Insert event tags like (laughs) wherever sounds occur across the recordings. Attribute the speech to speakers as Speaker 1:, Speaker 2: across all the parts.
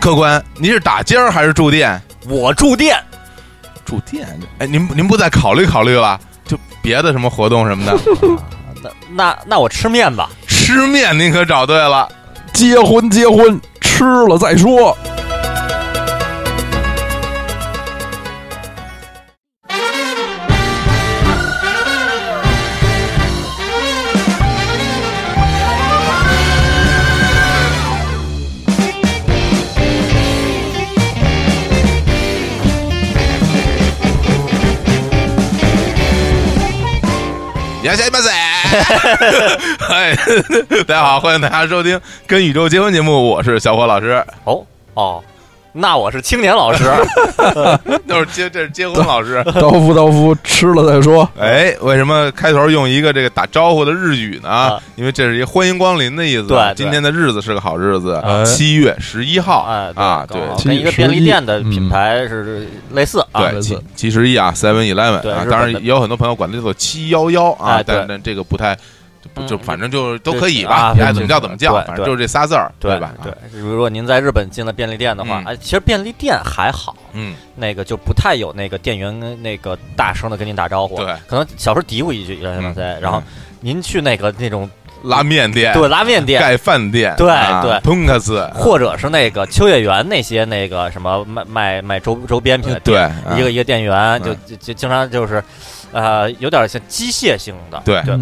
Speaker 1: 客官，您是打尖儿还是住店？
Speaker 2: 我住店，
Speaker 1: 住店，哎，您您不再考虑考虑了？就别的什么活动什么
Speaker 2: (laughs)
Speaker 1: 的，
Speaker 2: 那那那我吃面吧。
Speaker 1: 吃面您可找对了。
Speaker 3: 结婚结婚，吃了
Speaker 2: (laughs)
Speaker 3: 再说。
Speaker 1: 呀下一班仔， (laughs) 哎， (laughs) 大家好，欢迎大家收听《跟宇宙结婚》节目，我是小伙老
Speaker 2: (laughs)
Speaker 1: 师，
Speaker 2: 哦哦，那我是青年老
Speaker 1: (laughs)
Speaker 2: 师，
Speaker 1: 就是结这是结婚老师。
Speaker 3: 刀夫刀夫，吃了再说。
Speaker 1: 哎，为什么开头用一个这个打招呼的日语呢？
Speaker 2: 啊
Speaker 1: 因为这是一个欢迎光临的意思。
Speaker 2: 对对
Speaker 1: 今天的日子是个好日子，
Speaker 3: 哎
Speaker 1: 七月十一号、
Speaker 2: 哎
Speaker 1: 啊，对
Speaker 2: 刚。好
Speaker 3: 其
Speaker 2: 跟一个
Speaker 3: 实
Speaker 2: 便利
Speaker 3: 一
Speaker 2: 店的
Speaker 3: 嗯
Speaker 2: 品牌是类似啊。
Speaker 1: 对，
Speaker 3: 日
Speaker 1: 七
Speaker 3: 子
Speaker 1: 七十一啊，Seven Eleven
Speaker 2: 对
Speaker 1: 啊
Speaker 2: 日，本
Speaker 1: 当然
Speaker 2: 的
Speaker 1: 也有很多朋友管它叫做七幺幺啊，
Speaker 2: 哎对
Speaker 1: 但但这个不太，就
Speaker 2: 嗯
Speaker 1: 就
Speaker 2: 嗯
Speaker 1: 反正就都
Speaker 2: 对
Speaker 1: 可以
Speaker 2: 啊
Speaker 1: 吧，你爱怎么叫怎么叫，
Speaker 2: 对
Speaker 1: 反正
Speaker 2: 对
Speaker 1: 就是这仨字儿，
Speaker 2: 对
Speaker 1: 吧？啊
Speaker 2: 对，如果您在日本进了便利店的话，
Speaker 1: 嗯
Speaker 2: 哎，其实便利店还好，
Speaker 1: 嗯，
Speaker 2: 那个就不太有那个店员那个大声的跟您打招呼，
Speaker 1: 对，嗯
Speaker 2: 可能小时候嘀咕一句“然后然后您去那个那种
Speaker 1: 拉面店，
Speaker 2: 对拉面店，
Speaker 1: 盖饭店，
Speaker 2: 对
Speaker 1: 啊
Speaker 2: 对
Speaker 1: 通克斯，
Speaker 2: 或者是那个秋叶原那些那个什么卖卖卖周周边品的
Speaker 1: 对
Speaker 2: 店，，
Speaker 1: 啊
Speaker 2: 一个一个店员就就就经常就是，呃，有点像机械性的，
Speaker 1: 嗯对
Speaker 2: 对。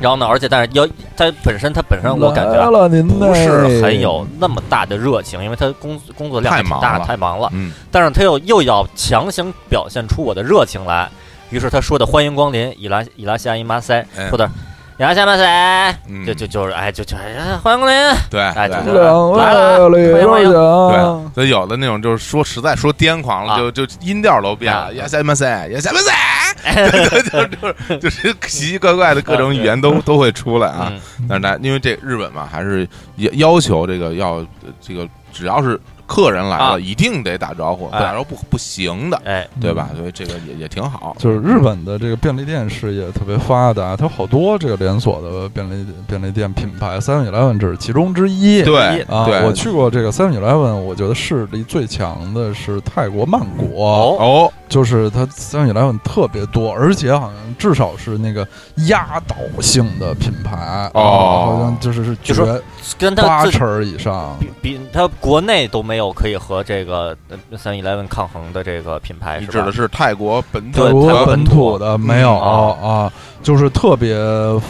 Speaker 2: 然后呢，而且但是要它本身它本身我感觉
Speaker 3: 来
Speaker 2: 啊
Speaker 3: 了您
Speaker 2: 不是
Speaker 3: 嘞
Speaker 2: 很有那么大的热情，因为他工工作量
Speaker 1: 太
Speaker 2: 挺
Speaker 1: 忙
Speaker 2: 大，
Speaker 1: 了
Speaker 2: 太忙了。
Speaker 1: 嗯，
Speaker 2: 但是他又又要强行表现出我的热情来，于是他说的“欢迎光临伊拉伊拉西亚伊马塞
Speaker 1: 哎”，
Speaker 2: 说的“伊拉西亚马塞”，
Speaker 1: 嗯
Speaker 2: 就就就是哎就就哎欢迎
Speaker 1: (laughs)
Speaker 2: 光临，
Speaker 1: 对，
Speaker 2: 哎
Speaker 1: 对
Speaker 2: 就
Speaker 1: 对
Speaker 2: 是
Speaker 3: 两位
Speaker 2: 来了
Speaker 3: 旅游
Speaker 1: 对
Speaker 3: 奖，，
Speaker 1: 所以有的那种就是说实在说癫狂
Speaker 2: 啊
Speaker 1: 了，就就音调都变
Speaker 2: 啊
Speaker 1: 了，呀塞嘛塞，呀塞嘛塞，就是 (laughs) 就是就是奇奇怪怪的各种语言都都会出来啊。
Speaker 2: 嗯，
Speaker 1: 但是大家因为这日本嘛，还是要要求这个要呃这个只要是客人来
Speaker 2: 啊
Speaker 1: 了，一定得打招呼，不
Speaker 2: 哎
Speaker 1: 打招呼不不行的，
Speaker 2: 哎，
Speaker 3: 嗯
Speaker 1: 对吧？所以这个也也挺好。
Speaker 3: 就是日本的这个便利店事业特别发达，它有好多这个连锁的便利便利店品牌，Seven Eleven 这是其中之一。
Speaker 1: 对
Speaker 3: 啊，
Speaker 1: 对，
Speaker 3: 我去过这个 Seven Eleven，我觉得势力最强的是泰国曼谷，
Speaker 2: 哦
Speaker 1: 哦，
Speaker 3: 就是它 Seven Eleven 特别多，而且好像至少是那个压倒性的品牌
Speaker 1: 哦
Speaker 3: 好像就是是
Speaker 2: 就
Speaker 3: 绝
Speaker 2: 说跟他
Speaker 3: 八
Speaker 2: 自己
Speaker 3: 成儿以上。
Speaker 2: 比比他国内都没有可以和这个呃三 eleven 抗衡的这个品牌，
Speaker 1: 你
Speaker 2: 是
Speaker 1: 指
Speaker 2: 吧
Speaker 1: 的？是泰国本
Speaker 2: 对
Speaker 1: 土
Speaker 3: 泰
Speaker 2: 泰国本
Speaker 3: 国本
Speaker 2: 土嗯
Speaker 3: 土的没有啊，就是特别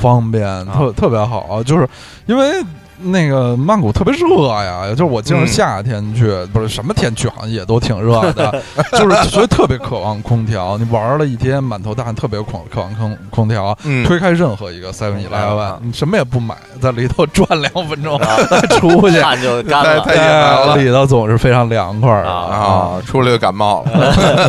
Speaker 3: 方便，特特别好，就是因为。那个曼谷特别热呀，就是我记得
Speaker 1: 嗯
Speaker 3: 夏天去，不是什么天去，好像也都挺热
Speaker 2: (laughs)
Speaker 3: 的，就是所以特别渴望空调。你玩了一天，满头大汗，特别渴渴望空空调。
Speaker 1: 嗯，
Speaker 3: 推开任何一个 Seven
Speaker 2: 啊
Speaker 3: Eleven，你什么也不买，在里头转两
Speaker 2: (laughs)
Speaker 3: 分钟
Speaker 2: 啊
Speaker 1: (laughs)
Speaker 3: 再出去，
Speaker 2: 汗就干
Speaker 1: 太
Speaker 2: 了，
Speaker 1: 太
Speaker 3: 哎里头总是非常凉快的
Speaker 2: 啊
Speaker 1: 啊，出来就感冒了。
Speaker 2: (laughs)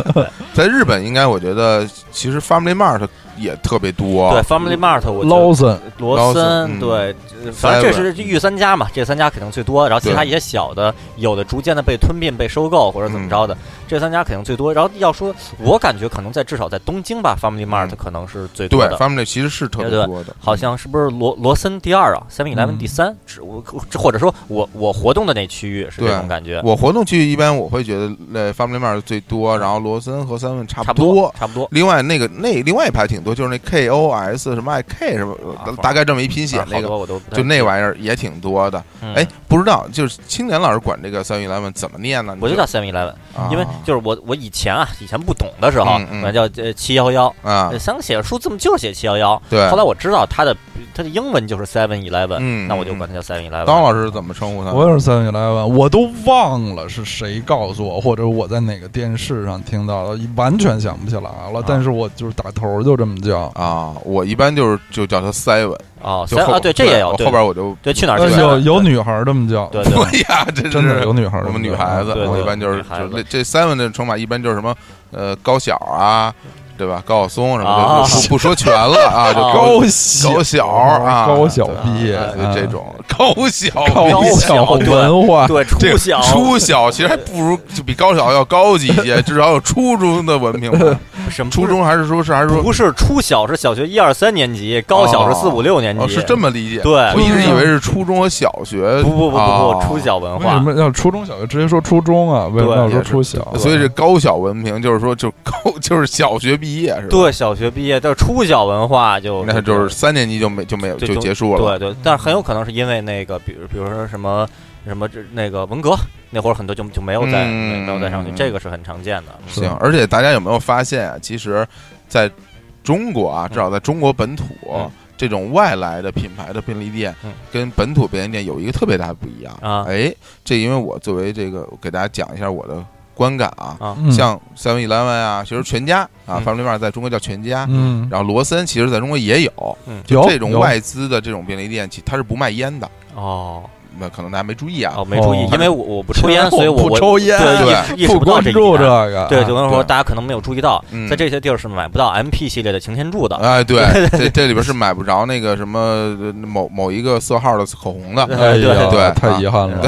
Speaker 1: 在日本，应该我觉得其实 Family Mart 也特别多。
Speaker 2: 对 Family Mart，我觉得
Speaker 3: Lawson
Speaker 2: 罗森
Speaker 1: 嗯
Speaker 2: 对，呃反正这是御三家嘛，这三家肯定最多。然后其他一些小的，有的逐渐的被吞并、被收购或者
Speaker 1: 嗯
Speaker 2: 怎么着的，这三家肯定最多。然后要说，我感觉可能在至少在东京吧，Family Mart
Speaker 1: 嗯
Speaker 2: 可能是最
Speaker 1: 对
Speaker 2: 多的。
Speaker 1: Family 其实是特别
Speaker 2: 对对
Speaker 1: 多的，
Speaker 2: 好像是不是罗罗森第二啊，Seven Eleven
Speaker 3: 嗯
Speaker 2: 第三，只我或者说我我活动的那区域是这种
Speaker 1: 对
Speaker 2: 感觉，
Speaker 1: 我活动区一般我会觉得呃 Family Mart 最多，然后罗森和三问差
Speaker 2: 差
Speaker 1: 不
Speaker 2: 不多，差不多。
Speaker 1: 另外那个那另外一排挺多，就是那 K O S 什么 I K 什么
Speaker 2: 啊，
Speaker 1: 呃
Speaker 2: 反
Speaker 1: 大概这么一拼写
Speaker 2: 啊好
Speaker 1: 那个，
Speaker 2: 多我都不太
Speaker 1: 就那玩意儿也挺多的。
Speaker 2: 嗯
Speaker 1: 哎，不知道就是青年老师管这个三 eleven 怎么念呢？你
Speaker 2: 我就
Speaker 1: 知道
Speaker 2: 叫 Seven Eleven，
Speaker 1: 啊
Speaker 2: 因为就是我我以前啊，以前不懂的时候
Speaker 1: 嗯，嗯
Speaker 2: 管叫呃七幺幺，
Speaker 1: 啊
Speaker 2: 呃，想写数字嘛就写七幺幺。
Speaker 1: 对
Speaker 2: 后。来我知道它的它的英文就是 Seven Eleven，、
Speaker 1: 嗯
Speaker 2: 那我就管它叫 Seven Eleven。
Speaker 1: 当老师怎么称呼他？
Speaker 3: 我也是 Seven Eleven，我都忘了是谁告诉我，或者我在哪个电视上听到的，完全想不起来了。但是我就是打头就这么叫。
Speaker 1: 啊，我一般就是就叫他 seven，
Speaker 2: 哦
Speaker 1: 就
Speaker 2: ，Seven
Speaker 1: 后
Speaker 2: 啊，对，这也有
Speaker 1: 我
Speaker 2: 对
Speaker 1: 后边我就
Speaker 2: 对去哪儿
Speaker 3: 呃
Speaker 1: (laughs)
Speaker 2: 去
Speaker 1: 对
Speaker 2: 哪儿
Speaker 3: 有有女孩这么叫，
Speaker 2: 对对
Speaker 1: 对呀，真
Speaker 3: 真的
Speaker 1: 是
Speaker 3: 有女孩这
Speaker 1: 我
Speaker 3: 么叫，
Speaker 1: 们女孩子，
Speaker 2: 对对
Speaker 1: 我一般就
Speaker 2: 女
Speaker 1: 是
Speaker 2: 孩子
Speaker 1: 就这这三问的称法一般就是什么呃高小啊，对吧？高晓松什
Speaker 2: 啊
Speaker 1: 么
Speaker 2: 哦
Speaker 1: 的，就不不说全了啊，就
Speaker 3: 高
Speaker 1: 高
Speaker 3: 小
Speaker 1: 高小啊，
Speaker 3: 高小毕业
Speaker 1: 对
Speaker 3: 啊
Speaker 1: 就这种高小毕
Speaker 3: 高
Speaker 1: 业。
Speaker 3: 小文化，
Speaker 2: 对，
Speaker 1: (laughs) 这
Speaker 2: 初
Speaker 1: 个
Speaker 2: 小
Speaker 1: 初小其实还不如就比高小要高级一些，至少有初中的文凭吧。
Speaker 2: (laughs) 什么
Speaker 1: 初中还是说是还是说
Speaker 2: 不是初小是小学一二三年级，高小是四五六年
Speaker 1: 哦，
Speaker 2: 级，
Speaker 1: 是这么理解？
Speaker 2: 对
Speaker 1: 我一直以为是啊初中和小学。
Speaker 2: 不不不不
Speaker 1: 哦
Speaker 2: 不，初。小文
Speaker 3: 为什
Speaker 2: 化
Speaker 3: 么要初中小学直接说初中啊？为什么要
Speaker 1: 对
Speaker 3: 说初小？
Speaker 1: 所以这高小文凭就是说，就高 (laughs) 就是小学毕业是吧？，
Speaker 2: 对小学毕业，但是初小文化就
Speaker 1: 那就是三年级就没就没有
Speaker 2: 就
Speaker 1: 就结束了。
Speaker 2: 对对，但是很有可能是因为那个，比如比如说什么什么这那个文革那会儿，很多就就没有再
Speaker 1: 嗯
Speaker 2: 没有再上去，这个是很常见的。
Speaker 3: 是
Speaker 1: 行，而且大家有没有发现啊？其实，在中国啊，至少在中国本土
Speaker 2: 嗯，
Speaker 1: 这种外来的品牌的便利店
Speaker 2: 嗯
Speaker 1: 跟本土便利店有一个特别大的不一样
Speaker 2: 啊
Speaker 1: 哎，这因为我作为这个，我给大家讲一下我的观感啊。
Speaker 2: 啊
Speaker 3: 嗯
Speaker 1: 像 Seven Eleven 啊，其实全家啊
Speaker 2: 嗯
Speaker 1: ，Family Mart 在中国叫全家，
Speaker 3: 嗯，
Speaker 1: 然后罗森其实在中国也有，
Speaker 3: 有
Speaker 1: 这种
Speaker 3: 有
Speaker 1: 外资的这种便利店，其它是不卖烟的，
Speaker 2: 哦
Speaker 1: 那可能大家没注意啊。
Speaker 2: 哦，没注意，
Speaker 3: 哦
Speaker 2: 因为我我不抽烟，所以我
Speaker 3: 不
Speaker 2: 我
Speaker 3: 抽烟，
Speaker 2: 对
Speaker 1: 对
Speaker 2: 意意识
Speaker 3: 不
Speaker 2: 不到
Speaker 3: 关
Speaker 2: 这一
Speaker 3: 注这啊
Speaker 2: 点。
Speaker 3: 个，
Speaker 2: 对，就跟说
Speaker 1: 对
Speaker 2: 大家可能没有注意到
Speaker 1: 嗯，
Speaker 2: 在这些地儿是买不到 MP 系列的擎天柱的。
Speaker 1: 哎，对，
Speaker 3: (laughs)
Speaker 1: 这这里边是买不着那个什么呃某某一个色号的口红的，
Speaker 2: 对
Speaker 3: 哎
Speaker 2: 对
Speaker 3: 呀，
Speaker 1: 对啊
Speaker 3: 太遗
Speaker 1: 嗯
Speaker 3: 憾了。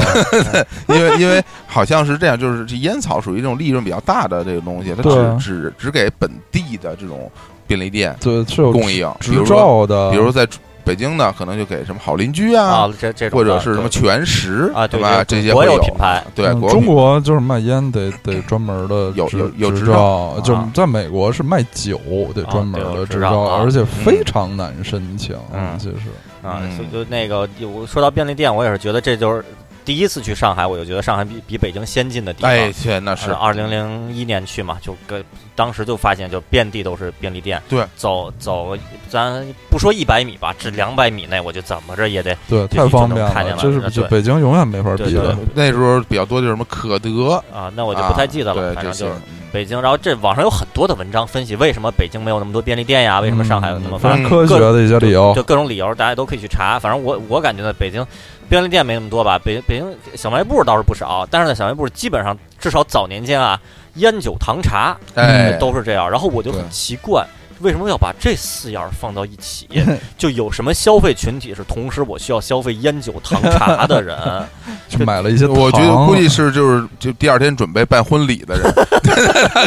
Speaker 1: 因为因为好像是这样，就是这烟草属于这种利润比较大的这个东西，它
Speaker 3: 对啊
Speaker 1: 只只只给本地的这种便利店
Speaker 3: 对，是有
Speaker 1: 供应，比
Speaker 3: 执
Speaker 1: 如说
Speaker 3: 照啊的，
Speaker 1: 比如在北京呢，可能就给什么好邻居
Speaker 2: 啊
Speaker 1: 啊，，
Speaker 2: 这这种
Speaker 1: 或者
Speaker 2: 的
Speaker 1: 是什么
Speaker 2: 对
Speaker 1: 全食
Speaker 2: 啊
Speaker 1: 对
Speaker 2: 对
Speaker 1: 吧？
Speaker 2: 对
Speaker 1: 这些
Speaker 2: 国
Speaker 1: 会
Speaker 2: 有
Speaker 1: 有
Speaker 2: 品牌
Speaker 1: 对，
Speaker 3: 嗯
Speaker 1: 国有
Speaker 3: 中
Speaker 1: 品
Speaker 3: 国就是卖烟得得专门的
Speaker 1: 有有有执
Speaker 3: 执
Speaker 1: 照
Speaker 3: 就
Speaker 2: 啊
Speaker 3: 在美国是卖酒得专门
Speaker 2: 啊对
Speaker 3: 的
Speaker 2: 有
Speaker 3: 执
Speaker 2: 执照啊
Speaker 3: 而且非常难申请，
Speaker 2: 嗯
Speaker 3: 其实
Speaker 2: 啊，
Speaker 1: 嗯
Speaker 2: 所以就那个我说到便利店，我也是觉得这就是第一次去上海，我就觉得上海比比北京先进的地方。
Speaker 1: 哎，对，那是
Speaker 2: 呃二零零一年去嘛，就跟当时就发现就遍地都是便利店。
Speaker 1: 对，
Speaker 2: 走走，咱不说一百米吧，只两百米内，我就怎么着也得
Speaker 3: 对，
Speaker 2: 就
Speaker 3: 太方
Speaker 2: 就
Speaker 3: 便
Speaker 2: 能看见了
Speaker 3: 这是
Speaker 2: 对
Speaker 3: 就北京永远没法比
Speaker 2: 对
Speaker 3: 的
Speaker 2: 对。
Speaker 1: 那时候比较多就是什么可德，
Speaker 2: 啊，那我就不太记得了。
Speaker 1: 啊对
Speaker 2: 反
Speaker 1: 这
Speaker 2: 正就
Speaker 1: 些
Speaker 2: 是，北京，然后这网上有很多的文章分析为什么北京没有那么多便利店呀，为什么上海有那么
Speaker 3: 嗯
Speaker 2: 发
Speaker 1: 反
Speaker 2: 达
Speaker 1: 正
Speaker 3: 科学的一些理
Speaker 1: 嗯
Speaker 3: 由
Speaker 2: 就？各种理由，大家都可以去查。反正我我感觉呢，北京便利店没那么多吧，北北京小卖部倒是不少，但是呢，小卖部基本上至少早年间啊，烟酒糖茶
Speaker 1: 哎，
Speaker 2: 都是这样。然后我就
Speaker 1: 对
Speaker 2: 很奇怪，为什么要把这四样放到一起？
Speaker 1: (laughs)
Speaker 2: 就有什么消费群体是同时我需要消费烟酒糖茶
Speaker 1: (laughs)
Speaker 2: 的人？
Speaker 1: 哎
Speaker 3: 就买了一些糖，
Speaker 1: 我觉得估计是就是就第二天准备办婚礼的
Speaker 3: (laughs)
Speaker 1: 人，
Speaker 3: 肯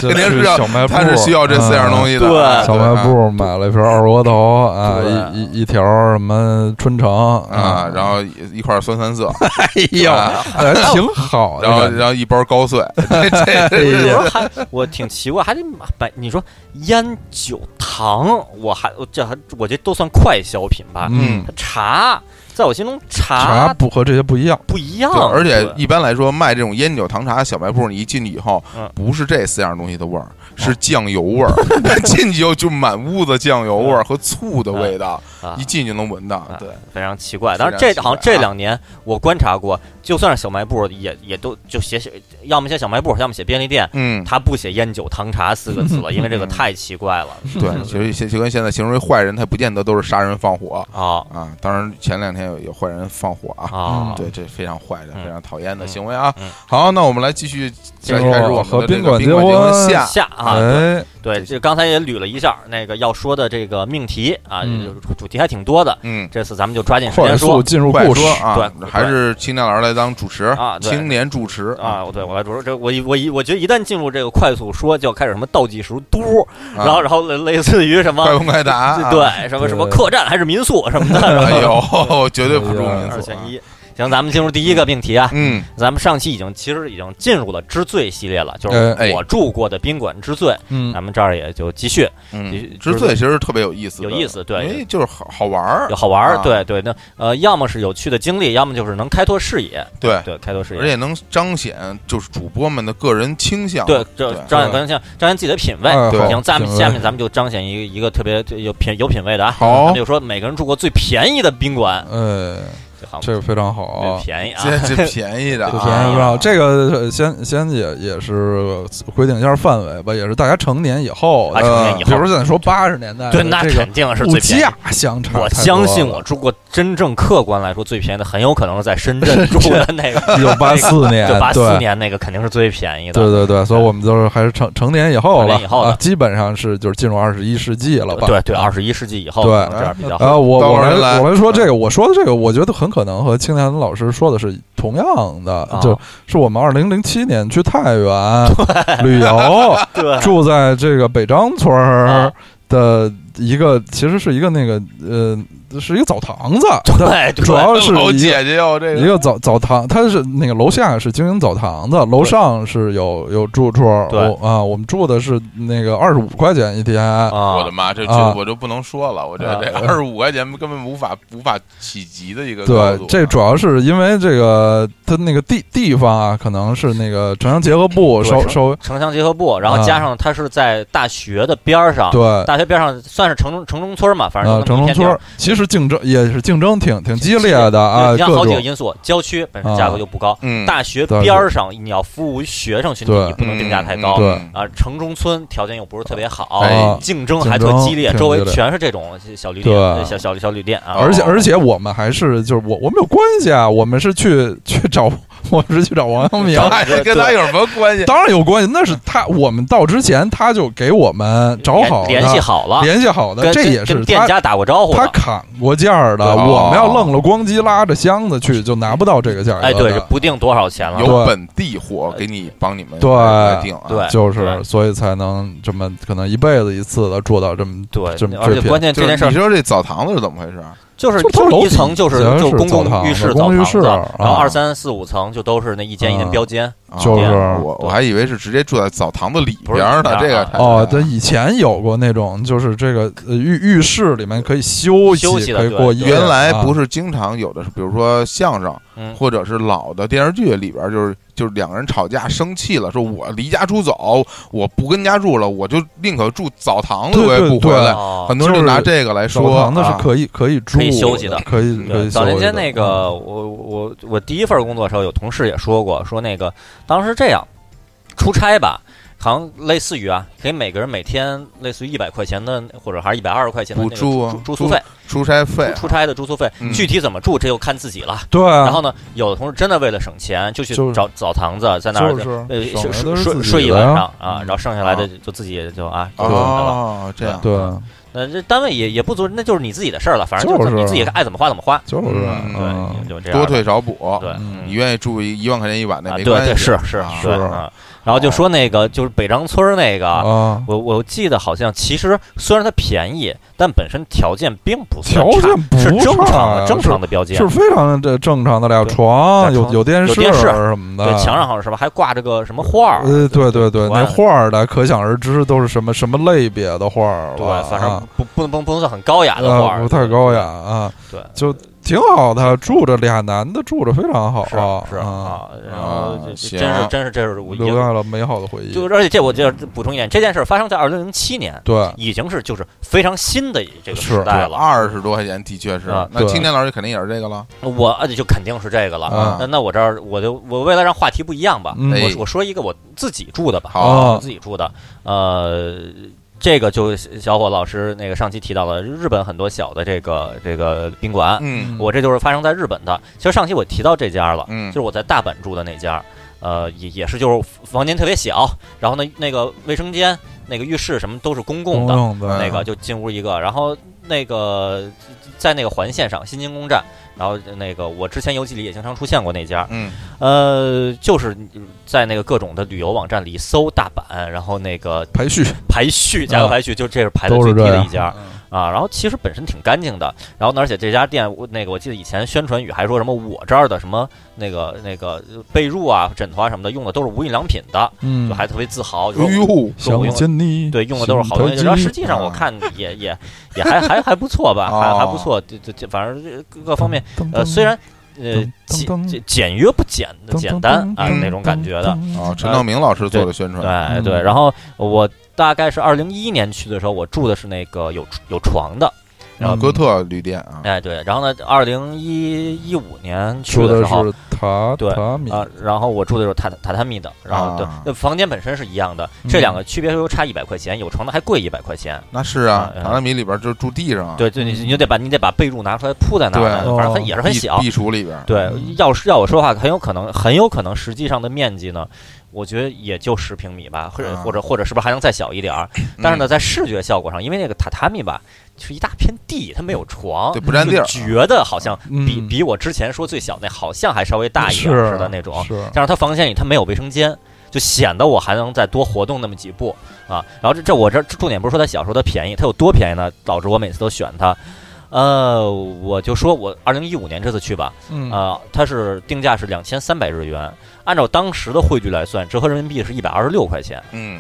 Speaker 1: 肯定是要
Speaker 3: 小卖部，
Speaker 1: 他是需要这四样东
Speaker 3: 西。
Speaker 1: 西的。
Speaker 2: 对
Speaker 1: 啊
Speaker 3: 小卖部买了一瓶二锅头啊，
Speaker 2: 对
Speaker 3: 一一一条什么春城
Speaker 1: 啊，
Speaker 3: 嗯
Speaker 1: 然后一一块酸三色，哎
Speaker 2: (laughs)
Speaker 3: 呦哎挺好的
Speaker 1: 然后
Speaker 3: 感觉，
Speaker 1: 然后一包高碎，这这
Speaker 2: 有时候还我挺奇怪，还得买你说烟酒糖，我还我这还我这都算快消品吧？
Speaker 1: 嗯
Speaker 3: 嗯，
Speaker 2: 茶在我心中啊
Speaker 3: 茶不和这些不一样。
Speaker 2: 不一样
Speaker 1: 对，，而且
Speaker 2: 对
Speaker 1: 一般来说卖这种烟酒糖茶小卖部，你一进去以后
Speaker 2: 嗯，
Speaker 1: 不是这四样东西的味
Speaker 3: 哦
Speaker 1: 儿，是酱油
Speaker 3: (laughs)
Speaker 1: 味儿，进去以后就满屋子酱油
Speaker 3: 嗯
Speaker 1: 味儿和醋的味道，
Speaker 2: 啊
Speaker 1: 一进就能闻到
Speaker 2: 啊。
Speaker 1: 对，
Speaker 2: 非常奇怪。
Speaker 1: 非
Speaker 2: 当
Speaker 1: 常
Speaker 2: 然这好像
Speaker 1: 奇怪啊
Speaker 2: 这两年我观察过，就算是小卖部也也都就写写，要么写小卖部，要么写便利店。
Speaker 1: 嗯，
Speaker 2: 他不写烟酒糖茶四个字了，因为这个太奇怪了。
Speaker 3: 嗯
Speaker 1: 对，其实现就跟现在形容为坏人，他不见得都是杀人放火
Speaker 2: 啊
Speaker 1: 啊。当然前两天有有坏人放火啊，
Speaker 2: 啊，
Speaker 1: 对，这非常坏的、
Speaker 2: 嗯
Speaker 1: 非常讨厌的行为啊
Speaker 2: 嗯嗯。
Speaker 1: 好，那我们来继续
Speaker 3: 入
Speaker 1: 来开始我们
Speaker 3: 和
Speaker 1: 的这
Speaker 3: 宾
Speaker 1: 个
Speaker 3: 馆
Speaker 1: 宾馆结
Speaker 3: 结婚
Speaker 1: 婚下。
Speaker 2: 下啊，
Speaker 3: 哎，
Speaker 2: 对，这刚才也捋了一下那个要说的这个命题啊，
Speaker 3: 嗯
Speaker 2: 就是主题还挺多的。
Speaker 1: 嗯，
Speaker 2: 这次咱们就抓紧时
Speaker 3: 快
Speaker 2: 间
Speaker 3: 速
Speaker 2: 说
Speaker 3: 进入
Speaker 1: 快
Speaker 3: 故事
Speaker 1: 说，啊
Speaker 2: 对，
Speaker 1: 还是青年老师来当主持
Speaker 2: 啊对
Speaker 1: 青年主持
Speaker 2: 啊！对我来主持这我一我一我觉得一旦进入这个快速说，就要开始什么倒计时嘟，然后然后类类似于什么
Speaker 1: 啊快问快答
Speaker 2: 对
Speaker 1: 啊，
Speaker 2: 对，什么什么客栈还是民宿什么的，
Speaker 1: 哎呦，绝对不住
Speaker 3: 哎呀
Speaker 1: 民
Speaker 2: 二
Speaker 1: 宿
Speaker 2: 选
Speaker 1: 啊，
Speaker 2: 一。行，咱们进入第一个命题啊。
Speaker 1: 嗯
Speaker 2: 咱们上期已经其实已经进入了之最系列了，就是
Speaker 1: 哎
Speaker 2: 我住过的宾馆之最。
Speaker 3: 嗯，
Speaker 2: 咱们这儿也就继续
Speaker 1: 嗯，
Speaker 2: 你
Speaker 1: 之所以其实特别有意思的，
Speaker 2: 有意思对
Speaker 1: 因为就是好好玩儿
Speaker 2: 有，好玩儿，
Speaker 1: 啊
Speaker 2: 对对，那呃，要么是有趣的经历，要么就是能开拓视野，
Speaker 1: 对，
Speaker 2: 对，开拓视
Speaker 1: 哎而
Speaker 2: 野，
Speaker 1: 且能彰显就是主播们的个人倾向，
Speaker 2: 对，这
Speaker 1: 对
Speaker 2: 彰显个性，彰显自己的品味
Speaker 3: 哎。
Speaker 1: 对
Speaker 3: 好
Speaker 2: 行，咱们
Speaker 3: 品味
Speaker 2: 下面咱们就彰显一个一个特别有品有品味的啊，咱
Speaker 1: 好
Speaker 2: 们就说每个人住过最便宜的宾馆，
Speaker 1: 嗯
Speaker 3: 呃，
Speaker 2: 这行
Speaker 3: 这个非常好
Speaker 2: 这
Speaker 3: 啊，
Speaker 2: 便宜啊，
Speaker 1: 这这便
Speaker 2: (laughs)
Speaker 1: 宜的
Speaker 3: 就
Speaker 2: 这
Speaker 3: 便
Speaker 1: 啊，
Speaker 3: 宜
Speaker 2: 啊
Speaker 3: 不少。这个先先也也是规定一下范围吧，也是大家成年以后，
Speaker 2: 啊成年
Speaker 3: 呃
Speaker 2: 以
Speaker 3: 比
Speaker 2: 后
Speaker 3: 如咱说八十年代的
Speaker 2: 对，那
Speaker 3: 这个
Speaker 2: 肯定是
Speaker 3: 物
Speaker 2: 最便宜
Speaker 3: 价。相差，
Speaker 2: 我相信我。住过真正客观来说最便宜的，很有可能是在深
Speaker 3: (laughs)
Speaker 2: 圳住的那个，
Speaker 3: 一九八
Speaker 2: (laughs)
Speaker 3: 四年，
Speaker 2: 就八四
Speaker 3: 对
Speaker 2: 年那个肯定是最便宜的。
Speaker 3: 对对对，所以我们就是还是成成年以后
Speaker 2: 哎成
Speaker 3: 了
Speaker 2: 年以后了
Speaker 3: 啊，基本上是就是进入二十一世纪了吧？
Speaker 2: 对对，二十一世纪以后，
Speaker 3: 对
Speaker 2: 可能这样比较
Speaker 3: 啊，
Speaker 2: 好。
Speaker 3: 我
Speaker 1: 到
Speaker 3: 我
Speaker 1: 我
Speaker 3: 来
Speaker 1: 这来嗯
Speaker 3: 我来说这个，我说的这个，我觉得很可能和青年老师说的是同样的，
Speaker 2: 啊
Speaker 3: 就是我们二零零七年去太原旅游，
Speaker 2: 对
Speaker 3: 住在这个北张村儿
Speaker 2: 啊
Speaker 3: 的一个，其实是一个那个呃，是一个澡堂子，
Speaker 2: 对，对
Speaker 3: 主要是
Speaker 1: 老
Speaker 3: 一个
Speaker 1: 姐姐哟，哦这
Speaker 3: 一
Speaker 1: 个
Speaker 3: 个澡澡堂，它是那个楼下是经营澡堂子，楼上是有有住处。
Speaker 2: 对
Speaker 3: 我啊，我们住的是那个二十五块钱一天，
Speaker 2: 啊，
Speaker 1: 我的妈，这
Speaker 3: 啊
Speaker 1: 这我就不能说了，我觉得这
Speaker 3: 啊
Speaker 1: 二十五块钱根本无法无法企及的一个高
Speaker 3: 对
Speaker 1: 度啊，
Speaker 3: 这主要是因为这个它那个地地方啊，可能是那个城乡结合部
Speaker 2: 对
Speaker 3: 稍
Speaker 2: 城
Speaker 3: 稍微
Speaker 2: 城乡结合部，然后加上它是在大学的边儿上，
Speaker 3: 对。
Speaker 2: 大学边上算是城中城中村嘛，啊反正
Speaker 3: 啊，
Speaker 2: 就
Speaker 3: 城
Speaker 2: 那么一
Speaker 3: 中
Speaker 2: 片
Speaker 3: 村
Speaker 2: 地
Speaker 3: 儿
Speaker 2: 儿
Speaker 3: 其实竞争也是竞争挺挺激烈的啊，
Speaker 2: 你看
Speaker 3: 各
Speaker 2: 好几个
Speaker 3: 种啊
Speaker 2: 因素，郊区本身价格就不高，
Speaker 1: 嗯，
Speaker 2: 大学边儿上你要服务于学生群体，
Speaker 3: 对嗯
Speaker 2: 你不能定
Speaker 1: 嗯
Speaker 2: 价太高
Speaker 3: 对啊
Speaker 2: 啊。城中村条件又不是特别好
Speaker 1: 哎，
Speaker 2: 竞争还特激烈，周围全是这种小旅
Speaker 3: 对
Speaker 2: 店、小小小旅店啊。
Speaker 3: 而且而且我们还是就是我我们有关系啊，我们是去去找我们是去找王阳明，
Speaker 1: 哎跟他有什么关系？
Speaker 3: 当然有关系，那是他我们到之前他就给我们找好的
Speaker 2: 联联系好了，
Speaker 3: 联系好的，
Speaker 2: 跟
Speaker 3: 这
Speaker 2: 跟
Speaker 3: 也是
Speaker 2: 跟店
Speaker 3: 他
Speaker 2: 家打过招呼
Speaker 3: 他
Speaker 2: 了。
Speaker 3: 砍过价儿的，
Speaker 1: 对
Speaker 3: 我们要愣了咣叽拉着箱子去就拿不到这个价格的，
Speaker 2: 哎，对，这不定多少钱了。
Speaker 1: 有本地货给你帮你们
Speaker 3: 对
Speaker 1: 来定啊，
Speaker 2: 对
Speaker 3: 就是所以才能这么可能一辈子一次的住到这么
Speaker 2: 对
Speaker 3: 这，么
Speaker 2: 而
Speaker 3: 这
Speaker 2: 且
Speaker 3: 片
Speaker 2: 关键这
Speaker 1: 就是
Speaker 2: 件事儿
Speaker 1: 你说这澡堂子是怎么回事啊？
Speaker 2: 就是
Speaker 3: 就
Speaker 2: 就是
Speaker 3: 楼底
Speaker 2: 一层就是
Speaker 3: 下
Speaker 2: 就是公
Speaker 3: 澡堂
Speaker 2: 共浴
Speaker 3: 子
Speaker 2: 室、
Speaker 3: 公
Speaker 2: 澡
Speaker 3: 寓
Speaker 2: 堂
Speaker 3: 室
Speaker 2: 子，然后
Speaker 3: 啊
Speaker 2: 二三四五层就都是那一间一间
Speaker 3: 嗯
Speaker 2: 标间，
Speaker 1: 啊
Speaker 3: 就是
Speaker 1: 我我还以为是直接住在澡堂子里边儿呢，
Speaker 2: 不
Speaker 1: 这
Speaker 2: 是
Speaker 1: 个
Speaker 2: 啊
Speaker 3: 哦，对，以前有过那种，就是这个呃浴浴室里面可以休息，
Speaker 2: 休息的
Speaker 3: 可以
Speaker 2: 对
Speaker 3: 过夜。啊
Speaker 1: 原来不
Speaker 3: 是
Speaker 1: 是经常有的是，比如说相声
Speaker 2: 嗯，
Speaker 1: 或者是老的电视剧里边儿，就是就是两个人吵架生气了，说我离家出走，我不跟家住了，我就宁可住澡堂子，
Speaker 3: 对
Speaker 1: 我也
Speaker 3: 对
Speaker 1: 不回
Speaker 3: 对
Speaker 1: 来。
Speaker 2: 哦
Speaker 1: 很多人就拿这个来
Speaker 3: 澡
Speaker 1: 说，
Speaker 3: 堂子是
Speaker 1: 啊
Speaker 3: 可以可以住
Speaker 2: 可以休息的
Speaker 3: 可以可以
Speaker 2: 对，
Speaker 3: 休息的。
Speaker 2: 早年间那
Speaker 3: 啊
Speaker 2: 个，我我我第一份工作的时候，有同事也说过，说那个当时这样出差吧，好像类似于啊，给每个人每天类似于一百块钱的，或者还是一百二十块钱的
Speaker 1: 补
Speaker 2: 那个
Speaker 1: 助啊
Speaker 2: 住住宿费，
Speaker 1: 出差费啊
Speaker 2: 出差的住宿费
Speaker 1: 嗯，
Speaker 2: 具体怎么住这又看自己了。
Speaker 3: 对，
Speaker 2: 然
Speaker 3: 然
Speaker 2: 后呢，有的同事真的为了省钱，就去
Speaker 3: 啊就是
Speaker 2: 找澡堂子，在那儿
Speaker 3: 就是
Speaker 2: 呃
Speaker 3: 省
Speaker 2: 睡睡
Speaker 3: 的都是
Speaker 2: 睡
Speaker 3: 自己
Speaker 2: 睡一
Speaker 3: 的
Speaker 2: 晚
Speaker 3: 呀
Speaker 2: 上啊，然后剩下来的就自己就啊就怎
Speaker 3: 啊
Speaker 2: 么了。
Speaker 1: 哦，这样
Speaker 3: 对，
Speaker 2: 那这单位也也不足，那就是你自己的事儿了，反正
Speaker 3: 就啊
Speaker 2: 就是你自己爱怎么花怎么花。
Speaker 3: 就是
Speaker 1: 嗯
Speaker 3: 嗯
Speaker 2: 对，就这样
Speaker 1: 多
Speaker 2: 吧。
Speaker 1: 退少补。
Speaker 2: 对，
Speaker 3: 嗯
Speaker 1: 你愿意住一一万块钱一晚的
Speaker 2: 啊，
Speaker 1: 没
Speaker 2: 对
Speaker 1: 关系，
Speaker 2: 对是是
Speaker 1: 啊
Speaker 2: 对嗯然后
Speaker 3: 哦
Speaker 2: 就说那个就是北张村儿那个，
Speaker 3: 啊，
Speaker 2: 我我记得好像其实虽然它便宜，但本身条件并不算
Speaker 3: 条
Speaker 2: 差
Speaker 3: 件不
Speaker 2: 是正
Speaker 3: 差
Speaker 2: 常
Speaker 3: 呀
Speaker 2: 的正
Speaker 3: 是
Speaker 2: 常的标间，
Speaker 3: 是非常这正常的俩
Speaker 2: 对
Speaker 3: 床，
Speaker 2: 俩
Speaker 3: 有
Speaker 2: 床
Speaker 3: 有电
Speaker 2: 有
Speaker 3: 视
Speaker 2: 电视
Speaker 3: 什么的，
Speaker 2: 对墙上好像是吧，还挂着个什么画儿，
Speaker 3: 呃，对对对，
Speaker 2: 图
Speaker 3: 那
Speaker 2: 案
Speaker 3: 画儿的可想而知都是什么什么类别的画儿
Speaker 2: 对
Speaker 3: 了，
Speaker 2: 反
Speaker 3: 啊
Speaker 2: 正不不能不能算很高雅的画
Speaker 3: 啊
Speaker 2: 儿，
Speaker 3: 不太高雅啊，
Speaker 2: 对，
Speaker 3: 就挺好的，住着俩男的住着非常好，
Speaker 2: 是啊是
Speaker 3: 啊，
Speaker 2: 啊，然后
Speaker 1: 啊
Speaker 2: 就
Speaker 1: 行
Speaker 2: 真是真是这是我一
Speaker 3: 留
Speaker 2: 个，
Speaker 3: 下了美好的回忆。
Speaker 2: 就是而且这我就要补充一点，这件事儿发生在二零零七年，
Speaker 3: 对，
Speaker 2: 已经是就是非常新的这个
Speaker 3: 是
Speaker 2: 时代了，
Speaker 1: 二十多块钱的确是
Speaker 2: 啊。
Speaker 1: 那
Speaker 3: 对
Speaker 1: 青年老师肯定也是这个了，
Speaker 2: 我呃就肯定是这个了。
Speaker 3: 啊
Speaker 2: 那那我这儿我就我为了让话题不一样吧，
Speaker 3: 嗯
Speaker 1: 哎
Speaker 2: 我我说一个我自己住的吧，
Speaker 1: 好
Speaker 3: 啊
Speaker 2: 我自己住的，呃，这个就小伙老师那个上期提到了日本很多小的这个这个宾馆，
Speaker 1: 嗯
Speaker 2: 我这就是发生在日本的。其实上期我提到这家了，
Speaker 1: 嗯
Speaker 2: 就是我在大阪住的那家，呃，也也是就是房间特别小，然后呢那个卫生间、那个浴室什么都是公共
Speaker 3: 公
Speaker 2: 的，
Speaker 3: 用的嗯
Speaker 2: 那个就进屋一个，然后那个在那个环线上新津宫站，然后那个我之前游记里也经常出现过那家，
Speaker 1: 嗯
Speaker 2: 呃，就是在那个各种的旅游网站里搜大阪，然后那个
Speaker 3: 排序
Speaker 2: 排序价格排序，就这是排的
Speaker 3: 嗯都
Speaker 2: 最
Speaker 3: 是
Speaker 2: 低
Speaker 3: 这
Speaker 2: 的一
Speaker 3: 样
Speaker 2: 家啊，然后其实本身挺干净的，然后呢，而且这家店我那个我记得以前宣传语还说什么我这儿的什么那个那个被褥啊、枕头啊什么的用的都是无印良品的，
Speaker 3: 嗯
Speaker 2: 就还特别自豪，就
Speaker 1: 哎
Speaker 2: 是
Speaker 1: 呦，
Speaker 2: 说我
Speaker 3: 想
Speaker 2: 用
Speaker 3: 见你，
Speaker 2: 对，用的都是好东西。
Speaker 3: 心
Speaker 2: 然
Speaker 3: 啊头
Speaker 2: 后
Speaker 3: 记
Speaker 2: 实际上我看也也也还还还不错吧，还还不错，这这这反正这各各方面，
Speaker 3: 哦噔
Speaker 2: 呃，
Speaker 3: 噔
Speaker 2: 虽然呃
Speaker 3: 噔噔
Speaker 2: 简
Speaker 3: 噔
Speaker 2: 简简约不简
Speaker 3: 噔
Speaker 2: 简
Speaker 3: 噔
Speaker 2: 单
Speaker 3: 噔
Speaker 2: 啊
Speaker 3: 噔
Speaker 2: 那种感觉的，
Speaker 3: 噔
Speaker 1: 啊，陈道明老师做的宣传，
Speaker 2: 对
Speaker 3: 嗯
Speaker 2: 对。然后我大概是二零一一年去的时候，我住的是那个有有床的。然后
Speaker 3: 嗯
Speaker 1: 哥特旅店啊，
Speaker 2: 哎对，然后呢，二零一一五年去
Speaker 3: 说
Speaker 2: 的时
Speaker 3: 的
Speaker 2: 候。
Speaker 3: 是塔
Speaker 2: 对
Speaker 3: 塔米，
Speaker 2: 啊，然后我住的就是榻榻榻米的，然后对
Speaker 1: 啊，嗯
Speaker 2: 那房间本身是一样的，这两个区别又差一百块钱，有床的还贵一百块钱，
Speaker 1: 那是啊，
Speaker 2: 啊
Speaker 1: 榻榻米里边就住地上啊，
Speaker 2: 对，就你
Speaker 3: 嗯
Speaker 2: 你就得把你得把被褥拿出来铺在那儿来，
Speaker 1: 对啊
Speaker 2: 反正很
Speaker 3: 哦
Speaker 2: 也是很
Speaker 1: 避
Speaker 2: 小。
Speaker 1: 避暑里边儿，
Speaker 2: 对
Speaker 3: 嗯，
Speaker 2: 要是要我说的话，很有可能很有可能实际上的面积呢，我觉得也就十平米吧，或者
Speaker 1: 啊嗯
Speaker 2: 或者或者是不是还能再小一点儿？但是呢，在视觉效果上，因为那个榻榻米吧是一大片地，它没有床
Speaker 1: 对，不占
Speaker 2: 就
Speaker 1: 地儿啊
Speaker 2: 觉得好像比
Speaker 3: 嗯
Speaker 2: 比我之前说最小那好像还稍微大一
Speaker 3: 是
Speaker 2: 点儿似的那种。
Speaker 3: 是
Speaker 2: 但是它房间里它没有卫生间，就显得我还能再多活动那么几步啊。然后这这我这重点不是说它小时候它便宜，它有多便宜呢？导致我每次都选它。呃，我就说我二零一五年这次去吧，
Speaker 3: 嗯
Speaker 2: 啊、它是定价是两千三百日元，按照当时的汇率来算，折合人民币是一百二十六块钱。
Speaker 1: 嗯，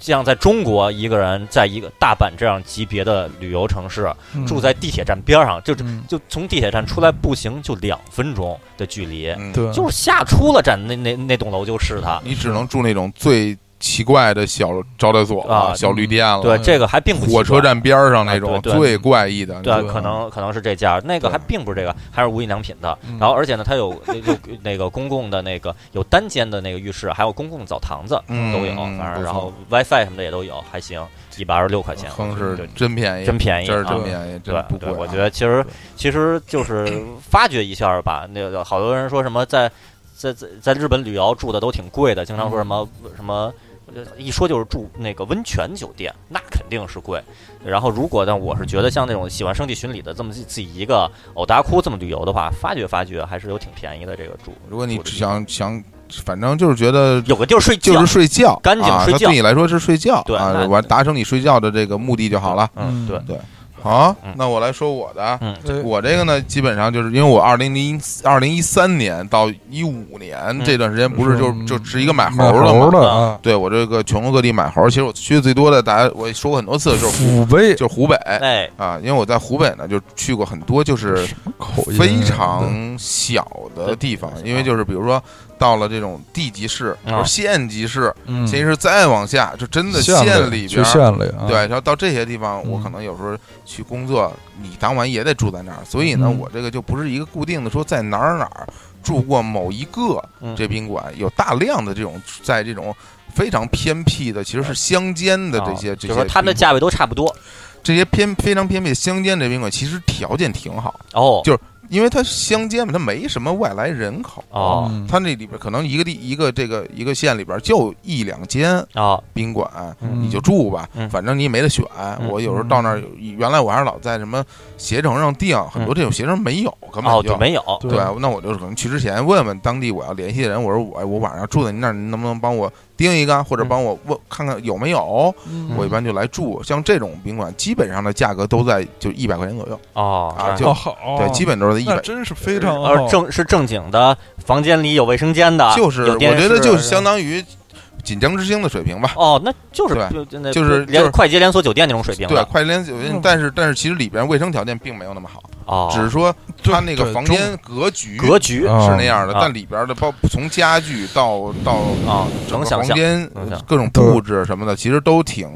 Speaker 2: 这样在中国一个人在一个大阪这样级别的旅游城市，住在地铁站边上，就
Speaker 3: 嗯
Speaker 2: 就从地铁站出来步行就两分钟的距离，
Speaker 1: 嗯，
Speaker 3: 对，
Speaker 2: 就是下出了站那那那栋楼就是它。
Speaker 1: 你只能住那种最奇怪的小招待所
Speaker 2: 啊
Speaker 1: 小旅店了，
Speaker 2: 对，
Speaker 3: 嗯
Speaker 2: 这个还并不
Speaker 1: 火
Speaker 2: 奇怪
Speaker 1: 车。站边儿上那
Speaker 2: 啊
Speaker 1: 种
Speaker 2: 对对
Speaker 1: 最怪异的，
Speaker 2: 对啊，
Speaker 3: 对
Speaker 2: 可能可能是这价，那个
Speaker 1: 对
Speaker 2: 还并不是这个，还是无印良品的。
Speaker 3: 嗯
Speaker 2: 然后，而且呢，它有有那个公共的那个有单间的那个浴室，还有公共澡堂子
Speaker 1: 嗯
Speaker 2: 都有，
Speaker 1: 嗯
Speaker 2: 反
Speaker 1: 不错
Speaker 2: 正然后 WiFi 什么的也都有，还行，一百二十六块钱，
Speaker 1: 坑
Speaker 2: 对
Speaker 1: 嗯是真便宜，
Speaker 2: 真便宜
Speaker 1: 这是
Speaker 2: 啊
Speaker 1: 真便宜，
Speaker 2: 对
Speaker 1: 真不贵
Speaker 2: 对，
Speaker 1: 啊。
Speaker 2: 我觉得其实其实就是发掘一下吧。那个好多人说什么在在在在日本旅游住的都挺贵的，经常说什么
Speaker 1: 嗯
Speaker 2: 什么。呃一说就是住那个温泉酒店，那肯定是贵。然后，如果呢，我是觉得像那种喜欢圣地巡礼的这么自自己一个偶达窟这么旅游的话，发掘发掘还是有挺便宜的。这个住，
Speaker 1: 如果你
Speaker 2: 住的地方
Speaker 1: 想想，反正就是觉得
Speaker 2: 有个地儿睡觉，
Speaker 1: 就是睡觉，
Speaker 2: 干净
Speaker 1: 啊
Speaker 2: 睡
Speaker 1: 它
Speaker 2: 觉
Speaker 1: 对你来说是睡觉，
Speaker 2: 对
Speaker 1: 啊
Speaker 2: 那，
Speaker 1: 完达成你睡觉的这个目的就好了。
Speaker 2: 嗯，对，
Speaker 1: 好
Speaker 2: 嗯，
Speaker 1: 那我来说我的啊，
Speaker 2: 嗯
Speaker 3: 对
Speaker 1: 我这个呢，基本上就是因为我二零零二零一三年到一五年这段时间，不是就
Speaker 3: 嗯
Speaker 1: 就是一个买猴
Speaker 3: 买
Speaker 1: 的嘛？
Speaker 3: 猴的啊，
Speaker 1: 对我这个全国各地买猴，其实我去的最多的，大家我也说过很多次，就是湖
Speaker 3: 虎背
Speaker 1: 就是湖北
Speaker 2: 哎，
Speaker 1: 啊，因为我在湖北呢，就去过很多，就是
Speaker 3: 口音
Speaker 1: 非常小的地方，因为就是比如说到了这种地级市、
Speaker 2: 啊
Speaker 1: 或者县级市、
Speaker 3: 嗯
Speaker 1: 县级市再往下，就真的
Speaker 3: 县
Speaker 1: 里边
Speaker 3: 去
Speaker 1: 儿，
Speaker 3: 县里啊，
Speaker 1: 对，然后到这些地方，
Speaker 3: 嗯
Speaker 1: 我可能有时候去工作，你当晚也得住在那儿，所以呢，
Speaker 3: 嗯
Speaker 1: 我这个就不是一个固定的说在哪儿哪儿住过某一个
Speaker 2: 嗯
Speaker 1: 这宾馆，有大量的这种在这种。非常偏僻的，其实是乡间的这些、
Speaker 2: 啊
Speaker 1: 这些
Speaker 2: 就说他们的
Speaker 1: 宾
Speaker 2: 价位都差不多
Speaker 1: 这些偏非常偏僻的乡间这宾馆，其实条件挺好，
Speaker 2: 哦
Speaker 1: 就因为它乡间嘛，它没什么外来人口。
Speaker 2: 哦
Speaker 3: 嗯
Speaker 1: 它那里边可能一个地一个这个一个县里边就一两间
Speaker 2: 哦，
Speaker 1: 宾馆，
Speaker 2: 嗯
Speaker 1: 你就住吧，
Speaker 2: 嗯
Speaker 1: 反正你也没得选。我有时候到那儿，原来我还是老在什么携程上订，很多这种携程没有，根本
Speaker 2: 嗯哦
Speaker 1: 就
Speaker 2: 就。没有
Speaker 1: 对，那我就可能去之前问问当地我要联系的人，我说我我晚上住在您那儿，您能不能帮我订一个，或者
Speaker 2: 嗯
Speaker 1: 帮我问看看有没有？
Speaker 3: 嗯
Speaker 1: 我一般就来住，像这种宾馆，基本上的价格都在就一百块钱左右，
Speaker 2: 哦
Speaker 1: 啊
Speaker 2: 哎
Speaker 1: 就
Speaker 3: 哦好，
Speaker 1: 对，基本都是在一
Speaker 3: 那
Speaker 1: 百
Speaker 3: 真是非常
Speaker 2: 而
Speaker 3: 好
Speaker 2: 正是正经的，房间里有卫生间的，
Speaker 1: 哦就是
Speaker 2: 有
Speaker 1: 我
Speaker 2: 电视啊
Speaker 1: 觉得就是相当于锦江之星的水平吧。
Speaker 2: 哦，那就是
Speaker 1: 对
Speaker 2: 就就那
Speaker 1: 就是就
Speaker 2: 连
Speaker 1: 是
Speaker 2: 快捷连锁酒店那种水平
Speaker 1: 对
Speaker 2: 的，
Speaker 1: 快捷连锁
Speaker 3: 嗯，
Speaker 1: 但是但是其实里边卫生条件并没有那么好，
Speaker 2: 哦，
Speaker 1: 只是哦说
Speaker 3: 对
Speaker 1: 它那个
Speaker 3: 对
Speaker 1: 房
Speaker 3: 中
Speaker 1: 间格局
Speaker 2: 格局
Speaker 3: 啊
Speaker 1: 是那样的，
Speaker 2: 啊
Speaker 1: 但里边的包从家具到到
Speaker 2: 啊，
Speaker 1: 整
Speaker 2: 能
Speaker 1: 个
Speaker 2: 想
Speaker 1: 房
Speaker 2: 象
Speaker 1: 间呃
Speaker 2: 能想象
Speaker 1: 各种布置什么的，其实都挺，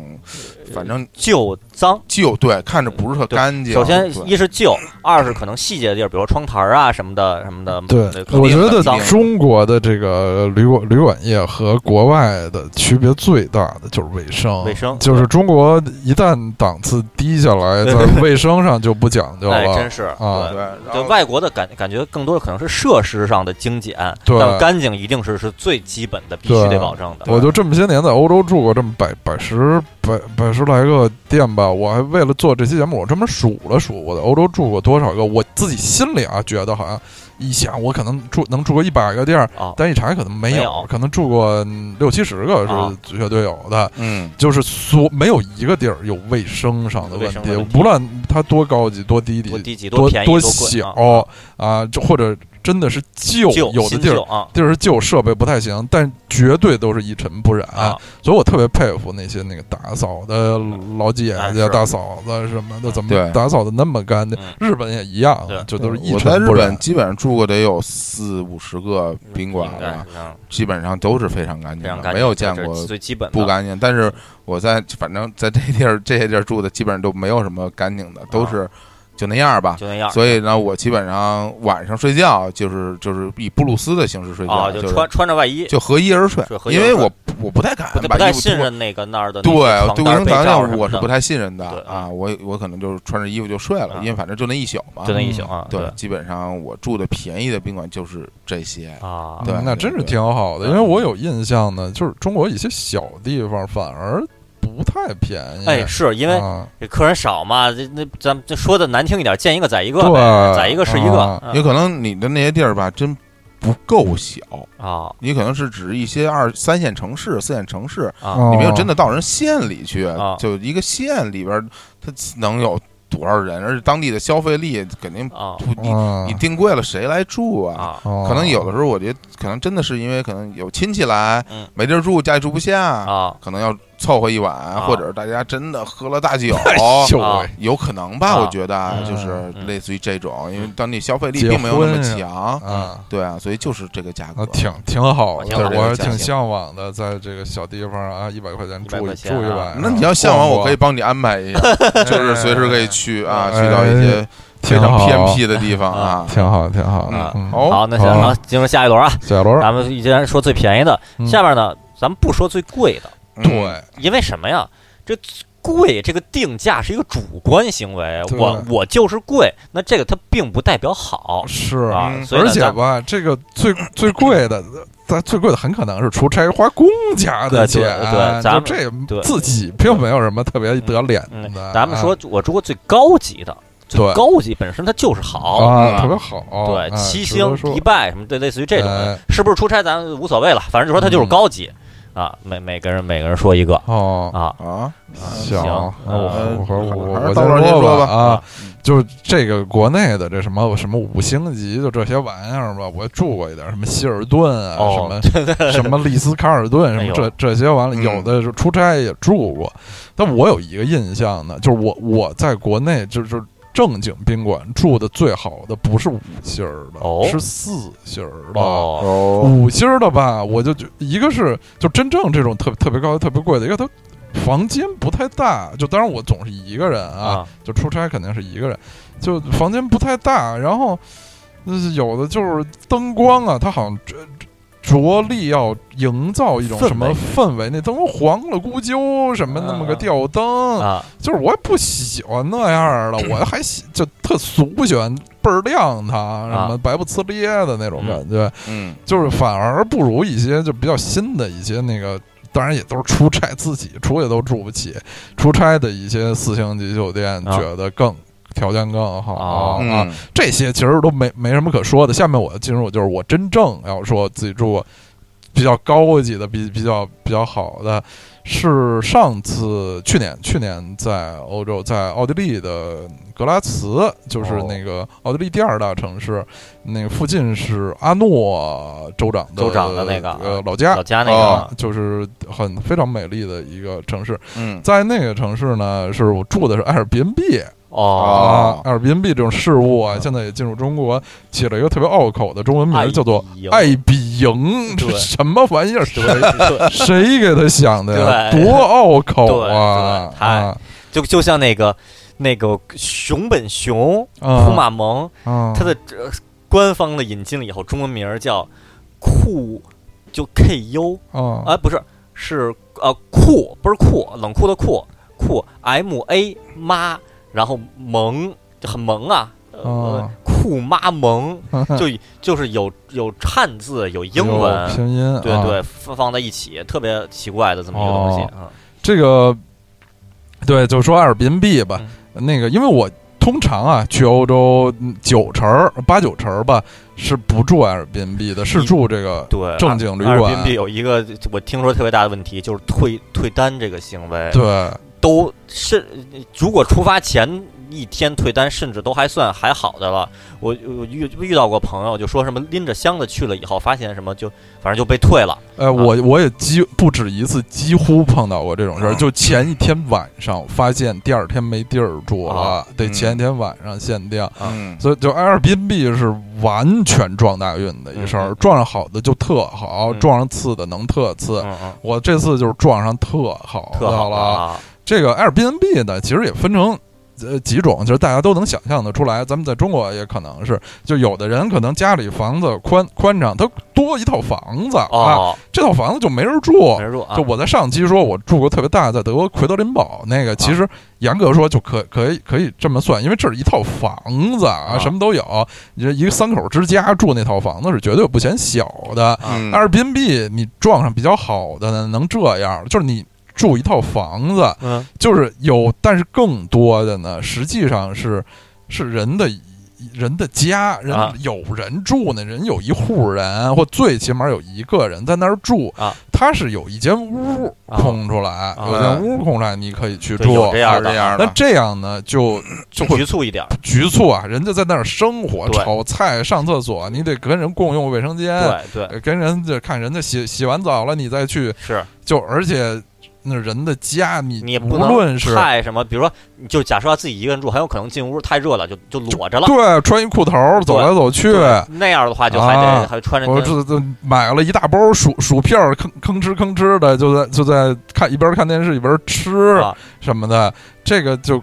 Speaker 1: 反正
Speaker 2: 旧脏。
Speaker 1: 旧对，看着不是特
Speaker 2: 对
Speaker 1: 干净。
Speaker 2: 首先
Speaker 1: 对，
Speaker 2: 一是旧，二是可能细节的地儿，比如说窗台儿啊什么的，什么的。
Speaker 3: 对
Speaker 2: 那，肯
Speaker 3: 我觉
Speaker 2: 定
Speaker 3: 得
Speaker 2: 很脏
Speaker 3: 中国的这个旅馆旅馆业和国外的区别最大的就是卫生，
Speaker 2: 卫生
Speaker 3: 就是中国一旦档次低下来，
Speaker 2: (laughs)
Speaker 3: 在卫生上就不讲究
Speaker 2: 哎，真
Speaker 3: 了。
Speaker 2: 是
Speaker 3: 啊
Speaker 1: 对，
Speaker 2: 对。
Speaker 1: 然
Speaker 2: 就
Speaker 1: 后
Speaker 2: 外国的感感觉更多的可能是设施上的精简，
Speaker 3: 对
Speaker 2: 但干净一定是是最基本的，必须得
Speaker 3: 对
Speaker 2: 保证的。
Speaker 3: 我就这么些年在欧洲住过这么百百十百百十来个店吧，我还为了做这期节目，我专门数了数我在欧洲住过多少个，我自己心里啊觉得好像一想我可能住能住过一百个地儿，
Speaker 2: 啊，
Speaker 3: 但一查可能没有，
Speaker 2: 没有
Speaker 3: 可能住过嗯六七十个
Speaker 2: 啊
Speaker 3: 是绝对有的。
Speaker 1: 嗯，
Speaker 3: 就是所没有一个地儿有卫生上的问
Speaker 2: 卫生
Speaker 3: 题
Speaker 2: 的问，题
Speaker 3: 无论它多高级、多低级、
Speaker 2: 多低级
Speaker 3: 多
Speaker 2: 便宜
Speaker 3: 多
Speaker 2: 贵
Speaker 3: 小啊，就或者真的是旧，
Speaker 2: 旧
Speaker 3: 有的
Speaker 2: 新
Speaker 3: 地
Speaker 2: 旧
Speaker 3: 儿
Speaker 2: 啊
Speaker 3: 地儿是旧，设备不太行，但绝对都是一尘不染。
Speaker 2: 啊，
Speaker 3: 所以我特别佩服那些那个打扫的老姐
Speaker 2: 哎
Speaker 3: 姐、
Speaker 2: 是
Speaker 3: 大嫂子什么的，怎么
Speaker 1: 对
Speaker 3: 打扫的那么干净
Speaker 2: 嗯？
Speaker 3: 日本也一样
Speaker 2: 对，
Speaker 3: 就都是一
Speaker 1: 我在
Speaker 3: 尘
Speaker 1: 日
Speaker 3: 不
Speaker 1: 本
Speaker 3: 染。
Speaker 1: 基本上住住过得有四五十个宾馆
Speaker 2: 嗯应该
Speaker 1: 了，
Speaker 2: 是这样
Speaker 1: 基本上都是非常干净
Speaker 2: 非常
Speaker 1: 的，
Speaker 2: 干净，
Speaker 1: 没有见
Speaker 2: 这
Speaker 1: 过
Speaker 2: 是最基本的
Speaker 1: 不干净。但是我在反正在这地儿这些地儿住的，基本上都没有什么干净的，
Speaker 2: 啊
Speaker 1: 都是就那样吧。
Speaker 2: 就那样。
Speaker 1: 所以呢，我基本上晚上睡觉就是就是以布鲁斯的形式睡觉，
Speaker 2: 啊，
Speaker 1: 就
Speaker 2: 就是穿穿着外衣，
Speaker 1: 就合衣而睡
Speaker 2: 是，合衣
Speaker 1: 因
Speaker 2: 而
Speaker 1: 为
Speaker 2: 睡
Speaker 1: 我我不太敢
Speaker 2: 不太
Speaker 1: 把
Speaker 2: 不太
Speaker 1: 衣服
Speaker 2: 信
Speaker 1: 脱
Speaker 2: 任那个那儿的那
Speaker 1: 对，
Speaker 2: 些
Speaker 1: 对卫
Speaker 2: 床单
Speaker 1: 生
Speaker 2: 被
Speaker 1: 条
Speaker 2: 罩
Speaker 1: 件
Speaker 2: 什
Speaker 1: 我
Speaker 2: 么
Speaker 1: 是
Speaker 2: 的
Speaker 1: 不太信任的
Speaker 2: 对
Speaker 1: 啊，我我可能就是穿着衣服就睡了
Speaker 2: 啊，
Speaker 1: 因为反正就那一宿嘛
Speaker 2: 就。那一
Speaker 3: 嗯
Speaker 2: 宿啊，
Speaker 1: 对，基本上我住的便宜的宾馆就是这些。
Speaker 2: 啊，
Speaker 1: 对
Speaker 3: 嗯那真是
Speaker 1: 对
Speaker 3: 挺好的，
Speaker 1: 对
Speaker 3: 因为我有印象呢，就是中国一些小地方反而不太便宜，
Speaker 1: 嗯
Speaker 2: 哎，是因为
Speaker 3: 啊
Speaker 2: 这客人少嘛，这那咱们这说的难听一点，见一个宰一个
Speaker 3: 对
Speaker 2: 呗，宰一个是一个
Speaker 3: 啊，
Speaker 2: 嗯
Speaker 1: 有可能你的那些地儿吧，真不够小，
Speaker 2: 啊
Speaker 1: 你可能是指一些二三线城市、四线城市，
Speaker 2: 啊
Speaker 1: 你没有真的到人县里去
Speaker 2: 啊，
Speaker 1: 就一个县里边儿，它能有多少人？而且当地的消费力肯定
Speaker 2: 啊
Speaker 1: 不，你
Speaker 3: 啊
Speaker 1: 你定贵了，谁来住啊？
Speaker 2: 啊
Speaker 3: 哦
Speaker 1: 可能有的时候，我觉得可能真的是因为可能有亲戚来
Speaker 2: 嗯，
Speaker 1: 没地儿住，家里住不下，
Speaker 2: 啊！
Speaker 1: 可能要凑合一晚，或者是大家真的喝了大酒，
Speaker 3: 哎呦
Speaker 2: 啊
Speaker 3: 喂，
Speaker 1: 有可能吧？
Speaker 2: 啊
Speaker 1: 我觉得啊
Speaker 3: 嗯
Speaker 1: 就是
Speaker 2: 嗯
Speaker 1: 类似于这种，因为当地消费力
Speaker 3: 结
Speaker 1: 并没有那么
Speaker 3: 婚呀
Speaker 1: 强，
Speaker 3: 啊，
Speaker 1: 对啊，所以就是这个价格
Speaker 3: 那，挺挺好
Speaker 2: 挺
Speaker 1: 好
Speaker 3: 的，
Speaker 1: 的
Speaker 3: 我还
Speaker 1: 挺
Speaker 3: 挺
Speaker 1: 好
Speaker 3: 向往的，在这个小地方啊，一百块钱住
Speaker 2: 100
Speaker 3: 住一
Speaker 2: 块钱啊
Speaker 3: 晚。
Speaker 1: 那你要向往，我可以帮你安排一下，
Speaker 3: 以
Speaker 1: 就是随时可以去啊，
Speaker 3: 哎
Speaker 1: 去到一些非
Speaker 3: 挺
Speaker 1: 常
Speaker 3: 好
Speaker 1: 偏僻的地方啊。
Speaker 3: 挺好，挺好
Speaker 1: 嗯。
Speaker 3: 嗯，
Speaker 1: 哦
Speaker 2: 好，那行，
Speaker 3: 好
Speaker 2: 好，进入下一轮啊，
Speaker 3: 下一轮
Speaker 2: 咱们既然说最便宜的，
Speaker 3: 嗯
Speaker 2: 下面呢，咱们不说最贵的，
Speaker 1: 嗯
Speaker 3: 对，
Speaker 2: 因为什么呀？这贵这个定价是一个主观行为，
Speaker 3: 对
Speaker 2: 我我就是贵，那这个它并不代表好
Speaker 3: 是
Speaker 2: 啊
Speaker 1: 嗯。
Speaker 2: 所以
Speaker 3: 而
Speaker 2: 呢
Speaker 3: 且
Speaker 2: 咱
Speaker 3: 吧，这个最最贵的，咱最贵的很可能是出差花公家的
Speaker 2: 对
Speaker 3: 钱，
Speaker 2: 对对咱
Speaker 3: 就
Speaker 2: 们
Speaker 3: 这
Speaker 2: 对
Speaker 3: 自己并没有什么特别得脸
Speaker 2: 嗯
Speaker 3: 的。啊
Speaker 2: 咱们说，我住过最高级的，最
Speaker 3: 对
Speaker 2: 高级本身它就是好，
Speaker 3: 啊，
Speaker 1: 嗯
Speaker 3: 特别好，
Speaker 2: 对，
Speaker 3: 哎
Speaker 2: 七
Speaker 3: 值得
Speaker 2: 星、
Speaker 3: 说
Speaker 2: 迪拜什么的，类似于这种的
Speaker 3: 哎，
Speaker 2: 是不是出差咱无所谓了，反正就说它就是
Speaker 3: 嗯
Speaker 2: 高级啊。每每个人每个人说一个
Speaker 3: 哦，
Speaker 2: 啊，
Speaker 1: 啊，
Speaker 3: 行
Speaker 2: 行，
Speaker 3: 那我
Speaker 1: 呃
Speaker 3: 我我我
Speaker 1: 还是
Speaker 3: 我
Speaker 1: 到时候
Speaker 3: 先
Speaker 1: 您说
Speaker 3: 吧
Speaker 1: 吧
Speaker 3: 啊
Speaker 2: 啊，
Speaker 3: 就这个国内的这什么什么五星级，就这些玩意儿吧，我住过一点，什么希尔顿啊，
Speaker 2: 哦
Speaker 3: 什么什么丽思卡尔顿，什
Speaker 2: 哎
Speaker 3: 么
Speaker 2: 呦
Speaker 3: 这这些完了，
Speaker 1: 嗯
Speaker 3: 有的是出差也住过，但我有一个印象呢，就是我我在国内就是。正经宾馆住的最好的不是五星儿的，
Speaker 2: 哦
Speaker 3: 是四星儿的。
Speaker 2: 哦，
Speaker 1: 哦，
Speaker 3: 五星儿的吧，我就觉一个是就真正这种特特别高、特别贵的，一个它房间不太大，就当然我总是一个人啊，
Speaker 2: 啊
Speaker 3: 就出差肯定是一个人，就房间不太大，然后就是有的就是灯光啊，它好像着着力要营造一种
Speaker 2: 氛围
Speaker 3: 什么氛围，那灯光黄了咕啾什么那么个
Speaker 2: 啊
Speaker 3: 吊灯，
Speaker 2: 啊
Speaker 3: 就是我也不喜欢那样的，我还喜就特俗，不喜欢倍儿亮堂，什么白不呲咧的那种感觉。
Speaker 1: 嗯，
Speaker 3: 就是反而不如一些就比较新的一些那个，当然也都是出差自己出去都住不起，出差的一些四星级酒店，
Speaker 2: 啊
Speaker 3: 觉得更、条件更好
Speaker 2: 啊
Speaker 3: 啊。
Speaker 1: 嗯
Speaker 3: 这些其实都没没什么可说的。下面我进入就是我真正要说自己住比较高级的、比比较比较好的，是上次去年去年在欧洲，在奥地利的格拉茨，就是
Speaker 2: 哦
Speaker 3: 那个奥地利第二大城市，那附近是阿诺州长的
Speaker 2: 州长哦的那个啊
Speaker 3: 呃老家
Speaker 2: 老。家那
Speaker 1: 哦
Speaker 2: 个
Speaker 3: 就是很非常美丽的一个城市，
Speaker 1: 嗯，
Speaker 3: 在那个城市呢，是我住的是 Airbnb，
Speaker 1: 哦
Speaker 2: 哦
Speaker 3: 啊，Airbnb 这种事物啊，
Speaker 2: 嗯
Speaker 3: 现在也进入中国，起了一个特别拗口的中文名
Speaker 2: 爱
Speaker 3: 儿，叫做
Speaker 2: 比营 (laughs)
Speaker 3: “爱彼迎”，这
Speaker 2: 对
Speaker 3: (laughs) 什么
Speaker 2: (laughs)
Speaker 3: 玩意儿？
Speaker 2: 哎对对，
Speaker 3: 谁给他想的呀？
Speaker 2: 对
Speaker 3: 多拗口啊
Speaker 2: 对！对
Speaker 3: 啊，
Speaker 2: 就就像那个那个熊本熊
Speaker 3: 啊
Speaker 2: 库马蒙，
Speaker 3: 啊，
Speaker 2: 它的这官方的引进了以后，中文名儿叫酷，就 KU，
Speaker 3: 啊
Speaker 2: 哎，不是，是呃酷，不是酷，冷酷的酷，酷 M A 妈，然后萌，就很萌啊，呃
Speaker 3: 哦，
Speaker 2: 酷妈萌，
Speaker 3: (laughs) 啊
Speaker 2: 就就是有有汉字，有英
Speaker 3: 有
Speaker 2: 文，
Speaker 3: 拼音，
Speaker 2: 对
Speaker 3: 啊
Speaker 2: 对，放放在一起，特别奇怪的这么一个东西
Speaker 3: 哦
Speaker 2: 啊，
Speaker 3: 这个，对，就说 Airbnb 吧，
Speaker 2: 嗯
Speaker 3: 那个，因为我通常啊去欧洲嗯九成儿八九成儿吧是不住 Airbnb 的，是
Speaker 2: 你
Speaker 3: 住这个
Speaker 2: 对，
Speaker 3: 正经旅
Speaker 2: 哈尔
Speaker 3: 馆
Speaker 2: 滨地有一个我听说特别大的问题，就是退退单这个行为，
Speaker 3: 对。
Speaker 2: 都是如果出发前一天退单，甚至都还算还好的了。我我遇遇到过朋友，就说什么拎着箱子去了以后，发现什么就反正就被退了。
Speaker 3: 哎，我我也几不止一次，几乎碰到过这种事
Speaker 2: 啊
Speaker 3: 儿。
Speaker 1: 嗯
Speaker 3: 就前一天晚上发现第二天没地儿住了
Speaker 2: 啊，
Speaker 3: 得
Speaker 1: 嗯
Speaker 3: 前一天晚上限定。
Speaker 1: 嗯，
Speaker 3: 所以就 Airbnb 是完全撞大运的一事
Speaker 2: 嗯
Speaker 3: 儿，
Speaker 2: 嗯
Speaker 3: 撞上好的就特好，
Speaker 2: 嗯
Speaker 3: 撞上次的能特次。
Speaker 2: 嗯嗯，
Speaker 3: 我这次就是撞上特好的
Speaker 2: 特好
Speaker 3: 了。
Speaker 2: 啊，
Speaker 3: 这个 Airbnb 呢，其实也分成。呃，几种就是大家都能想象的出来，咱们在中国也可能是，就有的人可能家里房子宽宽敞，他多一套房子、啊，
Speaker 2: 哦，
Speaker 3: 这套房子就没人住
Speaker 2: 没。入啊
Speaker 3: 就，我在上期说，我住过特别大，在德国奎德林堡那个，其实严格说就可可以可以这么算，因为这是一套房子啊，
Speaker 2: 啊
Speaker 3: 什么都有。你这一个三口之家住那套房子是绝对不嫌小的。
Speaker 1: 嗯
Speaker 3: ，Airbnb 你撞上比较好的呢，能这样，就是你住一套房子，
Speaker 2: 嗯
Speaker 3: 就是有，但是更多的呢，实际上是是人的人的家，人、
Speaker 2: 啊
Speaker 3: 有人住呢，人有一户人，或最起码有一个人在那儿住
Speaker 2: 啊，
Speaker 3: 他是有一间屋
Speaker 2: 啊
Speaker 3: 空出来，有间屋空出来，你可以去
Speaker 2: 对
Speaker 3: 住
Speaker 2: 有。这样
Speaker 1: 是这样
Speaker 3: 那
Speaker 1: 的，
Speaker 3: 这样呢，就就会
Speaker 2: 局促一点儿，
Speaker 3: 局促啊，人家在那儿生活，
Speaker 2: 对
Speaker 3: 炒菜、上厕所，你得跟人共用卫生间，
Speaker 2: 对对
Speaker 3: 呃跟人家看人家洗洗完澡了，你再去，
Speaker 2: 是。
Speaker 3: 就而且那人的家，你
Speaker 2: 你
Speaker 3: 无
Speaker 2: 不能
Speaker 3: 论是
Speaker 2: 太什么，比如说，你就假设他自己一个人住，很有可能进屋太热了，就就裸着了。
Speaker 3: 对，穿一裤头儿走来走去。
Speaker 2: 对那样的话就还得、
Speaker 3: 啊
Speaker 2: 还穿着
Speaker 3: 我
Speaker 2: 跟
Speaker 3: 这这买了一大包薯薯片儿，吭吭哧吭哧的，就在就在看一边看电视一边吃
Speaker 2: 啊
Speaker 3: 什么的，这个就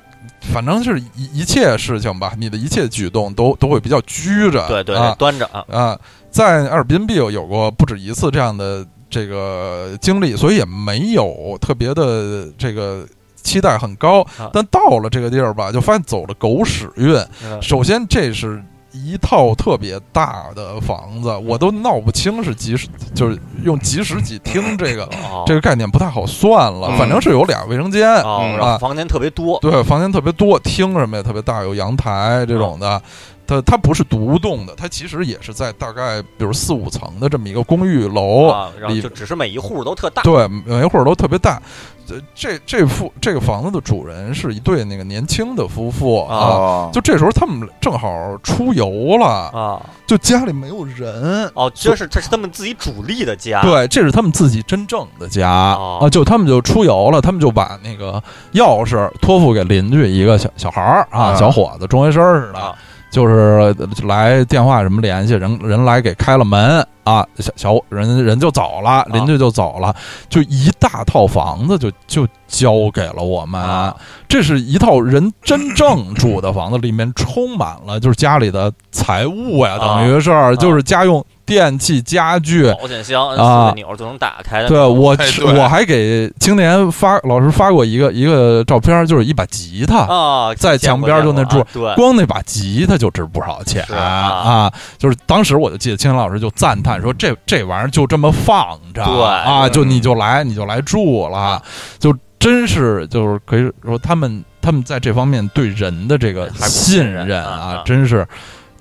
Speaker 3: 反正是一一切事情吧，你的一切举动都都会比较拘着，
Speaker 2: 对对、
Speaker 3: 啊
Speaker 2: 端着啊，
Speaker 3: 啊，在阿尔滨必有有过不止一次这样的这个经历，所以也没有特别的这个期待很高
Speaker 2: 啊，
Speaker 3: 但到了这个地儿吧，就发现走了狗屎运，
Speaker 2: 嗯
Speaker 3: 首先，这是一套特别大的房子，我都闹不清是几室，就是用几室几厅这个
Speaker 2: 哦
Speaker 3: 这个概念不太好算了
Speaker 1: 嗯。
Speaker 3: 反正是有俩卫生间，
Speaker 2: 哦、
Speaker 1: 嗯
Speaker 2: 然后
Speaker 3: 啊
Speaker 2: 房间特别多，
Speaker 3: 对，房间特别多，厅什么也特别大，有阳台这种的。它它不是独栋的，它其实也是在大概比如四五层的这么一个公寓楼。
Speaker 2: 啊，然后
Speaker 3: 哦里
Speaker 2: 就只是每一户都特大，
Speaker 3: 对，每一户儿都特别大，这这这户这个房子的主人是一对那个年轻的夫妇
Speaker 2: 啊
Speaker 1: 哦，
Speaker 3: 就这时候他们正好出游了，
Speaker 2: 啊，
Speaker 3: 就家里没有人。
Speaker 2: 哦，这是这是他们自己主力的家，
Speaker 3: 对，这是他们自己真正的家
Speaker 2: 啊哦
Speaker 3: 啊，就他们就出游了，他们就把那个钥匙托付给邻居一个小小孩儿啊，
Speaker 1: 啊
Speaker 3: 小伙子，中学生似的
Speaker 2: 嗯啊，
Speaker 3: 就是来电话什么联系，人人来给开了门啊，小小人人就走
Speaker 2: 啊
Speaker 3: 了，邻居就走了，就一大套房子就就交给了我们，
Speaker 2: 啊
Speaker 3: 这是一套人真正住的房子，里面充满了就是家里的财物呀，
Speaker 2: 啊
Speaker 3: 等于是、就是家用电器家具。
Speaker 2: 保险箱
Speaker 3: 啊
Speaker 2: 按四个钮儿就能打开的，
Speaker 3: 对我
Speaker 1: 哎
Speaker 3: 吃，
Speaker 1: 对
Speaker 3: 我还给青年发老师发过一个一个照片，就是一把吉他，
Speaker 2: 啊，
Speaker 3: 在
Speaker 2: 见
Speaker 3: 墙
Speaker 2: 过
Speaker 3: 边儿
Speaker 2: 见
Speaker 3: 就
Speaker 2: 过
Speaker 3: 那柱
Speaker 2: 啊对，
Speaker 3: 光那把吉他就值不少钱
Speaker 2: 是
Speaker 3: 啊
Speaker 2: 啊嗯
Speaker 3: 就是当时我就记得青年老师就赞叹说这这玩意儿就这么放着，
Speaker 2: 对
Speaker 3: 啊，
Speaker 1: 嗯
Speaker 3: 就你就来你就来住了，就真是就是可以说他们他们在这方面对人的这个
Speaker 2: 还不
Speaker 3: 信
Speaker 2: 任
Speaker 3: 任
Speaker 2: 啊啊
Speaker 3: 真是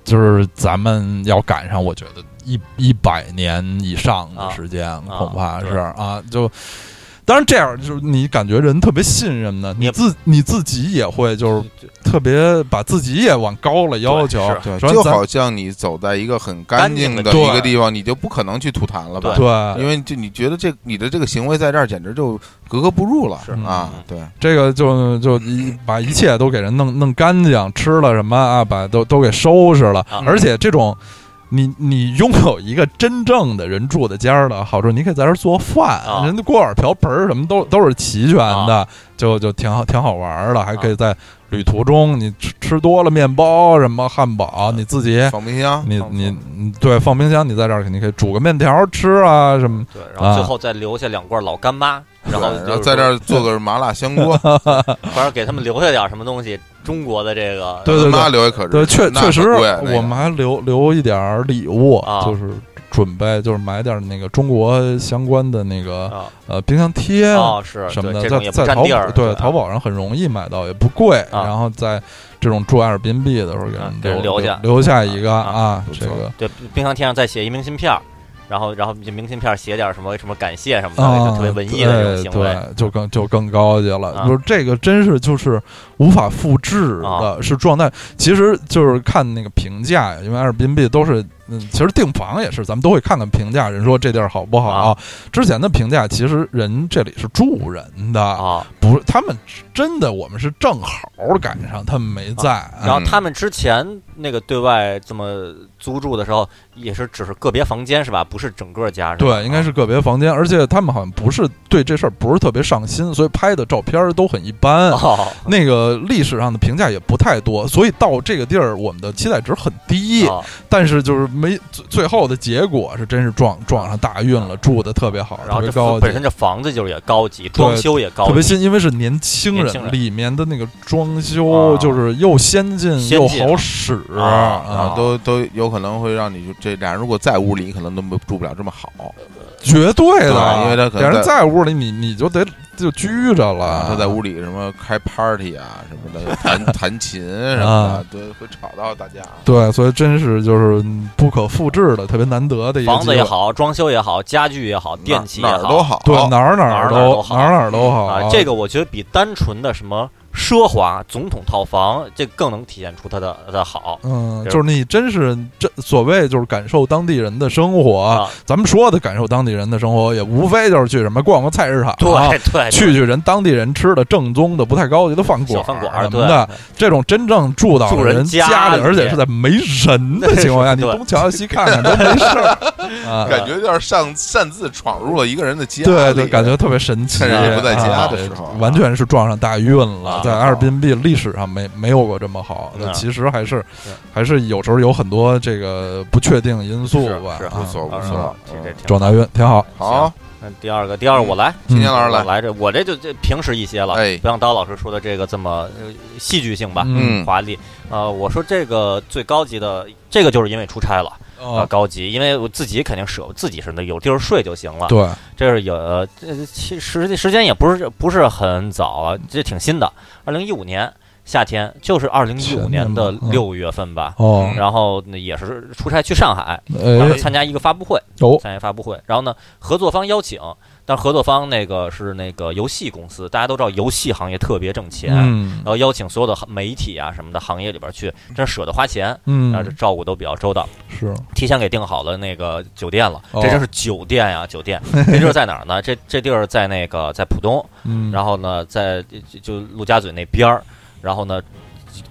Speaker 3: 就是咱们要赶上，我觉得一一百年以上的
Speaker 2: 啊
Speaker 3: 时间、
Speaker 2: 啊
Speaker 3: 恐怕
Speaker 2: 对
Speaker 3: 是啊，就。当然，这样就是你感觉人特别信任呢，你
Speaker 2: 也
Speaker 3: 自你自己也会就是特别把自己也往高了要求，
Speaker 1: 对，
Speaker 3: 说
Speaker 1: 就
Speaker 3: 咱
Speaker 1: 好像你走在一个很干净的
Speaker 2: 干
Speaker 3: 净的
Speaker 1: 一个
Speaker 3: 对
Speaker 1: 地方，你就不可能去吐痰了吧？
Speaker 3: 对
Speaker 1: 因为就你觉得这你的这个行为在这儿简直就格格不入了
Speaker 2: 是
Speaker 1: 啊
Speaker 2: 嗯！
Speaker 1: 对，
Speaker 3: 这个就就一把一切都给人弄弄干净，吃了什么啊，把都都给收拾了，
Speaker 2: 啊
Speaker 3: 而且这种。你你拥有一个真正的人住的家儿的好处，你可以在这儿做饭，
Speaker 2: 啊
Speaker 3: 人家锅碗瓢盆儿什么都都是齐全的，就就挺好挺好玩儿的，
Speaker 2: 啊
Speaker 3: 还可以在旅途中你吃吃多了面包什么汉堡，你自己
Speaker 1: 放冰箱，
Speaker 3: 你
Speaker 1: 放
Speaker 3: 你你对放冰箱，你在这儿肯定可以煮个面条吃啊什么。
Speaker 2: 对，然后最
Speaker 3: 啊
Speaker 2: 后再留下两罐老干妈，然后
Speaker 1: 对然
Speaker 2: 就
Speaker 1: 后
Speaker 2: 是
Speaker 1: 在这
Speaker 2: 说
Speaker 1: 儿做个麻辣香锅，
Speaker 2: 反正给他们留下点儿什么东西，中国的这个
Speaker 3: 对对
Speaker 1: 妈留一可是
Speaker 3: 对，确
Speaker 1: 那
Speaker 3: 确实
Speaker 1: 可贵那，个
Speaker 3: 我们还留留一点儿礼物，
Speaker 2: 啊
Speaker 3: 就是准备就是买点儿那个中国相关的那个
Speaker 2: 啊
Speaker 3: 呃冰箱贴
Speaker 2: 哦是
Speaker 3: 什么
Speaker 2: 对这
Speaker 3: 的，在
Speaker 2: 种也不
Speaker 3: 在
Speaker 2: 占
Speaker 3: 淘
Speaker 2: 地
Speaker 3: 宝
Speaker 2: 儿，
Speaker 3: 对
Speaker 2: 啊
Speaker 3: 淘宝上很容易买到，也不贵。
Speaker 2: 啊
Speaker 3: 然后在这种住阿尔滨币的时候，给
Speaker 2: 啊
Speaker 3: 人
Speaker 2: 给人
Speaker 3: 留
Speaker 2: 留下
Speaker 3: 留下一个
Speaker 2: 啊
Speaker 3: 啊
Speaker 1: 不，错
Speaker 3: 这个
Speaker 2: 对冰箱贴上再写一明信片儿然后然后就明信片写点什么什么感谢什么的，就特别文艺的这种行为。
Speaker 3: 哦啊
Speaker 2: 嗯
Speaker 3: 对，对就更就更高级了。
Speaker 2: 啊
Speaker 3: 就是这个真是就是无法复制的，
Speaker 2: 啊
Speaker 3: 是状态。其实就是看那个评价，因为 Airbnb 都是，嗯，其实订房也是，咱们都会看看评价，人说这地儿好不好。
Speaker 2: 啊
Speaker 3: 之前的评价其实人这里是住人的，
Speaker 2: 啊，
Speaker 3: 不是他们真的，我们是正好赶上他们
Speaker 2: 啊
Speaker 3: 没在。啊
Speaker 2: 然后他们之前那个对外这么租住的时候，也是只是个别房间是吧？不是整个家是吧？啊
Speaker 3: 对，应该是个别房间，而且他们好像不是对这事儿不是特别上心，所以拍的照片儿都很一般。 (laughs)
Speaker 2: 哦，
Speaker 3: 那个历史上的评价也不太多，所以到这个地儿我们的期待值很低，
Speaker 2: 哦
Speaker 3: 但是就是没最最后的结果是真是撞撞上大运了，住的特别好，
Speaker 2: 啊然后
Speaker 3: 特
Speaker 2: 这
Speaker 3: 别高
Speaker 2: 房
Speaker 3: 级
Speaker 2: 本。身这房子就是也高级，装修也高
Speaker 3: 特别
Speaker 2: 级，
Speaker 3: 新，因为是年轻人，
Speaker 2: 年轻人啊
Speaker 3: 里面的那个装修就是又先进
Speaker 2: 先进
Speaker 3: 又好使
Speaker 2: 啊啊
Speaker 1: 啊，都都有可能会让你就这俩人如果在屋里，可能都没住不了这么好
Speaker 3: 绝对的。
Speaker 1: 对
Speaker 3: 啊
Speaker 1: 因为他可能
Speaker 3: 俩人
Speaker 1: 在
Speaker 3: 在屋里，你你就得就拘着
Speaker 2: 啊
Speaker 3: 了。
Speaker 1: 啊他在屋里什么开 party 啊什么的，弹弹琴什么
Speaker 3: 啊
Speaker 1: 的，对，会吵到大家。
Speaker 3: 对，所以真是就是不可复制的，特别难得的一个
Speaker 2: 房子也
Speaker 3: 机会，
Speaker 2: 好，装修也好，家具也好，电器也
Speaker 1: 哪儿哪儿都好，
Speaker 3: 对哪儿哪
Speaker 2: 哪
Speaker 3: 儿
Speaker 2: 儿哪儿
Speaker 3: 都
Speaker 2: 都好
Speaker 3: 哪儿哪儿都好
Speaker 2: 啊，这个我觉得比单纯的什么奢华总统套房，这更能体现出它的它的好
Speaker 3: 嗯，
Speaker 2: 对
Speaker 3: 就是你真是这所谓就是感受当地人的生活，
Speaker 2: 啊。
Speaker 3: 咱们说的感受当地人的生活，也无非就是去什么逛逛菜市场，啊
Speaker 2: 对对，
Speaker 3: 去去人当地人吃的正宗的不太高级的饭
Speaker 2: 小
Speaker 3: 馆
Speaker 2: 饭馆
Speaker 3: 儿
Speaker 2: 儿
Speaker 3: 什
Speaker 2: 对嗯
Speaker 3: 么的，这种真正住到
Speaker 2: 住人
Speaker 3: 家
Speaker 2: 家
Speaker 3: 里，
Speaker 2: 里
Speaker 3: 而且是在没人的情况下，你
Speaker 2: 对
Speaker 3: 东瞧瞧西看看都没事
Speaker 2: (laughs)
Speaker 3: 儿啊，
Speaker 1: 感觉有点上擅自闯入了一个人的家
Speaker 3: 对
Speaker 1: 里
Speaker 3: 对，感觉特别神奇。
Speaker 1: 趁人不在
Speaker 3: 啊
Speaker 1: 家的时候啊，
Speaker 3: 完全是撞上大运了
Speaker 2: 啊，
Speaker 3: 在阿尔滨币历史上没没有过这么好的，
Speaker 2: 嗯
Speaker 3: 其实还是
Speaker 2: 是
Speaker 3: 还是有时候有很多这个不确定因素吧
Speaker 2: 是是，
Speaker 1: 不错
Speaker 3: 啊
Speaker 1: 不
Speaker 2: 啊
Speaker 1: 错，
Speaker 2: 这这挺
Speaker 3: 撞大运挺好。嗯
Speaker 1: 好，
Speaker 2: 那第二个，第二我来，
Speaker 1: 青年老师
Speaker 2: 我
Speaker 1: 来，
Speaker 2: 来这我这就这平实一些了，
Speaker 1: 哎
Speaker 2: 不像刀老师说的这个这么呃戏剧性吧，
Speaker 1: 嗯
Speaker 2: 华丽。呃，我说这个最高级的，这个就是因为出差了啊、
Speaker 3: 哦，
Speaker 2: 高级，因为我自己肯定舍，自己是那有地儿睡就行了。
Speaker 3: 对，
Speaker 2: 这是有呃，这其实时间也不是不是很早啊，这挺新的，二零一五年夏天，就是二零一
Speaker 3: 前
Speaker 2: 五
Speaker 3: 年
Speaker 2: 年的
Speaker 3: 吧嗯
Speaker 2: 六月份吧。
Speaker 3: 哦，
Speaker 2: 然后呢也是出差去上海，然后
Speaker 3: 哎，
Speaker 2: 参加一个发布会，
Speaker 3: 哦，
Speaker 2: 参加发布会。然后呢，合作方邀请，但是合作方那个是那个游戏公司，大家都知道游戏行业特别挣钱，
Speaker 3: 嗯
Speaker 2: 然后邀请所有的行媒体啊什么的行业里边去，真舍得花钱，然后这
Speaker 3: 嗯，
Speaker 2: 照顾都比较周到，
Speaker 3: 是
Speaker 2: 提前给订好了那个酒店了。
Speaker 3: 哦
Speaker 2: 这真是酒店呀、酒店！这地儿在哪儿呢？这这地儿在那个在浦东，
Speaker 3: 嗯，
Speaker 2: 然后呢，在就就陆家嘴那边儿，然后呢。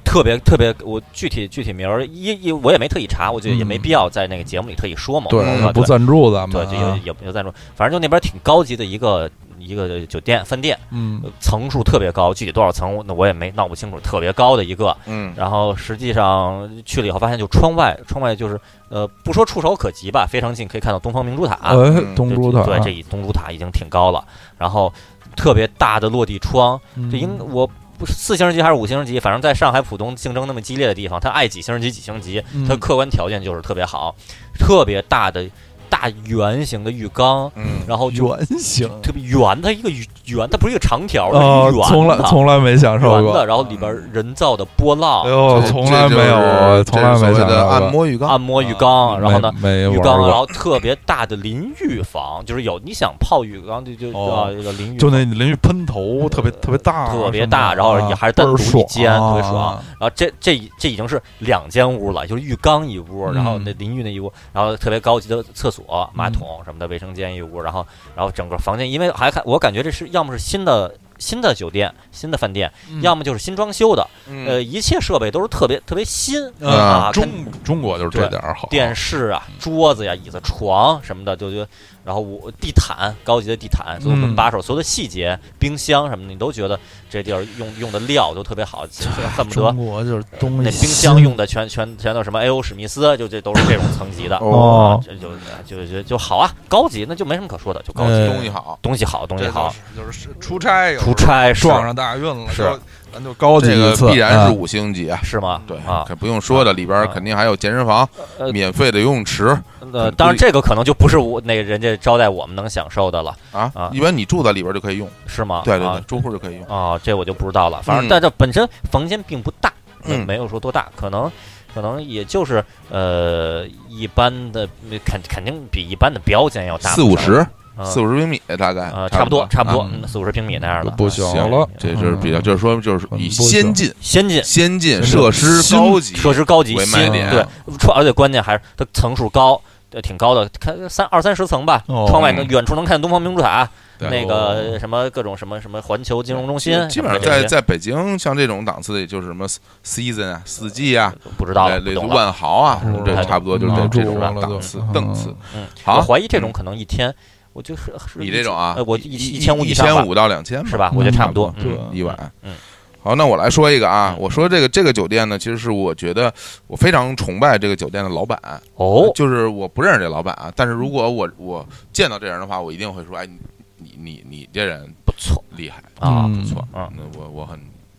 Speaker 2: 特别特别，我具体具体名儿一一我也没特意查，我觉得也没
Speaker 3: 嗯
Speaker 2: 必要在那个节目里特意说嘛。
Speaker 1: 嗯
Speaker 3: 对，
Speaker 2: 吧
Speaker 3: 不赞助咱
Speaker 2: 对，
Speaker 3: 们
Speaker 2: 就有
Speaker 3: 啊，
Speaker 2: 有有赞助，反正就那边挺高级的一个一个酒店饭店，
Speaker 3: 嗯
Speaker 2: 呃层数特别高，具体多少层我那我也没闹不清楚，特别高的一个。
Speaker 1: 嗯，
Speaker 2: 然后实际上去了以后发现，就窗外窗外就是呃，不说触手可及吧，非常近可以看到东方明珠塔，
Speaker 3: 哎，东
Speaker 2: 对
Speaker 3: 珠塔，
Speaker 2: 对，这已东珠塔已经挺高了，然后特别大的落地窗，这应
Speaker 3: 嗯
Speaker 2: 我。不是四星级还是五星级，反正在上海浦东竞争那么激烈的地方，它爱几星级几星级，它
Speaker 3: 嗯
Speaker 2: 客观条件就是特别好，特别大的大圆形的浴缸，
Speaker 1: 嗯，
Speaker 2: 然后就
Speaker 3: 圆形
Speaker 2: 特别圆，它一个圆，它不是一个长条，
Speaker 3: 啊
Speaker 2: 它是一，个
Speaker 3: 从
Speaker 2: 圆
Speaker 3: 来
Speaker 2: 的，
Speaker 3: 从来没享受
Speaker 2: 圆
Speaker 3: 过
Speaker 2: 的，，然后里边人造的波浪
Speaker 3: 哎，呦，
Speaker 1: 这
Speaker 3: 从来
Speaker 1: 这就
Speaker 3: 没有，
Speaker 1: 是
Speaker 3: 从来
Speaker 1: 这是
Speaker 3: 没
Speaker 1: 所
Speaker 3: 想
Speaker 1: 谓的
Speaker 3: 到
Speaker 1: 按
Speaker 3: 过
Speaker 1: 摩浴缸，
Speaker 2: 按摩浴缸，啊然后呢，
Speaker 3: 啊没没
Speaker 2: 浴
Speaker 3: 玩
Speaker 2: 缸，啊然
Speaker 3: 过，
Speaker 2: 后特别大的淋浴房，就是有你想泡浴缸就就
Speaker 3: 哦
Speaker 2: 啊，有淋浴
Speaker 3: 就
Speaker 2: 房
Speaker 3: 那淋浴喷头特别特别大，
Speaker 2: 特别大然后也还是单
Speaker 3: 单
Speaker 2: 独一间特别
Speaker 3: 爽啊
Speaker 2: 爽，然后这这已这已经是两间屋了，就是浴缸一屋，
Speaker 3: 嗯
Speaker 2: 然后那淋浴那一屋，然后特别高级的厕所、马桶什么的，卫生间一屋，然后然后整个房间，因为还看我感觉这是要么是新的新的酒店、新的饭店，
Speaker 3: 嗯
Speaker 2: 要么就是新装修的，呃，
Speaker 1: 嗯，
Speaker 2: 一切设备都是特别特别新
Speaker 3: 嗯
Speaker 2: 啊，跟
Speaker 3: 中嗯中国就是这点儿好，
Speaker 2: 电视啊、桌子呀、椅子、床什么的，就就，然后我地毯，高级的地毯，所有
Speaker 3: 嗯
Speaker 2: 很把手，所有的细节，冰箱什么的，你都觉得这地儿用用的料都特别好，其实恨不得
Speaker 3: 中国就是东
Speaker 2: 那
Speaker 3: 西
Speaker 2: 冰箱用的全全全都什么 A.O. 史密斯，就这都是这种层级的，
Speaker 3: 哦
Speaker 2: 啊这就就就就好啊，高级那就没什么可说的，就高级，
Speaker 3: 哎
Speaker 1: 东西好，
Speaker 2: 东西好，东西
Speaker 3: 这
Speaker 2: 好，，
Speaker 3: 就是出差
Speaker 2: 出差是
Speaker 3: 撞上大运了，
Speaker 2: 是
Speaker 3: 就咱就高级
Speaker 1: 这
Speaker 3: 一
Speaker 1: 个
Speaker 3: 次，
Speaker 1: 必然是
Speaker 3: 啊
Speaker 1: 五星级啊。
Speaker 2: 是吗？
Speaker 1: 对
Speaker 2: 啊，，
Speaker 1: 可不用说的，里边肯定还有健身房、
Speaker 2: 呃
Speaker 1: 免费的游泳池
Speaker 2: 呃，当然这个可能就不是我那个人家招待我们能享受的了，
Speaker 1: 啊
Speaker 2: 啊。
Speaker 1: 一般你住在里边就可以用，
Speaker 2: 是吗？
Speaker 1: 对对
Speaker 2: 啊
Speaker 1: 对，住户就可以用。
Speaker 2: 哦，这我就不知道了。反正，
Speaker 1: 嗯
Speaker 2: 但这本身房间并不大，
Speaker 1: 嗯
Speaker 2: 没有说多大，可能可能也就是呃一般的，肯肯定比一般的标间要大
Speaker 1: 四五十，
Speaker 2: 嗯
Speaker 1: 四五十平米大概，
Speaker 2: 呃
Speaker 1: 差
Speaker 2: 差不多差不多
Speaker 1: 啊
Speaker 2: 嗯四五十平米那样的
Speaker 3: 不
Speaker 2: 啊四
Speaker 3: 小
Speaker 2: 五十
Speaker 3: 了
Speaker 2: 平
Speaker 1: 这
Speaker 2: 米
Speaker 1: 就是比较，就是说，就是以
Speaker 3: 嗯
Speaker 1: 先进、
Speaker 2: 先进。
Speaker 1: 先进
Speaker 3: 嗯
Speaker 1: 设施
Speaker 3: 新
Speaker 1: 高级、
Speaker 2: 设施高级，
Speaker 1: 为
Speaker 2: 新
Speaker 1: 卖点
Speaker 2: 对，窗而且关键还是它层数高，对，挺高的，看三二三十层吧。
Speaker 3: 哦
Speaker 2: 窗外能远处能看东方明珠塔，
Speaker 3: 对
Speaker 2: 那个什么各种什么什么环球金融中心，
Speaker 1: 哦基本上
Speaker 2: 什么
Speaker 1: 在
Speaker 2: 这些
Speaker 1: 在北京，像这种档次的，也就是什么 season 啊、四季啊、
Speaker 2: 不知道了，不
Speaker 1: 类似
Speaker 2: 懂了。
Speaker 1: 万豪啊
Speaker 3: 不，
Speaker 1: 这
Speaker 2: 太
Speaker 1: 差不多就是
Speaker 2: 嗯
Speaker 1: 这
Speaker 2: 不
Speaker 1: 这
Speaker 2: 住
Speaker 1: 种
Speaker 2: 了
Speaker 1: 档
Speaker 3: 就
Speaker 1: 次
Speaker 3: 嗯
Speaker 1: 档次。
Speaker 2: 嗯，
Speaker 1: 好
Speaker 2: 我怀疑这种可能一天，我就是是
Speaker 1: 你
Speaker 2: 一
Speaker 1: 这种啊
Speaker 2: 呃，我
Speaker 1: 一
Speaker 2: 一
Speaker 1: 一
Speaker 2: 一千五
Speaker 1: 一
Speaker 2: 以上吧
Speaker 1: 千五到两千吧
Speaker 2: 是吧？我觉得差不多
Speaker 1: 差，不
Speaker 2: 嗯
Speaker 3: 多
Speaker 1: 一晚。
Speaker 2: 嗯，
Speaker 1: 好，那我来说一个啊，
Speaker 2: 嗯
Speaker 1: 我说这个这个酒店呢，其实是我觉得我非常崇拜这个酒店的老板，
Speaker 2: 哦，嗯
Speaker 1: 就是我不认识这老板啊，但是如果我我见到这人的话，我一定会说，哎，你你你你这人
Speaker 2: 不错
Speaker 1: 厉害，
Speaker 2: 啊，
Speaker 3: 嗯
Speaker 1: 不错，
Speaker 2: 嗯，
Speaker 1: 那我我很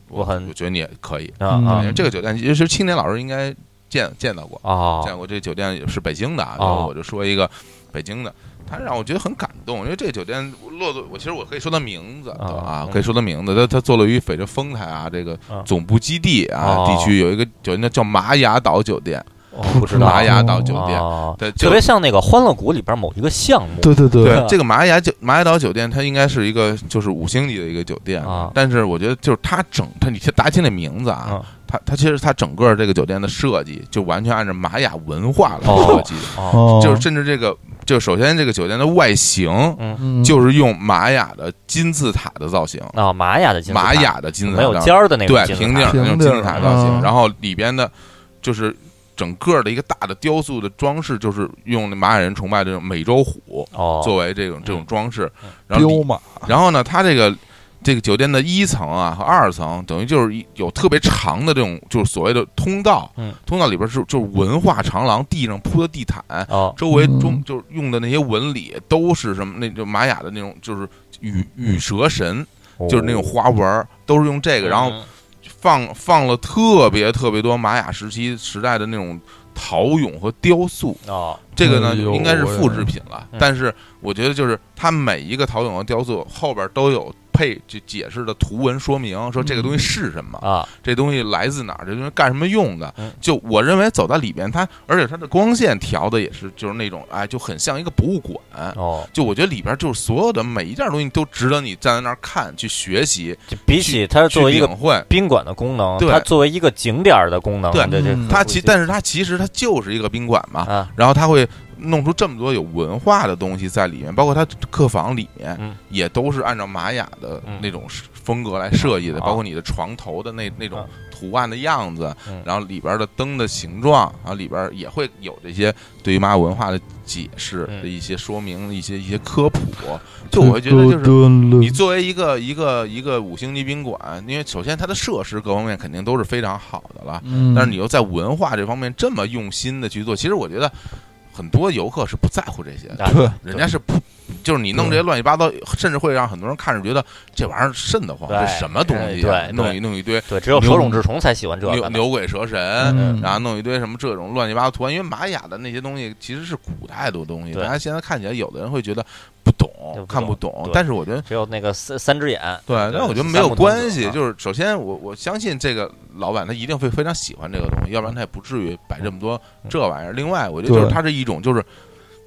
Speaker 2: 我很
Speaker 1: 我觉得你也可以。
Speaker 2: 啊
Speaker 3: 嗯
Speaker 2: 啊
Speaker 1: 因为这个酒店其实青年老师应该见见到过，
Speaker 2: 啊
Speaker 1: 见过这酒店也是北京的啊，
Speaker 2: 哦
Speaker 1: 然后我就说一个北京的，他让我觉得很感动，因为这酒店落座，我其实我可以说他名字
Speaker 2: 哦
Speaker 1: 对吧啊
Speaker 2: 嗯，
Speaker 1: 可以说他名字，他他坐落于北京丰台啊这个
Speaker 2: 嗯
Speaker 1: 总部基地啊
Speaker 2: 哦
Speaker 1: 地区有一个酒店叫玛雅岛酒店，
Speaker 2: 哦不知道
Speaker 1: 玛雅岛酒店，
Speaker 2: 啊，
Speaker 1: 对，就
Speaker 2: 特别像那个《欢乐谷》里边某一个项目，
Speaker 3: 对对对
Speaker 1: 对这个玛雅酒玛雅岛酒店，它应该是一个就是五星级的一个酒店
Speaker 2: 啊
Speaker 1: 但是我觉得就是它整它，你先大家听这名字啊
Speaker 2: 嗯，
Speaker 1: 它它其实它整个这个酒店的设计就完全按照玛雅文化来
Speaker 2: 哦
Speaker 1: 设计的，
Speaker 2: 哦，
Speaker 3: 哦
Speaker 1: 就是甚至这个就首先这个酒店的外形
Speaker 2: 嗯，
Speaker 3: 嗯
Speaker 1: 就是用玛雅的金字塔的造型，
Speaker 2: 啊，玛雅的金字塔
Speaker 1: 玛雅的金字
Speaker 2: 没
Speaker 1: 塔
Speaker 2: 有
Speaker 1: 造型
Speaker 2: 尖儿的那种
Speaker 1: 对
Speaker 2: 金字
Speaker 1: 平
Speaker 2: 塔
Speaker 1: 底儿的那种金
Speaker 3: 平底
Speaker 1: 字
Speaker 3: 儿
Speaker 1: 塔造型，
Speaker 3: 嗯
Speaker 1: 然后里边的就是整个的一个大的雕塑的装饰，就是用玛雅人崇拜的这种美洲虎。
Speaker 2: 哦，
Speaker 1: 作为这种这种装饰
Speaker 2: 嗯，
Speaker 1: 然后里
Speaker 3: 彪马，
Speaker 1: 然后呢，它这个这个酒店的一层啊和二层，等于就是一有特别长的这种就是所谓的通道，
Speaker 2: 嗯
Speaker 1: 通道里边是就是文化长廊，地上铺的地毯，
Speaker 2: 哦
Speaker 1: 周围中、
Speaker 3: 嗯
Speaker 1: 就是用的那些纹理都是什么那就玛雅的那种就是羽
Speaker 3: 嗯
Speaker 1: 羽蛇神，
Speaker 3: 哦
Speaker 1: 就是
Speaker 2: 哦
Speaker 1: 那种花纹儿，都是用这个，然后
Speaker 2: 嗯
Speaker 1: 放放了特别特别多玛雅时期时代的那种陶俑和雕塑，
Speaker 2: 哦
Speaker 1: 这个呢
Speaker 3: 哎呦
Speaker 1: 应该是
Speaker 3: 喂
Speaker 1: 复制品了
Speaker 2: 嗯，
Speaker 1: 但是我觉得就是它每一个陶俑和雕塑后边都有配就解释的图文说明，说这个东西
Speaker 3: 嗯
Speaker 1: 是什么，
Speaker 2: 啊
Speaker 1: 这东西来自哪儿，这东西干什么用的
Speaker 2: 嗯。
Speaker 1: 就我认为走在里边，它而且它的光线调的也是就是那种哎，就很像一个博物馆。
Speaker 2: 哦，
Speaker 1: 就我觉得里边就是所有的每一件东西都值得你站在那儿看去学习
Speaker 2: 就比起它
Speaker 1: 去
Speaker 2: 作为一
Speaker 1: 领
Speaker 2: 个
Speaker 1: 会。
Speaker 2: 宾馆的功能，
Speaker 1: 对
Speaker 2: 它作为一个景点儿的功能，
Speaker 1: 对
Speaker 2: 这这
Speaker 3: 嗯
Speaker 1: 它其但是它其实它就是一个宾馆嘛，
Speaker 2: 啊
Speaker 1: 然后他会弄出这么多有文化的东西在里面，包括他客房里面、
Speaker 2: 嗯
Speaker 1: 也都是按照玛雅的
Speaker 2: 嗯
Speaker 1: 那种风格来设计的，
Speaker 2: 啊
Speaker 1: 包括你的床头的那那种
Speaker 2: 啊
Speaker 1: 图案的样子，
Speaker 2: 嗯
Speaker 1: 然后里边的灯的形状，然后里边也会有这些对于玛雅文化的解释
Speaker 2: 嗯
Speaker 1: 的一些说明、一些一些科普。就我会觉得就是你
Speaker 3: 是
Speaker 1: 作为一个一个一个五星级宾馆，因为首先它的设施各方面肯定都是非常好的了，
Speaker 3: 嗯，
Speaker 1: 但是你又在文化这方面这么用心的去做，其实我觉得很多游客是不在乎这些的，
Speaker 2: 啊嗯
Speaker 3: 对
Speaker 1: 人家是不。就是你弄这些乱七八糟，甚至会让很多人看着觉得这玩意儿瘆得慌，
Speaker 2: 对哎
Speaker 1: 这什么东西啊？
Speaker 2: 对对
Speaker 1: 弄一弄一堆
Speaker 2: 对，只有手冢治虫才喜欢这
Speaker 1: 牛
Speaker 2: 个呢。
Speaker 1: 牛鬼蛇神，
Speaker 3: 嗯
Speaker 1: 然后弄一堆什么这种乱七八糟图案。因为玛雅的那些东西其实是古代的东西，
Speaker 2: 对
Speaker 1: 大家现在看起来有的人会觉得不懂
Speaker 2: 就不懂，
Speaker 1: 看不懂
Speaker 2: 对。
Speaker 1: 但是我觉得
Speaker 2: 只有那个三三只眼，
Speaker 1: 对，但我觉得没有
Speaker 2: 三目同子
Speaker 1: 关系。
Speaker 2: 啊
Speaker 1: 就是首先我，我相信这个老板他一定会非常喜欢这个东西，要不然他也不至于摆这么多
Speaker 2: 嗯
Speaker 1: 这玩意儿。另外，我觉得
Speaker 3: 对
Speaker 1: 就是它是一种，就是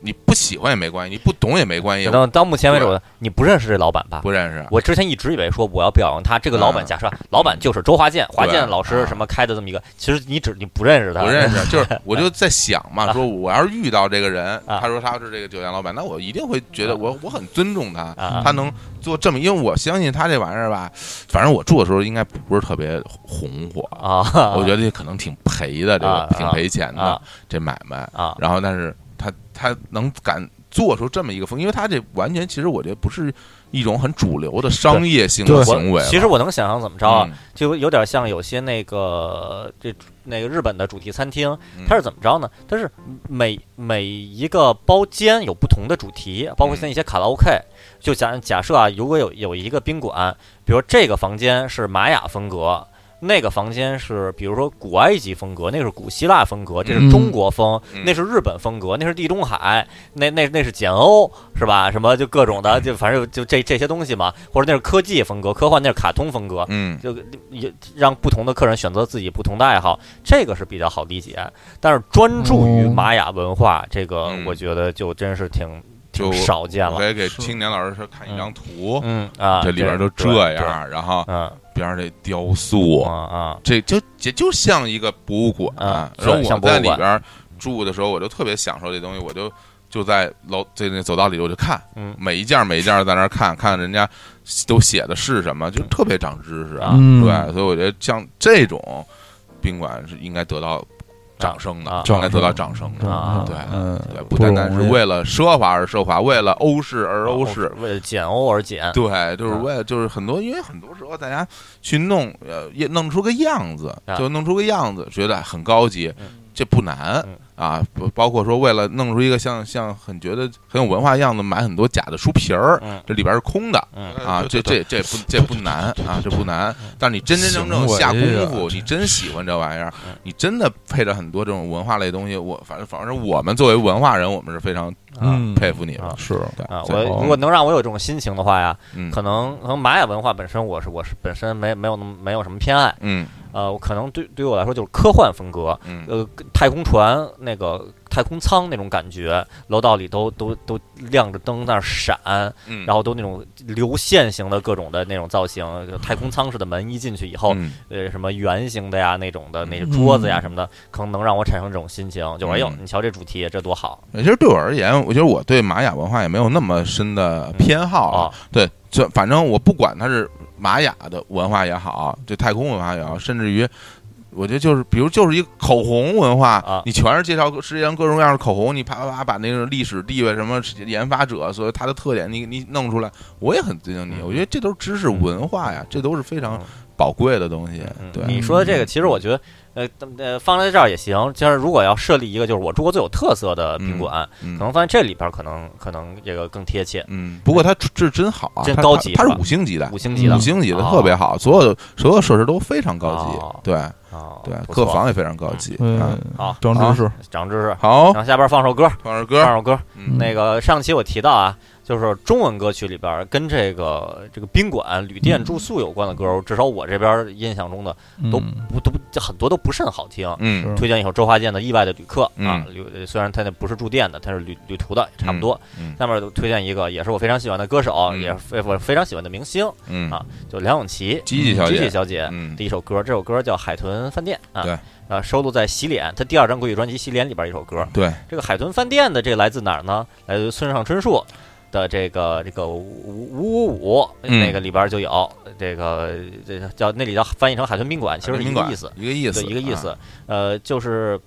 Speaker 1: 你不喜欢也没关系，你不懂也没关系，
Speaker 2: 到到目前为止，你不认识这老板吧？
Speaker 1: 不认识。
Speaker 2: 我之前一直以为说我要表扬他，这个老板
Speaker 1: 嗯
Speaker 2: 假设老板就是周华健，华健老
Speaker 1: 对
Speaker 2: 师
Speaker 1: 啊
Speaker 2: 什么开的这么一个，其实你只你不认识他，
Speaker 1: 不认识，就是我就在想嘛，
Speaker 2: 啊
Speaker 1: 说我要是遇到这个人，
Speaker 2: 啊
Speaker 1: 他说他是这个酒店老板，那我一定会觉
Speaker 2: 啊
Speaker 1: 得我我很尊重他，
Speaker 2: 啊
Speaker 1: 他能做这么，因为我相信他这玩意儿吧，反正我住的时候应该不是特别红火，
Speaker 2: 啊，
Speaker 1: 我觉得嗯可能挺赔的，这
Speaker 2: 啊
Speaker 1: 个挺
Speaker 2: 啊
Speaker 1: 赔钱的
Speaker 2: 啊
Speaker 1: 这买卖。
Speaker 2: 啊
Speaker 1: 然后但是他他能敢做出这么一个风，因为他这完全其实我觉得不是一种很主流的商业性的
Speaker 3: 对
Speaker 1: 行为
Speaker 2: 我
Speaker 1: 了。
Speaker 2: 其实我能想象怎么着啊，
Speaker 1: 嗯
Speaker 2: 就有点像有些那个这那个日本的主题餐厅
Speaker 1: 嗯，
Speaker 2: 它是怎么着呢？它是每每一个包间有不同的主题，包括
Speaker 1: 嗯
Speaker 2: 像一些卡拉 OK。就假假设啊，如果有有一个宾馆，比如这个房间是玛雅风格。那个房间是，比如说古埃及风格，那个是古希腊风格，这是中国风，
Speaker 1: 嗯
Speaker 2: 那是日本风格，那是地中海，那那那是简欧，是吧？什么就各种
Speaker 1: 嗯
Speaker 2: 的，就反正就这这些东西嘛，或者那是科技风格，科幻那是卡通风格，
Speaker 1: 嗯
Speaker 2: 就也让不同的客人选择自己不同的爱好，这个是比较好理解。但是专注于
Speaker 3: 嗯
Speaker 2: 玛雅文化，这个
Speaker 1: 嗯
Speaker 2: 我觉得就真是挺
Speaker 1: 就
Speaker 2: 挺少见
Speaker 1: 我
Speaker 2: 了。
Speaker 1: 也给
Speaker 3: 是
Speaker 1: 青年老师看一张图，
Speaker 2: 嗯啊，
Speaker 1: 这里边
Speaker 2: 对
Speaker 1: 就这，样，然后
Speaker 2: 对对嗯
Speaker 1: 边上这雕塑，
Speaker 2: 嗯嗯，
Speaker 1: 这就也就像一个博物馆。
Speaker 2: 啊
Speaker 1: 然后
Speaker 2: 是像
Speaker 1: 我
Speaker 2: 博物
Speaker 1: 在里
Speaker 2: 馆
Speaker 1: 边住的时候，我就特别享受这东西，我就就在楼这那走道里我就看，
Speaker 2: 嗯
Speaker 1: 每一件每一件在那儿看看人家都写的是什么，
Speaker 2: 嗯
Speaker 1: 就特别长知识啊。
Speaker 3: 嗯
Speaker 1: 对，所以我觉得像这种宾馆是应该得到掌声的，
Speaker 2: 啊
Speaker 1: 应该得到掌声的。
Speaker 2: 啊
Speaker 1: 对
Speaker 3: 嗯，
Speaker 1: 对，不
Speaker 3: 不
Speaker 1: 单
Speaker 3: 容
Speaker 1: 单是
Speaker 3: 易
Speaker 1: 为了奢华而奢华，为了欧式
Speaker 2: 啊
Speaker 1: 而欧式，
Speaker 2: 为了简欧而简，
Speaker 1: 对，就是
Speaker 2: 嗯
Speaker 1: 为了就是很多，因为很多时候大家去弄，呃，也弄出个样子，
Speaker 2: 啊
Speaker 1: 就弄出个样子，觉得很高级
Speaker 2: 嗯，
Speaker 1: 这不难
Speaker 2: 嗯
Speaker 1: 啊。不包括说为了弄出一个像像很觉得很有文化样子，买很多假的书皮儿，
Speaker 2: 嗯
Speaker 1: 这里边是空的。
Speaker 2: 嗯
Speaker 1: 啊，这这这不这不难啊，这不难。但是你真真正正
Speaker 3: 行为
Speaker 1: 下功
Speaker 3: 啊
Speaker 1: 夫，你真喜欢这玩意儿
Speaker 2: 嗯，
Speaker 1: 你真的配着很多这种文化类东西，我反正反正我们作为文化人，我们是非常
Speaker 2: 啊
Speaker 3: 嗯，
Speaker 1: 佩服你们
Speaker 2: 啊
Speaker 3: 是
Speaker 1: 的
Speaker 2: 啊！
Speaker 1: 对
Speaker 2: 我如果能让我有这种心情的话呀，
Speaker 1: 嗯
Speaker 2: 可能可能玛雅文化本身，我是我是本身没没有那么没有什么偏爱，
Speaker 1: 嗯
Speaker 2: 呃，我可能对对于我来说就是科幻风格，
Speaker 1: 嗯
Speaker 2: 呃，太空船那个太空舱那种感觉，楼道里都都都亮着灯在那儿闪，
Speaker 1: 嗯，
Speaker 2: 然后都那种流线型的各种的那种造型，就太空舱式的门一进去以后，
Speaker 1: 嗯
Speaker 2: 呃，什么圆形的呀那种的，那
Speaker 3: 嗯
Speaker 2: 个桌子呀什么的，可能能让我产生这种心情，就
Speaker 1: 嗯
Speaker 2: 是哎呦，你瞧这主题这多好，
Speaker 1: 其实对我而言，我觉得我对玛雅文化也没有那么深的偏好啊。
Speaker 2: 哦
Speaker 1: 对，这反正我不管它是玛雅的文化也好，这太空文化也好，甚至于。我觉得就是，比如就是一个口红文化，
Speaker 2: 啊
Speaker 1: 你全是介绍世界上各种各样的口红，你啪啪啪把那个历史地位、什么研发者，所有它的特点，你你弄出来，我也很尊敬你。
Speaker 2: 嗯
Speaker 1: 我觉得这都是知识文化呀，这都是非常
Speaker 2: 嗯
Speaker 1: 宝贵的东西。
Speaker 2: 嗯
Speaker 1: 对，
Speaker 2: 你说的这个，其实我觉得，呃呃，放在这儿也行。就是如果要设立一个，就是我中国最有特色的宾馆，
Speaker 1: 嗯
Speaker 2: 可能放在这里边，可能可能这个更贴切，
Speaker 1: 嗯，不过它是真好啊，
Speaker 2: 真
Speaker 1: 它
Speaker 2: 高
Speaker 1: 它
Speaker 2: 级
Speaker 1: 它是
Speaker 2: 是吧
Speaker 1: 五星级的，
Speaker 2: 五星级的，
Speaker 1: 五星级的
Speaker 2: 哦
Speaker 1: 特别好，所有所有设施都非常高级
Speaker 2: 哦，
Speaker 1: 对
Speaker 2: 啊，
Speaker 1: 对，
Speaker 2: 不
Speaker 1: 客
Speaker 2: 错
Speaker 1: 房也非常高级。啊
Speaker 3: 嗯，
Speaker 2: 好，
Speaker 3: 长知识，
Speaker 2: 长知识。
Speaker 1: 好
Speaker 2: 然，后下边放首歌，
Speaker 1: 放首哦歌
Speaker 2: 放，首歌。
Speaker 1: 嗯
Speaker 2: 那个上期我提到啊，就是中文歌曲里边跟这个这个宾馆、旅店、住宿有关的
Speaker 1: 嗯
Speaker 2: 歌，至少我这边印象中的都
Speaker 3: 嗯
Speaker 2: 不都不这很多都不甚好听。
Speaker 1: 嗯
Speaker 2: 推荐一首周华健的《意外的旅客》啊，
Speaker 1: 嗯
Speaker 2: 旅呃虽然他那不是住店的，他是旅旅途的，也差不多。
Speaker 1: 嗯
Speaker 2: 下面就推荐一个，也是我非常喜欢的歌手，
Speaker 1: 嗯
Speaker 2: 也是非我非常喜欢的明星，
Speaker 1: 嗯
Speaker 2: 啊，就梁咏琪，
Speaker 1: 吉吉小
Speaker 2: 吉吉
Speaker 1: 姐，
Speaker 2: 小姐
Speaker 1: 嗯
Speaker 2: 的一首歌，这首歌叫《海豚饭店》啊，
Speaker 1: 对
Speaker 2: 啊，收录在《洗脸》他第二张国语专辑《洗脸》里边一首歌。
Speaker 1: 对，
Speaker 2: 这个《海豚饭店》的这来自哪儿呢？来自村上春树的这个这个五五五五
Speaker 1: 嗯
Speaker 2: 那个里边就有这个这叫那里叫翻译成海豚宾馆，其实是一
Speaker 1: 宾
Speaker 2: 个
Speaker 1: 馆
Speaker 2: 意思。
Speaker 1: 一个意思，
Speaker 2: 对，一个意思
Speaker 1: 啊。。
Speaker 2: 呃，就是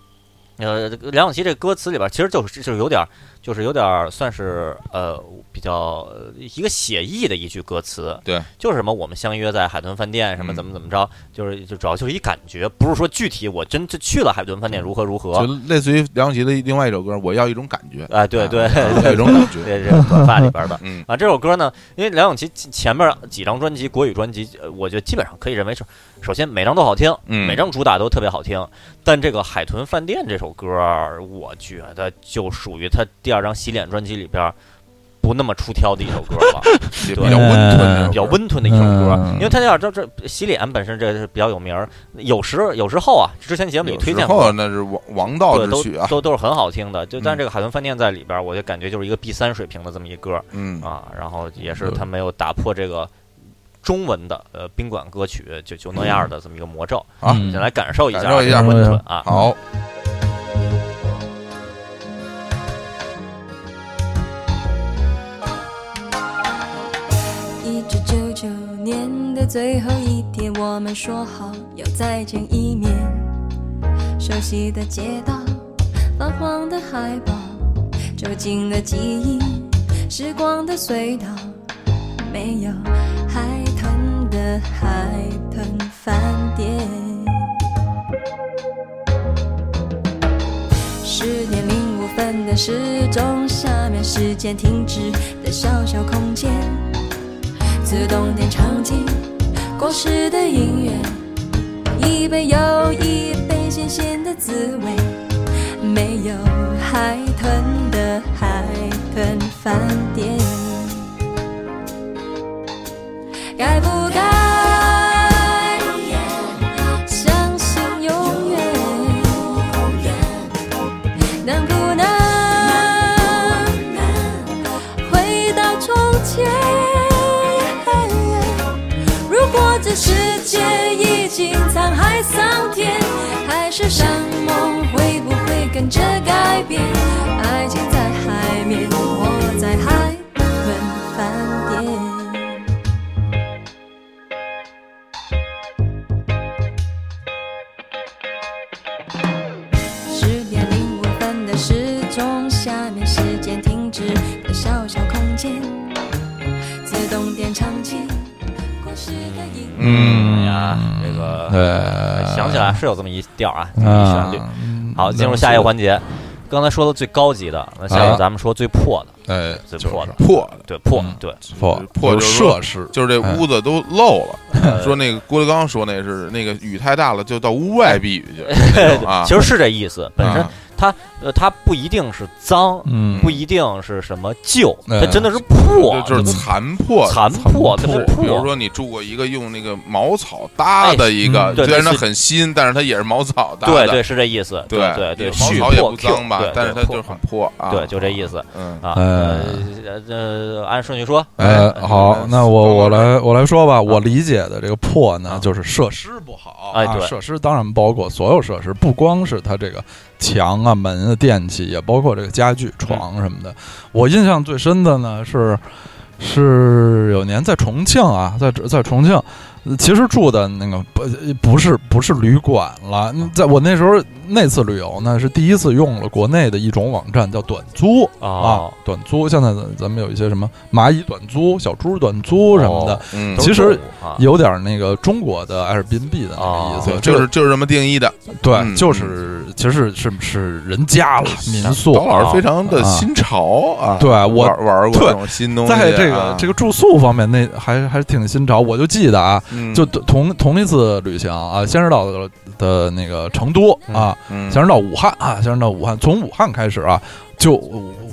Speaker 2: 呃，这个梁咏琪这歌词里边，其实就是就是有点儿，就是有点儿算是呃比较呃一个写意的一句歌词。
Speaker 1: 对，
Speaker 2: 就是什么我们相约在海豚饭店，什么
Speaker 1: 嗯
Speaker 2: 怎么怎么着，就是就主要就是一感觉，不是说具体我真就去了海豚饭店如何如
Speaker 1: 嗯就
Speaker 2: 何。
Speaker 1: 类似于梁咏琪的另外一首歌，我要一种感觉，
Speaker 2: 哎， (laughs) 对
Speaker 1: 啊
Speaker 2: 对，
Speaker 1: 我要一种感觉，
Speaker 2: 这这短发里边的。
Speaker 1: 嗯
Speaker 2: 啊，这首歌呢，因为梁咏琪前前面几张专辑，国语专辑，呃我觉得基本上可以认为是，首先每张都好听，
Speaker 1: 嗯
Speaker 2: 每张主打都特别好听。但这个《海豚饭店》这首歌儿，我觉得就属于他第二张洗脸专辑里边儿不那么出挑的一首歌
Speaker 1: (laughs)
Speaker 2: 了，
Speaker 1: 也比
Speaker 2: 对
Speaker 1: 较温吞的一首
Speaker 3: 嗯
Speaker 1: 歌，
Speaker 2: 比较温吞的一首歌儿。
Speaker 3: 嗯
Speaker 1: 啊
Speaker 2: 因为他第二张这洗脸本身这是比较有名儿，有时有时候啊，之前节目里
Speaker 1: 有
Speaker 2: 推
Speaker 1: 时
Speaker 2: 荐
Speaker 1: 候啊
Speaker 2: 过。
Speaker 1: 那是王王道
Speaker 2: 对，
Speaker 1: 之
Speaker 2: 都
Speaker 1: 曲啊，
Speaker 2: 都都是很好听的，就但
Speaker 1: 嗯
Speaker 2: 这个《海豚饭店》在里边儿，我就感觉就是一个 B 三水平的这么一歌儿，
Speaker 1: 嗯
Speaker 2: 啊，然后也是
Speaker 3: 嗯
Speaker 2: 他没有打破这个中文的呃宾馆歌曲就就那样儿的这么一个魔咒，
Speaker 1: 啊
Speaker 2: 先嗯来感受一下
Speaker 1: 感受一下嗯
Speaker 2: 这个温吞啊，
Speaker 1: 好，
Speaker 4: 一九九九年的最后一天，我们说好要再见一面。熟悉的街道，泛黄的海报，旧尽的记忆，时光的隧道，没有海豚的海豚饭店。十点零五分的时钟下面，时间停止的小小空间。自动点场景，过时的音乐，一杯又一杯新鲜的滋味，没有海豚的海豚饭店，该不该相信永远？能不能回到从前？如果这世界已经沧海桑田，海市蜃梦会不会跟着改变？爱情在海面，我在海豚饭店。十点零五分的时钟，下面时间停止的小小空间，自动点唱起过时的音乐。
Speaker 3: 嗯
Speaker 2: 哎呀，
Speaker 1: 嗯
Speaker 2: 这个
Speaker 3: 呃，
Speaker 2: 想起来是有这么一调啊，
Speaker 3: 嗯
Speaker 2: 这么一旋律。
Speaker 3: 律
Speaker 1: 嗯
Speaker 2: 好，进入下一个，环节。刚才说的最高级的，那下一
Speaker 1: 哎
Speaker 3: 啊
Speaker 2: 个咱们说最破的，
Speaker 3: 哎，
Speaker 2: 最
Speaker 3: 就是
Speaker 2: 破的，
Speaker 1: 破的，
Speaker 2: 对破
Speaker 3: 嗯，
Speaker 2: 对
Speaker 3: 破
Speaker 1: 破
Speaker 3: 有
Speaker 1: 就是
Speaker 3: 设施，
Speaker 1: 就是这屋子都漏了。 (laughs)
Speaker 2: 嗯
Speaker 1: 说那个郭德纲说那是那个雨太大了，就到屋外避
Speaker 2: (laughs)
Speaker 1: 雨去了那种啊。
Speaker 2: 其实是这意思。本身
Speaker 1: 啊
Speaker 2: 呃，它不一定是脏，
Speaker 3: 嗯
Speaker 2: 不一定是什么旧，
Speaker 3: 哎
Speaker 2: 它真的是破，
Speaker 1: 嗯就就是残破
Speaker 2: 残破，它
Speaker 1: 破
Speaker 2: 是
Speaker 1: 比如
Speaker 2: 破。
Speaker 1: 说你住过一个用那个茅草搭的一
Speaker 3: 哎
Speaker 1: 个，
Speaker 2: 嗯对
Speaker 1: 虽然它
Speaker 2: 那是
Speaker 1: 很新，但是它也是茅草搭
Speaker 2: 对
Speaker 1: 的。
Speaker 2: 对，是这意思。对对对，
Speaker 1: 茅
Speaker 2: 续
Speaker 1: 草也
Speaker 2: 破
Speaker 1: 不脏
Speaker 2: Q，
Speaker 1: 吧
Speaker 2: 对，
Speaker 1: 但是
Speaker 2: 对
Speaker 1: 它就是
Speaker 2: 破
Speaker 1: 很破啊。
Speaker 2: 对，就这意思
Speaker 3: (laughs)
Speaker 1: 嗯，
Speaker 2: 啊。
Speaker 3: 呃
Speaker 2: 呃呃，按顺序说，
Speaker 3: 呃，好，那我
Speaker 1: 哎嗯
Speaker 3: 我来我来说吧，我理解的这个破
Speaker 2: 啊
Speaker 3: 呢，就是设施不好，
Speaker 2: 哎
Speaker 3: 啊
Speaker 2: 对
Speaker 3: 设施当然包括所有设施，不光是它这个墙啊、门啊、电器，也包括这个家具、床什么的。我印象最深的呢是是有年在重庆啊，在在重庆，呃其实住的那个不不是不是旅馆了，嗯在我那时候那次旅游呢，是第一次用了国内的一种网站叫短租，啊
Speaker 2: 哦，，
Speaker 3: 短租，现在咱咱们有一些什么蚂蚁短租、小猪短租什么的，
Speaker 2: 哦
Speaker 1: 嗯
Speaker 2: 都，
Speaker 3: 其实
Speaker 2: 动物啊
Speaker 3: 有点那个中国的 Airbnb 的那个意思，
Speaker 2: 哦
Speaker 1: 就是就是这么定义的。
Speaker 3: 对，
Speaker 1: 嗯啊
Speaker 3: 就是其实是是人家了，民
Speaker 1: 董
Speaker 3: 宿。
Speaker 1: 老师非常的新潮啊，
Speaker 3: 啊对我
Speaker 1: 玩玩过
Speaker 3: 对
Speaker 1: 这种新东西啊，
Speaker 3: 在这个这个住宿方面，那还还是挺新潮。我就记得啊，
Speaker 1: 嗯
Speaker 3: 就同同一次旅行啊，先是到的的那个成都啊，
Speaker 1: 嗯
Speaker 3: 先是到武汉啊，先是到武汉，从武汉开始啊，就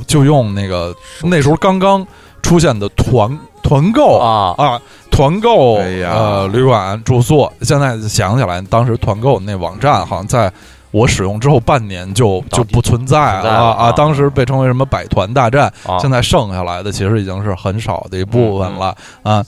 Speaker 3: 就用那个那时候刚刚出现的团团购
Speaker 2: 啊，
Speaker 3: 啊，团购、
Speaker 1: 哎呀
Speaker 3: 呃旅馆住宿，现在想起来，当时团购那网站好像在我使用之后半年就
Speaker 2: 倒
Speaker 3: 就
Speaker 2: 闭
Speaker 3: 不存在
Speaker 2: 不存在了
Speaker 3: 啊
Speaker 2: 啊
Speaker 3: 当时被称为什么百团大战，
Speaker 2: 啊
Speaker 3: 现在剩下来的其实已经是很少的一部分了、
Speaker 2: 嗯
Speaker 3: 啊。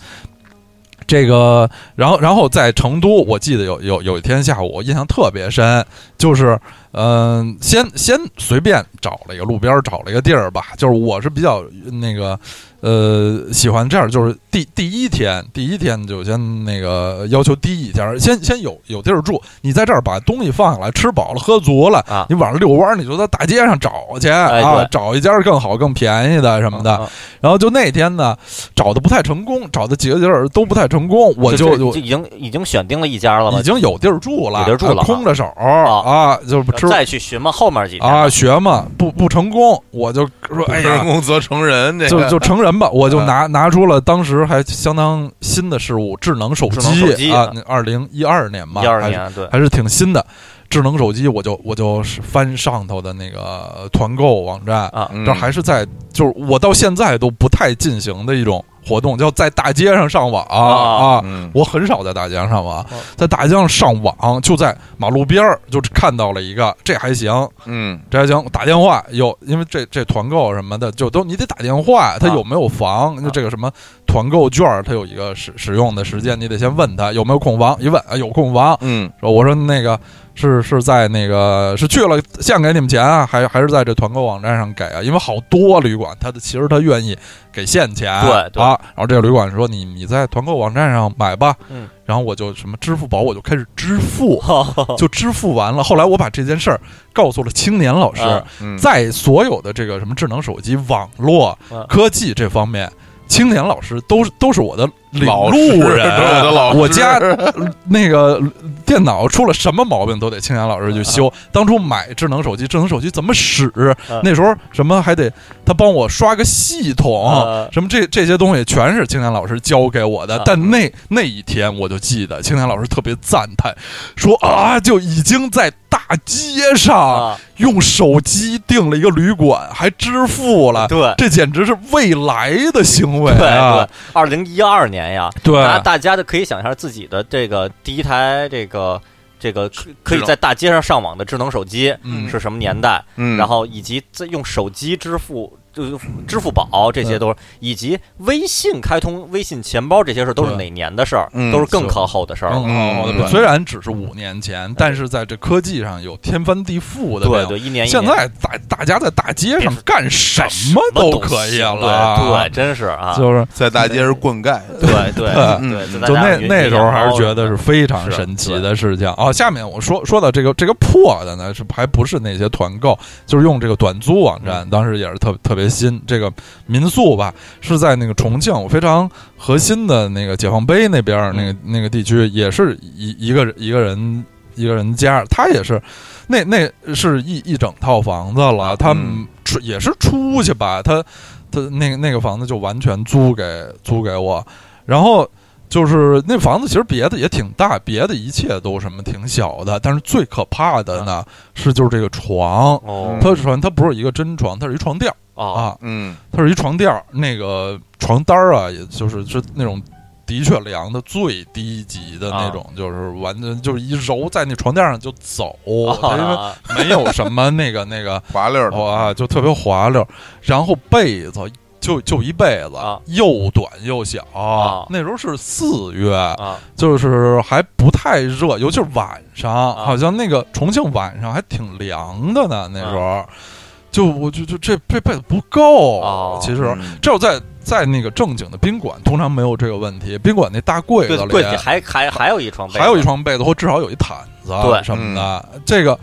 Speaker 3: 这个，然后，然后在成都，我记得有有有一天下午，我印象特别深，就是，嗯、先先随便找了一个路边儿找了一个地儿吧，就是我是比较那个，呃，喜欢这样，就是第第一天，第一天就先那个要求低一点，先先有有地儿住，你在这儿把东西放下来，吃饱了喝足了，
Speaker 2: 啊
Speaker 3: 你晚上遛弯儿，你就在大街上找去、
Speaker 2: 哎
Speaker 3: 啊
Speaker 2: 对，
Speaker 3: 找一家更好、更便宜的什么的。
Speaker 2: 啊
Speaker 3: 然后就那天呢，找的不太成功，找的几个地儿都不太成功，我
Speaker 2: 就
Speaker 3: 就
Speaker 2: 就已经已经选定了一家了吧
Speaker 3: 已？经有地儿住了，
Speaker 2: 有地儿住了
Speaker 3: 啊空着手啊，就不吃
Speaker 2: 再去寻嘛后面几天
Speaker 3: 啊，学嘛不不成功，我就说哎呀
Speaker 1: (laughs)
Speaker 2: (laughs)
Speaker 1: 成。功则成人，这
Speaker 3: 就
Speaker 2: 啊
Speaker 1: 个
Speaker 3: 就成人吧，我就
Speaker 2: 嗯
Speaker 3: 拿拿出了当时还相当新的事物，智能手
Speaker 2: 智能手机
Speaker 3: 机啊，二零一二年吧，
Speaker 2: 一二
Speaker 3: 还是
Speaker 2: 年对
Speaker 3: 还是挺新的。智能手机，我就我就是翻上头的那个团购网站，
Speaker 2: 啊
Speaker 1: 嗯
Speaker 3: 这还是在就是我到现在都不太进行的一种活动，叫在大街上上网
Speaker 2: 啊
Speaker 3: 啊。
Speaker 1: 嗯
Speaker 3: 我很少在大街上上网
Speaker 2: 哦，
Speaker 3: 在大街上上网就在马路边儿就看到了一个，这还行，
Speaker 1: 嗯
Speaker 3: 这还行。打电话有，因为这这团购什么的就都你得打电话，他
Speaker 2: 啊
Speaker 3: 有没有房？那这个什么团购券儿，它有一个使使用的时间，你得先问他有没有空房。一问啊，有空房，
Speaker 1: 嗯
Speaker 3: 说我说那个是是在那个是去了现给你们钱啊，还还是在这团购网站上给啊？因为好多旅馆，他的其实他愿意给现钱，
Speaker 2: 对对
Speaker 3: 啊。然后这个旅馆说你你在团购网站上买吧，
Speaker 2: 嗯，，
Speaker 3: 然后我就什么支付宝我就开始支付
Speaker 2: 哦
Speaker 3: 就支付完了。后来我把这件事儿告诉了青年老师，
Speaker 2: 啊
Speaker 1: 嗯，
Speaker 3: 在所有的这个什么智能手机、网络
Speaker 2: 嗯、
Speaker 3: 科技这方面，青年老师都是都是我的领
Speaker 1: 老
Speaker 3: 路
Speaker 1: 师
Speaker 3: 人，
Speaker 1: 我的老师
Speaker 3: 我家那个电脑出了什么毛病都得青年老师去修。当初买智能手机，智能手机怎么使
Speaker 2: 嗯？
Speaker 3: 那时候什么还得他帮我刷个系统
Speaker 2: 嗯，
Speaker 3: 什么这这些东西全是青年老师教给我的
Speaker 2: 嗯。
Speaker 3: 但那那一天我就记得，青年老师特别赞叹，说啊，就已经在大街上
Speaker 2: 啊，
Speaker 3: 用手机订了一个旅馆，还支付了。
Speaker 2: 对。
Speaker 3: 这简直是未来的行为
Speaker 2: 对
Speaker 3: 啊
Speaker 2: 对！，二零一二年呀，
Speaker 3: 对
Speaker 2: 大家大家就可以想象自己的这个第一台这个这个可可以在大街上上网的智能手机
Speaker 3: 嗯
Speaker 2: 是什么年代，
Speaker 1: 嗯，
Speaker 2: 然后以及在用手机支付。就是支付宝这些都是，以及微信开通、微信钱包这些事儿都是
Speaker 3: 对
Speaker 2: 哪年的事儿
Speaker 1: 嗯，
Speaker 2: 都是更靠后的事儿了。
Speaker 1: 嗯
Speaker 3: 嗯，
Speaker 1: 对
Speaker 3: 虽然只是五年前，但是在这科技上有天翻地覆的
Speaker 2: 对
Speaker 3: 变化。
Speaker 2: 对，一年一年
Speaker 3: 现在大大家在大街上干什
Speaker 2: 干什
Speaker 3: 么
Speaker 2: 都
Speaker 3: 可以
Speaker 2: 行
Speaker 3: 了，
Speaker 2: 对，对，真是啊，
Speaker 3: 就是
Speaker 1: 在大街上灌溉，
Speaker 2: 对对
Speaker 1: 嗯
Speaker 2: 对，在
Speaker 3: 就
Speaker 2: 大家
Speaker 3: 那
Speaker 2: 云哦
Speaker 3: 那时候还是觉得是
Speaker 2: 云
Speaker 3: 非常神奇的事情啊。下面我说说到这个这个破的呢，是还不是那些团购，就是用这个短租网站，当时也是特特别新。这个民宿吧是在那个重庆非常核心的那个解放碑那边儿那个那个地区，也是一一个一个人一个人家，他也是。那那是一一整套房子了，他们
Speaker 1: 嗯
Speaker 3: 出也是出去吧，他他那个那个房子就完全租给租给我，然后就是那房子其实别的也挺大，别的一切都什么挺小的，但是最可怕的呢是就是这个床，
Speaker 2: 啊哦
Speaker 3: 它床它不是一个真床，它是一床垫儿
Speaker 2: 哦
Speaker 3: 啊，
Speaker 1: 嗯
Speaker 3: 它是一床垫儿，那个床单儿啊，也就是是那种。的确凉的最低级的那
Speaker 2: 啊
Speaker 3: 种，就是完全就是一揉在那床垫上就走，它因为
Speaker 2: 啊
Speaker 3: 没有什么那个那个
Speaker 1: 滑溜
Speaker 2: 哦
Speaker 1: 的，
Speaker 3: 哇，就特别滑溜。然后被子就就一被子
Speaker 2: 啊，
Speaker 3: 又短又小
Speaker 2: 啊。
Speaker 3: 那时候是四月，
Speaker 2: 啊
Speaker 3: 就是还不太热，尤其是晚上，
Speaker 2: 啊
Speaker 3: 好像那个重庆晚上还挺凉的呢。那时
Speaker 2: 啊
Speaker 3: 候，就我就就这这被子不够
Speaker 2: 哦，
Speaker 3: 其实
Speaker 1: 嗯
Speaker 3: 只有在在那个正经的宾馆，通常没有这个问题。宾馆那大柜子
Speaker 2: 对，
Speaker 3: 里
Speaker 2: 柜子里还还还有一床被，
Speaker 3: 还有一，床被子，或至少有一毯子啊
Speaker 2: 对嗯
Speaker 3: 什么的。这个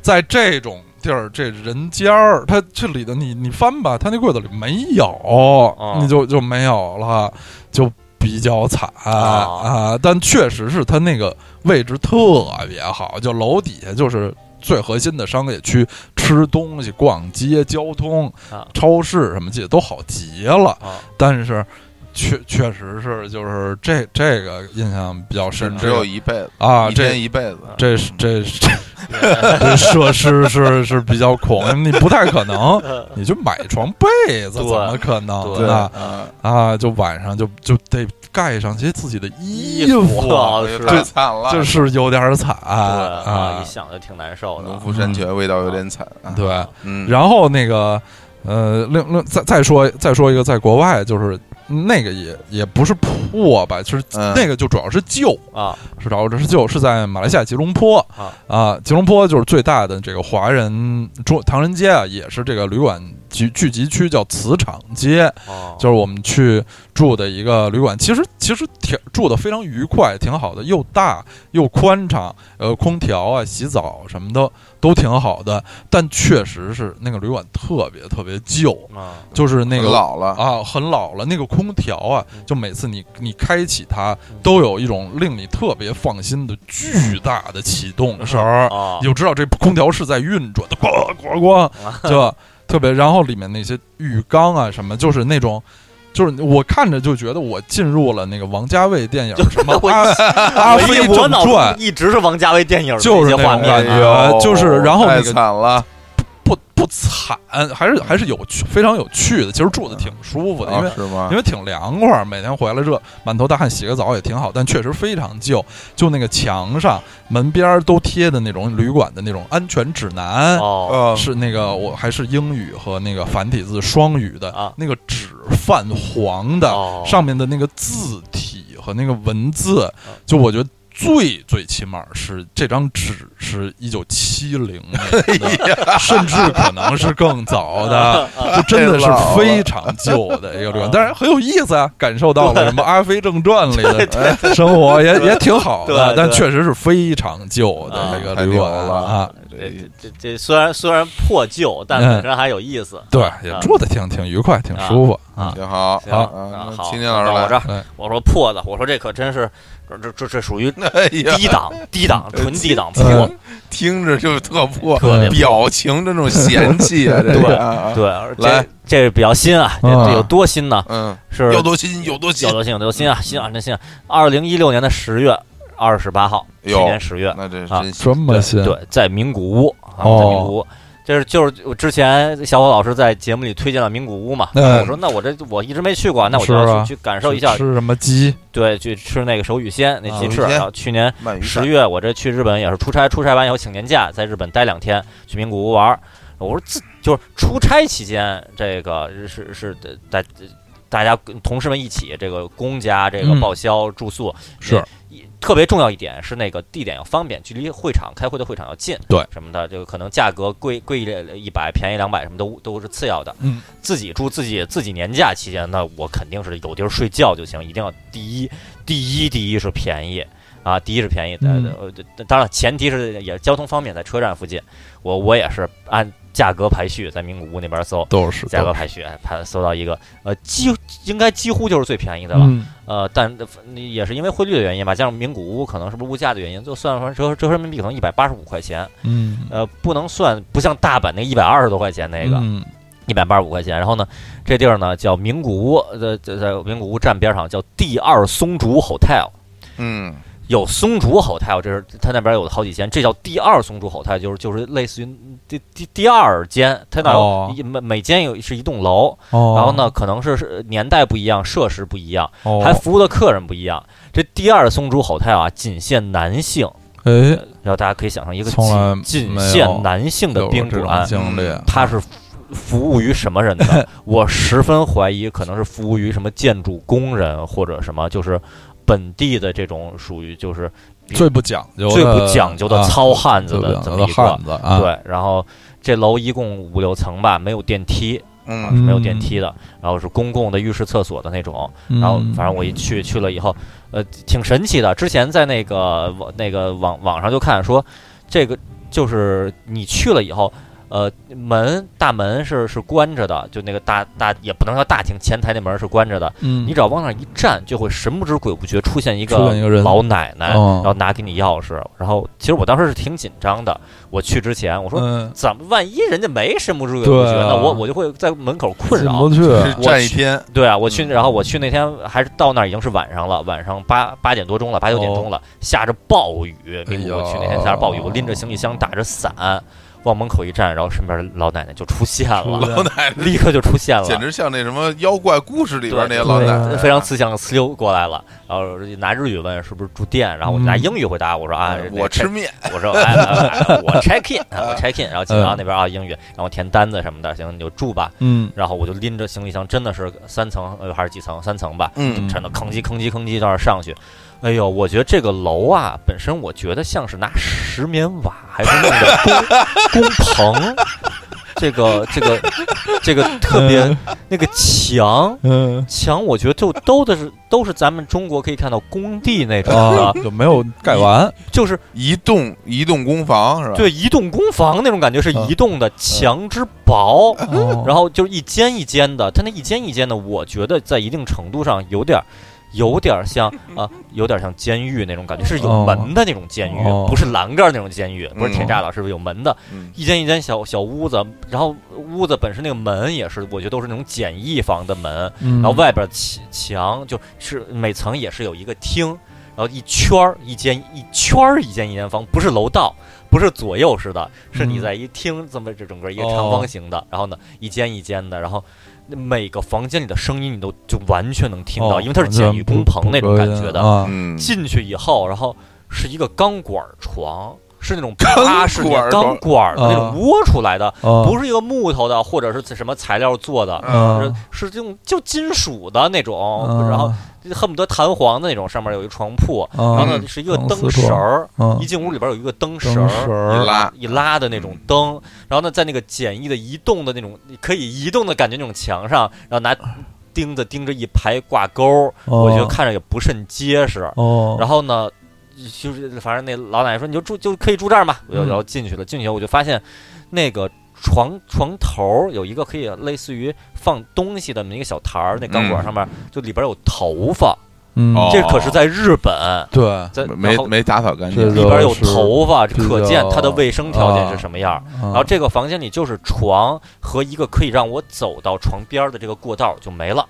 Speaker 3: 在这种地儿，这人间儿，它这里的你你翻吧，它那柜子里没有，你就就没有了，就比较惨、
Speaker 2: 哦
Speaker 3: 啊。但确实是它那个位置特别好，就楼底下就是。最核心的商业区，吃东西、逛街、交通、
Speaker 2: 啊
Speaker 3: 超市什么的都好极了。
Speaker 2: 啊
Speaker 3: 但是确确实是就是这这个印象比较深，
Speaker 1: 只
Speaker 3: 这个
Speaker 1: 有一辈子
Speaker 3: 啊，
Speaker 1: 一
Speaker 3: 这
Speaker 1: 天一辈子，
Speaker 3: 这是这是这设施是是比较恐，你不太可能，你就买床被子，怎
Speaker 2: 对
Speaker 3: 么可能
Speaker 1: 对
Speaker 3: 呢？
Speaker 1: 啊，
Speaker 3: 啊，就晚上就就得盖上些自己的衣
Speaker 2: 啊
Speaker 3: 哦
Speaker 1: 这
Speaker 2: 是
Speaker 1: 太惨了，
Speaker 3: 这是有点惨
Speaker 2: 对
Speaker 3: 啊
Speaker 2: 一，想就挺难受的。啊
Speaker 1: 农夫山泉味道有点惨啊，
Speaker 3: 嗯对。
Speaker 1: 嗯，
Speaker 3: 然后那个呃，另另再再说再说一个，在国外就是那个也也不是破吧，就是
Speaker 1: 嗯
Speaker 3: 那个就主要是旧，
Speaker 2: 啊
Speaker 3: 是找这是就是在马来西亚吉隆坡
Speaker 2: 啊
Speaker 3: 吉隆坡就是最大的这个华人中唐人街啊，也是这个旅馆集聚集区，叫磁场街，
Speaker 2: 哦，
Speaker 3: 就是我们去住的一个旅馆。其实其实挺住的非常愉快，挺好的，又大又宽敞，呃，空调啊、洗澡什么的都挺好的，但确实是那个旅馆特别特别旧，
Speaker 2: 啊
Speaker 3: 就是那个
Speaker 1: 老了，
Speaker 3: 啊，很老了。那个空调啊
Speaker 2: 嗯，
Speaker 3: 就每次你你开启它
Speaker 2: 嗯，
Speaker 3: 都有一种令你特别放心的巨大的启动声儿，
Speaker 2: 啊
Speaker 3: 你就知道这空调是在运转的，咣咣咣，就特别。然后里面那些浴缸啊什么，就是那种。就是我看着就觉得我进入了那个王家卫电影什么
Speaker 2: 我
Speaker 3: 阿阿
Speaker 2: 我一
Speaker 3: 飞
Speaker 2: 我
Speaker 3: 正
Speaker 2: 脑
Speaker 3: 传
Speaker 2: 中，一直是王家卫电影的
Speaker 3: 就是
Speaker 2: 一些
Speaker 3: 那
Speaker 2: 画
Speaker 3: 种
Speaker 2: 面
Speaker 3: 感
Speaker 2: 啊
Speaker 3: 觉
Speaker 1: 哎呦
Speaker 3: 呃就是然后那
Speaker 1: 太
Speaker 3: 个
Speaker 1: 惨了，
Speaker 3: 不不惨，还是还是有趣，非常有趣的。其实住的挺
Speaker 2: 嗯
Speaker 3: 舒服的，因为
Speaker 1: 啊是吗
Speaker 3: 因？为挺凉快，每天回来热，满头大汗，洗个澡也挺好，但确实非常旧。就那个墙上、门边儿都贴的那种旅馆的那种安全指南，
Speaker 2: 哦
Speaker 1: 嗯，
Speaker 3: 是那个我还是英语和那个繁体字双语的，
Speaker 2: 啊
Speaker 3: 那个纸泛黄的，
Speaker 2: 哦
Speaker 3: 上面的那个字体和那个文字，
Speaker 2: 嗯
Speaker 3: 就我觉得。最最起码是这张纸是一九七零年
Speaker 2: 哎
Speaker 3: 的，甚至可能是更早
Speaker 2: 嗯
Speaker 3: 的，就真的是非常旧的一个旅馆，但是很有意思啊，感受到了什么《阿飞正传》里的生活也也挺好
Speaker 2: 对
Speaker 3: 的，
Speaker 2: 对
Speaker 3: 但确实是非常旧的
Speaker 2: 啊
Speaker 3: 一
Speaker 1: 太
Speaker 3: 个旅
Speaker 1: 牛
Speaker 3: 馆
Speaker 1: 了
Speaker 3: 啊。
Speaker 2: 这
Speaker 1: 这
Speaker 2: 这这虽然虽然破旧，但
Speaker 3: 嗯
Speaker 2: 本身还有意思。
Speaker 3: 对，也住的挺挺愉快，挺舒服啊。
Speaker 1: 挺好。
Speaker 2: 行
Speaker 1: 啊，
Speaker 2: 啊
Speaker 1: 那
Speaker 2: 好，
Speaker 1: 秦天老
Speaker 2: 到我
Speaker 1: 师
Speaker 2: 这
Speaker 1: 来，
Speaker 2: 儿，我说破的，我说这可真是，这这这这属于
Speaker 1: (laughs) 哎呀，
Speaker 2: 低档低档纯低档
Speaker 3: 嗯
Speaker 2: 破。
Speaker 1: 听着就特破
Speaker 2: 特别，破
Speaker 1: 表情这种嫌弃
Speaker 3: (laughs)
Speaker 1: 啊，这
Speaker 2: 对
Speaker 1: 个
Speaker 3: 嗯
Speaker 1: 啊，啊
Speaker 2: 对，而
Speaker 1: 来
Speaker 2: 这这比较新啊，这
Speaker 3: 啊
Speaker 2: 这有多新呢？
Speaker 1: 嗯，
Speaker 2: 是
Speaker 1: 有多新有多新
Speaker 2: 有，多新有多新啊，新啊真新啊！二零一六年的十月二十八号，今
Speaker 1: 哟
Speaker 2: 年十月，
Speaker 1: 那真是
Speaker 2: 啊
Speaker 1: 真行
Speaker 3: 这么
Speaker 2: 对
Speaker 3: 新，
Speaker 2: 对，在名古屋啊，
Speaker 3: 哦
Speaker 2: 在名古屋，这是就是我之前小伙老师在节目里推荐了名古屋嘛，
Speaker 3: 嗯
Speaker 2: 我说那我这我一直没去过，那我就是
Speaker 3: 啊
Speaker 2: 要去去感受一下，
Speaker 3: 吃什么鸡？
Speaker 2: 对，去吃那个手语鲜那
Speaker 3: 啊
Speaker 2: 鸡翅。
Speaker 1: 手语鲜
Speaker 2: 然后去年
Speaker 1: 鳗鱼
Speaker 2: 十
Speaker 1: 饭
Speaker 2: 月我这去日本也是出差，出差完以后请年假，在日本待两天，去名古屋玩儿。我说自就是出差期间，这个是是大大家跟同事们一起这个公家这个
Speaker 3: 嗯
Speaker 2: 报销住宿
Speaker 3: 是
Speaker 2: 也特别重要一点是那个地点要方便，距离会场开会的会场要近，
Speaker 3: 对
Speaker 2: 什么的，这个可能价格贵贵一一百，便宜两百，什么都都是次要的。
Speaker 3: 嗯，
Speaker 2: 自己住自己自己年假期间呢，我肯定是有地儿睡觉就行，一定要第一第一第一是便宜啊，第一是便宜，呃
Speaker 3: 嗯
Speaker 2: 呃呃当然前提是也交通方便，在车站附近，我我也是按价格排序在名古屋那边搜。
Speaker 3: 都是
Speaker 2: 价格
Speaker 3: 都是
Speaker 2: 排序，哎排搜到一个，呃，几应该几乎就是最便宜的了。
Speaker 3: 嗯
Speaker 2: 呃，但呃也是因为汇率的原因吧，加上名古屋可能是不是物价的原因，就算完折合折合人民币可能一百八十五块钱，
Speaker 3: 嗯，
Speaker 2: 呃，不能算不像大阪那一百二十多块钱那个
Speaker 3: 嗯
Speaker 2: 一百八十五块钱。然后呢，这地儿呢叫名古屋，呃，在在名古屋站边上叫第二松竹 hotel。
Speaker 1: 嗯，
Speaker 2: 有松竹 hotel，这是它那边有好几间，这叫第二松竹 hotel，就是就是类似于第第第二间，它那
Speaker 3: 哦
Speaker 2: 有一每每间有是一栋楼，
Speaker 3: 哦，
Speaker 2: 然后呢可能是是年代不一样，设施不一样，
Speaker 3: 哦，
Speaker 2: 还服务的客人不一样。这第二松竹 hotel 啊，仅限男性，
Speaker 3: 哎，
Speaker 2: 然后大家可以想象一个
Speaker 3: 从来
Speaker 2: 仅仅
Speaker 3: 没有
Speaker 2: 限男性的啊
Speaker 3: 有
Speaker 2: 宾
Speaker 3: 这种
Speaker 2: 馆，
Speaker 3: 经历，
Speaker 2: 它是服服务于什么人呢？ (laughs) 我十分怀疑，可能是服务于什么建筑工人或者什么，就是本地的这种属于就是
Speaker 3: 最不讲究的、
Speaker 2: 最不讲究的
Speaker 3: 啊
Speaker 2: 糙汉子
Speaker 3: 最不
Speaker 2: 的
Speaker 3: 讲
Speaker 2: 这
Speaker 3: 究
Speaker 2: 么
Speaker 3: 的
Speaker 2: 一个
Speaker 3: 汉。子啊，
Speaker 2: 对，然后这楼一共五六层吧，没有电梯，啊是
Speaker 1: 嗯，
Speaker 2: 没有电梯的，然后是公共的浴室、厕所的那种，
Speaker 3: 嗯，
Speaker 2: 然后反正我一去去了以后，呃，挺神奇的。之前在那个网那个网网上就看说，这个就是你去了以后，呃，门大门是是关着的，就那个大大也不能叫大厅，前台那门是关着的。
Speaker 3: 嗯，
Speaker 2: 你只要往那儿一站，就会神不知鬼不觉出现一
Speaker 3: 出现一个人
Speaker 2: 老奶奶，
Speaker 3: 哦
Speaker 2: 然后拿给你钥匙。然后其实我当时是挺紧张的，我去之前我说。
Speaker 3: 嗯，
Speaker 2: 怎么？万一人家没神不知鬼不觉
Speaker 3: 对啊
Speaker 2: 呢？我我就会在门口困
Speaker 3: 进
Speaker 2: 扰
Speaker 3: 不。去，啊
Speaker 1: 是站一天，
Speaker 2: 对啊，我去，
Speaker 1: 嗯
Speaker 2: 然后我去那天还是到那儿已经是晚上了，晚上八八点多钟了，八九点钟了，下着暴雨，
Speaker 3: 哎
Speaker 2: 名古
Speaker 3: 呀
Speaker 2: 屋去那天下着暴雨，我拎着行李箱打着伞往门口一站，然后身边的老奶奶就出现
Speaker 3: 出
Speaker 2: 了，
Speaker 3: 来
Speaker 1: 老奶奶
Speaker 2: (laughs) 立刻就出现了，
Speaker 1: 简直像那什么妖怪故事里边那些
Speaker 2: 对
Speaker 1: 老奶啊
Speaker 2: 对
Speaker 1: 奶，
Speaker 2: 非常慈祥的呲溜过来了，然后拿日语问是不是住店，然后我拿
Speaker 3: 嗯
Speaker 2: 英语回答，我说啊，
Speaker 1: 嗯
Speaker 2: 那
Speaker 1: 我
Speaker 2: check-
Speaker 1: 吃面，嗯
Speaker 2: 我说哎，哎哎哎我 check in，我 check in，然后警察那边啊英语，然后填单子什么的，行你就住吧，
Speaker 3: 嗯，
Speaker 2: 然后我就拎着行李箱，真的是三层呃还是几层，三层吧，
Speaker 1: 嗯，
Speaker 2: 真的吭叽吭叽吭叽到那儿上去。哎呦，我觉得这个楼啊，本身我觉得像是拿石棉瓦还是弄的工工棚，这个这个这个 (laughs) 特别、那个墙 (laughs)
Speaker 3: 嗯
Speaker 2: 墙，我觉得就都的是都是咱们中国可以看到工地那种的，
Speaker 3: 啊，就没有盖完，
Speaker 2: 就是
Speaker 1: 一栋一栋公房是吧？
Speaker 2: 对一栋公房那种感觉是
Speaker 3: 嗯
Speaker 2: 移动的，墙之薄，
Speaker 3: 然
Speaker 2: (laughs) 然后就是一间一间的，它那一间一间的，我觉得在一定程度上有点儿，有点儿
Speaker 3: (laughs)
Speaker 2: 像啊，有点儿像监狱那种感觉，是有
Speaker 3: 哦
Speaker 2: 门的那种监狱，
Speaker 3: 哦
Speaker 2: 不是栏杆儿那种监狱，不是铁
Speaker 1: 嗯
Speaker 2: 栅栏，是有门的，
Speaker 1: 嗯，
Speaker 2: 一间一间小小屋子，然后屋子本身那个门也是，我觉得都是那种简易房的门，
Speaker 3: 然
Speaker 2: 然后外边墙墙就是每层也是有一个厅，然后一圈儿一间一圈儿一间一间房，不是楼道，不是左右式的，是你
Speaker 3: 嗯
Speaker 2: 在一厅这么这整个一个
Speaker 3: 哦
Speaker 2: 长方形的，然后呢一间一间的，然后每个房间里的声音你都就完全能
Speaker 3: 哦
Speaker 2: 听到，因为它是简易工棚那种感觉的。
Speaker 3: 啊，
Speaker 1: 嗯，
Speaker 2: 进去以后，然后是一个钢管床，是那种
Speaker 1: 钢
Speaker 2: 八十
Speaker 1: 管
Speaker 2: 年
Speaker 1: 儿
Speaker 2: 钢
Speaker 1: 床
Speaker 2: 管儿的那
Speaker 3: 啊
Speaker 2: 种窝出来的，
Speaker 3: 不
Speaker 2: 不是一个木头的或者是什么材料做的，
Speaker 3: 嗯，
Speaker 2: 是这种就金属的那种，
Speaker 3: 嗯
Speaker 2: 然后恨不得弹簧的那种，上面有一床铺，然后
Speaker 3: 嗯
Speaker 2: 呢是一个
Speaker 3: 钢
Speaker 2: 灯
Speaker 3: 丝
Speaker 2: 绳
Speaker 3: 床
Speaker 2: 儿，
Speaker 3: 嗯
Speaker 2: 一进屋里边有一个灯
Speaker 3: 灯
Speaker 2: 绳
Speaker 3: 绳
Speaker 2: 儿。
Speaker 3: 儿
Speaker 1: 一拉
Speaker 2: 一拉的那种灯，然后呢，在那个简易的移动的那种可以移动的感觉那种墙上，然后拿钉子钉着一排挂钩，我觉得看着也不甚结实。
Speaker 3: 哦，
Speaker 2: 然后呢，就是反正那老奶奶说你就住就可以住这儿嘛，我就
Speaker 3: 嗯
Speaker 2: 然后进去了，进去以后我就发现那个。床床头有一个可以类似于放东西的那么一个小台儿，那钢管
Speaker 1: 嗯
Speaker 2: 上面就里边有头发，
Speaker 3: 嗯，
Speaker 1: 哦
Speaker 2: 这可是在日本，
Speaker 3: 对，啊
Speaker 2: 在
Speaker 1: 没
Speaker 2: 然后
Speaker 1: 没打扫干
Speaker 3: 是
Speaker 1: 净，
Speaker 2: 里边有
Speaker 3: 是
Speaker 2: 头发，
Speaker 3: 比较
Speaker 2: 可见它的卫生条件是什么样。
Speaker 3: 然
Speaker 2: 然后这个房间里就是床和一个可以让我走到床边儿的这个过道就没了。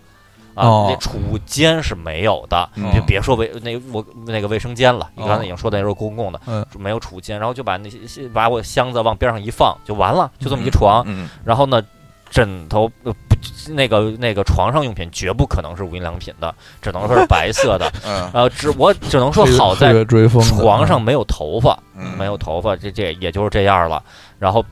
Speaker 2: 啊，
Speaker 3: 哦
Speaker 2: 那储物间是没有的，
Speaker 1: 嗯
Speaker 2: 就别说卫那我那个卫生间了。你刚才已经说的那是公共的，
Speaker 3: 嗯
Speaker 2: 没有储物间，然后就把那些些把我箱子往边上一放就完了，就这么一
Speaker 1: 嗯
Speaker 2: 床。
Speaker 1: 嗯，
Speaker 2: 然后呢，枕头呃不那个那个床上用品绝不可能是无印良品的，只能说是白色的。
Speaker 1: 嗯
Speaker 2: 呃，只我只能说 (laughs) 好在
Speaker 3: 追风的
Speaker 2: 床上没有头发，
Speaker 1: 嗯
Speaker 2: 没有头发，这这也就是这样了。然后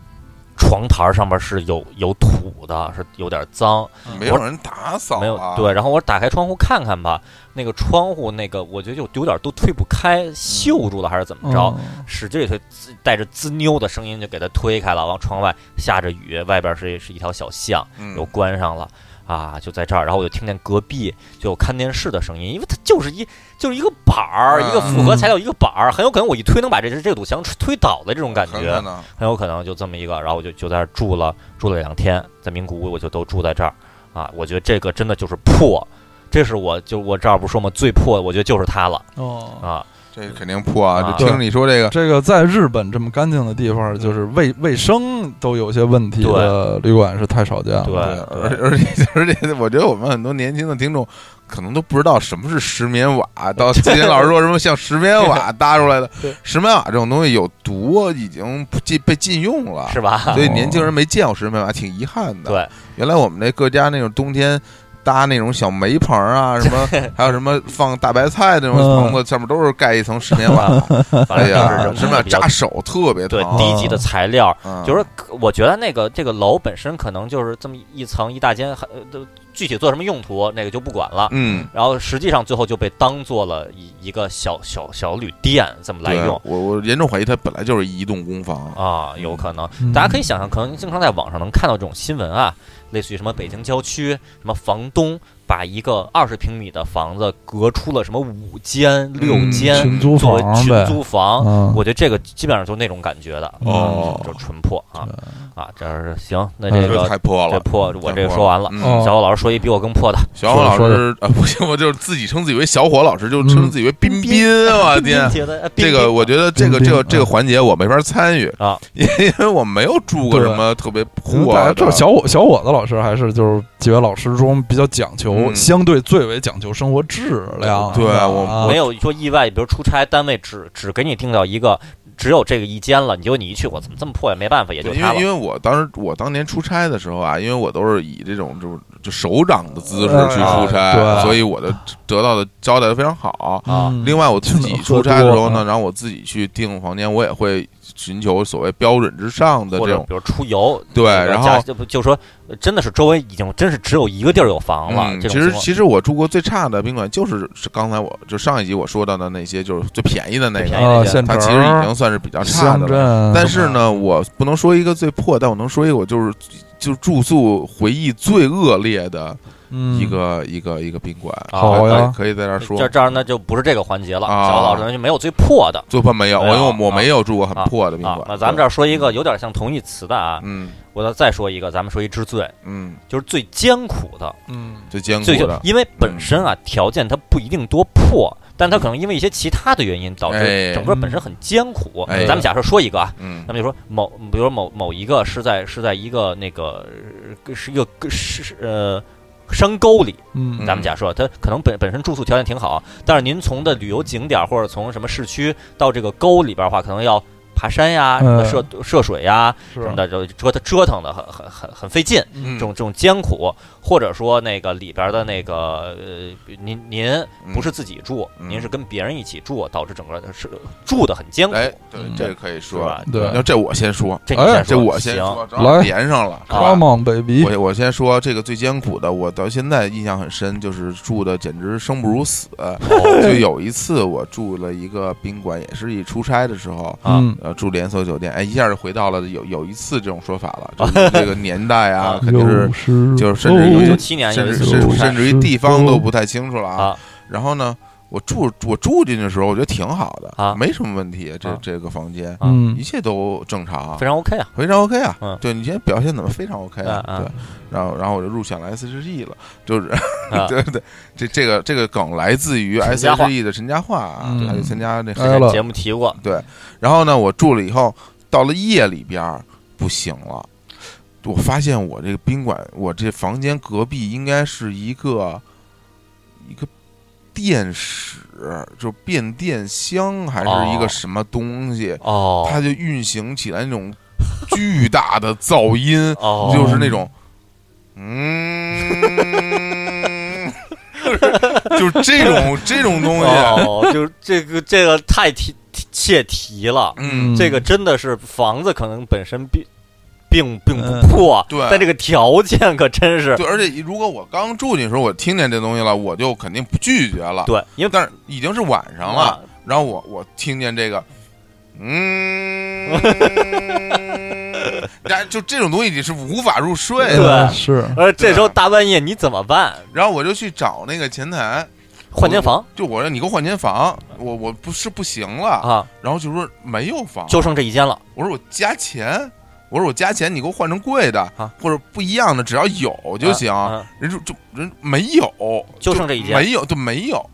Speaker 2: 床台儿上面是有有土的，是有点脏，
Speaker 1: 没有人打扫、啊，
Speaker 2: 没有对。然后我打开窗户看看吧，那个窗户那个我觉得就有点都推不开，锈住了还是怎么
Speaker 3: 哦
Speaker 2: 着？使劲推，滋带着滋溜的声音就给它推开了。往窗外下着雨，外边是是一条小巷，
Speaker 1: 嗯，
Speaker 2: 又关上了。啊，就在这儿，然后我就听见隔壁就有看电视的声音，因为它就是一就是一个板儿，
Speaker 1: 嗯
Speaker 2: 一个复合材料，一个板儿，很有可能我一推能把这这堵墙推倒的这种感
Speaker 1: 很
Speaker 2: 觉，
Speaker 1: 可能
Speaker 2: 很有可能就这么一个，然后我就就在这儿住了住了两天，在名古屋我就都住在这儿啊，我觉得这个真的就是破，这是我就我这儿不是说嘛最破的，我觉得就是它了
Speaker 3: 哦。
Speaker 2: 啊，
Speaker 1: 这肯定破啊！
Speaker 2: 啊
Speaker 1: 就听你说这个，
Speaker 3: 这个在日本这么干净的地方，就是卫卫生都有些问题的旅馆是太少见了。
Speaker 2: 对
Speaker 1: 而而且而且，我觉得我们很多年轻的听众可能都不知道什么是石棉瓦。到今天老师说什么像石棉瓦搭出来的
Speaker 2: 对，
Speaker 1: 石棉瓦这种东西有毒，已经不禁被禁用了。
Speaker 2: 是吧？ (laughs)
Speaker 1: 所以年轻人没见过石棉瓦，挺遗憾的。，
Speaker 2: 啊对，
Speaker 1: 原来我们那各家那种冬天搭那种小煤棚
Speaker 2: (laughs)
Speaker 1: 啊，什么还有什么放大白菜那种
Speaker 3: 嗯
Speaker 1: 棚子，上面都是盖一层石棉瓦。
Speaker 2: (laughs) 反
Speaker 1: 哎
Speaker 2: 正就
Speaker 1: 呀
Speaker 2: 是人，
Speaker 1: 石棉
Speaker 2: 们
Speaker 1: 瓦
Speaker 2: 比较
Speaker 1: 扎手特别
Speaker 2: 对
Speaker 1: 疼。
Speaker 2: 低级的材料，
Speaker 1: 嗯
Speaker 2: 就是可我觉得那个这个楼本身可能就是这么一层一大间，还呃都具体做什么用途那个就不管了。
Speaker 1: 嗯，
Speaker 2: 然后实际上最后就被当做了一一个小小小旅店这么来
Speaker 1: 对啊
Speaker 2: 用
Speaker 1: 我我严重怀疑它本来就是一栋公房。
Speaker 2: 啊，
Speaker 1: 嗯
Speaker 2: 有可能。
Speaker 3: 嗯
Speaker 2: 大家可以想象，可能经常在网上能看到这种新闻啊，类似于什么北京郊区什么房东把一个二十平米的房子隔出了什么五间六间、
Speaker 3: 嗯群租
Speaker 2: 做
Speaker 3: 房
Speaker 2: 群
Speaker 3: 呗，
Speaker 2: 租房，
Speaker 3: 嗯
Speaker 2: 我觉得这个基本上就是那种感觉的，
Speaker 1: 哦
Speaker 2: 嗯就纯破啊啊，这是行，那
Speaker 3: 嗯
Speaker 2: 这
Speaker 1: 这
Speaker 2: 个
Speaker 1: 太破
Speaker 2: 这
Speaker 1: 了，
Speaker 2: 破我这
Speaker 1: 太
Speaker 2: 个
Speaker 1: 破
Speaker 2: 说完了，
Speaker 1: 嗯
Speaker 3: 哦
Speaker 2: 小伙老师说一比我更破的，
Speaker 1: 小伙老
Speaker 3: 说嗯
Speaker 1: 师啊，不行，我就是自己称自己为小伙老师，就称自己为彬彬，哎
Speaker 2: (laughs)。
Speaker 1: 我天
Speaker 2: 觉得呃
Speaker 1: 这个我觉得这个
Speaker 3: 彬彬
Speaker 1: 这个这个
Speaker 3: 嗯
Speaker 1: 环节我没法参与
Speaker 2: 啊，
Speaker 1: 因因为我没有住过
Speaker 3: 对
Speaker 1: 什么特别
Speaker 3: 嗯
Speaker 1: 破
Speaker 3: 大家
Speaker 1: 的
Speaker 3: 知道小伙小伙子老师还是就是几位老师中比较讲求，
Speaker 1: 嗯
Speaker 3: 相对最为讲究生活质量的。
Speaker 1: 对我
Speaker 3: 啊
Speaker 2: 没有说意外，比如出差单位只只给你定到一个。只有这个一间了，你就你一去，我怎么这么破也没办法，也就
Speaker 1: 对因
Speaker 2: 它
Speaker 1: 为
Speaker 2: 了
Speaker 1: 因。为我当时我当年出差的时候啊，因为我都是以这种就是就首长的姿势去
Speaker 2: 啊
Speaker 1: 出差，
Speaker 3: 嗯对
Speaker 1: 所以我的得到的招待的非常好。
Speaker 2: 啊
Speaker 3: 嗯
Speaker 1: 另外，我自己
Speaker 3: 嗯
Speaker 1: 出差的时候呢，
Speaker 3: 嗯
Speaker 1: 然后我自己去订房间，我也会寻求所谓标准之上的
Speaker 2: 或
Speaker 1: 这
Speaker 2: 者
Speaker 1: 种
Speaker 2: 比如出游，
Speaker 1: 对
Speaker 2: 这个
Speaker 1: 然
Speaker 2: 家
Speaker 1: 后
Speaker 2: 就不就说呃真的是周围已经真是只有一个地儿有房了，
Speaker 1: 嗯、
Speaker 2: 这
Speaker 1: 其实
Speaker 2: 种情况
Speaker 1: 其实我住过最差的宾馆就是是刚才我就上一集我说到的那些，就是最便宜的那
Speaker 2: 最便宜
Speaker 1: 个，
Speaker 2: 的
Speaker 3: 啊，
Speaker 2: 这
Speaker 3: 县
Speaker 1: 它
Speaker 3: 城
Speaker 1: 其实已经算是比较差
Speaker 3: 乡
Speaker 1: 的
Speaker 3: 镇啊
Speaker 1: 了。，但
Speaker 3: 什
Speaker 1: 是
Speaker 3: 么
Speaker 1: 呢，我不能说一个最破，但我能说一个我就是就住宿回忆最恶劣的
Speaker 3: 嗯
Speaker 1: 一个、一个一个宾馆。
Speaker 2: 好
Speaker 1: 可以
Speaker 3: 呀
Speaker 1: 可以在这儿说
Speaker 2: 这。这儿呢就不是这个环节了，
Speaker 1: 啊
Speaker 2: 小老师呢就没有最破的
Speaker 1: 最破没有，
Speaker 2: 没
Speaker 1: 我
Speaker 2: 有
Speaker 1: 因为我我
Speaker 2: 啊
Speaker 1: 没有住过很破的宾
Speaker 2: 啊
Speaker 1: 馆。。
Speaker 2: 那咱们这
Speaker 1: 对
Speaker 2: 儿说一个有点像同义词的啊，
Speaker 1: 嗯
Speaker 2: 我再再说一个，咱们说一之最，
Speaker 1: 嗯，
Speaker 2: 就是最艰苦的，
Speaker 3: 嗯
Speaker 1: 最艰苦
Speaker 2: 最
Speaker 1: 的，嗯
Speaker 2: 因为本身啊条件它不一定多破，但它可能因为一些其他的原因导
Speaker 1: 哎
Speaker 2: 致整个本身很艰苦。
Speaker 1: 哎
Speaker 2: 咱们假设说一个啊，
Speaker 1: 嗯
Speaker 2: 那么就说某，比如说某某一个是在是在一个那个呃是一个是是呃山沟里，
Speaker 3: 嗯
Speaker 2: 咱们假设它可能本本身住宿条件挺好，但是您从的旅游景点或者从什么市区到这个沟里边的话，可能要爬山呀、什么
Speaker 3: 嗯
Speaker 2: 涉涉水呀
Speaker 3: 是
Speaker 2: 什么的，就折腾折腾的很很很很费劲。
Speaker 1: 嗯
Speaker 2: 这种这种艰苦，或者说那个里边的那个呃，您您不是自己住，
Speaker 1: 嗯
Speaker 2: 您是跟别人一起住，导致整个是住的很艰苦，
Speaker 1: 哎，对，
Speaker 3: 嗯
Speaker 1: 这个可以
Speaker 2: 是
Speaker 1: 说。
Speaker 2: 吧？
Speaker 3: 对
Speaker 1: 要这我先说，
Speaker 2: 这你先说，
Speaker 3: 哎
Speaker 1: 这我先
Speaker 2: 行
Speaker 1: 说，正好
Speaker 3: 来
Speaker 1: 连上了，是吧
Speaker 3: Come on baby，
Speaker 1: 我我先说这个最艰苦的，我到现在印象很深，就是住的简直生不如死。
Speaker 3: (laughs)
Speaker 2: 啊
Speaker 1: 就有一次我住了一个宾馆，也是一出差的时候，
Speaker 2: 啊
Speaker 3: 嗯
Speaker 1: 呃，住连锁酒店，哎，一下就回到了有有一次这种说法了，就是这个年代啊
Speaker 2: 啊，
Speaker 1: 肯定是
Speaker 3: 是
Speaker 1: 就是甚至有一
Speaker 2: 九
Speaker 1: 些
Speaker 3: 啊
Speaker 2: 七年有
Speaker 1: 嗯甚
Speaker 2: 一
Speaker 1: 至
Speaker 2: 次
Speaker 1: 甚
Speaker 2: 出
Speaker 1: 至
Speaker 2: 差
Speaker 3: 嗯
Speaker 1: 甚至于地方都不太清楚了啊。
Speaker 2: 啊
Speaker 1: 然后呢，我住我住进去的时候，我觉得挺好的，
Speaker 2: 啊
Speaker 1: 没什么问题。这、
Speaker 2: 啊
Speaker 1: 这个房间
Speaker 2: 啊
Speaker 3: 嗯
Speaker 1: 一切都正常，
Speaker 2: 非常 OK 啊，
Speaker 1: 非常 OK 啊。
Speaker 2: 嗯
Speaker 1: 对你今天表现怎么非常 OK 啊？
Speaker 2: 啊啊
Speaker 1: 对，然后然后我就入选了 SHE 了，就是、
Speaker 2: 啊
Speaker 1: (laughs) 对对，这这个这个梗来自于
Speaker 2: 陈嘉桦
Speaker 1: SHE 的陈嘉桦啊，
Speaker 3: 嗯
Speaker 1: 他就参加那
Speaker 3: 哎呀
Speaker 1: 个。
Speaker 3: 了
Speaker 2: 节目提过，
Speaker 1: 对，然后呢，我住了以后，到了夜里边儿不行了，我发现我这个宾馆，我这房间隔壁应该是一个一个电室，就变电箱还是一
Speaker 2: 哦
Speaker 1: 个什么东西，
Speaker 2: 哦
Speaker 1: 它就运行起来那种巨大的噪音，
Speaker 2: 哦，
Speaker 1: 就是那种，嗯。 (laughs) 就是就是这种这种东西，啊
Speaker 2: 哦，就是这个这个太提提切题了，
Speaker 1: 嗯，
Speaker 2: 这个真的是房子可能本身并并并
Speaker 3: 嗯
Speaker 2: 不破，
Speaker 1: 对
Speaker 2: 但这个条件可真是
Speaker 1: (laughs) 对，而且如果我刚住进的时候，我听见这东西了，我就肯定不拒绝了。，
Speaker 2: 对，因为
Speaker 1: 但是已经是晚上了，
Speaker 2: 啊
Speaker 1: 然后我我听见这个，嗯， (laughs) 然后就这种东西你是无法入睡的。
Speaker 2: 对
Speaker 3: 是
Speaker 2: 而这
Speaker 1: 啊
Speaker 2: 时候大半夜你怎么办？
Speaker 1: 然后我就去找那个前台，
Speaker 2: 换间房
Speaker 1: 就我说你给我换间房，我我不是不行了，
Speaker 2: 啊，
Speaker 1: 然后就说没有房，
Speaker 2: 就剩这一间了。
Speaker 1: 我说我加钱。我说我加钱，你给我换成贵的，
Speaker 2: 啊
Speaker 1: 或者不一样的，只要有就行。
Speaker 2: 啊
Speaker 1: 人就就人没有，
Speaker 2: 就剩这一间
Speaker 1: 没有就没有，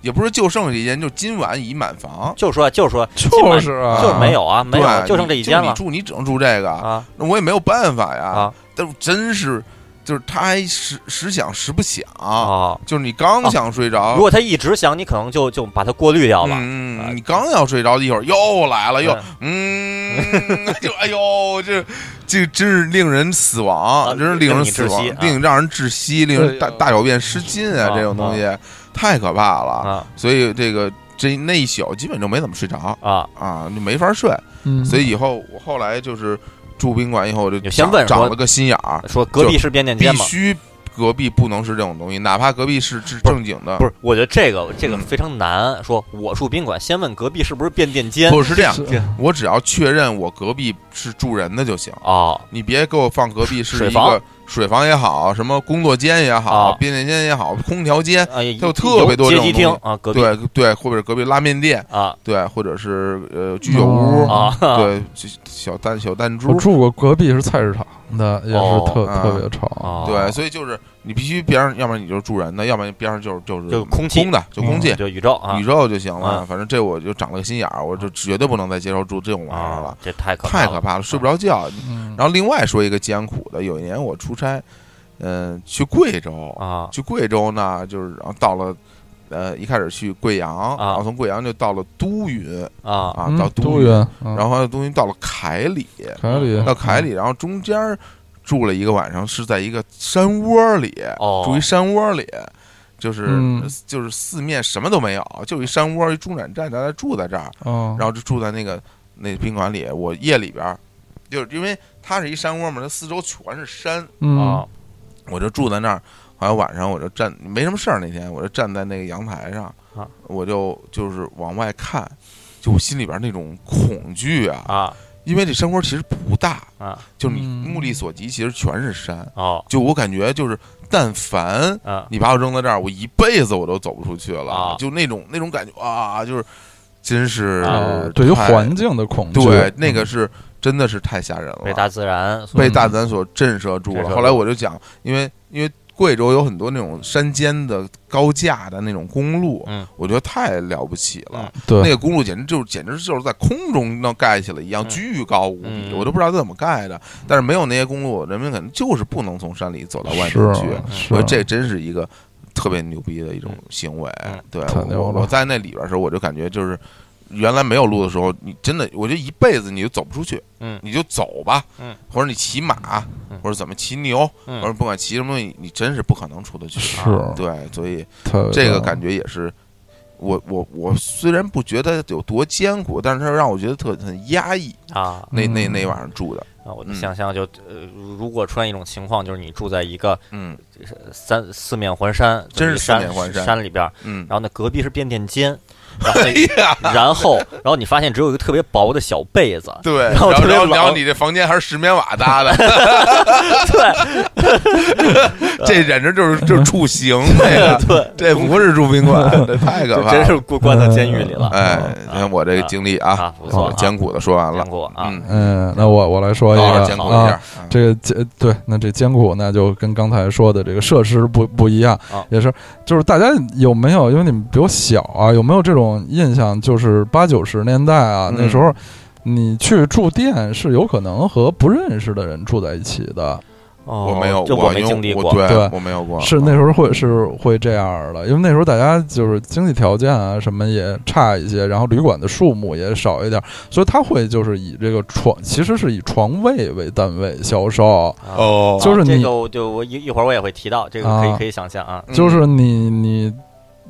Speaker 1: 也不是就剩这一间，就今晚已满房，
Speaker 2: 就说就说
Speaker 3: 就是啊，
Speaker 2: 就是没有啊，没有，
Speaker 1: 对
Speaker 2: 就剩这一间
Speaker 1: 你
Speaker 2: 了
Speaker 1: 就你住你只能住这个，
Speaker 2: 啊
Speaker 1: 那我也没有办法呀
Speaker 2: 啊。
Speaker 1: 但是真是，就是他还时时想时不想，
Speaker 2: 啊！
Speaker 1: 就是你刚想睡着
Speaker 2: 如，果他一直想，你可能就就把它过滤掉了。啊
Speaker 1: 啊嗯，哎你刚要睡着，一会儿又来了，又
Speaker 2: 对
Speaker 1: 嗯， (laughs) 就哎呦，这这真是令人死
Speaker 2: 啊
Speaker 1: 亡，真是令人
Speaker 2: 令你
Speaker 1: 死
Speaker 2: 窒
Speaker 1: 亡
Speaker 2: 息啊，
Speaker 1: 令让人窒息，令人大
Speaker 3: 哎呦
Speaker 1: 大小便失禁啊，
Speaker 2: 啊
Speaker 1: 这种东西太可怕了。
Speaker 2: 啊
Speaker 1: 所以这个这那一宿基本就没怎么睡着
Speaker 2: 啊！
Speaker 1: 啊，就没法睡。
Speaker 3: 嗯，
Speaker 1: 所以以后我后来就是住宾馆以后，我就
Speaker 2: 你先
Speaker 1: 长
Speaker 2: 问说
Speaker 1: 长了个心眼儿，
Speaker 2: 啊说隔壁是变电
Speaker 1: 必
Speaker 2: 间吗？
Speaker 1: 须隔壁不能是这种东西，哪怕隔壁是是
Speaker 2: 不是
Speaker 1: 正经的，
Speaker 2: 不是，我觉得这个这个
Speaker 1: 嗯
Speaker 2: 非常难。说我住宾馆，先问隔壁是不是变电间
Speaker 1: 不是这样，
Speaker 3: 是
Speaker 2: 这
Speaker 1: 我只要确认我隔壁是住人的就行。
Speaker 2: 哦
Speaker 1: 你别给我放隔壁是
Speaker 2: 水
Speaker 1: 一
Speaker 2: 房
Speaker 1: 个水房也好，什么工作间也好，
Speaker 2: 啊
Speaker 1: 变电间也好，空调间，
Speaker 2: 啊，
Speaker 1: 就
Speaker 2: 有
Speaker 1: 特别多这种东
Speaker 2: 街机
Speaker 1: 西
Speaker 2: 厅啊，隔壁
Speaker 1: 对对，或者隔壁拉面店，
Speaker 2: 啊
Speaker 1: 对，或者是呃居酒屋，
Speaker 2: 啊，
Speaker 1: 对，小小弹小弹
Speaker 3: 我
Speaker 1: 珠，
Speaker 3: 住过隔壁是菜市场的，也
Speaker 2: 哦
Speaker 3: 是特
Speaker 1: 啊
Speaker 3: 特别吵。
Speaker 2: 哦
Speaker 1: 对，所以就是你必须边上，要不然你就是住人的，要不然边上就是就是
Speaker 2: 就空气
Speaker 1: 空的，就
Speaker 3: 嗯
Speaker 1: 空气，
Speaker 2: 就宇宙啊
Speaker 1: 宇宙就行了。
Speaker 2: 啊
Speaker 1: 反正这我就长了个心眼儿，我就绝对不能再接受住这种玩意儿
Speaker 2: 啊
Speaker 1: 了，，
Speaker 2: 这太可
Speaker 1: 太
Speaker 2: 怕
Speaker 1: 可
Speaker 2: 了
Speaker 1: 怕了，睡不着觉。
Speaker 3: 嗯，
Speaker 1: 然后另外说一个艰苦的，有一年我出差，嗯、去贵州，
Speaker 2: 啊
Speaker 1: 去贵州呢，就是然后到了。呃，一开始去贵阳，然后从贵阳就到了都匀
Speaker 2: 啊
Speaker 1: 啊，
Speaker 3: 嗯
Speaker 1: 到
Speaker 3: 都
Speaker 1: 匀，
Speaker 3: 匀，
Speaker 1: 然
Speaker 3: 然
Speaker 1: 后都匀到了凯里，
Speaker 3: 凯里
Speaker 1: 到凯里，然后中间儿住了一个晚上，是在一个山窝里，
Speaker 2: 哦
Speaker 1: 住一山窝里，就是、
Speaker 3: 嗯
Speaker 1: 就是四面什么都没有，就一山窝一中转站，大家住在这儿，
Speaker 3: 哦，
Speaker 1: 然后就住在那个那宾馆里。我夜里边儿，就是因为它是一山窝嘛，它四周全是山，
Speaker 3: 嗯
Speaker 1: 哦
Speaker 2: 啊
Speaker 1: 我就住在那儿。后来晚上我就站没什么事儿，那天我就站在那个阳台上，
Speaker 2: 啊
Speaker 1: 我就就是往外看，就我心里边儿那种恐惧啊，
Speaker 2: 啊
Speaker 1: 因为这山窝其实不大，
Speaker 2: 啊
Speaker 1: 就是你
Speaker 3: 嗯
Speaker 1: 目力所及，其实全是山。
Speaker 2: 哦
Speaker 1: 就我感觉，就是但凡
Speaker 2: 啊
Speaker 1: 你把我扔在这儿，我一辈子我都走不出去了，
Speaker 2: 啊
Speaker 1: 就那种那种感觉啊，就是真是、
Speaker 3: 啊，对于环境的恐惧，
Speaker 1: 哦
Speaker 3: 嗯
Speaker 1: 对那个是真的是太吓人了，
Speaker 2: 嗯被大自然所
Speaker 1: 被大自然所震慑住
Speaker 2: 震慑
Speaker 1: 了。
Speaker 2: 住
Speaker 1: 后来我就讲，因为因为贵州有很多那种山间的高架的那种公路，
Speaker 2: 嗯
Speaker 1: 我觉得太了不起了。
Speaker 2: 嗯
Speaker 1: 那
Speaker 3: 对，
Speaker 1: 个公路简直就是简直就是在空中能盖起来一样，
Speaker 2: 嗯
Speaker 1: 巨高无比，
Speaker 2: 嗯
Speaker 1: 我都不知道它怎么盖的。但是没有那些公路，人们可能就是不能从山里走到外面
Speaker 3: 是啊
Speaker 1: 去。
Speaker 3: 是
Speaker 1: 我觉得这真是一个特别牛逼的一种行为。
Speaker 2: 嗯
Speaker 1: 对
Speaker 3: 太牛
Speaker 1: 我，
Speaker 3: 了
Speaker 1: 我在那里边的时候，我就感觉就是。原来没有路的时候，你真的，我觉得一辈子你就走不出去，
Speaker 2: 嗯
Speaker 1: 你就走吧，
Speaker 2: 嗯
Speaker 1: 或者你骑马，
Speaker 2: 嗯
Speaker 1: 或者怎么骑牛，
Speaker 2: 嗯
Speaker 1: 或者不管骑什么东西，你真是不可能出得去。
Speaker 3: 是
Speaker 1: 对，所以
Speaker 3: 特别
Speaker 1: 这个感觉也是，我我我虽然不觉得有多艰苦，但是它让我觉得特很压抑。
Speaker 2: 啊
Speaker 1: 那
Speaker 3: 嗯
Speaker 1: 那那晚上住的，
Speaker 2: 啊！我
Speaker 1: 嗯
Speaker 2: 就想象就呃，如果出现一种情况，就是你住在一个
Speaker 1: 嗯
Speaker 2: 三四面环山，
Speaker 1: 真是
Speaker 2: 就是一山
Speaker 1: 四面环山
Speaker 2: 山里边，
Speaker 1: 嗯
Speaker 2: 然后呢隔壁是变电间，然后然后然后你发现只有一个特别薄的小被子，
Speaker 1: 对，
Speaker 2: 然
Speaker 1: 然
Speaker 2: 后
Speaker 1: 后
Speaker 2: 特别
Speaker 1: 然后
Speaker 2: 冷
Speaker 1: 然后你这房间还是石棉瓦搭的，对， (laughs) 这简直就是就是处刑，这个这不是住宾馆，这太可
Speaker 2: 就
Speaker 1: 怕
Speaker 2: 真是
Speaker 1: 了。
Speaker 2: 关关到监狱里了。
Speaker 1: 哎，你看我这个
Speaker 2: 啊
Speaker 1: 经历
Speaker 2: 啊
Speaker 1: 啊
Speaker 2: 不错啊，
Speaker 1: 艰苦的说完
Speaker 2: 啊
Speaker 1: 了
Speaker 2: 见，过啊，
Speaker 1: 嗯，
Speaker 3: 嗯，那我我来说一
Speaker 1: 好
Speaker 3: 个
Speaker 1: 好艰苦一
Speaker 3: 啊
Speaker 1: 下，，嗯
Speaker 3: 这个艰对，那这艰苦那就跟刚才说的这个设施不不一样
Speaker 2: 啊，
Speaker 3: 也是就是大家有没有，因为你们比我小啊，有没有这种印象？就是八九十年代啊，那
Speaker 1: 嗯
Speaker 3: 时候你去住店是有可能和不认识的人住在一起的，
Speaker 2: 我
Speaker 1: 我没有，
Speaker 2: 就
Speaker 1: 我
Speaker 2: 没
Speaker 1: 因为
Speaker 2: 经历
Speaker 1: 我
Speaker 2: 过。
Speaker 3: 对
Speaker 1: 对，我没有过，啊
Speaker 3: 是那时候会是会这样的，因为那时候大家就是经济条件啊什么也差一些，然后旅馆的数目也少一点，所以他会就是以这个床其实是以床位为单位销售，
Speaker 2: 啊
Speaker 1: 哦，
Speaker 3: 就是
Speaker 2: 这
Speaker 3: 你
Speaker 2: 个我就我一一会儿我也会提到，这个可以
Speaker 3: 啊
Speaker 2: 可以想象啊。
Speaker 1: 嗯
Speaker 3: 就是你你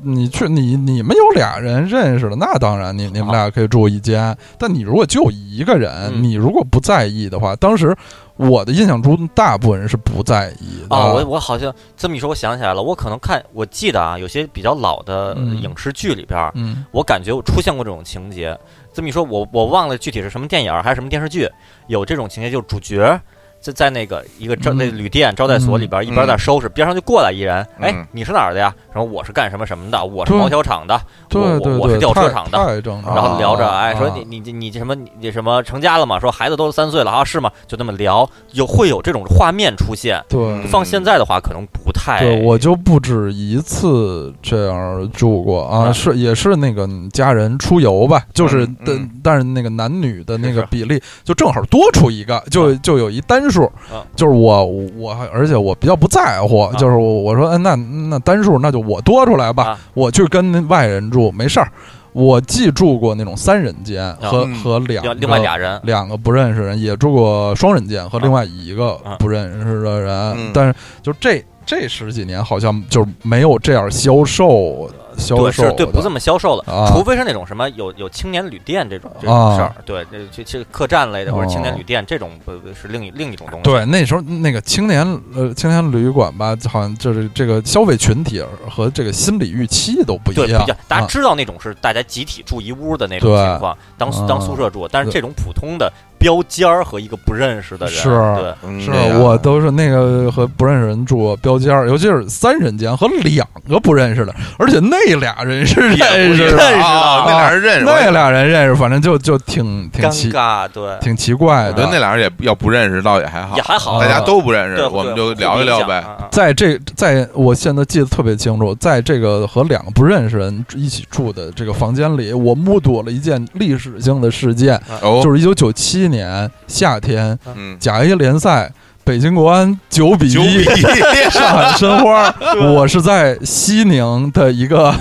Speaker 3: 你去你你们有俩人认识了，那当然你你们俩可以住一间。但你如果就一个人，
Speaker 2: 嗯
Speaker 3: 你如果不在意的话，当时我的印象中大部分人是不在意的。
Speaker 2: 啊，我我好像这么一说，我想起来了，我可能看我记得啊，有些比较老的
Speaker 3: 嗯
Speaker 2: 影视剧里边儿，
Speaker 3: 嗯
Speaker 2: 我感觉我出现过这种情节。这么一说，我我忘了具体是什么电影儿还是什么电视剧，有这种情节，就是主角在在那个一个招
Speaker 3: 嗯
Speaker 2: 那旅店招待所里边儿，一边儿在收拾，边上就过来一人，
Speaker 1: 嗯
Speaker 2: 哎，你是哪儿的呀？然后我是干什么什么的，我是
Speaker 3: 对
Speaker 2: 毛小厂的，
Speaker 3: 对
Speaker 2: 我
Speaker 3: 对
Speaker 2: 我是
Speaker 3: 对，
Speaker 2: 吊车
Speaker 3: 太
Speaker 2: 厂的
Speaker 3: 太正常了。
Speaker 2: 然后聊着，
Speaker 3: 啊
Speaker 2: 哎，说你你你你这什么你你什么成家了嘛？说孩子都三岁了啊，是吗？就那么聊，有会有这种画面出现。
Speaker 3: 对。
Speaker 2: 放现在的话，可能不太
Speaker 3: 嗯对，我就不止一次这样住过啊，
Speaker 2: 嗯
Speaker 3: 是也是那个家人出游吧，就是
Speaker 1: 嗯
Speaker 3: 但、
Speaker 1: 嗯
Speaker 3: 但是那个男女的那
Speaker 2: 是啊
Speaker 3: 个
Speaker 2: 是
Speaker 3: 比例就正好多出一个，就就有一单数，
Speaker 2: 嗯
Speaker 3: 就是我我还而且我比较不在乎，
Speaker 2: 啊
Speaker 3: 就是我我说哎那那单数那就我多出来吧，
Speaker 2: 啊
Speaker 3: 我去跟外人住没事儿，我既住过那种三人间和、
Speaker 1: 嗯
Speaker 3: 和两
Speaker 2: 啊另
Speaker 3: 个
Speaker 2: 另外俩人
Speaker 3: 两个不认识人，也住过双人间和另外一个
Speaker 2: 啊
Speaker 3: 不认识的人，
Speaker 1: 嗯
Speaker 3: 但是就这这十几年好像就没有这样销售销
Speaker 2: 对
Speaker 3: 售
Speaker 2: 是
Speaker 3: 的
Speaker 2: 对不这么销售了，
Speaker 3: 啊
Speaker 2: 除非是那种什么有有青年旅店这种这种
Speaker 3: 啊
Speaker 2: 事儿，对，这这这客栈类的或者
Speaker 3: 哦
Speaker 2: 青年旅店这种不不是另一另一种东西。
Speaker 3: 对，那时候那个青年呃青年旅馆吧，好像就是这个消费群体和这个心理预期都不一
Speaker 2: 对，
Speaker 3: 样
Speaker 2: 不一样。大家
Speaker 3: 啊
Speaker 2: 知道那种是大家集体住一屋的那种
Speaker 3: 对
Speaker 2: 情况，当
Speaker 3: 啊
Speaker 2: 当宿舍住，但是这种普通的标间儿和一个不认识的人，
Speaker 3: 是
Speaker 2: 对，
Speaker 1: 嗯
Speaker 3: 是啊
Speaker 1: 那个
Speaker 3: 我都是那个和不认识人住标间儿，尤其是三人间和两个不认识的，而且那俩人是
Speaker 2: 也不
Speaker 3: 认识
Speaker 2: 认识
Speaker 3: 的，
Speaker 2: 的
Speaker 1: 啊那俩人认识，我
Speaker 3: 那俩人认识，反正就就挺挺
Speaker 2: 尴
Speaker 3: 奇
Speaker 2: 尬，对，
Speaker 3: 挺啊奇怪
Speaker 1: 我觉得那
Speaker 3: 的。
Speaker 1: 俩人也要不认识，倒也还好
Speaker 2: 也，还好，
Speaker 1: 大家
Speaker 2: 嗯
Speaker 1: 都不认识，
Speaker 2: 对，
Speaker 1: 我们
Speaker 2: 对啊
Speaker 1: 就聊一聊呗。。
Speaker 2: 在
Speaker 3: 在这，在我现在记得特别清楚，在这个和两个不认识人一起住的这个房间里，我目睹了一件历史性的事件，
Speaker 1: 哦，
Speaker 3: 就是一九九七年夏天，
Speaker 1: 嗯，
Speaker 3: 甲 A 联赛，北京国安九比
Speaker 1: 九比
Speaker 3: (laughs) 一
Speaker 1: 一，
Speaker 3: 上海申花，我是在西宁的一个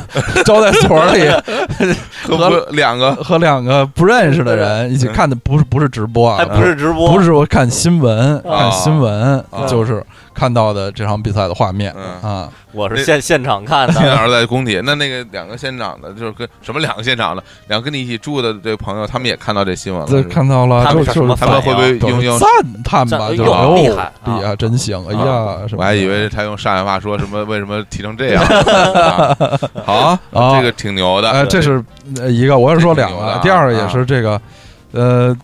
Speaker 3: 招待所里
Speaker 1: 和我两个
Speaker 3: 和两个不认识的人一起看的，不是不是直播啊，
Speaker 2: 还不是直播，
Speaker 3: 不是我看新闻，看新闻
Speaker 1: 啊
Speaker 3: 就是看到的这场比赛的画面
Speaker 1: 嗯
Speaker 3: 啊，
Speaker 2: 我是现现场看
Speaker 3: (laughs)
Speaker 1: 现
Speaker 2: 的，
Speaker 1: 场在工体，那那个两个现场的，就是跟什么两个现场的，两个跟你一起住的这个朋友，他们也看到这新闻了，
Speaker 3: 这
Speaker 1: 是吧
Speaker 3: 看到了
Speaker 2: 他
Speaker 3: 就
Speaker 2: 们是
Speaker 3: 就
Speaker 2: 什么
Speaker 1: 他
Speaker 3: 是
Speaker 2: 反
Speaker 1: 们会
Speaker 2: 应？啊
Speaker 1: 不会
Speaker 3: 就
Speaker 1: 应
Speaker 3: 是
Speaker 1: 用？
Speaker 3: 赞叹吧，
Speaker 2: 赞
Speaker 3: 就是
Speaker 2: 哟
Speaker 3: 哦
Speaker 2: 厉害啊
Speaker 3: 厉害，真行，哎呀，
Speaker 1: 啊
Speaker 3: 什么的
Speaker 1: 我还以为他用上海话说什么，为什么踢
Speaker 3: (laughs)
Speaker 1: 成这样？啊好啊，
Speaker 3: 啊
Speaker 1: 这个挺牛的。
Speaker 3: 呃，这是呃一个，我是说两
Speaker 1: 这挺牛的
Speaker 3: 个
Speaker 1: 啊，
Speaker 3: 第二个也是这个，呃。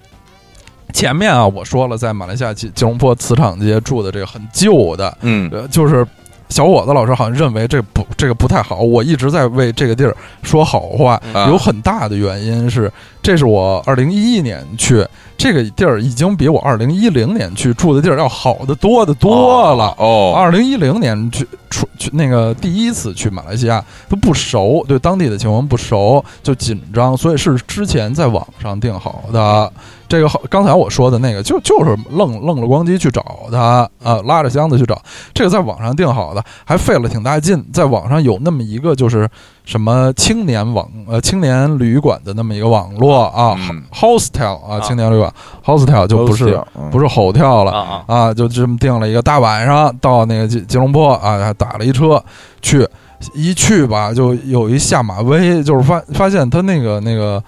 Speaker 3: 前面啊，我说了，在马来西亚吉吉隆坡磁场街住的这个很旧的，
Speaker 1: 嗯，
Speaker 3: 呃，就是小伙子老师好像认为这不这个不太好，我一直在为这个地儿说好话，
Speaker 1: 啊
Speaker 3: 有很大的原因是，这是我二零一一年去这个地儿，已经比我二零一零年去住的地儿要好的多的多了。
Speaker 1: 哦，
Speaker 3: 二零一零年去出去那个第一次去马来西亚都不熟，对当地的情况不熟，就紧张，所以是之前在网上订好的。这个好，刚才我说的那个就就是愣愣了咣叽去找的啊、拉着箱子去找。这个在网上订好的，还费了挺大劲，在网上有那么一个就是什么青年网呃青年旅馆的那么一个网络啊、
Speaker 1: 嗯
Speaker 3: h o s t e l 啊
Speaker 2: 啊
Speaker 3: 青年旅馆 hostel 就不是不
Speaker 1: 是
Speaker 3: 是 hotel 了
Speaker 2: 啊啊
Speaker 3: 啊，就这么定了一个大晚上到那个吉吉隆坡啊，还打了一车去，一去吧就有一下马威，就是发发现他那个那个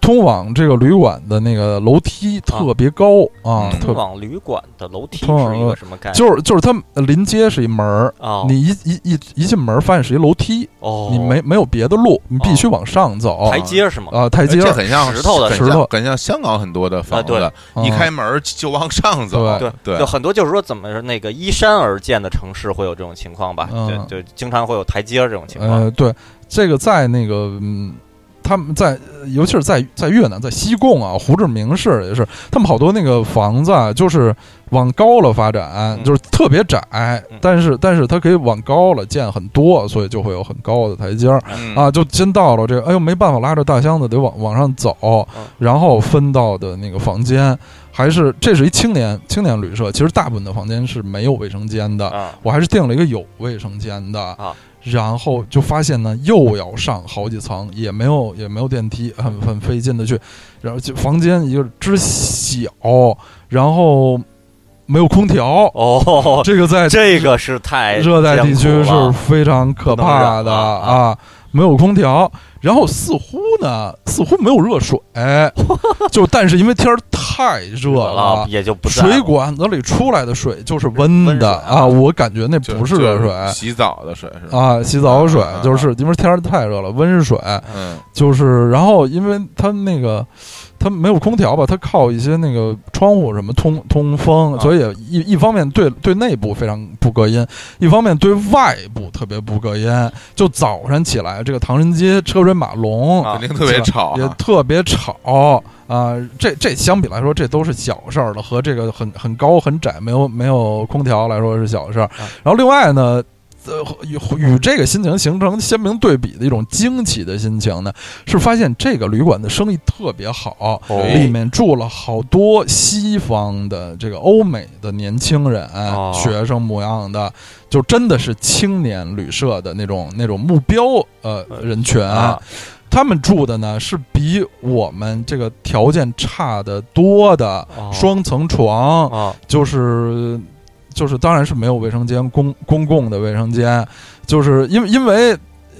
Speaker 3: 通往这个旅馆的那个楼梯特别高啊，
Speaker 1: 嗯
Speaker 3: 特
Speaker 2: 通往旅馆的楼梯
Speaker 3: 通往呃
Speaker 2: 是一个什么概念？
Speaker 3: 就是就是它临街是一门儿，
Speaker 2: 哦
Speaker 3: 你一一一一进门儿发现是一楼梯，
Speaker 2: 哦，
Speaker 3: 你没没有别的路，你必须
Speaker 1: 哦
Speaker 3: 往上走
Speaker 2: 台阶是吗？
Speaker 3: 啊，台阶
Speaker 1: 哎这很像
Speaker 2: 石头的
Speaker 1: 很
Speaker 3: 石头
Speaker 1: 像很像香港很多的房
Speaker 2: 啊
Speaker 1: 子，
Speaker 3: 嗯
Speaker 1: 一开门儿就往上走。
Speaker 3: 对
Speaker 1: 对
Speaker 2: 就很多就是说怎么说那个依山而建的城市会有这种情况吧？
Speaker 3: 嗯
Speaker 2: 对，就经常会有台阶这种情况。
Speaker 3: 呃，对，这个在那个嗯，他们在呃尤其是在在越南，在西贡啊，胡志明市也是，他们好多那个房子啊，就是往高了发展，就是特别窄，
Speaker 2: 嗯
Speaker 3: 但是但是它可以往高了建很多，所以就会有很高的台阶儿。
Speaker 1: 嗯
Speaker 3: 啊，就真到了这个，哎呦，没办法，拉着大箱子得往往上走，
Speaker 2: 嗯
Speaker 3: 然后分到的那个房间，还是这是一青年青年旅社，其实大部分的房间是没有卫生间的，
Speaker 2: 啊，
Speaker 3: 我还是订了一个有卫生间的
Speaker 2: 啊
Speaker 3: 然后就发现呢，又要上好几层，也没有也没有电梯，很很费劲的去，然后就房间一个之小，然后没有空调，
Speaker 2: 哦，
Speaker 3: 这个在
Speaker 2: 这个是太
Speaker 3: 热带地区
Speaker 2: 艰苦
Speaker 3: 是
Speaker 2: 了
Speaker 3: 非常可怕
Speaker 2: 不能热
Speaker 3: 的
Speaker 2: 啊啊
Speaker 3: 啊，没有空调，然后似乎呢，似乎没有
Speaker 2: (laughs)
Speaker 3: 热水，就但是因为天儿太热
Speaker 2: 啊
Speaker 3: 了，。
Speaker 2: 也就不在
Speaker 3: 水
Speaker 2: 了
Speaker 3: 管子里出来的水就是
Speaker 2: 温
Speaker 3: 温
Speaker 2: 水
Speaker 3: 的
Speaker 2: 啊
Speaker 3: 啊，我感觉那
Speaker 1: 就
Speaker 3: 不是热
Speaker 1: 就
Speaker 3: 水
Speaker 1: 洗澡的水是吧？
Speaker 3: 啊，洗澡水
Speaker 1: 啊啊
Speaker 3: 就是因为天儿太热了，温水
Speaker 1: 嗯
Speaker 3: 就是，然后因为它那个它没有空调吧，它靠一些那个窗户什么通通风，
Speaker 1: 啊
Speaker 3: 所以一一方面对对内部非常不隔音，一方面对外部特别不隔音。就早上起来，这个唐人街车水马龙，
Speaker 2: 啊
Speaker 1: 肯定特别吵
Speaker 3: 也
Speaker 1: 啊。
Speaker 3: 特别吵啊、这这相比来说，这都是小事儿了，和这个很很高很窄，没有没有空调来说是小事儿。
Speaker 2: 啊
Speaker 3: 然后另外呢。呃，与与这个心情形成鲜明对比的一种惊奇的心情呢，是发现这个旅馆的生意特别好，
Speaker 2: 哦
Speaker 3: 里面住了好多西方的这个欧美的年轻人、
Speaker 2: 哦
Speaker 3: 学生模样的，就真的是青年旅社的那种那种目标呃人群
Speaker 2: 啊，
Speaker 3: 他们住的呢是比我们这个条件差得多的
Speaker 2: 哦
Speaker 3: 双层床，
Speaker 2: 啊
Speaker 3: 就是就是当然是没有卫生间，公公共的卫生间，就是因为因为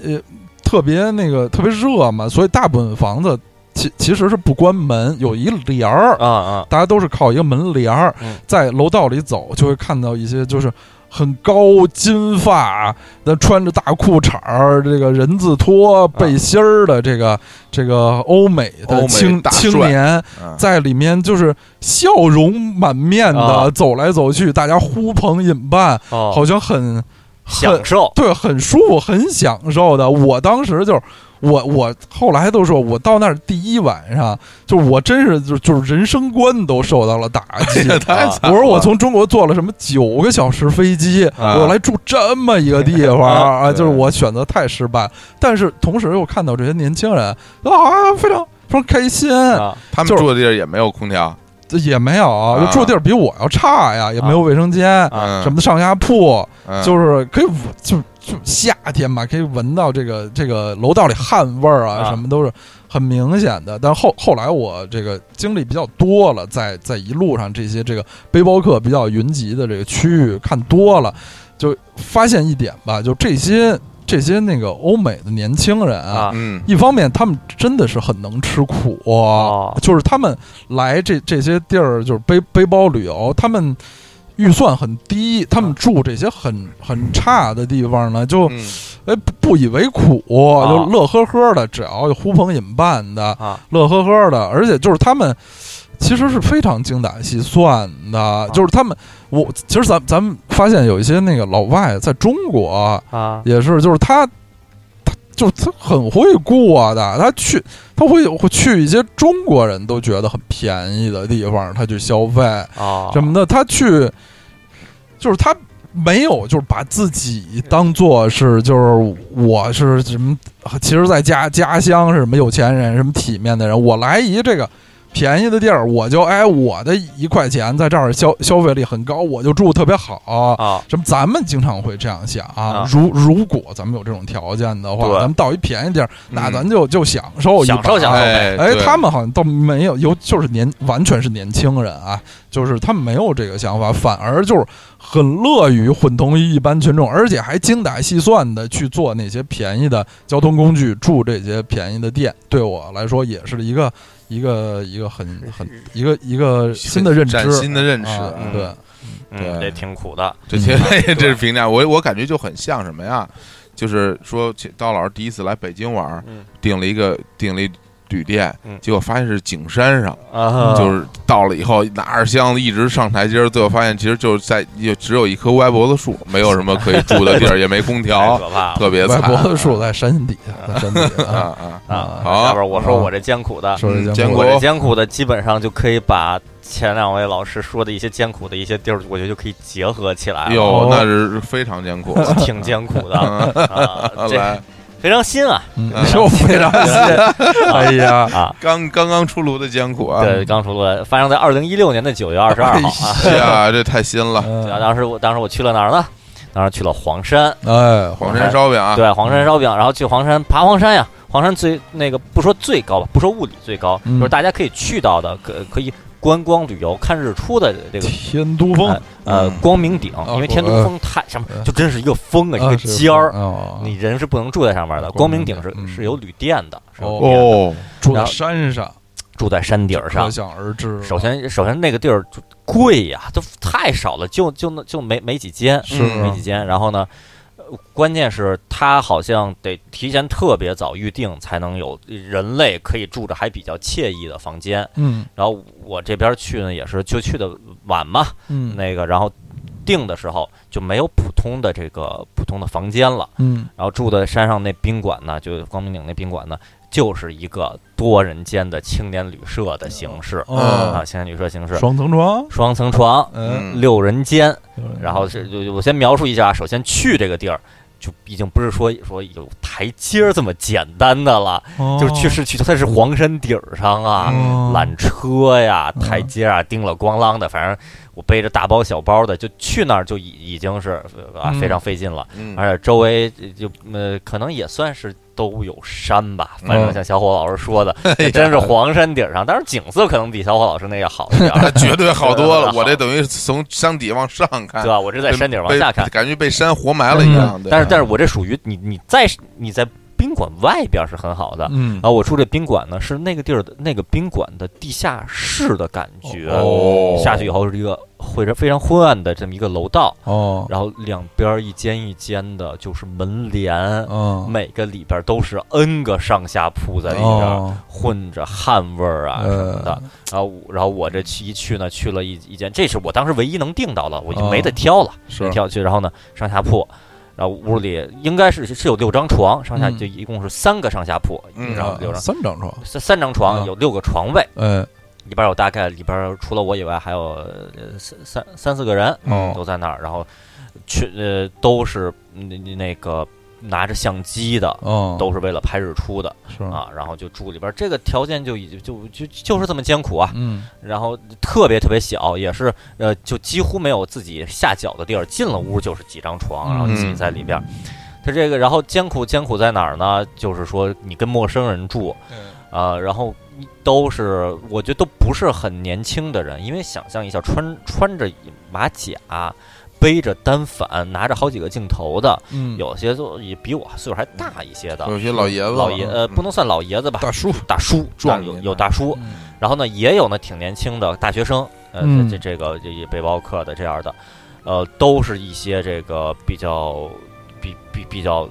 Speaker 3: 呃特别那个特别热嘛，所以大部分房子其其实是不关门，有一帘儿，
Speaker 2: 啊啊
Speaker 3: 大家都是靠一个门帘儿
Speaker 2: 嗯
Speaker 3: 在楼道里走，就会看到一些就是很高金发那穿着大裤衩儿、这个人字拖背心儿的这个、这个欧美
Speaker 1: 欧
Speaker 3: 的
Speaker 1: 美
Speaker 3: 青
Speaker 1: 大帅
Speaker 3: 青年，
Speaker 1: 嗯
Speaker 3: 在里面就是笑容满面的、
Speaker 2: 啊
Speaker 3: 走来走去，大家呼朋引伴，
Speaker 2: 哦，
Speaker 3: 好像很很
Speaker 2: 享受
Speaker 3: 对，很舒服，很享受的。我当时就是我我后来都说，我到那儿第一晚上，就我真是就就是人生观都受到了打
Speaker 2: (laughs)
Speaker 3: 击。
Speaker 1: (laughs) 太惨
Speaker 3: 我说我从中国坐了什么九个小时飞机，
Speaker 1: 啊
Speaker 3: 我来住这么一个地方
Speaker 2: 啊
Speaker 3: 啊，就是
Speaker 1: 对
Speaker 3: 我选择太失败。但是同时又看到这些年轻人啊，非常非常开心，
Speaker 2: 啊
Speaker 1: 他们
Speaker 3: 就是
Speaker 1: 住的地儿也没有空调，
Speaker 3: 这也没有
Speaker 1: 啊
Speaker 3: 住地儿比我要差呀，也没有卫生间，
Speaker 2: 啊
Speaker 1: 嗯
Speaker 3: 什么上下铺。
Speaker 1: 嗯
Speaker 3: 就是可以闻就就夏天嘛，可以闻到这个这个楼道里汗味儿啊，
Speaker 2: 啊
Speaker 3: 什么都是很明显的。但后后来我这个经历比较多了，在在一路上这些这个背包客比较云集的这个区域看多了，就发现一点吧，就这些这些那个欧美的年轻人啊
Speaker 2: 啊
Speaker 1: 嗯
Speaker 3: 一方面，他们真的是很能吃苦、啊
Speaker 2: 哦
Speaker 3: 就是他们来这这些地儿，就是背背包旅游，他们预算很低，他们住这些很很差的地方呢，就
Speaker 1: 嗯
Speaker 3: 哎不不以为苦，啊就乐呵呵的，只要呼朋引伴的，
Speaker 2: 啊
Speaker 3: 乐呵呵的，而且就是他们其实是非常精打细算的，就是他们，我其实咱咱们发现有一些那个老外在中国啊，
Speaker 2: 啊
Speaker 3: 也是，就是他，他就是他很会过的，他去他会会去一些中国人都觉得很便宜的地方，他去消费
Speaker 2: 啊
Speaker 3: 什么的，他去就是他。没有，就是把自己当做是，就是我是什么？其实，在家家乡是什么有钱人，什么体面的人，我来一这个便宜的地儿，我就哎，我的一块钱在这儿消消费力很高，我就住特别好
Speaker 2: 啊
Speaker 3: 什么？咱们经常会这样想
Speaker 2: 啊
Speaker 3: 如如果咱们有这种条件的话，
Speaker 2: 对
Speaker 3: 咱们到一便宜地儿，那
Speaker 1: 嗯
Speaker 3: 咱就就享受一把
Speaker 2: 享受享受
Speaker 1: 哎
Speaker 3: 哎，
Speaker 1: 对
Speaker 3: 他们好像倒没有，有就是年完全是年轻人啊，就是他们没有这个想法，反而就是很乐于混同于一般群众，而且还精打细算的去做那些便宜的交通工具，住这些便宜的店，对我来说也是一个一个一个很很一个一个新的认知，
Speaker 1: 崭新的认识
Speaker 3: 啊
Speaker 1: 嗯
Speaker 3: 对，
Speaker 2: 嗯，
Speaker 1: 对
Speaker 2: 这挺苦的，
Speaker 1: 这些
Speaker 3: 嗯
Speaker 1: (laughs) 这是评价，我我感觉就很像什么呀？就是说，其刀老师第一次来北京玩儿
Speaker 2: 嗯，
Speaker 1: 订了一个订了一旅店
Speaker 2: 嗯，
Speaker 1: 结果发现是景山上，
Speaker 3: 嗯
Speaker 2: 啊，
Speaker 1: 就是到了以后拿着箱子一直上台阶儿，最后发现其实就是在就只有一棵歪脖子树，没有什么可以住的地儿，也没空
Speaker 2: 太 (laughs)
Speaker 1: 调，
Speaker 2: 可怕了
Speaker 1: 特别
Speaker 3: 歪
Speaker 1: 惨。
Speaker 3: 脖子树在山底下，在山底下
Speaker 1: 啊
Speaker 3: 啊，
Speaker 1: (laughs) 啊，
Speaker 2: 啊！
Speaker 1: 好
Speaker 2: 下边我说我这艰苦的，
Speaker 3: 说这
Speaker 1: 嗯坚
Speaker 3: 坚
Speaker 1: 果
Speaker 2: 我这艰苦的基本上就可以把前两位老师说的一些艰苦的一些地儿，我觉得就可以结合起来了，
Speaker 1: 哟，哎那是非常艰苦。
Speaker 2: (laughs) 挺艰苦
Speaker 1: (laughs)
Speaker 2: 的
Speaker 1: 嗯
Speaker 2: 啊，这
Speaker 1: 来，
Speaker 2: 非常新啊，
Speaker 3: 嗯
Speaker 1: 啊，
Speaker 3: 又非常新，哎呀，
Speaker 2: 啊，
Speaker 1: 刚刚刚出炉的艰苦啊！
Speaker 2: 对，刚出炉的，发生在二零一六年的九月二十二号啊。
Speaker 1: 哎呀，这太新了。
Speaker 2: 对啊，
Speaker 3: 嗯
Speaker 2: 当时我当时我去了哪儿呢？当时去了黄山，
Speaker 3: 哎，
Speaker 1: 黄山烧饼啊，
Speaker 2: 对，黄山烧饼，然后去黄山爬黄山呀，黄山最那个不说最高吧，不说物理最高，
Speaker 3: 嗯
Speaker 2: 就是大家可以去到的，可可以观光旅游看日出的这个
Speaker 3: 天都峰
Speaker 2: 哎呃
Speaker 1: 嗯哦
Speaker 2: 光明顶，
Speaker 3: 啊
Speaker 2: 因为天都峰太上面
Speaker 3: 嗯
Speaker 2: 就真是一个峰啊，一
Speaker 3: 啊
Speaker 2: 个
Speaker 3: 是
Speaker 2: 尖儿，
Speaker 3: 哦
Speaker 2: 你人是不能住在上面的。
Speaker 3: 光
Speaker 2: 光
Speaker 3: 明
Speaker 2: 明
Speaker 3: 顶
Speaker 2: 顶是
Speaker 3: 嗯
Speaker 2: 是有旅店的，是有旅店的，
Speaker 1: 哦，
Speaker 3: 住在
Speaker 2: 然后
Speaker 3: 山上，
Speaker 2: 住在山顶上
Speaker 3: 可。想而知，
Speaker 2: 首先，首先那个地儿就贵呀，都太少了，就就那就没没几间，
Speaker 3: 是啊
Speaker 1: 嗯
Speaker 2: 没几间。然后呢，呃关键是它好像得提前特别早预定，才能有人类可以住着还比较惬意的房间。
Speaker 3: 嗯
Speaker 2: 然后我这边去呢，也是就去的晚嘛，
Speaker 3: 嗯
Speaker 2: 那个然后订的时候就没有普通的这个普通的房间了，
Speaker 3: 嗯
Speaker 2: 然后住的山上那宾馆呢，就光明顶那宾馆呢，就是一个多人间的青年旅社的形式、
Speaker 1: 嗯
Speaker 2: 啊，
Speaker 3: 哦，
Speaker 2: 青年旅社形式，
Speaker 3: 双层床，
Speaker 2: 双层床，
Speaker 3: 嗯，
Speaker 1: 嗯
Speaker 2: 六人间，
Speaker 3: 嗯
Speaker 2: 然后是就就我先描述一下啊，首先去这个地儿。就已经不是说说有台阶儿这么简单的了，就去是去，它是黄山顶儿上啊，
Speaker 3: 哦
Speaker 2: 缆车呀、
Speaker 3: 嗯
Speaker 2: 台阶啊、叮了咣啷的，反正我背着大包小包的，就去那儿就已已经是呃啊
Speaker 3: 嗯
Speaker 2: 非常费劲了，
Speaker 1: 嗯
Speaker 2: 而且周围就呃可能也算是都有山吧，反正
Speaker 3: 嗯
Speaker 2: 像小伙老师
Speaker 1: (laughs)
Speaker 2: 说的，
Speaker 1: 哎
Speaker 2: 那真是黄山顶上，当然景色可能比小伙老师那个好一点儿，
Speaker 1: (laughs) 那绝对好多
Speaker 2: (laughs)
Speaker 1: 了。
Speaker 2: 好
Speaker 1: 我这等于从山底往上看
Speaker 2: 对，吧？我是在山顶往
Speaker 1: 被
Speaker 2: 下看，嗯
Speaker 1: 感觉被山活埋了一样。对
Speaker 2: 但是但是我这属于你你在你在宾馆外边是很好的。
Speaker 3: 嗯
Speaker 2: 然后我住这宾馆呢，是那个地儿的那个宾馆的地下室的感觉，
Speaker 1: 哦
Speaker 2: 下去以后是一个灰非常昏暗的这么一个楼道，
Speaker 3: 哦
Speaker 2: 然后两边儿一间一间的，就是门帘，
Speaker 3: 嗯
Speaker 2: 每个里边儿都是 N 个上下铺在里边儿，
Speaker 3: 哦
Speaker 2: 混着汗味儿啊什么的。
Speaker 3: 呃
Speaker 2: 然后我，然后我这去一去呢，去了一一间，这是我当时唯一能订到的，我就
Speaker 3: 哦
Speaker 2: 没得挑了，
Speaker 3: 是
Speaker 2: 没挑去。然后呢，上下铺。然后屋里应该是是有六张床，上下
Speaker 3: 嗯
Speaker 2: 就一共是三个上下铺，
Speaker 1: 嗯
Speaker 2: 一
Speaker 1: 然
Speaker 2: 张
Speaker 1: 后
Speaker 3: 啊
Speaker 2: 六张，
Speaker 3: 三张床，
Speaker 2: 三三张床
Speaker 3: 啊
Speaker 2: 有六个床位，
Speaker 3: 哎
Speaker 2: 里边有大概里边除了我以外还有呃三三三四个人
Speaker 3: 哦
Speaker 2: 都在那儿，然后去呃都是嗯那个拿着相机的，
Speaker 3: 哦
Speaker 2: 都是为了拍日出的
Speaker 3: 是
Speaker 2: 啊，然后就住里边，这个条件就已经就就就是这么艰苦啊，
Speaker 3: 嗯
Speaker 2: 然后特别特别小，也是呃就几乎没有自己下脚的地儿，进了屋就是几张床，然后自己在里边。他这个，然后艰苦艰苦在哪儿呢？就是说你跟陌生人住，啊，然后都是我觉得都不是很年轻的人，因为想象一下，穿穿着马甲，背着单反，拿着好几个镜头的，
Speaker 3: 嗯
Speaker 2: 有些就也比我岁数还大一些的
Speaker 1: 有些老爷子，嗯
Speaker 2: 老爷，呃，不能算老爷子吧，
Speaker 3: 大叔
Speaker 2: 大叔，
Speaker 1: 壮
Speaker 2: 有
Speaker 1: 年
Speaker 2: 有大叔，
Speaker 3: 嗯
Speaker 2: 然后呢，也有呢挺年轻的大学生，呃，
Speaker 3: 嗯
Speaker 2: 这这个这也背包客的这样的，呃，都是一些这个比较比比比较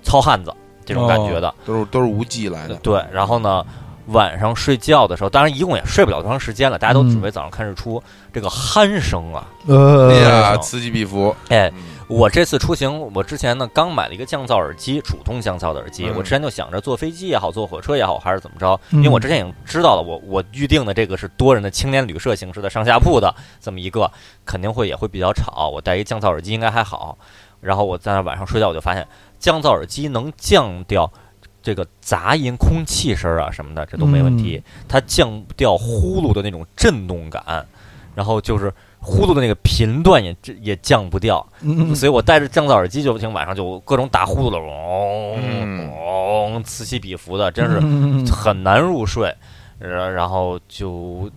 Speaker 2: 糙汉子这种感觉的。
Speaker 1: 都是都是无忌来的。
Speaker 2: 对，然后呢，晚上睡觉的时候，当然一共也睡不了多长时间了，大家都准备早上看日出。这个鼾声啊，
Speaker 1: 哎
Speaker 3: 呃
Speaker 1: 呀，此起彼伏。
Speaker 2: 哎，
Speaker 1: 嗯
Speaker 2: 我这次出行，我之前呢刚买了一个降噪耳机，主动降噪的耳机。
Speaker 1: 嗯
Speaker 2: 我之前就想着坐飞机也好，坐火车也好，还是怎么着，因为
Speaker 3: 嗯
Speaker 2: 我之前已经知道了，我我预定的这个是多人的青年旅社形式的上下铺的这么一个，肯定会也会比较吵。我戴一降噪耳机应该还好。然后我在那晚上睡觉，我就发现降噪耳机能降掉这个杂音、空气声啊什么的，这都没问题。
Speaker 3: 嗯
Speaker 2: 它降掉呼噜的那种震动感，然后就是呼噜的那个频段也也降不掉。
Speaker 3: 嗯
Speaker 2: 所以我戴着降噪耳机就听，晚上就各种打呼噜了，嗡、
Speaker 1: 嗯
Speaker 3: 嗯
Speaker 2: 嗡，此起彼伏的，真是
Speaker 3: 是
Speaker 2: 很难入睡。然然后就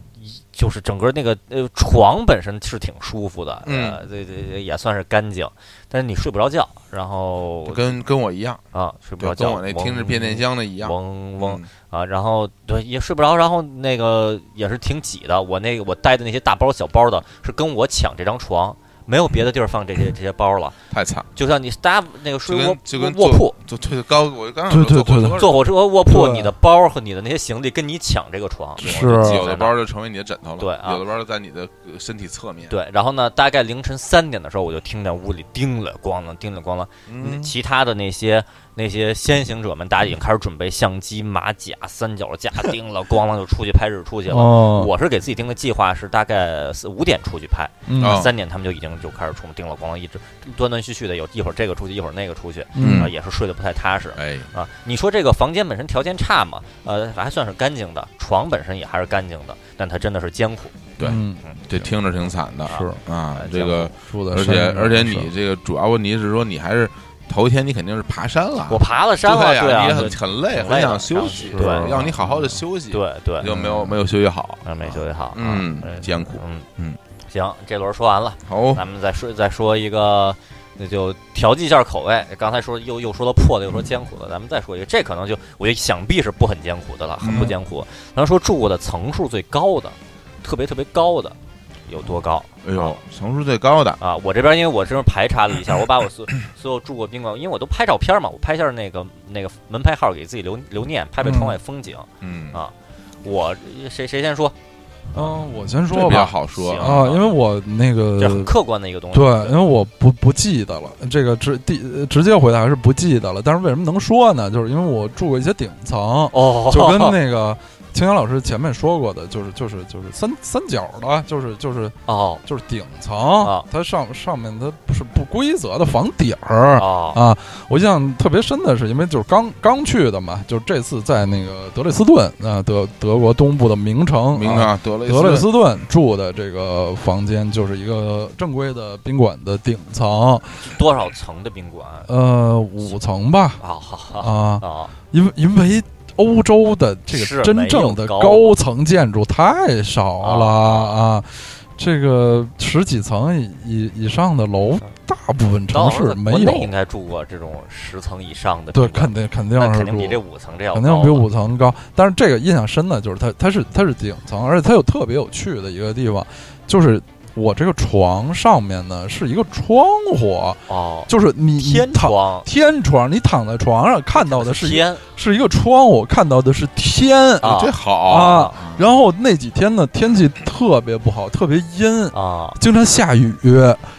Speaker 2: 就是整个那个呃床本身是挺舒服的，
Speaker 1: 嗯
Speaker 2: 呃，这这这也算是干净，但是你睡不着觉，然后
Speaker 1: 跟跟我一样，
Speaker 2: 啊睡不
Speaker 1: 对
Speaker 2: 着，
Speaker 1: 跟
Speaker 2: 觉，
Speaker 1: 我那听着
Speaker 2: 嗡
Speaker 1: 变电箱的一样。
Speaker 2: 嗡嗡
Speaker 1: 嗯，
Speaker 2: 啊，然后对也睡不着，然后那个也是挺挤的。我那个我带的那些大包小包的，是跟我抢这张床，没有别的地儿放这些这些包了。
Speaker 1: 太惨了，
Speaker 2: 就像你搭那个
Speaker 1: 就
Speaker 2: 睡卧
Speaker 1: 跟就跟
Speaker 2: 卧
Speaker 1: 坐
Speaker 2: 铺，
Speaker 1: 就退高，我刚
Speaker 3: 对
Speaker 1: 想说
Speaker 3: 对对
Speaker 1: 火车
Speaker 2: 坐火车卧铺，
Speaker 3: 对
Speaker 2: 你的包和你的那些行李跟你抢这个床。
Speaker 3: 是
Speaker 2: 我就记
Speaker 1: 有的
Speaker 2: 在那儿
Speaker 1: 包就成为你的枕头了，
Speaker 2: 对啊
Speaker 1: 有的包就在你的呃身体侧面。
Speaker 2: 对，然后呢，大概凌晨三点的时候，我就听见屋里叮了咣啷，叮了咣啷。
Speaker 1: 嗯，
Speaker 2: 其他的那些那些先行者们，大家已经开始准备相机、马甲、三脚
Speaker 1: (laughs)
Speaker 2: 架、钉了，咣啷就出去拍日出去了。
Speaker 3: 哦，
Speaker 2: 我是给自己定的计划是大概四五点出去拍，
Speaker 3: 嗯
Speaker 1: 啊
Speaker 2: 三点他们就已经就开始出门，叮了咣啷，一直断断续续的有一会儿这个出去，一会儿那个出去，
Speaker 1: 嗯
Speaker 2: 啊，也是睡得不太踏实。
Speaker 1: 哎，
Speaker 2: 啊，你说这个房间本身条件差嘛？呃，还算是干净的，床本身也还是干净的，但它真的是艰苦。
Speaker 1: 对
Speaker 3: 嗯
Speaker 1: 这听着挺惨的啊
Speaker 3: 是
Speaker 1: 啊
Speaker 2: 哎，
Speaker 1: 这个
Speaker 3: 住在
Speaker 1: 而
Speaker 3: 山
Speaker 1: 且
Speaker 3: 上
Speaker 1: 而且
Speaker 3: 是
Speaker 1: 你这个主要问题是说你还是头一天你肯定是爬山了，
Speaker 2: 我爬了山了，
Speaker 1: 啊对
Speaker 2: 对
Speaker 1: 呀，
Speaker 2: 啊，
Speaker 1: 你也
Speaker 2: 对
Speaker 1: 很很累，
Speaker 2: 挺
Speaker 1: 很
Speaker 2: 累
Speaker 1: 想
Speaker 2: 的
Speaker 1: 休息，
Speaker 2: 是对嗯
Speaker 1: 让你好好的休息，，
Speaker 2: 对对，
Speaker 1: 就没有没有休息好，
Speaker 2: 嗯，没休息好啊，
Speaker 1: 嗯艰苦
Speaker 2: 嗯
Speaker 1: 嗯，哦
Speaker 2: 行，这轮说完了，
Speaker 1: 好，
Speaker 2: 咱们再说再说一个，那就调剂一下口味。刚才说又又说了破的，又说艰苦的，咱们再说一个，这可能就我觉得想必是不很艰苦的了，很不
Speaker 1: 嗯
Speaker 2: 艰苦。咱们说住过的层数最高的，特别特别高的。有多高
Speaker 1: 哎呦，成数最高的，
Speaker 2: 啊？我这边因为我这边排查了
Speaker 1: (coughs)
Speaker 2: 一下，我把我所所有住过宾馆，因为我都拍照片嘛，我拍一下那个那个门牌号给自己留留念，拍拍窗外风景。
Speaker 1: 嗯
Speaker 2: 啊我谁谁先说？
Speaker 3: 嗯，我先
Speaker 1: 这
Speaker 3: 说
Speaker 1: 比较
Speaker 3: 吧
Speaker 1: 好说
Speaker 2: 行
Speaker 3: 啊，因为我那
Speaker 1: 呃
Speaker 3: 个
Speaker 2: 这很客观的一个东西。
Speaker 3: 对，因为我不不记得了，这个直第呃直接回答是不记得了。但是为什么能说呢？就是因为我住过一些顶层，
Speaker 2: 哦， (laughs)
Speaker 3: 就跟那个青阳老师前面说过的，就是就是就是三三角的，就是就是
Speaker 2: 哦
Speaker 3: 就是顶层，
Speaker 2: 啊
Speaker 3: 它上上面它不是不规则的房顶儿。
Speaker 2: 哦
Speaker 3: 啊，我印象特别深的是，因为就是刚刚去的嘛，就是这次在那个德累斯顿啊，德德国东部的名城，
Speaker 1: 名
Speaker 3: 啊
Speaker 1: 啊，德累
Speaker 3: 德累斯顿住的这个房间就是一个正规的宾馆的顶层，
Speaker 2: 多少层的宾馆？啊，
Speaker 3: 呃，五层吧，
Speaker 2: 好好
Speaker 3: 啊，
Speaker 2: 啊，
Speaker 3: 因为因为欧洲的这
Speaker 2: 是
Speaker 3: 个真正的
Speaker 2: 没有高
Speaker 3: 高层建筑太少了啊。这个十几层以以以上的楼，大部
Speaker 2: 张
Speaker 3: 分城
Speaker 2: 老师
Speaker 3: 市
Speaker 2: 在
Speaker 3: 没
Speaker 2: 国内
Speaker 3: 有
Speaker 2: 应，该住过这种十层以上的
Speaker 3: 对，
Speaker 2: 宾馆
Speaker 3: 肯，定肯定
Speaker 2: 那
Speaker 3: 是
Speaker 2: 肯定
Speaker 3: 住
Speaker 2: 比这五层这要
Speaker 3: 肯定
Speaker 2: 高
Speaker 3: 比
Speaker 2: 了
Speaker 3: 五层高。但是这个印象深的就是它，它是它是顶层，而且它有特别有趣的一个地方，就是我这个床上面呢是一个窗户，
Speaker 2: 哦，
Speaker 3: 就是你
Speaker 2: 天
Speaker 3: 你躺
Speaker 2: 窗
Speaker 3: 天窗，你躺在床上看到的是一个
Speaker 2: 天
Speaker 3: 是一个窗户，看到的是天
Speaker 2: 啊
Speaker 1: 这好
Speaker 3: 啊。然后那几天呢，天气特别不好，特别阴，
Speaker 2: 啊
Speaker 3: 经常下雨，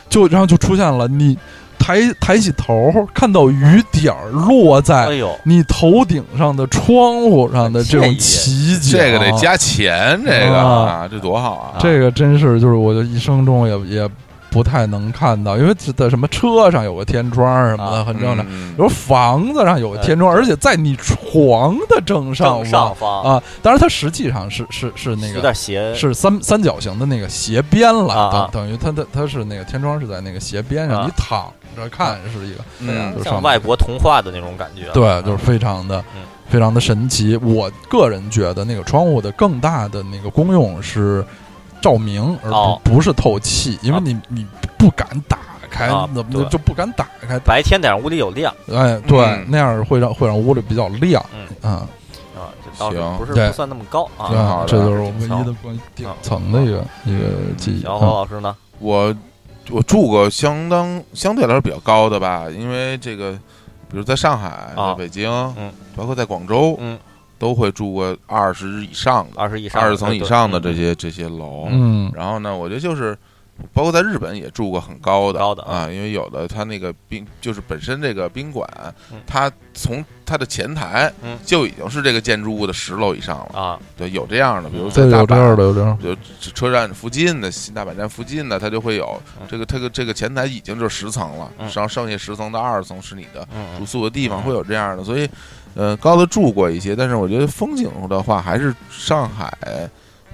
Speaker 3: 就然后就出现了你抬抬起头看到雨点儿落在
Speaker 2: 哎呦
Speaker 3: 你头顶上的窗户上的这
Speaker 2: 惬
Speaker 3: 种
Speaker 2: 意
Speaker 3: 奇景，
Speaker 1: 这个得。加钱，这个
Speaker 3: 啊
Speaker 1: 啊，这多好啊！
Speaker 3: 这个真是就是我就一生中也也不太能看到，因为这在什么车上有个天窗什么的、
Speaker 2: 啊
Speaker 3: 很正常，
Speaker 1: 嗯
Speaker 3: 比如房子上有个天窗，
Speaker 2: 呃
Speaker 3: 而且在你床的正上
Speaker 2: 正上
Speaker 3: 方
Speaker 2: 方
Speaker 3: 啊，当然它实际上是是是那
Speaker 2: 有
Speaker 3: 个
Speaker 2: 点斜
Speaker 3: 是三三角形的那个斜边了，
Speaker 2: 啊啊
Speaker 3: 等等于它的它是那个天窗是在那个斜边上，
Speaker 2: 啊
Speaker 3: 你躺着看是一个，
Speaker 1: 嗯
Speaker 3: 就
Speaker 2: 像
Speaker 3: 上
Speaker 2: 外国童话的那种感觉，啊
Speaker 3: 对，就是非常的、
Speaker 2: 嗯
Speaker 3: 非常的神奇。我个人觉得那个窗户的更大的那个功用是照明，而不、
Speaker 2: 哦
Speaker 3: 不是透气，因为
Speaker 2: 啊
Speaker 3: 你、你不敢打开，
Speaker 2: 啊
Speaker 3: 怎么
Speaker 2: 对
Speaker 3: 就就不敢打开？
Speaker 2: 白天得让屋里有亮
Speaker 3: 哎，对，
Speaker 1: 嗯
Speaker 3: 那样会让会让屋里比较亮。
Speaker 2: 嗯
Speaker 3: 嗯，
Speaker 2: 啊，这倒是
Speaker 1: 行
Speaker 2: 不是
Speaker 3: 对
Speaker 2: 不算那么高啊
Speaker 3: 对，
Speaker 1: 挺好的
Speaker 3: 这就是我
Speaker 2: 挺
Speaker 3: 唯
Speaker 2: 骚
Speaker 3: 一的嗯关于顶层的一个、一个记忆。啊
Speaker 2: 小侯老师呢？
Speaker 1: 我我住过相当相对来说比较高的吧，因为这个，比如在上海、
Speaker 2: 啊
Speaker 1: 在北京，
Speaker 2: 嗯
Speaker 1: 包括在广州，
Speaker 2: 嗯，
Speaker 1: 都会住过二十以上的、
Speaker 2: 二十以上的，嗯
Speaker 1: 二十层以上的这
Speaker 2: 对
Speaker 1: 些这些楼。
Speaker 3: 嗯，
Speaker 1: 然后呢，我觉得就是。包括在日本也住过很高的
Speaker 2: 高的
Speaker 1: 啊，因为有的它那个宾就是本身这个宾馆
Speaker 2: 嗯，
Speaker 1: 它从它的前台
Speaker 2: 嗯
Speaker 1: 就已经是这个建筑物的十楼以上了。
Speaker 2: 啊
Speaker 1: 对，有这样的，比如在
Speaker 3: 对，
Speaker 1: 大
Speaker 3: 有这
Speaker 1: 阪
Speaker 3: 样的，有这样的。
Speaker 1: 就车站附近的新大阪站附近的，它就会有
Speaker 2: 嗯
Speaker 1: 这个这个这个前台已经就是十层了，
Speaker 2: 嗯
Speaker 1: 然后剩下十层到二十层是你的
Speaker 2: 嗯
Speaker 1: 住
Speaker 2: 嗯
Speaker 1: 宿的地方，
Speaker 2: 嗯
Speaker 1: 会有这样的。所以，呃，高的住过一些，但是我觉得风景的话，还是上海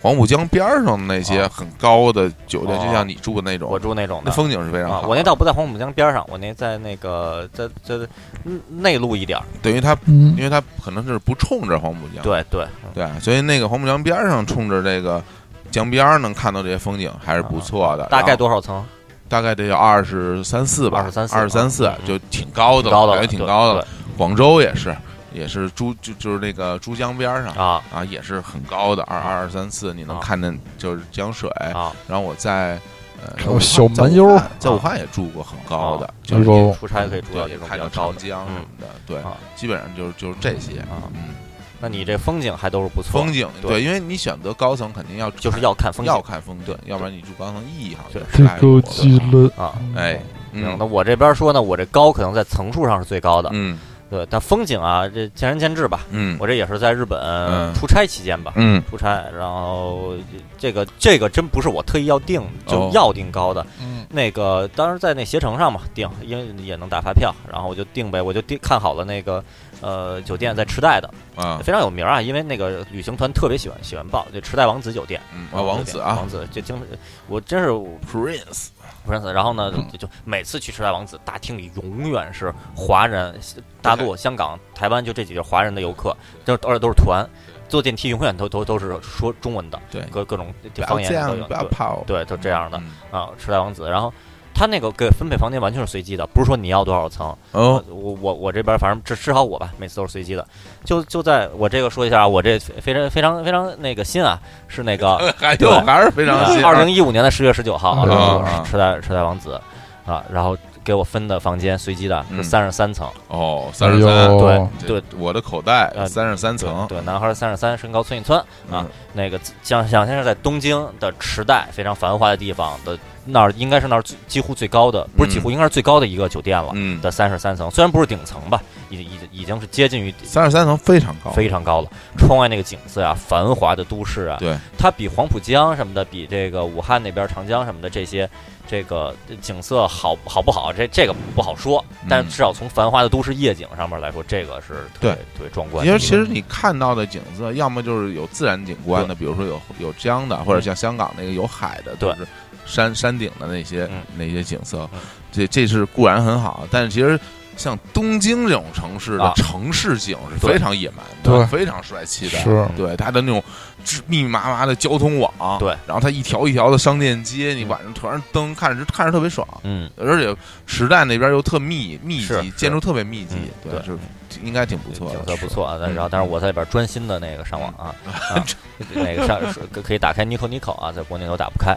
Speaker 1: 黄浦江边儿上的那些
Speaker 2: 啊
Speaker 1: 很高的酒店，
Speaker 2: 哦
Speaker 1: 就像你住的那
Speaker 2: 我
Speaker 1: 种，
Speaker 2: 住那种
Speaker 1: 那
Speaker 2: 的，
Speaker 1: 风景是非常
Speaker 2: 啊
Speaker 1: 好，的。
Speaker 2: 我那倒不在黄浦江边上，我那在那个在在嗯内陆一点儿。
Speaker 1: 等于它，
Speaker 3: 嗯
Speaker 1: 因为它可能是不冲着黄浦江，
Speaker 2: 对对，嗯
Speaker 1: 对，所以那个黄浦江边儿上冲着这个江边儿能看到这些风景，还是不错的。
Speaker 2: 啊大
Speaker 1: 然
Speaker 2: 概
Speaker 1: 后
Speaker 2: 多少层？
Speaker 1: 大概得有二十三四吧，
Speaker 2: 23
Speaker 1: 二十三四
Speaker 2: 嗯
Speaker 1: 就挺高的了，
Speaker 2: 高的
Speaker 1: 感
Speaker 2: 了
Speaker 1: 觉挺
Speaker 2: 对
Speaker 1: 高的了
Speaker 2: 对。
Speaker 1: 广州也是，也是珠就就是那个珠江边儿上
Speaker 2: 啊
Speaker 1: 啊，也是很高的，二二二三四，你能
Speaker 2: 啊
Speaker 1: 看见就是江水。
Speaker 2: 啊！
Speaker 1: 然后我在呃在
Speaker 3: 看到
Speaker 1: 武汉
Speaker 3: 小
Speaker 1: 在武
Speaker 3: 蛮腰
Speaker 1: 汉在武
Speaker 2: 啊
Speaker 1: 汉也住过很高的，就
Speaker 3: 哎
Speaker 1: 是
Speaker 3: 呦
Speaker 2: 你出差可以住
Speaker 1: 对，
Speaker 2: 到这
Speaker 1: 也
Speaker 2: 种比
Speaker 1: 看
Speaker 2: 较
Speaker 1: 见
Speaker 2: 高
Speaker 1: 长
Speaker 2: 的。
Speaker 1: 江什么的，对
Speaker 2: 啊，
Speaker 1: 基本上就是就是这些。
Speaker 2: 啊
Speaker 1: 嗯，
Speaker 2: 那你这风景还都是不错，
Speaker 1: 风景
Speaker 2: 对
Speaker 1: 对，因为你选择高层肯定要
Speaker 2: 就是要看风景
Speaker 1: 要看风景，要不然你住高层意义好像
Speaker 2: 对
Speaker 1: 太弱了
Speaker 3: 了
Speaker 2: 啊。
Speaker 1: 哎，
Speaker 2: 行，
Speaker 1: 嗯
Speaker 2: 那我这边说呢，我这高可能在层数上是最高的，
Speaker 1: 嗯
Speaker 2: 对，但风景啊，这见仁见智吧。
Speaker 1: 嗯
Speaker 2: 我这也是在日本
Speaker 1: 嗯
Speaker 2: 出差期间吧，
Speaker 1: 嗯
Speaker 2: 出差，然后这个这个真不是我特意要定，就
Speaker 1: 哦
Speaker 2: 要定高的。
Speaker 3: 嗯，
Speaker 2: 那个当时在那携程上嘛定，因为也能打发票，然后我就定呗，我就定看好了那个呃酒店在池袋的，
Speaker 1: 啊
Speaker 2: 非常有名啊，因为那个旅行团特别喜欢喜欢报这池袋王子酒店。
Speaker 1: 嗯啊，王子啊
Speaker 2: 王子这经我真是我
Speaker 1: ，Prince，
Speaker 2: 不认识。然后呢，
Speaker 1: 嗯
Speaker 2: 就就每次去池袋王子，大厅里永远是华人、大陆、香港、台湾就这几个华人的游客，就而且都是团，坐电梯永远都都都是说中文的，
Speaker 1: 对，
Speaker 2: 各各种
Speaker 1: 不
Speaker 2: 方
Speaker 1: 要这
Speaker 2: 言都有
Speaker 1: 样，不，要跑，
Speaker 2: 对，对就这样的
Speaker 1: 嗯
Speaker 2: 啊，池袋王子。然后他那个给分配房间完全是随机的，不是说你要多少层，
Speaker 1: 哦，
Speaker 2: 我我我这边反正至至少我吧，每次都是随机的。就就在我这个说一下啊，我这非常非常非常那个新啊，是那个
Speaker 1: 还
Speaker 2: (laughs) 对
Speaker 1: 有还是 (laughs) 非常新啊，
Speaker 2: 二零一五年的十月十九号，
Speaker 3: 嗯
Speaker 1: 啊
Speaker 2: 啊，时代时代王子啊，然后给我分的房间随机的
Speaker 1: 嗯
Speaker 2: 是三十三层，
Speaker 1: 哦
Speaker 3: 哎
Speaker 1: 三十三，
Speaker 3: 呦，
Speaker 2: 对
Speaker 1: 这我的口袋
Speaker 2: 呃
Speaker 1: 三十三层，
Speaker 2: 对，男孩三十三，身高寸一寸啊
Speaker 1: 嗯，
Speaker 2: 那个想想先是在东京的池袋非常繁华的地方的那儿，应该是那儿最几乎最高的，不是几乎应该是最高的一个酒店了
Speaker 1: 嗯，
Speaker 2: 的三十三层，虽然不是顶层吧，已已已经是接近于
Speaker 1: 三十三层非常高，
Speaker 2: 非常高了。窗外那个景色啊，繁华的都市啊，
Speaker 1: 对，
Speaker 2: 它比黄浦江什么的，比这个武汉那边长江什么的这些，这个景色好好不好？这这个不好说，但
Speaker 1: 嗯
Speaker 2: 是至少从繁华的都市夜景上面来说，这个是特别
Speaker 1: 对
Speaker 2: 特别壮观的。
Speaker 1: 因为其实你看到的景色，要么就是有自然景观的，比如说有有江的，或者像香港那个有海的，
Speaker 2: 嗯对
Speaker 1: 就是山山顶的那些、
Speaker 2: 嗯
Speaker 1: 那些景色
Speaker 2: 嗯，
Speaker 1: 这这是固然很好，但是其实像东京这种城市的
Speaker 2: 啊
Speaker 1: 城市景是非常野蛮
Speaker 3: 对
Speaker 1: 的，非常帅气的。
Speaker 3: 是
Speaker 1: 对它的那种织密密麻麻的交通网，
Speaker 2: 对，
Speaker 1: 然后它一条一条的商店街，你
Speaker 2: 嗯
Speaker 1: 晚上头上灯看着看着特别爽，
Speaker 2: 嗯，
Speaker 1: 而且时代那边又特密密
Speaker 2: 是
Speaker 1: 集，
Speaker 2: 是
Speaker 1: 建筑特别密集
Speaker 2: 嗯，
Speaker 1: 对，
Speaker 2: 对
Speaker 1: 就是应该挺不错的，
Speaker 2: 景色不
Speaker 1: 是
Speaker 2: 错啊。但
Speaker 1: 嗯
Speaker 2: 然后，但是我在里边专心的那个上网
Speaker 1: (laughs)
Speaker 2: 啊，啊那个上是可以打开 Nico Nico 啊，在国内都打不开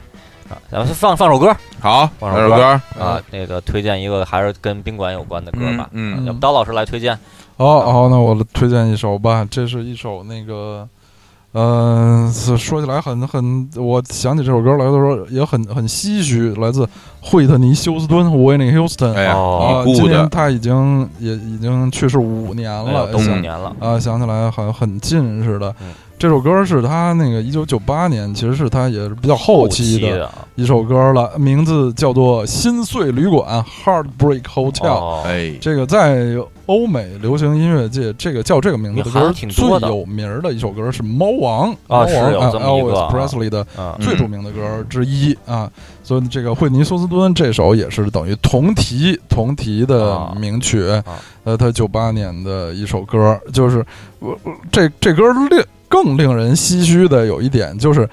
Speaker 2: 啊。咱们放放首歌
Speaker 1: 好，
Speaker 2: 放
Speaker 1: 来首
Speaker 2: 首歌
Speaker 1: 歌
Speaker 2: 啊，那个推荐一个还是跟宾馆有关的歌吧。
Speaker 1: 嗯
Speaker 2: 啊
Speaker 1: 嗯
Speaker 2: 要不刀老师来推荐
Speaker 3: 好好，那我推荐一首吧，这是一首那个，嗯、是说起来很很，我想起这首歌来的时候也很很唏嘘，来自惠特尼·休斯顿 （Whitney Houston）。
Speaker 1: 哎呀，
Speaker 2: 哦
Speaker 3: 啊，
Speaker 1: 已
Speaker 3: 今
Speaker 1: 故
Speaker 3: 年
Speaker 1: 的，
Speaker 3: 他已经也已经去世五年
Speaker 2: 哎呦
Speaker 3: 了，
Speaker 2: 都五
Speaker 3: 想
Speaker 2: 年了，
Speaker 3: 啊，想起来好像很近似的。
Speaker 2: 嗯
Speaker 3: 这首歌是他那个一九九八年，其实是他也是比较后
Speaker 2: 后
Speaker 3: 期的
Speaker 2: 的啊
Speaker 3: 一首歌了，名字叫做《心碎旅馆》（Heartbreak Hotel）。
Speaker 2: 哦，
Speaker 1: 哎，
Speaker 3: 这个在欧美流行音乐界，这个叫这个名字的
Speaker 2: 你好
Speaker 3: 歌
Speaker 2: 像
Speaker 3: 最
Speaker 2: 挺多的
Speaker 3: 有名儿的一首歌是《猫王》
Speaker 2: 啊
Speaker 3: 猫王
Speaker 2: 是有
Speaker 3: 啊
Speaker 2: 这么一个
Speaker 3: Elvis
Speaker 2: 啊
Speaker 3: Presley 的
Speaker 2: 嗯
Speaker 3: 最著名的歌之一啊。所以这个惠尼休斯敦这首也是等于同题同题的
Speaker 2: 啊
Speaker 3: 名曲
Speaker 2: 啊，
Speaker 3: 呃，他九八年的一首歌，就是我我这这歌令更令人唏嘘的有一点就是。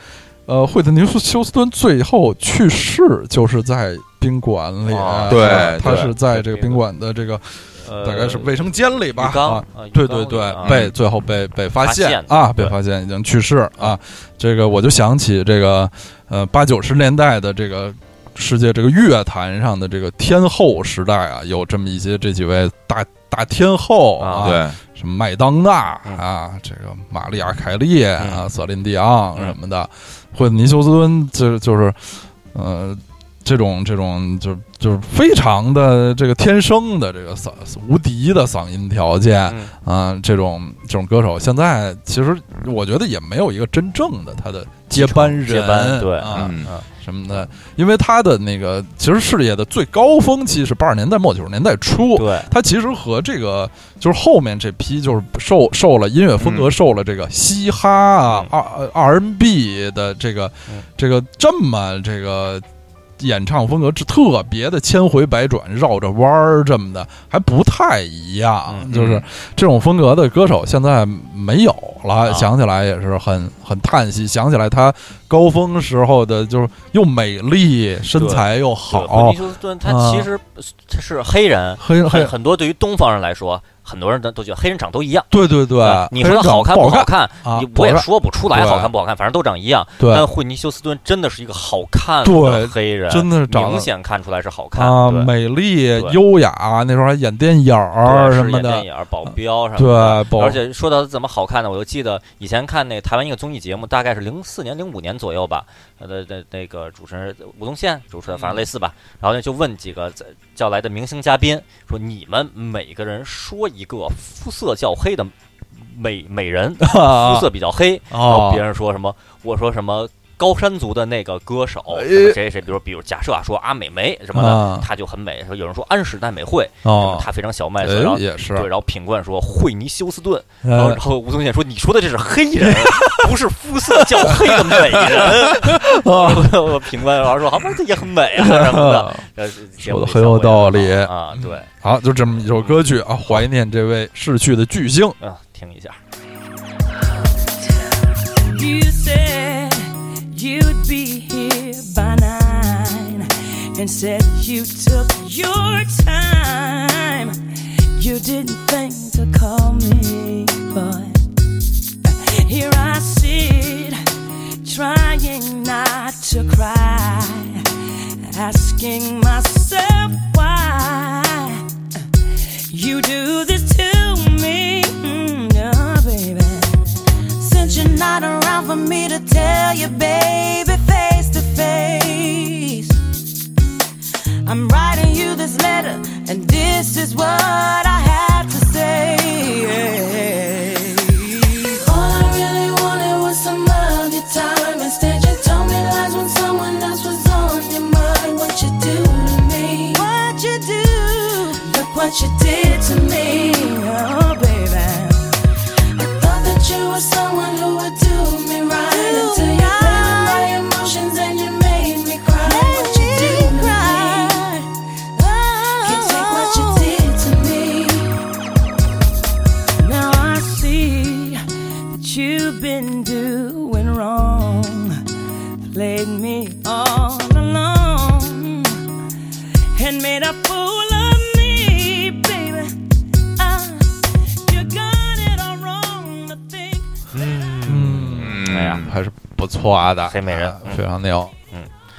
Speaker 3: 呃，惠特尼休斯敦最后去世就是在宾馆里，
Speaker 2: 啊
Speaker 1: 对
Speaker 3: 他
Speaker 1: 对
Speaker 3: 是在这
Speaker 2: 这个
Speaker 3: 个宾馆的这个
Speaker 2: 呃
Speaker 3: 大概是卫生间里吧
Speaker 2: 浴，缸
Speaker 3: 啊，，
Speaker 2: 啊浴
Speaker 3: 对
Speaker 2: 缸
Speaker 3: 对
Speaker 2: 里
Speaker 3: 对
Speaker 2: 啊，
Speaker 3: 被最后被被发
Speaker 2: 发
Speaker 3: 现
Speaker 2: 现的
Speaker 3: 啊，被
Speaker 2: 对
Speaker 3: 发现已经去世啊，这个我就想起这个呃八九十年代的这个世界这个乐坛上的这个天后时代啊，有这么一些这几位大大天后
Speaker 2: 啊
Speaker 1: 嗯对，
Speaker 3: 什么麦当娜
Speaker 2: 嗯
Speaker 3: 啊，这个玛丽亚·凯莉啊，
Speaker 2: 嗯
Speaker 3: 瑟琳·迪昂
Speaker 2: 嗯
Speaker 3: 什么的，惠特尼·休斯敦，这就是，呃，这种这种就就是非常的这个天生的这个嗓无敌的嗓音条件
Speaker 2: 嗯
Speaker 3: 啊，这种这种歌手，现在其实我觉得也没有一个真正的他的接班人，
Speaker 2: 接班对
Speaker 3: 啊
Speaker 1: 嗯，
Speaker 3: 什么的，因为他的那个其实事业的最高峰期是八十年代末九十年代初，
Speaker 2: 对，
Speaker 3: 它其实和这个就是后面这批就是受受了音乐风格
Speaker 1: 嗯
Speaker 3: 受了这个嘻哈啊、
Speaker 2: 嗯
Speaker 3: R R N B 的这个、
Speaker 2: 嗯
Speaker 3: 这个这么这个演唱风格是特别的千回百转，绕着弯儿这么的还不太一样，
Speaker 2: 嗯
Speaker 3: 就是这种风格的歌手现在没有了，
Speaker 2: 啊
Speaker 3: 想起来也是很很叹息。想起来她高峰时候的，就是又美丽，身材又
Speaker 2: 对
Speaker 3: 好啊
Speaker 2: 维，尼休斯顿他其实他是黑人，
Speaker 3: 黑
Speaker 2: 很
Speaker 3: 黑，
Speaker 2: 很多对于东方人来说，很多人都都觉得黑人长都一样。
Speaker 3: 对对对
Speaker 2: 啊，你说他好看
Speaker 3: 不
Speaker 2: 不好看，
Speaker 3: 啊
Speaker 2: 你，
Speaker 3: 不
Speaker 2: 我也
Speaker 3: 好看
Speaker 2: 说不出来
Speaker 3: 对
Speaker 2: 好看不好看，反正都长一样。但
Speaker 3: 对，
Speaker 2: 惠尼休斯顿真的是一个好看
Speaker 3: 对
Speaker 2: 的黑人，
Speaker 3: 真的是长
Speaker 2: 明
Speaker 3: 得
Speaker 2: 显看出来是好看
Speaker 3: 啊，
Speaker 2: 对
Speaker 3: 美丽
Speaker 2: 对
Speaker 3: 优雅，那时候还演电影儿
Speaker 2: 对
Speaker 3: 什
Speaker 2: 饰
Speaker 3: 么
Speaker 2: 演电
Speaker 3: 的，
Speaker 2: 影儿保镖什么的。
Speaker 3: 对，不
Speaker 2: 而且说到怎么好看呢，我就记得以前看那台湾一个综艺节目，大概是零四年、零五年左右吧，呃，的的那个主持人吴宗宪主持的，反
Speaker 3: 嗯
Speaker 2: 正类似吧。然后呢，就问几个在叫来的明星嘉宾，说你们每个人说一个肤色较黑的美美人，
Speaker 3: 啊
Speaker 2: 肤色比较黑，然后
Speaker 3: 哦
Speaker 2: 别，人说什么，我说什么高山族的那个歌手，
Speaker 3: 哎
Speaker 2: 什么谁谁，比如比如假设啊，说阿美眉什么
Speaker 3: 啊
Speaker 2: 的，她就很美。说有人说安室奈美惠，
Speaker 3: 哦，
Speaker 2: 她非常小麦色，然
Speaker 3: 哎
Speaker 2: 后
Speaker 3: 也是，
Speaker 2: 对，然后品冠说惠尼休斯顿，然后
Speaker 3: 呃
Speaker 2: 然后吴宗宪说你说的这是黑人，不是肤色较黑的美
Speaker 3: (laughs)
Speaker 2: 人。
Speaker 3: 哦
Speaker 2: 然后我品冠然后说好吧，这也很美啊
Speaker 3: 呃
Speaker 2: 什么
Speaker 3: (laughs)
Speaker 2: 的，然后节目
Speaker 3: 说得
Speaker 2: 里
Speaker 3: 很有
Speaker 2: 效果也
Speaker 3: 道理嗯
Speaker 2: 很好啊，对
Speaker 3: 好，就这么一首歌曲啊，怀念这位逝去的巨星。
Speaker 2: 啊，听一下，
Speaker 5: You said you'd be here by nine and said you took your time. You didn't think to call me, but here I sit trying not to cry, asking myself why you do this to me, mm, yeah, baby. Since you're not around for me to tell you, baby, face to face. I'm writing you this letter, and this is what I have to say. All I really wanted was some of your time. Instead, you told me lies when someone else was on your mind. What you do to me? What you do? Look what you did to me, oh baby. I thought that you were someone who would do me right until you played with my emotions and you made me cry. What you did to me? Can't take what you did to me. Now I see that you've been doing wrong, played me all along, and made a fool of me, baby. I you got it all wrong to think
Speaker 3: 嗯
Speaker 2: 哎呀
Speaker 3: 还是不错的，
Speaker 2: 黑美人
Speaker 3: 啊
Speaker 2: 嗯
Speaker 3: 非常牛。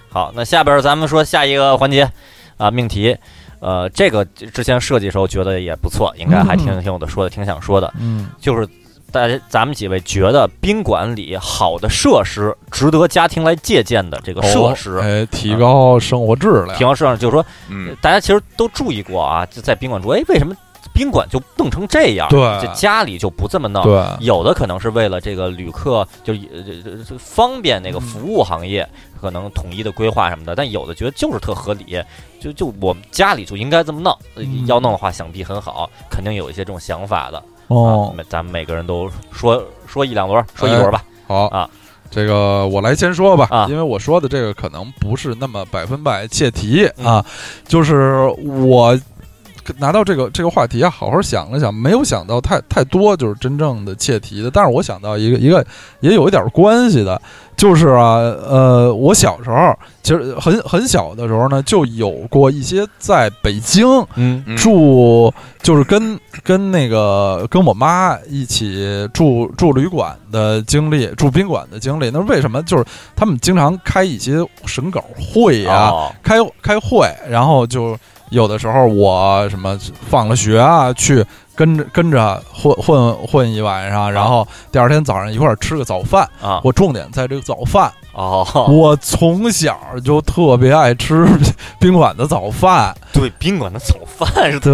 Speaker 2: 好，那下边儿咱们说下一个环节啊，命题。呃，这个之前设计的时候觉得也不错，应该还挺挺有的说的，挺想说的。
Speaker 3: 嗯，
Speaker 2: 就是大家咱们几位觉得宾馆里好的设施值得家庭来借鉴的这个设施，嗯
Speaker 3: 哎，提高生活质量
Speaker 2: 平。遥设上就是说，
Speaker 1: 嗯，
Speaker 2: 大家其实都注意过啊，就在宾馆住，哎，为什么宾馆就弄成这样？
Speaker 3: 对
Speaker 2: 这家里就不这么弄。
Speaker 3: 对，
Speaker 2: 有的可能是为了这个旅客，就是呃呃呃方便那个服务行业，可能统一的规划什么的。但有的觉得就是特合理，就就我们家里就应该这么弄。呃
Speaker 3: 嗯
Speaker 2: 要弄的话，想必很好，肯定有一些这种想法的。啊
Speaker 3: 哦，
Speaker 2: 每咱们每个人都说说一两轮，说一轮吧。
Speaker 3: 好
Speaker 2: 啊，
Speaker 3: 这个我来先说吧，
Speaker 2: 啊
Speaker 3: 因为我说的这个可能不是那么百分百切题
Speaker 2: 嗯
Speaker 3: 啊，就是我。拿到这个这个话题啊，好好想了想，没有想到太太多，就是真正的切题的。但是我想到一个一个也有一点关系的，就是啊，呃，我小时候其实很很小的时候呢，就有过一些在北京
Speaker 2: 嗯
Speaker 1: 嗯
Speaker 3: 住就是跟跟那个跟我妈一起住住旅馆的经历，住宾馆的经历。那为什么就是他们经常开一些审稿会啊，
Speaker 2: 哦
Speaker 3: 开开会，然后就有的时候我什么放了学啊，去跟着跟着混混混一晚上，
Speaker 2: 哦
Speaker 3: 然后第二天早上一块儿吃个早饭。
Speaker 2: 啊
Speaker 3: 我重点在这个早饭，
Speaker 2: 哦，
Speaker 3: 我从小就特别爱吃 (laughs) 宾馆的早饭，
Speaker 2: 对，宾馆的早饭是
Speaker 3: 对。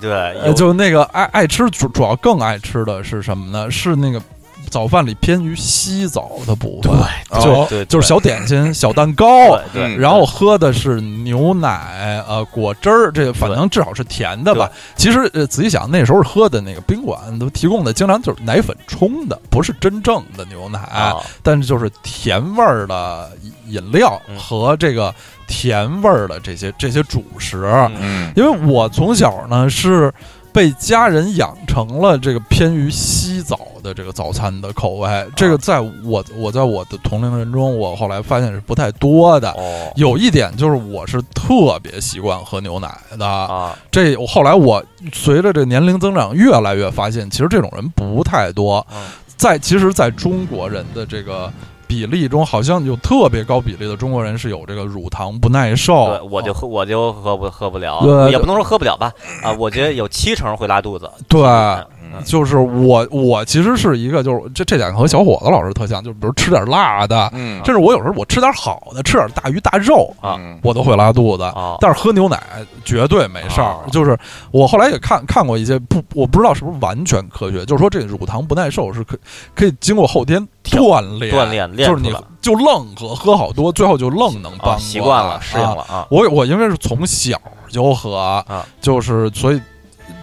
Speaker 2: 对，
Speaker 3: 呃，
Speaker 2: 有
Speaker 3: 就那个爱爱吃主主要更爱吃的是什么呢？是那个早饭里偏于西枣的部分，
Speaker 2: 对
Speaker 3: 就
Speaker 2: 哦对对
Speaker 3: 就是小点心、小蛋糕。
Speaker 2: 对对，
Speaker 1: 嗯
Speaker 3: 哦然后喝的是牛奶，呃，果汁儿，这反正至少是甜的吧。其实呃，仔细想，那时候喝的那个宾馆都提供的，经常就是奶粉冲的，不是真正的牛奶，
Speaker 2: 啊
Speaker 3: 但是就是甜味儿的饮料
Speaker 2: 嗯
Speaker 3: 和这个甜味儿的这些这些主食。
Speaker 2: 嗯
Speaker 1: 嗯
Speaker 3: 因为我从小呢是被家人养成了这个偏于西早的这个早餐的口味。这
Speaker 2: 啊
Speaker 3: 个在我我在我的同龄人中，我后来发现是不太多的。
Speaker 2: 哦
Speaker 3: 有一点就是，我是特别习惯喝牛奶的。
Speaker 2: 啊，
Speaker 3: 这后来我随着这年龄增长，越来越发现，其实这种人不太多。
Speaker 2: 嗯
Speaker 3: 在其实，在中国人的这个比例中，好像有特别高比例的中国人是有这个乳糖不耐受。
Speaker 2: 对，我就喝，我就喝不喝不了，
Speaker 3: 哦对
Speaker 2: 也不能说喝不了吧，啊，我觉得有七成会拉肚子。
Speaker 3: 对
Speaker 2: 嗯
Speaker 3: 就是我，我其实是一个，就是这这点和小伙子老师特像，就比如吃点辣的，
Speaker 1: 嗯
Speaker 3: 甚至我有时候我吃点好的，吃点大鱼大肉，
Speaker 2: 啊
Speaker 1: 嗯
Speaker 3: 我都会拉肚子。
Speaker 2: 哦，
Speaker 3: 但是喝牛奶绝对没事儿
Speaker 2: 哦，
Speaker 3: 就是我后来也看看过一些不，我不知道是不是完全科学，就是说这乳糖不耐受是可可以经过后天
Speaker 2: 调
Speaker 3: 锻炼
Speaker 2: 锻炼练
Speaker 3: 就是你
Speaker 2: 出来
Speaker 3: 就愣喝喝好多，最后就愣能
Speaker 2: 啊
Speaker 3: 搬
Speaker 2: 习惯
Speaker 3: 过来
Speaker 2: 了，适应
Speaker 3: 啊
Speaker 2: 了啊。
Speaker 3: 我我因为是从小就喝，
Speaker 2: 啊
Speaker 3: 就是所以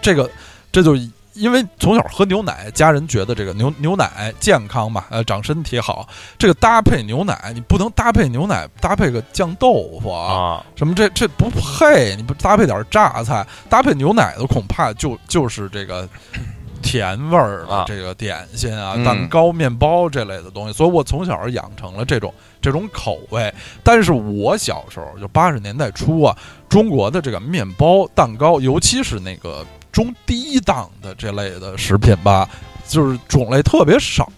Speaker 3: 这个这就因为从小喝牛奶，家人觉得这个牛牛奶健康嘛，呃，长身体好。这个搭配牛奶，你不能搭配牛奶搭配个酱豆腐啊，
Speaker 2: 啊，
Speaker 3: 什么这这不配，你不搭配点榨菜，搭配牛奶的恐怕就就是这个。甜味儿的
Speaker 2: 啊
Speaker 3: 这个点心啊，
Speaker 1: 嗯
Speaker 3: 蛋糕、面包这类的东西，所以我从小养成了这种这种口味。但是我小时候就八十年代初啊，中国的这个面包、蛋糕，尤其是那个中低档的这类的食品吧，就是种类特别少，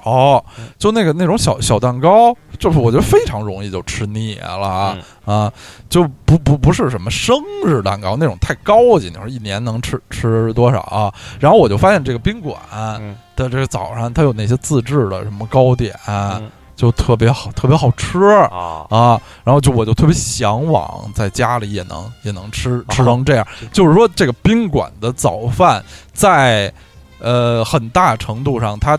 Speaker 3: 就那个那种小小蛋糕，就是我觉得非常容易就吃腻了啊、啊，就不不不是什么生日蛋糕那种太高级，你说一年能吃吃多少、啊然后我就发现这个宾馆
Speaker 2: 嗯
Speaker 3: 的这个早上，它有那些自制的什么糕点，啊
Speaker 2: 嗯
Speaker 3: 就特别好，特别好吃。
Speaker 2: 啊，
Speaker 3: 啊，然后就我就特别向往在家里也能也能吃
Speaker 1: 啊
Speaker 3: 吃
Speaker 2: 哦
Speaker 3: 成这样，就是说这个宾馆的早饭在呃很大程度上它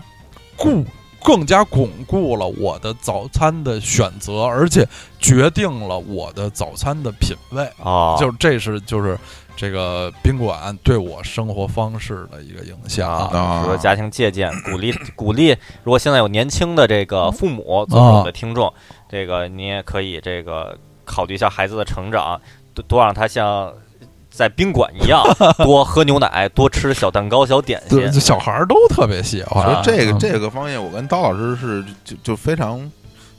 Speaker 3: 固更加巩固了我的早餐的选择，而且决定了我的早餐的品味，
Speaker 1: 啊
Speaker 2: 哦，
Speaker 3: 啊就是这是就是这个宾馆对我生活方式的一个影响。
Speaker 1: 啊
Speaker 2: 说家庭借鉴，鼓励鼓励。如果现在有年轻的这个父母作为我们
Speaker 3: 啊
Speaker 2: 的听众，这个你也可以这个考虑一下孩子的成长，多多让他像在宾馆一
Speaker 3: (laughs)
Speaker 2: 样多喝牛奶，多吃小蛋糕、小点
Speaker 3: 对，
Speaker 2: 心
Speaker 3: 就。小孩儿都特别喜欢。
Speaker 1: 说这个
Speaker 3: 嗯
Speaker 1: 这个方面，我跟刀老师是就就非常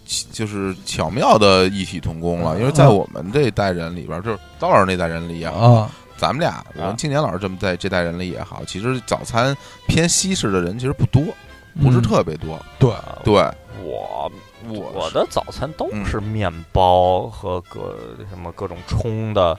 Speaker 1: 奇就是巧妙的异曲同工了，因为在
Speaker 3: 嗯
Speaker 1: 我们这一代人里边，就是刀老师那代人里也好，
Speaker 3: 啊，
Speaker 1: 咱们俩我
Speaker 2: 啊
Speaker 1: 跟青年老师这么在这代人里也好，其实早餐偏西式的人其实不多，不是
Speaker 3: 嗯
Speaker 1: 特别多。
Speaker 3: 对，
Speaker 2: 啊
Speaker 1: 对，
Speaker 2: 我
Speaker 1: 我
Speaker 2: 我
Speaker 1: 是嗯
Speaker 2: 的早餐都是面包和各什么各种冲的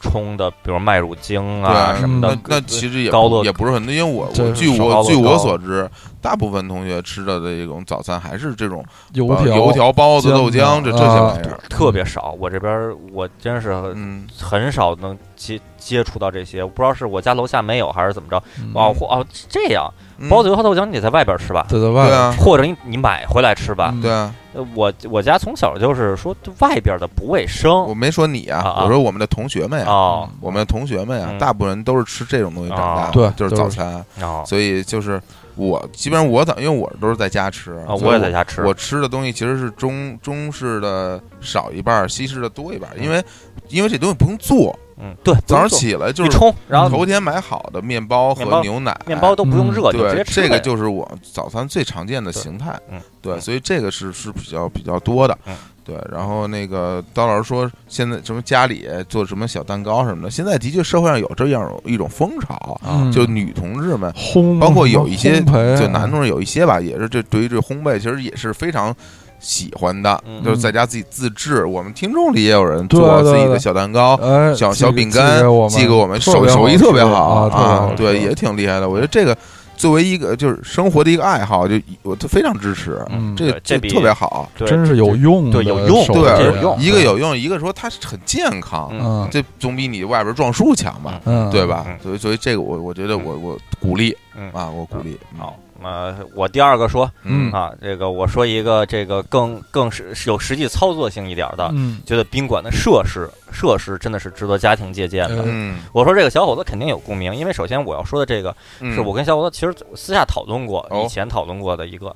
Speaker 2: 冲的，比如麦乳精啊
Speaker 1: 对
Speaker 2: 什么的
Speaker 1: 那。那其实也
Speaker 2: 高
Speaker 1: 不
Speaker 2: 乐
Speaker 1: 也不是很多，因为我
Speaker 3: 这
Speaker 1: 我
Speaker 3: 是
Speaker 1: 据
Speaker 2: 烧高
Speaker 1: 我
Speaker 2: 乐
Speaker 1: 据我
Speaker 2: 高
Speaker 1: 所知，大部分同学吃的这种早餐还是这种
Speaker 3: 油
Speaker 1: 呃
Speaker 3: 条
Speaker 1: 油条、包子、
Speaker 3: 煎
Speaker 1: 豆浆这这些
Speaker 3: 啊
Speaker 1: 玩意儿。
Speaker 2: 特别少，我这边儿我真是
Speaker 1: 嗯，
Speaker 2: 很少能接接触到这些，我不知道是我家楼下没有还是怎么着。
Speaker 3: 嗯
Speaker 2: 哦或哦，是这样，
Speaker 1: 嗯
Speaker 2: 包子、油条、豆浆你得在外边吃吧，
Speaker 3: 对对
Speaker 1: 对
Speaker 3: 外
Speaker 1: 啊，
Speaker 2: 或者你你买回来吃吧。
Speaker 3: 嗯
Speaker 1: 对啊，
Speaker 2: 呃我我家从小就是说外边的不卫生
Speaker 1: 我没说你
Speaker 2: 啊
Speaker 1: 啊，
Speaker 2: 啊
Speaker 1: 我说我们的同学们呀，
Speaker 2: 哦
Speaker 1: 我们的同学们呀，
Speaker 2: 嗯
Speaker 1: 大部分人都是吃这种东西长大的，
Speaker 2: 哦
Speaker 3: 对
Speaker 1: 就是
Speaker 3: 都
Speaker 1: 早
Speaker 3: 是
Speaker 1: 餐，
Speaker 2: 哦
Speaker 1: 所以就是我基本上我早，因为我都是在家吃
Speaker 2: 啊，
Speaker 1: 所以
Speaker 2: 我也在家吃
Speaker 1: 我吃的东西其实是中中式的少一半儿，西式的多一半儿，因为因为这东西不用做，
Speaker 2: 嗯，对，
Speaker 1: 早上
Speaker 2: 嗯不用做
Speaker 1: 起来就
Speaker 2: 一
Speaker 1: 是
Speaker 2: 冲，然后
Speaker 1: 头天买好的面包
Speaker 2: 面包
Speaker 1: 和牛奶，
Speaker 2: 面包都不用热，就直
Speaker 1: 嗯对
Speaker 2: 接吃呗。
Speaker 1: 这个就是我早餐最常见的形态，
Speaker 2: 对嗯
Speaker 1: 对，
Speaker 2: 嗯
Speaker 1: 所以这个是是比较比较多的
Speaker 2: 嗯，
Speaker 1: 对。然后那个刀老师说，现在什么家里做什么小蛋糕什么的，现在的确社会上有这样一种风潮，啊
Speaker 2: 啊
Speaker 3: 嗯
Speaker 1: 就女同志们。
Speaker 3: 烘，
Speaker 1: 包括有一些
Speaker 3: 嗯烘焙啊
Speaker 1: 就男同志有一些吧，也是这对于这烘焙其实也是非常喜欢的，
Speaker 2: 嗯
Speaker 1: 就是在家自己自制。我们听众里也有人
Speaker 3: 对
Speaker 1: 做
Speaker 3: 啊对
Speaker 1: 自己的
Speaker 3: 对
Speaker 1: 小蛋糕、
Speaker 3: 哎，
Speaker 1: 小
Speaker 3: 寄
Speaker 1: 小
Speaker 3: 给
Speaker 1: 饼干
Speaker 3: 寄给我，们，
Speaker 1: 寄给我们，
Speaker 3: 特
Speaker 1: 手
Speaker 3: 别
Speaker 1: 手艺
Speaker 3: 好
Speaker 1: 特别
Speaker 3: 吃
Speaker 1: 好
Speaker 3: 啊特别好吃
Speaker 1: 对，也挺厉害的。我觉得这个作为一个就是生活的一个爱好，就我都非常支持，
Speaker 3: 嗯
Speaker 1: 这个
Speaker 2: 对这比
Speaker 1: 特别好。
Speaker 2: 对
Speaker 3: 真是有用的
Speaker 2: 对
Speaker 3: 手艺啊，
Speaker 2: 有用
Speaker 1: 对
Speaker 2: 这有用
Speaker 1: 一个有用，一个说它是很健康，
Speaker 3: 嗯
Speaker 1: 这总比你外边撞书强吧，
Speaker 3: 嗯，
Speaker 1: 对吧？
Speaker 2: 嗯
Speaker 1: 所以所以这个我我觉得我我鼓励
Speaker 2: 嗯
Speaker 1: 啊，我鼓励。嗯
Speaker 2: 好，那呃我第二个说
Speaker 1: 嗯
Speaker 2: 啊，这个我说一个这个更更是是有实际操作性一点儿的，
Speaker 3: 嗯，
Speaker 2: 觉得宾馆的设施设施真的是值得家庭借鉴的。
Speaker 3: 嗯
Speaker 1: 嗯，
Speaker 2: 我说这个小伙子肯定有共鸣，因为首先我要说的这个
Speaker 1: 嗯
Speaker 2: 是我跟小伙子其实私下讨论过，
Speaker 1: 哦
Speaker 2: 以前讨论过的一个，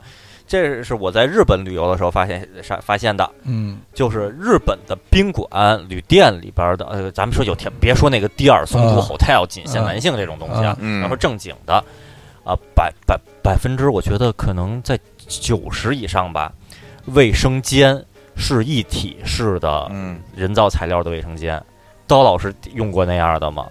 Speaker 2: 这是我在日本旅游的时候发现发发现的，
Speaker 3: 嗯
Speaker 2: 就是日本的宾馆、旅店里边的，呃，咱们说有天，别说那个第二松
Speaker 3: 啊
Speaker 2: 竹 hotel 仅限
Speaker 3: 啊
Speaker 2: 男性这种东西啊
Speaker 3: 啊，
Speaker 1: 嗯
Speaker 2: 然后正经的，啊，百百百分之，我觉得可能在九十以上吧，卫生间是一体式的
Speaker 1: 嗯，
Speaker 2: 人造材料的卫生间。刀老师用过那样的吗？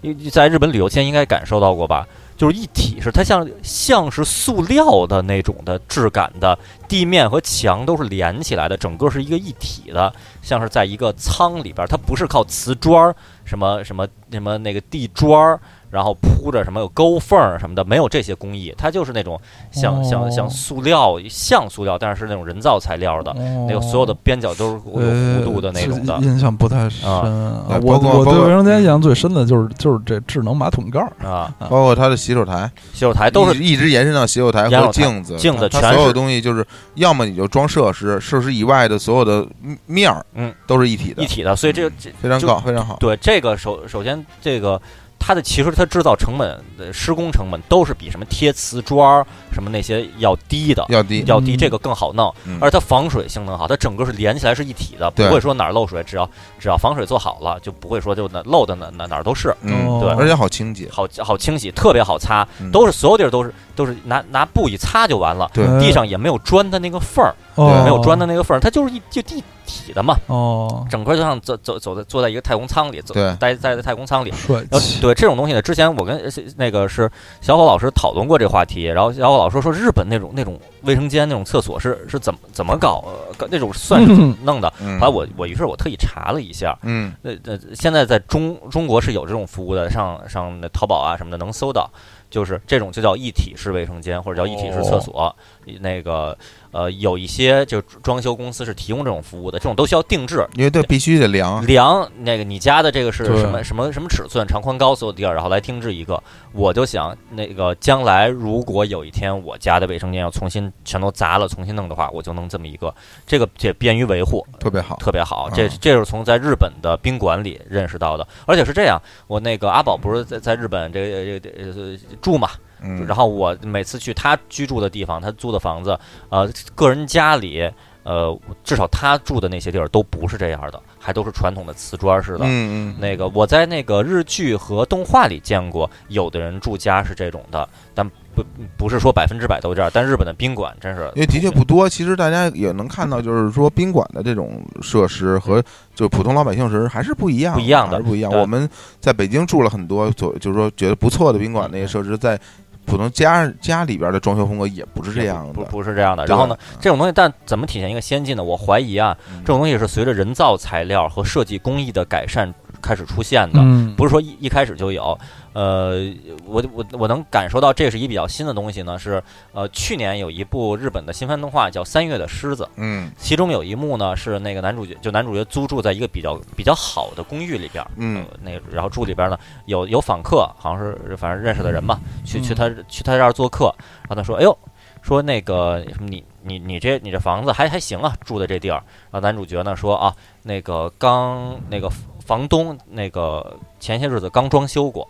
Speaker 2: 你你在日本旅游前应该感受到过吧？就是一体式，它像像是塑料的那种的质感的，地面和墙都是连起来的，整个是一个一体的，像是在一个舱里边儿，它不是靠瓷砖儿、什么什么什么那个地砖儿，然后铺着什么有沟缝儿什么的，没有这些工艺，它就是那种像、像像
Speaker 3: 哦
Speaker 2: 塑料像塑料，但是是那种人造材料的，啊
Speaker 3: 哦
Speaker 2: 那个所有的边角都是有
Speaker 3: 呃
Speaker 2: 弧度的那种的啊
Speaker 3: 是。印象不太深。啊
Speaker 1: 哎
Speaker 3: 我
Speaker 1: 包括
Speaker 3: 我
Speaker 1: 包
Speaker 3: 对
Speaker 1: 括
Speaker 3: 卫生间印象最深的就是就是这智能马桶盖儿，
Speaker 2: 啊，
Speaker 1: 包括它的洗手台，
Speaker 2: 洗手台哎都是
Speaker 1: 一一直延伸到洗手台
Speaker 2: 沿
Speaker 1: 和
Speaker 2: 手台
Speaker 1: 镜子，
Speaker 2: 镜子
Speaker 1: 它
Speaker 2: 全
Speaker 1: 所有
Speaker 2: 是
Speaker 1: 东西就是，要么你就装设施，设施以外的所有的嗯面儿，
Speaker 2: 嗯，
Speaker 1: 都是一体的
Speaker 2: 一，体的，所以这这
Speaker 1: 非常
Speaker 2: 就
Speaker 1: 高，非常好。
Speaker 2: 对这个首首先这个它的其实它制造成本、呃施工成本都是比什么贴瓷砖儿什么那些要低的，
Speaker 1: 要低，
Speaker 2: 要低，
Speaker 3: 嗯
Speaker 2: 这个更好弄，
Speaker 1: 嗯
Speaker 2: 而它防水性能好，它整个是连起来是一体的，不
Speaker 1: 对
Speaker 2: 会说哪儿漏水，只要只要防水做好了，就不会说就哪漏的哪哪哪儿都是，
Speaker 1: 嗯，
Speaker 3: 对
Speaker 1: 而且好清洁，
Speaker 2: 好好清洗，特别好擦，
Speaker 1: 嗯
Speaker 2: 都是所有地儿都是都是拿拿布一擦就完了。
Speaker 1: 对
Speaker 3: 呃
Speaker 2: 地上也没有砖的那个缝儿，
Speaker 3: 哦
Speaker 2: 没有砖的那个缝儿，它就是一就一体的嘛，
Speaker 3: 哦，
Speaker 2: 整个就像走走走在坐在一个太空舱里，走
Speaker 1: 对
Speaker 2: 待待在太空舱
Speaker 1: (laughs)
Speaker 2: 里，
Speaker 3: 帅
Speaker 2: 然后
Speaker 3: 气。
Speaker 2: 对这种东西呢，之前我跟呃是那个是小伙老师讨论过这个话题，然后小伙老师说日本那种那种卫生间那种厕所是是怎么怎么搞、呃搞那种算是怎么弄的。
Speaker 1: 嗯
Speaker 2: 后来我我于是我特意查了一下，
Speaker 1: 嗯
Speaker 2: 那、呃、那现在在中中国是有这种服务的，上上那淘宝啊什么的能搜到，就是这种就叫一体式卫生间或者叫一体式厕所。那个呃有一些就装修公司是提供这种服务的，这种都需要定制，
Speaker 1: 因为这必须得量，
Speaker 2: 量那个你家的这个是
Speaker 3: 对
Speaker 2: 什么什么什么尺寸，长宽高所有地儿，然后来定制一个。我就想那个将来如果有一天我家的卫生间要重新全都砸了，重新弄的话，我就弄这么一个，这个也便于维护，
Speaker 1: 特别好。
Speaker 2: 特别好。这
Speaker 1: 嗯
Speaker 2: 这是从在日本的宾馆里认识到的，而且是这样。我那个阿宝不是在在日本这个这个这个住嘛，
Speaker 1: 嗯，
Speaker 2: 然后我每次去他居住的地方，他租的房子，呃，个人家里，呃，至少他住的那些地儿都不是这样的，还都是传统的瓷砖似的。
Speaker 1: 嗯嗯，
Speaker 2: 那个我在那个日剧和动画里见过，有的人住家是这种的，但不不是说百分之百都这样。但日本的宾馆真是，
Speaker 1: 因为的确不多，其实大家也能看到，就是说宾馆的这种设施和就是普通老百姓设施还是不一样，
Speaker 2: 不一样的
Speaker 1: 还是不一样。
Speaker 2: 对
Speaker 1: 我们在北京住了很多，所就是说觉得不错的宾馆那些设施，在普通家家里边的装修风格也不是这样
Speaker 2: 不
Speaker 1: 的。
Speaker 2: 不是这样的。
Speaker 1: 对
Speaker 2: 然后呢，这种东西，但怎么体现一个先进呢？我怀疑啊，
Speaker 1: 嗯
Speaker 2: 这种东西是随着人造材料和设计工艺的改善开始出现的。
Speaker 3: 嗯，
Speaker 2: 不是说一一开始就有，呃，我我我能感受到这是一比较新的东西呢，是呃去年有一部日本的新番动画叫《三月的狮子》，
Speaker 1: 嗯
Speaker 2: 其中有一幕呢是那个男主角，就男主角租住在一个比较比较好的公寓里边儿，
Speaker 1: 嗯
Speaker 2: 呃那个然后住里边呢有有访客，好像是反正认识的人嘛，去去
Speaker 3: 嗯
Speaker 2: 他去他这儿做客，然后他说，哎呦，说那个什么你你你这你这房子还还行啊，住的这地儿，然后男主角呢说啊，那个刚那个房东那个前些日子刚装修过，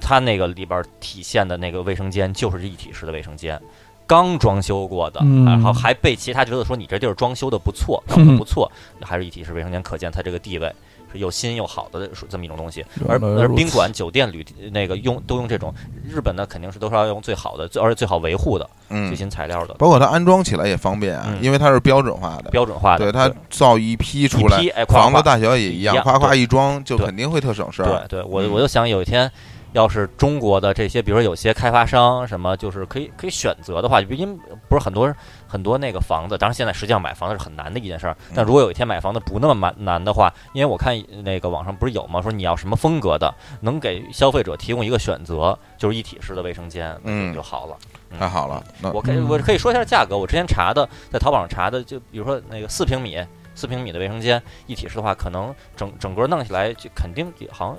Speaker 2: 他那个里边儿体现的那个卫生间就是一体式的卫生间，刚装修过的，
Speaker 3: 嗯
Speaker 2: 然后还被其他觉得说你这地儿装修的不错，搞得不错，还是一体式卫生间，可见它这个地位。是又新又好的这么一种东西，而
Speaker 3: 原来
Speaker 2: 而
Speaker 3: 如
Speaker 2: 宾
Speaker 3: 此
Speaker 2: 馆、酒店、旅那个用都用这种日本的，肯定是都是要用最好的，最而且最好维护的、
Speaker 1: 嗯
Speaker 2: 最，新材料的、
Speaker 1: 包括它安装起来也方便啊，
Speaker 2: 嗯
Speaker 1: 因为它是标准化的，
Speaker 2: 标准化的。
Speaker 1: 对它造一批出来
Speaker 2: 一批哎，夸
Speaker 1: 房子
Speaker 2: 夸
Speaker 1: 大小也一样
Speaker 2: 一，样
Speaker 1: 夸夸
Speaker 2: 对
Speaker 1: 一装就
Speaker 2: 对
Speaker 1: 肯定会特省事儿。
Speaker 2: 对对，我
Speaker 1: 嗯
Speaker 2: 我就想有一天，要是中国的这些，比如说有些开发商什么，就是可以可以选择的话，就因不是很多很多那个房子，当然现在实际上买房子是很难的一件事儿。
Speaker 1: 嗯
Speaker 2: 但如果有一天买房子不那么难难的话，因为我看那个网上不是有吗？说你要什么风格的，能给消费者提供一个选择，就是一体式的卫生间，
Speaker 1: 嗯
Speaker 2: 就就好了。嗯
Speaker 1: 太好了，那
Speaker 2: 我可以
Speaker 3: 嗯
Speaker 2: 我可以说一下价格，我之前查的，在淘宝上查的，就比如说那个四平米。四平米的卫生间一体式的话，可能整整个弄起来就肯定好像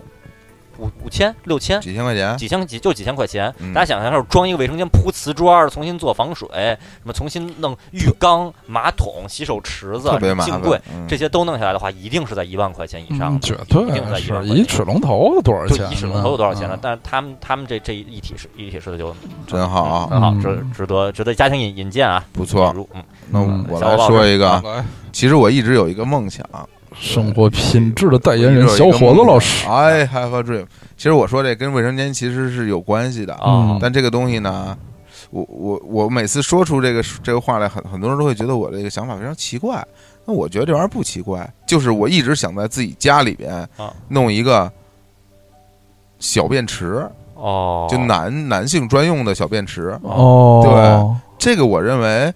Speaker 2: 五五千、六千，
Speaker 1: 几千块钱，
Speaker 2: 几千几就几千块钱。
Speaker 1: 嗯
Speaker 2: 大家想象一下，装一个卫生间，铺瓷砖，重新做防水，什么重新弄浴缸、马桶、洗手池子
Speaker 1: 特别、麻
Speaker 2: 镜
Speaker 1: 烦。
Speaker 2: 柜，
Speaker 1: 嗯
Speaker 2: 这些都弄下来的话，一定是在一万块钱以上
Speaker 3: 嗯，
Speaker 2: 的，
Speaker 3: 绝
Speaker 2: 一定在一
Speaker 3: 对
Speaker 2: 万
Speaker 3: 是
Speaker 2: 块钱
Speaker 3: 一尺啊龙头多少
Speaker 2: 就
Speaker 3: 钱？
Speaker 2: 一尺龙头有多少钱呢？
Speaker 3: 嗯
Speaker 2: 但是他们他们这这一体式一体式的就
Speaker 1: 真好啊
Speaker 2: 很好，
Speaker 3: 嗯
Speaker 2: 值值得值得家庭引引荐啊，
Speaker 1: 不错
Speaker 2: 引。入嗯，
Speaker 1: 那
Speaker 3: 嗯
Speaker 1: 我
Speaker 2: 小
Speaker 1: 来
Speaker 2: 伙伴
Speaker 1: 说一个啊，
Speaker 3: 来，
Speaker 1: 其实我一直有一个梦想，啊
Speaker 3: 生活品质的代言人小伙子老师，
Speaker 1: I have a dream。其实我说这跟卫生间其实是有关系的，啊
Speaker 2: 哦
Speaker 3: 嗯
Speaker 1: 但这个东西呢，我我我每次说出这个这个话来，很很多人都会觉得我这个想法非常奇怪。那我觉得这玩意儿不奇怪，就是我一直想在自己家里边
Speaker 2: 啊
Speaker 1: 弄一个小便池，
Speaker 2: 哦，
Speaker 1: 就男男性专用的小便池。
Speaker 3: 哦，
Speaker 1: 这个我认为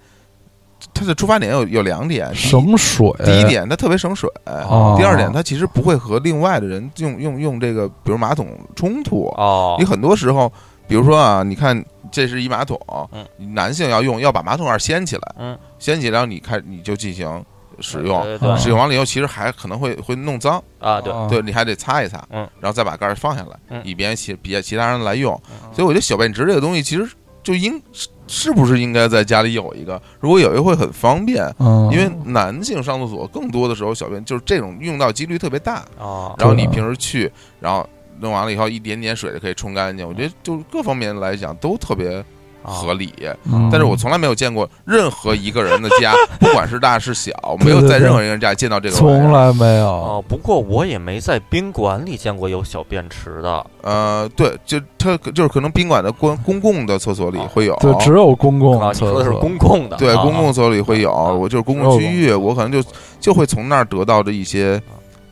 Speaker 1: 它的出发点有有两点，第一
Speaker 3: 省水。
Speaker 1: 第一点，它特别省水；
Speaker 3: 哦
Speaker 2: 啊
Speaker 1: 第二点，它其实不会和另外的人用用用这个，比如马桶冲突。
Speaker 2: 哦
Speaker 1: 你，很多时候，比如说啊，你看这是一马桶，
Speaker 2: 嗯
Speaker 1: 男性要用，要把马桶盖儿掀起来，
Speaker 2: 嗯
Speaker 1: 掀起来，然后你开你就进行使用。嗯
Speaker 2: 对对对
Speaker 1: 使用完了以后，其实还可能会会弄脏，
Speaker 2: 啊，对，
Speaker 3: 哦
Speaker 1: 对，你还得擦一擦，
Speaker 2: 嗯
Speaker 1: 然后再把盖儿放下来，
Speaker 2: 嗯
Speaker 1: 以便其别其他人来用。
Speaker 2: 哦
Speaker 1: 所以我觉得小便池这个东西，其实就应是是不是应该在家里有一个？如果有一个会很方便，
Speaker 3: 嗯，
Speaker 1: 因为男性上厕所更多的时候小便就是这种用到几率特别大，
Speaker 2: 哦，
Speaker 1: 然后你平时去，然后弄完了以后一点点水就可以冲干净，我觉得就各方面来讲都特别合理。
Speaker 3: 嗯，
Speaker 1: 但是我从来没有见过任何一个人的家，不管是大是小，没
Speaker 3: 对
Speaker 1: 有
Speaker 3: 对
Speaker 1: 在
Speaker 3: 对
Speaker 1: 任何一个人家见到这个玩意
Speaker 3: 从
Speaker 1: 儿。
Speaker 3: 来没有。
Speaker 2: 哦，不过我也没在宾馆里见过有小便池的，
Speaker 1: 呃，对，就他就是可能宾馆的公公共的厕所里会有，
Speaker 3: 对，只有公共
Speaker 2: 啊，你
Speaker 3: 厕
Speaker 2: 说的是
Speaker 3: 所。
Speaker 2: 公共的，
Speaker 1: 对
Speaker 2: 啊
Speaker 1: 公共厕所里会有，
Speaker 2: 啊
Speaker 1: 我就是公共区域，我可能就就会从那儿得到的一些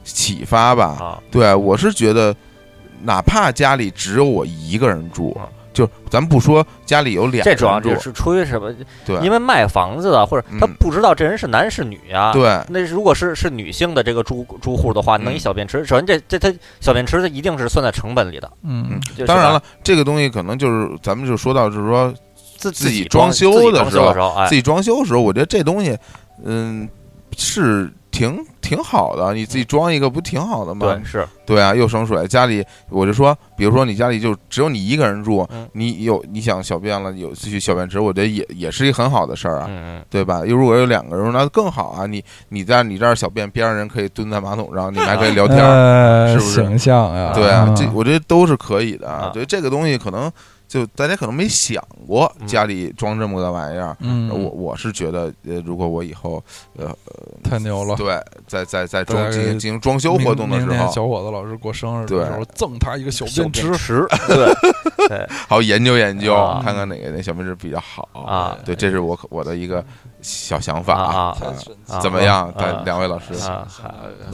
Speaker 1: 启发吧。
Speaker 2: 啊，
Speaker 1: 对，我是觉得，哪怕家里只有我一个人住
Speaker 2: 啊，
Speaker 1: 就咱不说家里有俩
Speaker 2: 这主要
Speaker 1: 人住
Speaker 2: 就，是出于什么？
Speaker 1: 对
Speaker 2: 因为卖房子的或者
Speaker 1: 嗯
Speaker 2: 他不知道这人是男是女啊，
Speaker 1: 对
Speaker 2: 那如果是是女性的这个住住户的话，弄一
Speaker 1: 嗯
Speaker 2: 小便池，首先这这它小便池它一定是算在成本里的。
Speaker 3: 嗯
Speaker 1: 嗯，
Speaker 2: 就是
Speaker 1: 当然
Speaker 2: 吧
Speaker 1: 了，，这个东西可能就是咱们就说到，就是说
Speaker 2: 自
Speaker 1: 自己
Speaker 2: 己
Speaker 1: 装修
Speaker 2: 自己
Speaker 1: 的
Speaker 2: 装
Speaker 1: 时
Speaker 2: 修
Speaker 1: 候
Speaker 2: 的时候，哎
Speaker 1: 自，己装修的时候，我觉得这东西，嗯，是挺挺好的，你自己装一个不挺好的吗
Speaker 2: 对，？是
Speaker 1: 对啊，又省水。家里我就说，比如说你家里就只有你一个人住
Speaker 2: 嗯，
Speaker 1: 你有你想小便了，有去小便池，我觉得也也是一很好的事儿啊。
Speaker 2: 嗯嗯，
Speaker 1: 对吧？又如果有两个人，那更好啊！你你在你这儿小便，边上人可以蹲在马桶上，你们还可以聊天儿，
Speaker 3: 哎
Speaker 1: 是不是
Speaker 3: 形象呀？
Speaker 1: 对啊，
Speaker 3: 嗯
Speaker 1: 这我觉得都是可以的。
Speaker 2: 啊
Speaker 1: 对这个东西，可能就大家可能没想过
Speaker 2: 嗯
Speaker 1: 家里装这么个玩意儿。
Speaker 3: 嗯，
Speaker 1: 我我是觉得，呃，如果我以后
Speaker 3: 太牛了。
Speaker 1: 对在在在
Speaker 3: 大
Speaker 1: 装
Speaker 3: 家
Speaker 1: 进行进行装修
Speaker 3: 明
Speaker 1: 活动的
Speaker 3: 明
Speaker 1: 时
Speaker 3: 年
Speaker 1: 候，
Speaker 3: 小伙子老师过生日
Speaker 1: 对
Speaker 3: 的时候，赠他一个小
Speaker 2: 小
Speaker 3: 便池。
Speaker 2: 池，对对
Speaker 1: 好研究研究
Speaker 2: 啊，
Speaker 1: 看看哪个那小便池比较好。
Speaker 2: 啊
Speaker 1: 对，这是我可我的一个小想
Speaker 2: 啊
Speaker 1: 法啊。
Speaker 2: 啊啊
Speaker 1: 怎么样，大
Speaker 2: 啊
Speaker 1: 两位老师？
Speaker 2: 啊，还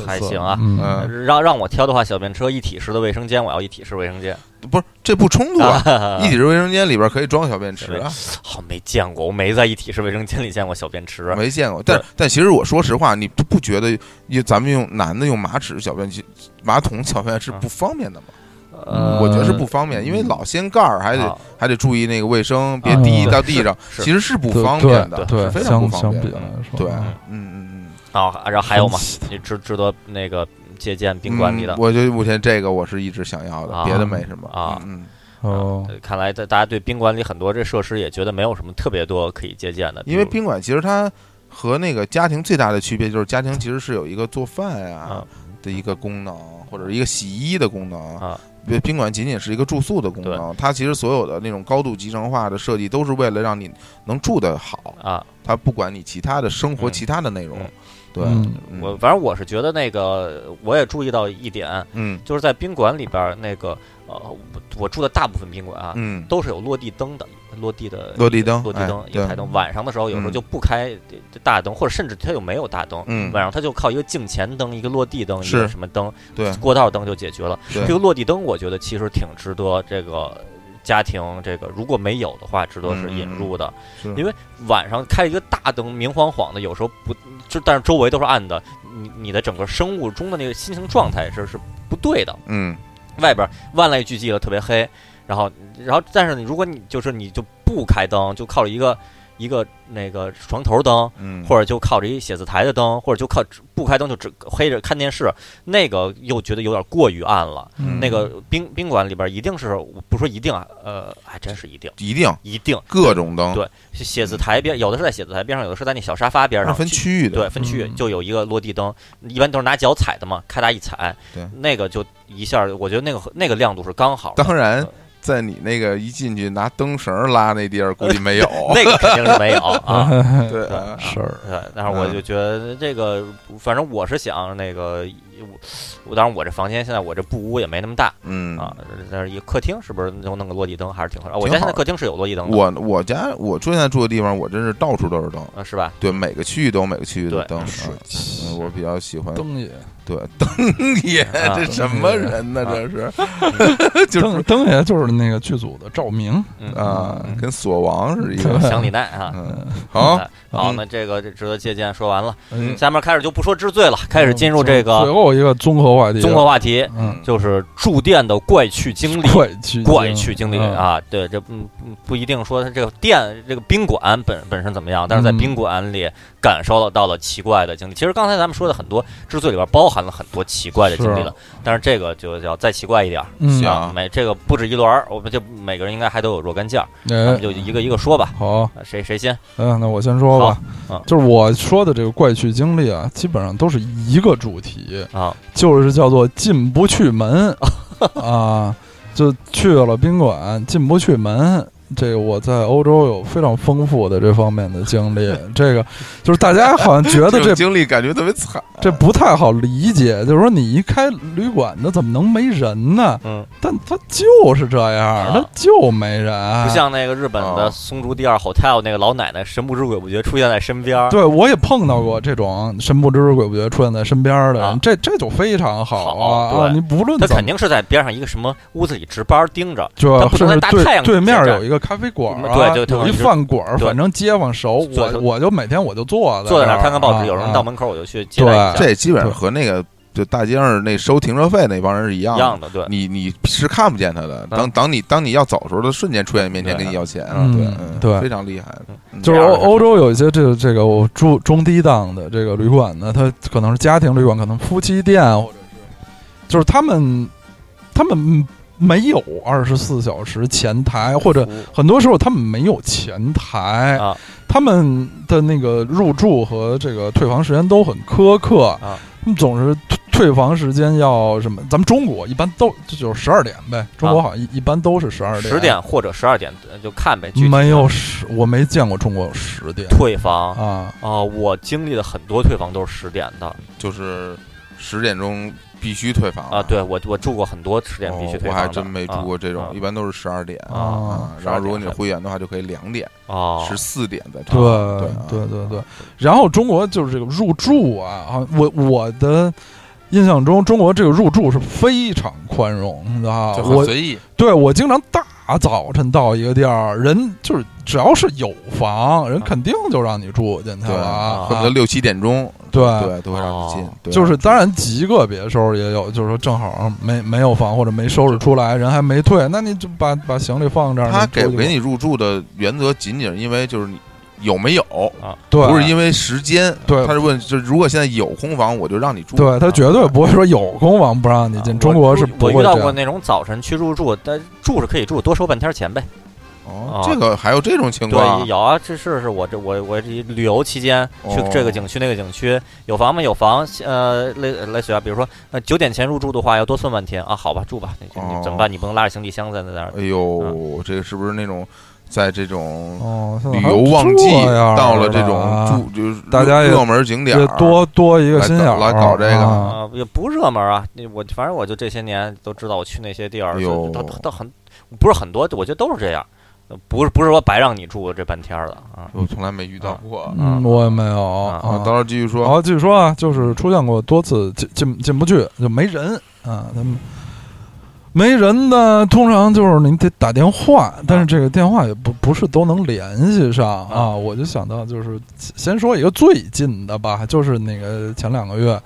Speaker 2: 还
Speaker 3: 特色
Speaker 2: 行啊。
Speaker 1: 嗯
Speaker 3: 嗯，
Speaker 2: 让让我挑的话，小便车一体式的卫生间，我要一体式卫生间。
Speaker 1: 不是，这不冲突啊！
Speaker 2: 啊
Speaker 1: 一体式卫生间里边可以装小便池啊。
Speaker 2: 好没见过，我没在一体式卫生间里见过小便池。
Speaker 1: 没见过。但
Speaker 2: 对
Speaker 1: 但其实我说实话，你不不觉得用咱们用男的用马尺小便器、马桶小便
Speaker 2: 嗯
Speaker 1: 是不方便的吗？
Speaker 2: 呃，
Speaker 1: 我觉得是不方便，因为老掀盖儿嗯还得
Speaker 2: 啊
Speaker 1: 还得注意那个卫生，别
Speaker 3: 嗯
Speaker 1: 滴
Speaker 3: 对
Speaker 1: 到地上，
Speaker 2: (laughs) 是
Speaker 1: 其实是不
Speaker 3: 对
Speaker 1: 方便的，
Speaker 3: 对
Speaker 1: 是，非常不
Speaker 3: 相
Speaker 1: 方
Speaker 3: 相
Speaker 1: 便
Speaker 3: 比
Speaker 1: 的。
Speaker 3: 来说，
Speaker 1: 对，嗯
Speaker 3: 嗯
Speaker 1: 嗯嗯。
Speaker 2: 啊，然后还有吗
Speaker 3: 神奇？
Speaker 2: 你值值得那个借鉴宾馆里的
Speaker 1: 嗯我觉得目前这个我是一直想要的，
Speaker 2: 啊
Speaker 1: 别的没什么
Speaker 2: 啊
Speaker 1: 嗯，
Speaker 3: 哦，
Speaker 2: 呃看来在大家对宾馆里很多这设施也觉得没有什么特别多可以借鉴的，
Speaker 1: 因为
Speaker 2: 比
Speaker 1: 宾馆其实它和那个家庭最大的区别就是家庭其实是有一个做饭
Speaker 2: 如
Speaker 1: 呀
Speaker 2: 啊
Speaker 1: 的一个功能，或者是一个洗衣的功能
Speaker 2: 啊
Speaker 1: 宾宾馆仅仅是一个住宿的功能，它其实所有的那种高度集成化的设计都是为了让你能住得好，
Speaker 2: 啊，
Speaker 1: 它不管你其他的生活、
Speaker 2: 嗯
Speaker 1: 其他的内容
Speaker 2: 嗯，
Speaker 1: 对，
Speaker 3: 嗯
Speaker 1: 嗯
Speaker 2: 我反正我是觉得那个我也注意到一点，
Speaker 1: 嗯
Speaker 2: 就是在宾馆里边儿那个呃，我我住的大部分宾馆啊，
Speaker 1: 嗯，
Speaker 2: 都是有落地灯的，落地的
Speaker 1: 落地灯，
Speaker 2: 落地灯
Speaker 1: 哎、
Speaker 2: 有
Speaker 1: 对
Speaker 2: 台灯。晚上的时候，有时候
Speaker 1: 嗯
Speaker 2: 就不开大灯，或者甚至它就没有大灯。
Speaker 1: 嗯
Speaker 2: 晚上它就靠一个镜前灯、一个落地灯、一
Speaker 1: 是
Speaker 2: 个什么灯、
Speaker 1: 对
Speaker 2: 过道灯就解决了。
Speaker 1: 对
Speaker 2: 这个落地灯，我觉得其实挺值得这个家庭这个如果没有的话，值得是引入的。
Speaker 1: 嗯是
Speaker 2: 因为晚上开一个大灯，明晃晃的，有时候不就但是周围都是暗的，你你的整个生物钟的那个心情状态是是不对的。
Speaker 1: 嗯
Speaker 2: 外边万籁俱寂了，特别黑。然后，然后，但是你如果你就是你就不开灯，就靠着一个一个那个床头灯，
Speaker 1: 嗯，
Speaker 2: 或者就靠着一写字台的灯，或者就靠不开灯就只黑着看电视，那个又觉得有点过于暗了。
Speaker 1: 嗯
Speaker 2: 那
Speaker 3: (laughs)
Speaker 2: 个宾宾馆里边一定是，我不说一定啊，呃，还真是一定，
Speaker 1: 一定
Speaker 2: 一定
Speaker 1: 各种灯，
Speaker 2: 对写字台边，有的是在写字台边上，有的是在那小沙发边
Speaker 1: 它
Speaker 2: 上，
Speaker 1: 分区域的，
Speaker 2: 对，分区域
Speaker 3: 嗯
Speaker 2: 就有一个落地灯，一般都是拿脚踩的嘛，咔嗒一踩，
Speaker 1: 对
Speaker 2: 那个就一下，我觉得那个那个亮度是刚好的，
Speaker 1: 当然在你那个一进去拿灯绳儿拉那地儿，估计没有。
Speaker 2: (laughs) 那个肯定
Speaker 1: (laughs)
Speaker 2: 是没有啊。
Speaker 1: 对
Speaker 2: 对
Speaker 1: 啊
Speaker 3: 事儿，
Speaker 2: 对，但是我就觉得这个，反正我是想那个，我我当然我这房间现在我这布屋也没那么大
Speaker 1: 嗯
Speaker 2: 啊，但是一客厅是不是能弄个落地灯还是挺合适？啊我
Speaker 1: 挺
Speaker 2: 家现
Speaker 1: 好
Speaker 2: 在客厅是有落地灯的，
Speaker 1: 我我家我住现在住的地方，我真是到处都是灯，
Speaker 2: 啊是吧？
Speaker 1: 对，每个区域都有每个区域的
Speaker 2: 对
Speaker 1: 灯。啊
Speaker 3: 水
Speaker 1: 嗯，我比较喜欢
Speaker 3: 灯也
Speaker 1: 对灯爷，(laughs)
Speaker 2: 啊
Speaker 1: 这什么人呢？
Speaker 2: 啊
Speaker 1: 这是
Speaker 2: (laughs)
Speaker 3: 灯灯也就是那个剧组的照明，
Speaker 2: 嗯，
Speaker 1: 啊
Speaker 3: 嗯，
Speaker 1: 跟锁王是一个。
Speaker 2: 想李奈啊。
Speaker 1: 嗯，好，
Speaker 2: 哎好，
Speaker 1: 嗯
Speaker 2: 那这个这值得借鉴说完了，
Speaker 1: 嗯
Speaker 2: 下面开始就不说之最了，开始进入这
Speaker 3: 最
Speaker 2: 个
Speaker 3: 后一个综合话题，
Speaker 2: 综合话题，
Speaker 3: 嗯，
Speaker 2: 就是住店的怪趣经历。
Speaker 3: (laughs) 怪去
Speaker 2: 怪趣经历
Speaker 3: 嗯
Speaker 2: 啊，对，这嗯嗯不一定说它这个店这个宾馆本本身怎么样，但是在
Speaker 3: 嗯
Speaker 2: 宾馆里感受了到了奇怪的经历。其实刚才咱们说的很多之最里边包含了很多奇怪的经历
Speaker 3: 是
Speaker 2: 了，但是这个就要再奇怪一点儿。
Speaker 3: 嗯
Speaker 1: 行
Speaker 2: 啊，每这个不止一轮儿，我们就每个人应该还都有若干件儿，咱
Speaker 3: 哎
Speaker 2: 们，就一个一个说吧，
Speaker 3: 好，
Speaker 2: 啊谁谁先？
Speaker 3: 嗯，那我先说吧
Speaker 2: 好嗯，
Speaker 3: 就是我说的这个怪趣经历啊，基本上都是一个主题
Speaker 2: 啊，
Speaker 3: 就是叫做进不去
Speaker 2: (laughs)
Speaker 3: 门啊，就去了宾馆进不去门。这个我在欧洲有非常丰富的这方面的
Speaker 2: (laughs)
Speaker 3: 经历，这个就是大家好像觉得
Speaker 1: 这
Speaker 3: 这
Speaker 1: 种经历感觉特别惨。
Speaker 3: 这不太好理解，就是说你一开旅馆的怎么能没人呢？
Speaker 2: 嗯，
Speaker 3: 但它就是这样，
Speaker 2: 啊
Speaker 3: 它就没人。
Speaker 2: 不像那个日本
Speaker 1: 啊
Speaker 2: 的松竹第二 hotel 那个老奶奶神不知鬼不觉出现在身边儿，
Speaker 3: 对，我也碰到过这种神不知鬼不觉出现在身边的人，
Speaker 2: 啊
Speaker 3: 这这就非常好啊！
Speaker 2: 好对
Speaker 3: 啊你不论
Speaker 2: 他
Speaker 3: 怎么
Speaker 2: 肯定是在边上一个什么屋子里值班盯着。
Speaker 3: 就
Speaker 2: 他不
Speaker 3: 甚
Speaker 2: 能在
Speaker 3: 至
Speaker 2: 大太
Speaker 3: 对
Speaker 2: 阳
Speaker 3: 对面
Speaker 2: 底下
Speaker 3: 有一个咖啡馆儿啊，
Speaker 2: 站对对对
Speaker 3: 有一
Speaker 2: 我就
Speaker 3: 饭馆儿，
Speaker 2: 对
Speaker 3: 反正街坊熟，
Speaker 2: 坐
Speaker 3: 我
Speaker 2: 坐
Speaker 3: 我就每天我就坐
Speaker 2: 坐在那
Speaker 3: 那啊
Speaker 2: 儿看看报纸，有人到
Speaker 3: 门
Speaker 2: 门口我就去接待一下，
Speaker 1: 这基本上和那个就大街上那收停车费那帮人是一样
Speaker 2: 一
Speaker 1: 的。
Speaker 2: 样的，对，
Speaker 1: 你你是看不见他的，当当你当你要走的时候，他瞬间出现面前
Speaker 2: 对
Speaker 1: 跟你要钱，啊
Speaker 3: 嗯
Speaker 1: 对
Speaker 3: 对
Speaker 1: 非常厉害的，嗯
Speaker 3: 就是
Speaker 2: 这样
Speaker 3: 欧
Speaker 2: 的
Speaker 3: 欧洲有一些这个这个我住中低档的这个旅馆呢，它可能是家庭旅馆，可能夫妻店，啊或者是就是他们他们没有二十四小时前台，或者哎很多时候他们没有前台，
Speaker 2: 啊
Speaker 3: 他们的那个入住和这个退房时间都很苛刻，
Speaker 2: 啊
Speaker 3: 他们总是退退房时间要什么？咱们中国一般都这就是十二点呗，中国好像一、一般都是十二点，
Speaker 2: 十点或者十二点呃就看呗，具体
Speaker 3: 没有十，我没见过中国有十点
Speaker 2: 退房
Speaker 3: 啊。
Speaker 2: 啊，我经历的很多退房都是十点的
Speaker 1: 就是十点钟必须退房
Speaker 2: 啊，对我我住过很多十点
Speaker 3: 哦
Speaker 2: 必须退
Speaker 1: 哦我
Speaker 2: 房
Speaker 1: 还
Speaker 2: 的，
Speaker 1: 真没住过这
Speaker 2: 啊
Speaker 1: 种，一般都是十二点
Speaker 3: 啊
Speaker 1: 啊。然后如果你会员的话，就可以两点、
Speaker 2: 哦，
Speaker 1: 十四点再退
Speaker 3: 对
Speaker 1: 房。
Speaker 3: 对对对，然后中国就是这个入住啊，好像我我的印象中，中国这个入住是非常宽容的啊。
Speaker 1: 就很
Speaker 3: 我
Speaker 1: 随意。
Speaker 3: 对我经常大早晨到一个地儿，人就是只要是有房，人肯定就让你住进
Speaker 1: 啊
Speaker 3: 去
Speaker 1: 对
Speaker 3: 了啊。
Speaker 1: 恨不得六七点钟，
Speaker 3: 对
Speaker 1: 对，都会让你进
Speaker 2: 哦。
Speaker 1: 对
Speaker 3: 就是当然极个别时候也有，就是说正好没没有房或者没收拾出来，人还没退，那你就把把行李放这儿。
Speaker 1: 他
Speaker 3: 你
Speaker 1: 给
Speaker 3: 出去
Speaker 1: 给
Speaker 3: 吧
Speaker 1: 你入住的原则，仅仅是因为就是你有没有，
Speaker 3: 对，
Speaker 1: 不是因为时间。
Speaker 3: 对
Speaker 1: 他是问，就是如果现在有空房，我就让你住。啊
Speaker 3: 对他绝对不会说有空房不让你进，
Speaker 2: 啊
Speaker 3: 中国是
Speaker 2: 我
Speaker 3: 不会
Speaker 2: 我遇到
Speaker 3: 这样
Speaker 2: 过那种早晨去入住，但住是可以住，多收半天钱呗。
Speaker 1: 哦
Speaker 2: 啊，
Speaker 1: 这个还有这种情况
Speaker 2: 对，，有啊，这是是我这我我这旅游期间去
Speaker 1: 哦
Speaker 2: 这个景区那个景区，有房吗？有房，呃，类类似于啊，比如说，那九点前入住的话，要多算半天啊，好吧，住吧，那就
Speaker 1: 哦
Speaker 2: 你怎么办？你不能拉着行李箱在那儿
Speaker 1: 哎呦，这个是不是那种在这种
Speaker 3: 哦，现在
Speaker 1: 旅
Speaker 3: 还
Speaker 1: 游旺季
Speaker 3: 这样
Speaker 1: 到了
Speaker 3: 儿
Speaker 1: 这
Speaker 3: 啊
Speaker 1: 种住就是
Speaker 3: 大家也
Speaker 1: 热门景点
Speaker 3: 也
Speaker 1: 儿
Speaker 3: 多多一个心眼儿
Speaker 1: 来搞来搞这个
Speaker 3: 啊
Speaker 2: 啊，也不热门啊。那我反正我就这些年都知道，我去那些地儿，
Speaker 1: 哎呦
Speaker 2: 就都都很不是很多，我觉得都是这样，呃不是不是说白让你住这半天儿的啊。
Speaker 1: 我从来没遇到过。
Speaker 3: 嗯，我也没有
Speaker 1: 啊，
Speaker 3: 啊
Speaker 1: 到时。候继续
Speaker 3: 然
Speaker 1: 说。
Speaker 3: 后继续说啊，就是出现过多次进进进不去，就没人啊，他们没人呢，通常就是你得打电话，但是这个电话也不不是都能联系上啊。
Speaker 2: 啊
Speaker 3: 我就想到就是先说一个最近的吧，就是那个前两个月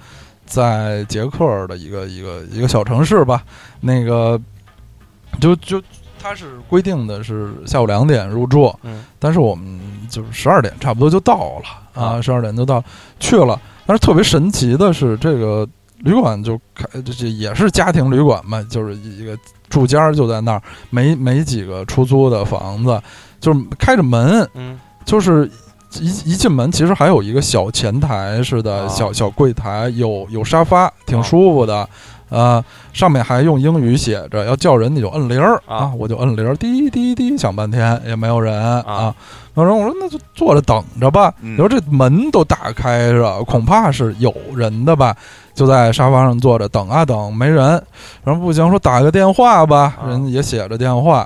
Speaker 3: 在捷克的一个一个一个小城市吧，那个就就它是规定的是下午两点入住，
Speaker 2: 嗯
Speaker 3: 但是我们就是十二点差不多就到了啊，十二点就到去了。但是特别神奇的是，这个旅馆就开，这这也是家庭旅馆嘛，就是一个住家就在那儿，没没几个出租的房子，就是开着门，
Speaker 2: 嗯
Speaker 3: 就是一一进门，其实还有一个小前台似的
Speaker 2: 啊
Speaker 3: 小小柜台，有有沙发，挺舒服的。呃，上面还用英语写着，要叫人你就摁铃儿
Speaker 2: 啊
Speaker 3: 啊，我就摁铃儿，滴滴滴响半天也没有人
Speaker 2: 啊
Speaker 3: 啊。然后我说那就坐着等着吧。
Speaker 1: 嗯
Speaker 3: 你说这门都打开着，恐怕是有人的吧？就在沙发上坐着等啊等，没人。然后不行，说打个电话吧，
Speaker 2: 啊
Speaker 3: 人也写着电话。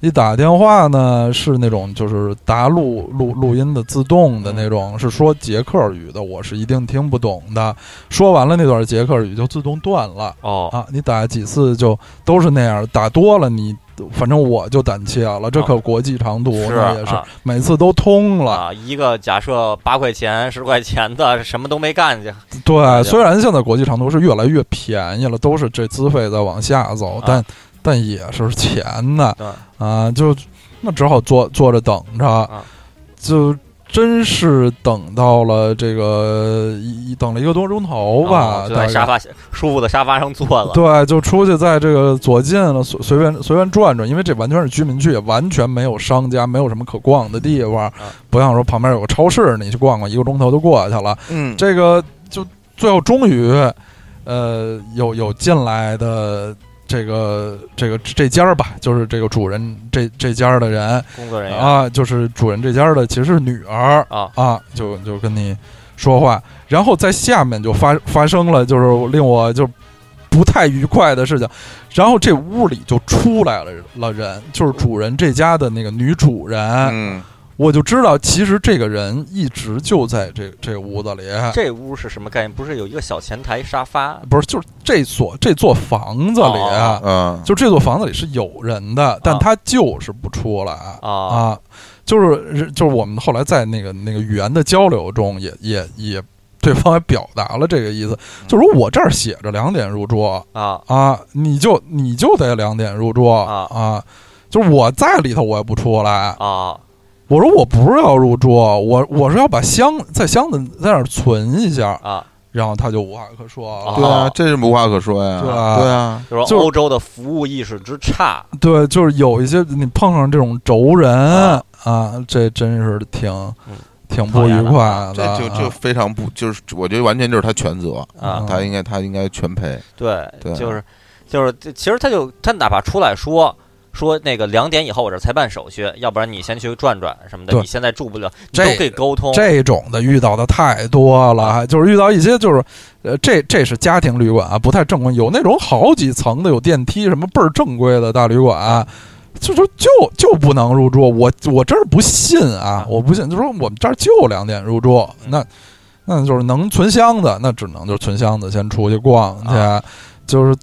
Speaker 3: 一打电话呢，是那种就是答录录录音的自动的
Speaker 2: 嗯
Speaker 3: 那种，是说捷克语的，我是一定听不懂的。说完了那段捷克语就自动断了
Speaker 2: 哦
Speaker 3: 啊！你打几次就都是那样，打多了你反正我就胆怯了，这可国际长途
Speaker 2: 哦是
Speaker 3: 那也是
Speaker 2: 啊
Speaker 3: 每次都通了。
Speaker 2: 啊，一个假设八块钱十块钱的什么都没干去，
Speaker 3: 对，
Speaker 2: 了
Speaker 3: 虽然现在国际长途是越来越便宜了，都是这资费在往下走，
Speaker 2: 啊
Speaker 3: 但但也是钱呐
Speaker 2: 对
Speaker 3: 啊，就那只好坐坐着等着，
Speaker 2: 啊
Speaker 3: 就真是等到了这个一一等了一个多钟头吧，
Speaker 2: 哦就
Speaker 3: 大
Speaker 2: 在
Speaker 3: 概
Speaker 2: 沙发舒服的沙发上坐了，
Speaker 3: 对，就出去在这个左近了，随随便随便转转，因为这完全是居民区，也完全没有商家，没有什么可逛的地
Speaker 2: 啊
Speaker 3: 方，不像说旁边有个超市，你去逛逛，一个钟头就过去了。
Speaker 1: 嗯，
Speaker 3: 这个就最后终于，呃，有有进来的这个这个这家儿吧，就是这个主人这这家儿的人
Speaker 2: 工
Speaker 1: 哎
Speaker 2: 作人员
Speaker 3: 啊，就是主人这家儿的其实是女儿
Speaker 2: 啊
Speaker 3: 啊，就就跟你说话，然后在下面就发发生了就是令我就不太愉快的事情，然后这屋里就出来了了人，就是主人这家的那个女主人，
Speaker 1: 嗯
Speaker 3: 我就知道其实这个人一直就在这这屋子里，
Speaker 2: 这屋是什么概念？不是有一个小前台沙发？
Speaker 3: 不是，就是这所这座房子里啊，
Speaker 1: 嗯，
Speaker 3: 就这座房子里是有人的，但
Speaker 2: 啊
Speaker 3: 他就是不出来啊
Speaker 2: 啊
Speaker 3: 就是就是我们后来在那个那个语言的交流中也，也也对方也表达了这个意思，就是我这儿写着两点入住
Speaker 2: 啊
Speaker 3: 啊，你就你就得两点入住
Speaker 2: 啊
Speaker 3: 就是我在里头我也不出来，
Speaker 2: 啊
Speaker 3: 我说我不是要入住，我我是要把箱在箱子在那儿存一下，
Speaker 2: 啊！
Speaker 3: 然后他就无话可说了。
Speaker 2: 啊
Speaker 1: 对啊，这是无话可说呀，
Speaker 3: 对啊
Speaker 1: 对啊，
Speaker 2: 就
Speaker 3: 就
Speaker 2: 说欧洲的服务意识之差
Speaker 3: 对，就是有一些你碰上这种轴人
Speaker 2: 啊
Speaker 3: 啊这真是挺、
Speaker 2: 嗯
Speaker 3: 挺不愉快的。
Speaker 1: 这就就
Speaker 3: 啊
Speaker 1: 非常不，就是我觉得完全就是他全责，
Speaker 2: 啊
Speaker 3: 嗯！
Speaker 1: 他应该他应该全赔，
Speaker 2: 对，
Speaker 1: 对
Speaker 2: 就是就是，其实他就他哪怕出来说。说那个两点以后我这儿才办手续，要不然你先去转转什么的。
Speaker 3: 对
Speaker 2: 你现在住不了，你
Speaker 3: 这
Speaker 2: 都可以沟通。啊
Speaker 3: 这种的遇到的太多了，还就是遇到一些就是，呃，这这是家庭旅馆啊，不太正规，有那种好几层的，有电梯什么倍儿正规的大旅馆、就就就就不能入住，我我真是不信啊
Speaker 2: 啊！
Speaker 3: 我不信，就说我们这儿就两点入住，
Speaker 2: 嗯
Speaker 3: 那那就是能存箱子，那只能就是存箱子先出去逛去，
Speaker 2: 啊
Speaker 3: 就是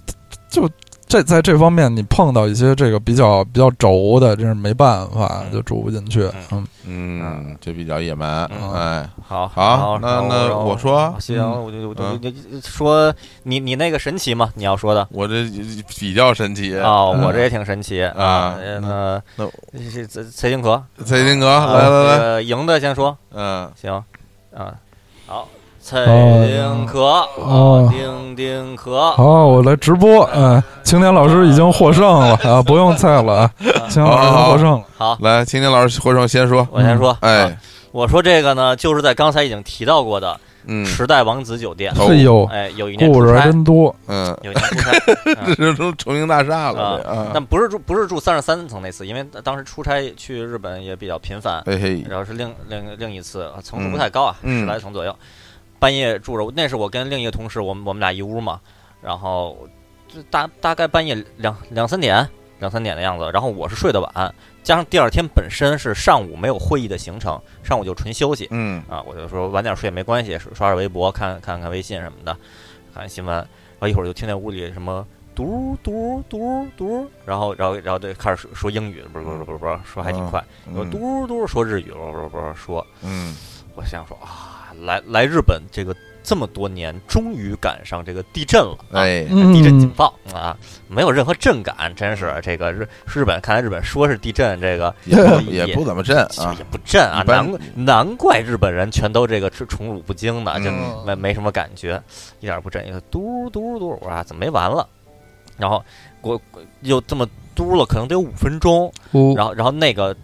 Speaker 3: 就这在这方面你碰到一些这个比较比较轴的，真是没办法，
Speaker 2: 嗯
Speaker 3: 就住不进去。嗯，
Speaker 1: 嗯
Speaker 2: 嗯，
Speaker 1: 这比较野蛮，
Speaker 2: 嗯
Speaker 1: 哎，
Speaker 2: 好，
Speaker 1: 好那
Speaker 2: 然后
Speaker 1: 那
Speaker 2: 然后
Speaker 1: 我说
Speaker 2: 行，
Speaker 3: 嗯
Speaker 2: 我就我就
Speaker 1: 嗯
Speaker 2: 我就说你你那个神奇嘛，你要说的
Speaker 1: 我这比较神奇
Speaker 2: 哦，
Speaker 3: 嗯
Speaker 2: 我这也挺神奇
Speaker 1: 啊
Speaker 2: 呃那
Speaker 1: 那
Speaker 2: 这这崔金河，
Speaker 1: 蔡金格，
Speaker 2: 啊
Speaker 1: 来来
Speaker 2: 这
Speaker 1: 来，
Speaker 2: 个赢的先说，
Speaker 1: 嗯，
Speaker 2: 行，啊，好，蔡丁壳，
Speaker 3: 哦
Speaker 2: 啊丁丁壳，
Speaker 3: 好，我来直播。嗯、青年老师已经获胜了啊，不用猜了啊，青年老师已经获胜了。
Speaker 2: 好，
Speaker 1: 来，青年老师，回上先说，
Speaker 2: 我先说，啊
Speaker 1: 哎，，
Speaker 2: 我说这个呢，就是在刚才已经提到过的
Speaker 1: 嗯
Speaker 2: 池袋王子酒店，
Speaker 1: 好
Speaker 3: 嘿呦，
Speaker 2: 哎，有一年
Speaker 3: 故
Speaker 2: 出
Speaker 3: 事还
Speaker 2: 差，
Speaker 3: 真多。
Speaker 1: 嗯，
Speaker 2: 有一年出
Speaker 1: (laughs)
Speaker 2: 差，嗯
Speaker 1: 这是都重庆大厦了，这
Speaker 2: 但
Speaker 1: 啊，
Speaker 2: 不是住不是住三十三层那次，因为当时出差去日本也比较频繁，
Speaker 1: 嘿嘿，
Speaker 2: 然后是另另另一次，啊层数
Speaker 1: 哎嗯
Speaker 2: 不太高啊，
Speaker 1: 嗯
Speaker 2: 十来层左右。半夜住着，那是我跟另一个同事，我们我们俩一屋嘛，然后就大大概半夜两两三点两三点的样子，然后我是睡得晚，加上第二天本身是上午没有会议的行程，上午就纯休息，
Speaker 1: 嗯
Speaker 2: 啊，我就说晚点睡没关系，刷刷微博，看看看微信什么的，看看新闻。然后一会儿就听见屋里什么嘟嘟嘟嘟，然后然后然后就开始说说英语，不是不是不是不是，说还挺快，我
Speaker 1: 嗯
Speaker 2: 嘟嘟说日语，不是不是不是说，
Speaker 1: 嗯，
Speaker 2: 我想说啊，来来日本这个这么多年，终于赶上这个地震了，啊、
Speaker 1: 哎，
Speaker 2: 地震警
Speaker 3: 嗯，
Speaker 2: 报啊，没有任何震感，真是这个日日本，看来日本说是地震，这个
Speaker 1: 也不
Speaker 2: 也
Speaker 1: 也不怎么震
Speaker 2: 其
Speaker 1: 啊
Speaker 2: 实也，不震啊，
Speaker 1: 一般
Speaker 2: 难怪难怪日本人全都这个宠宠辱不惊的，就
Speaker 1: 嗯
Speaker 2: 没没什么感觉，一点儿不震，一个嘟嘟嘟，我说怎么没完了？然后我又这么嘟了，可能得有五分钟，然后然后那个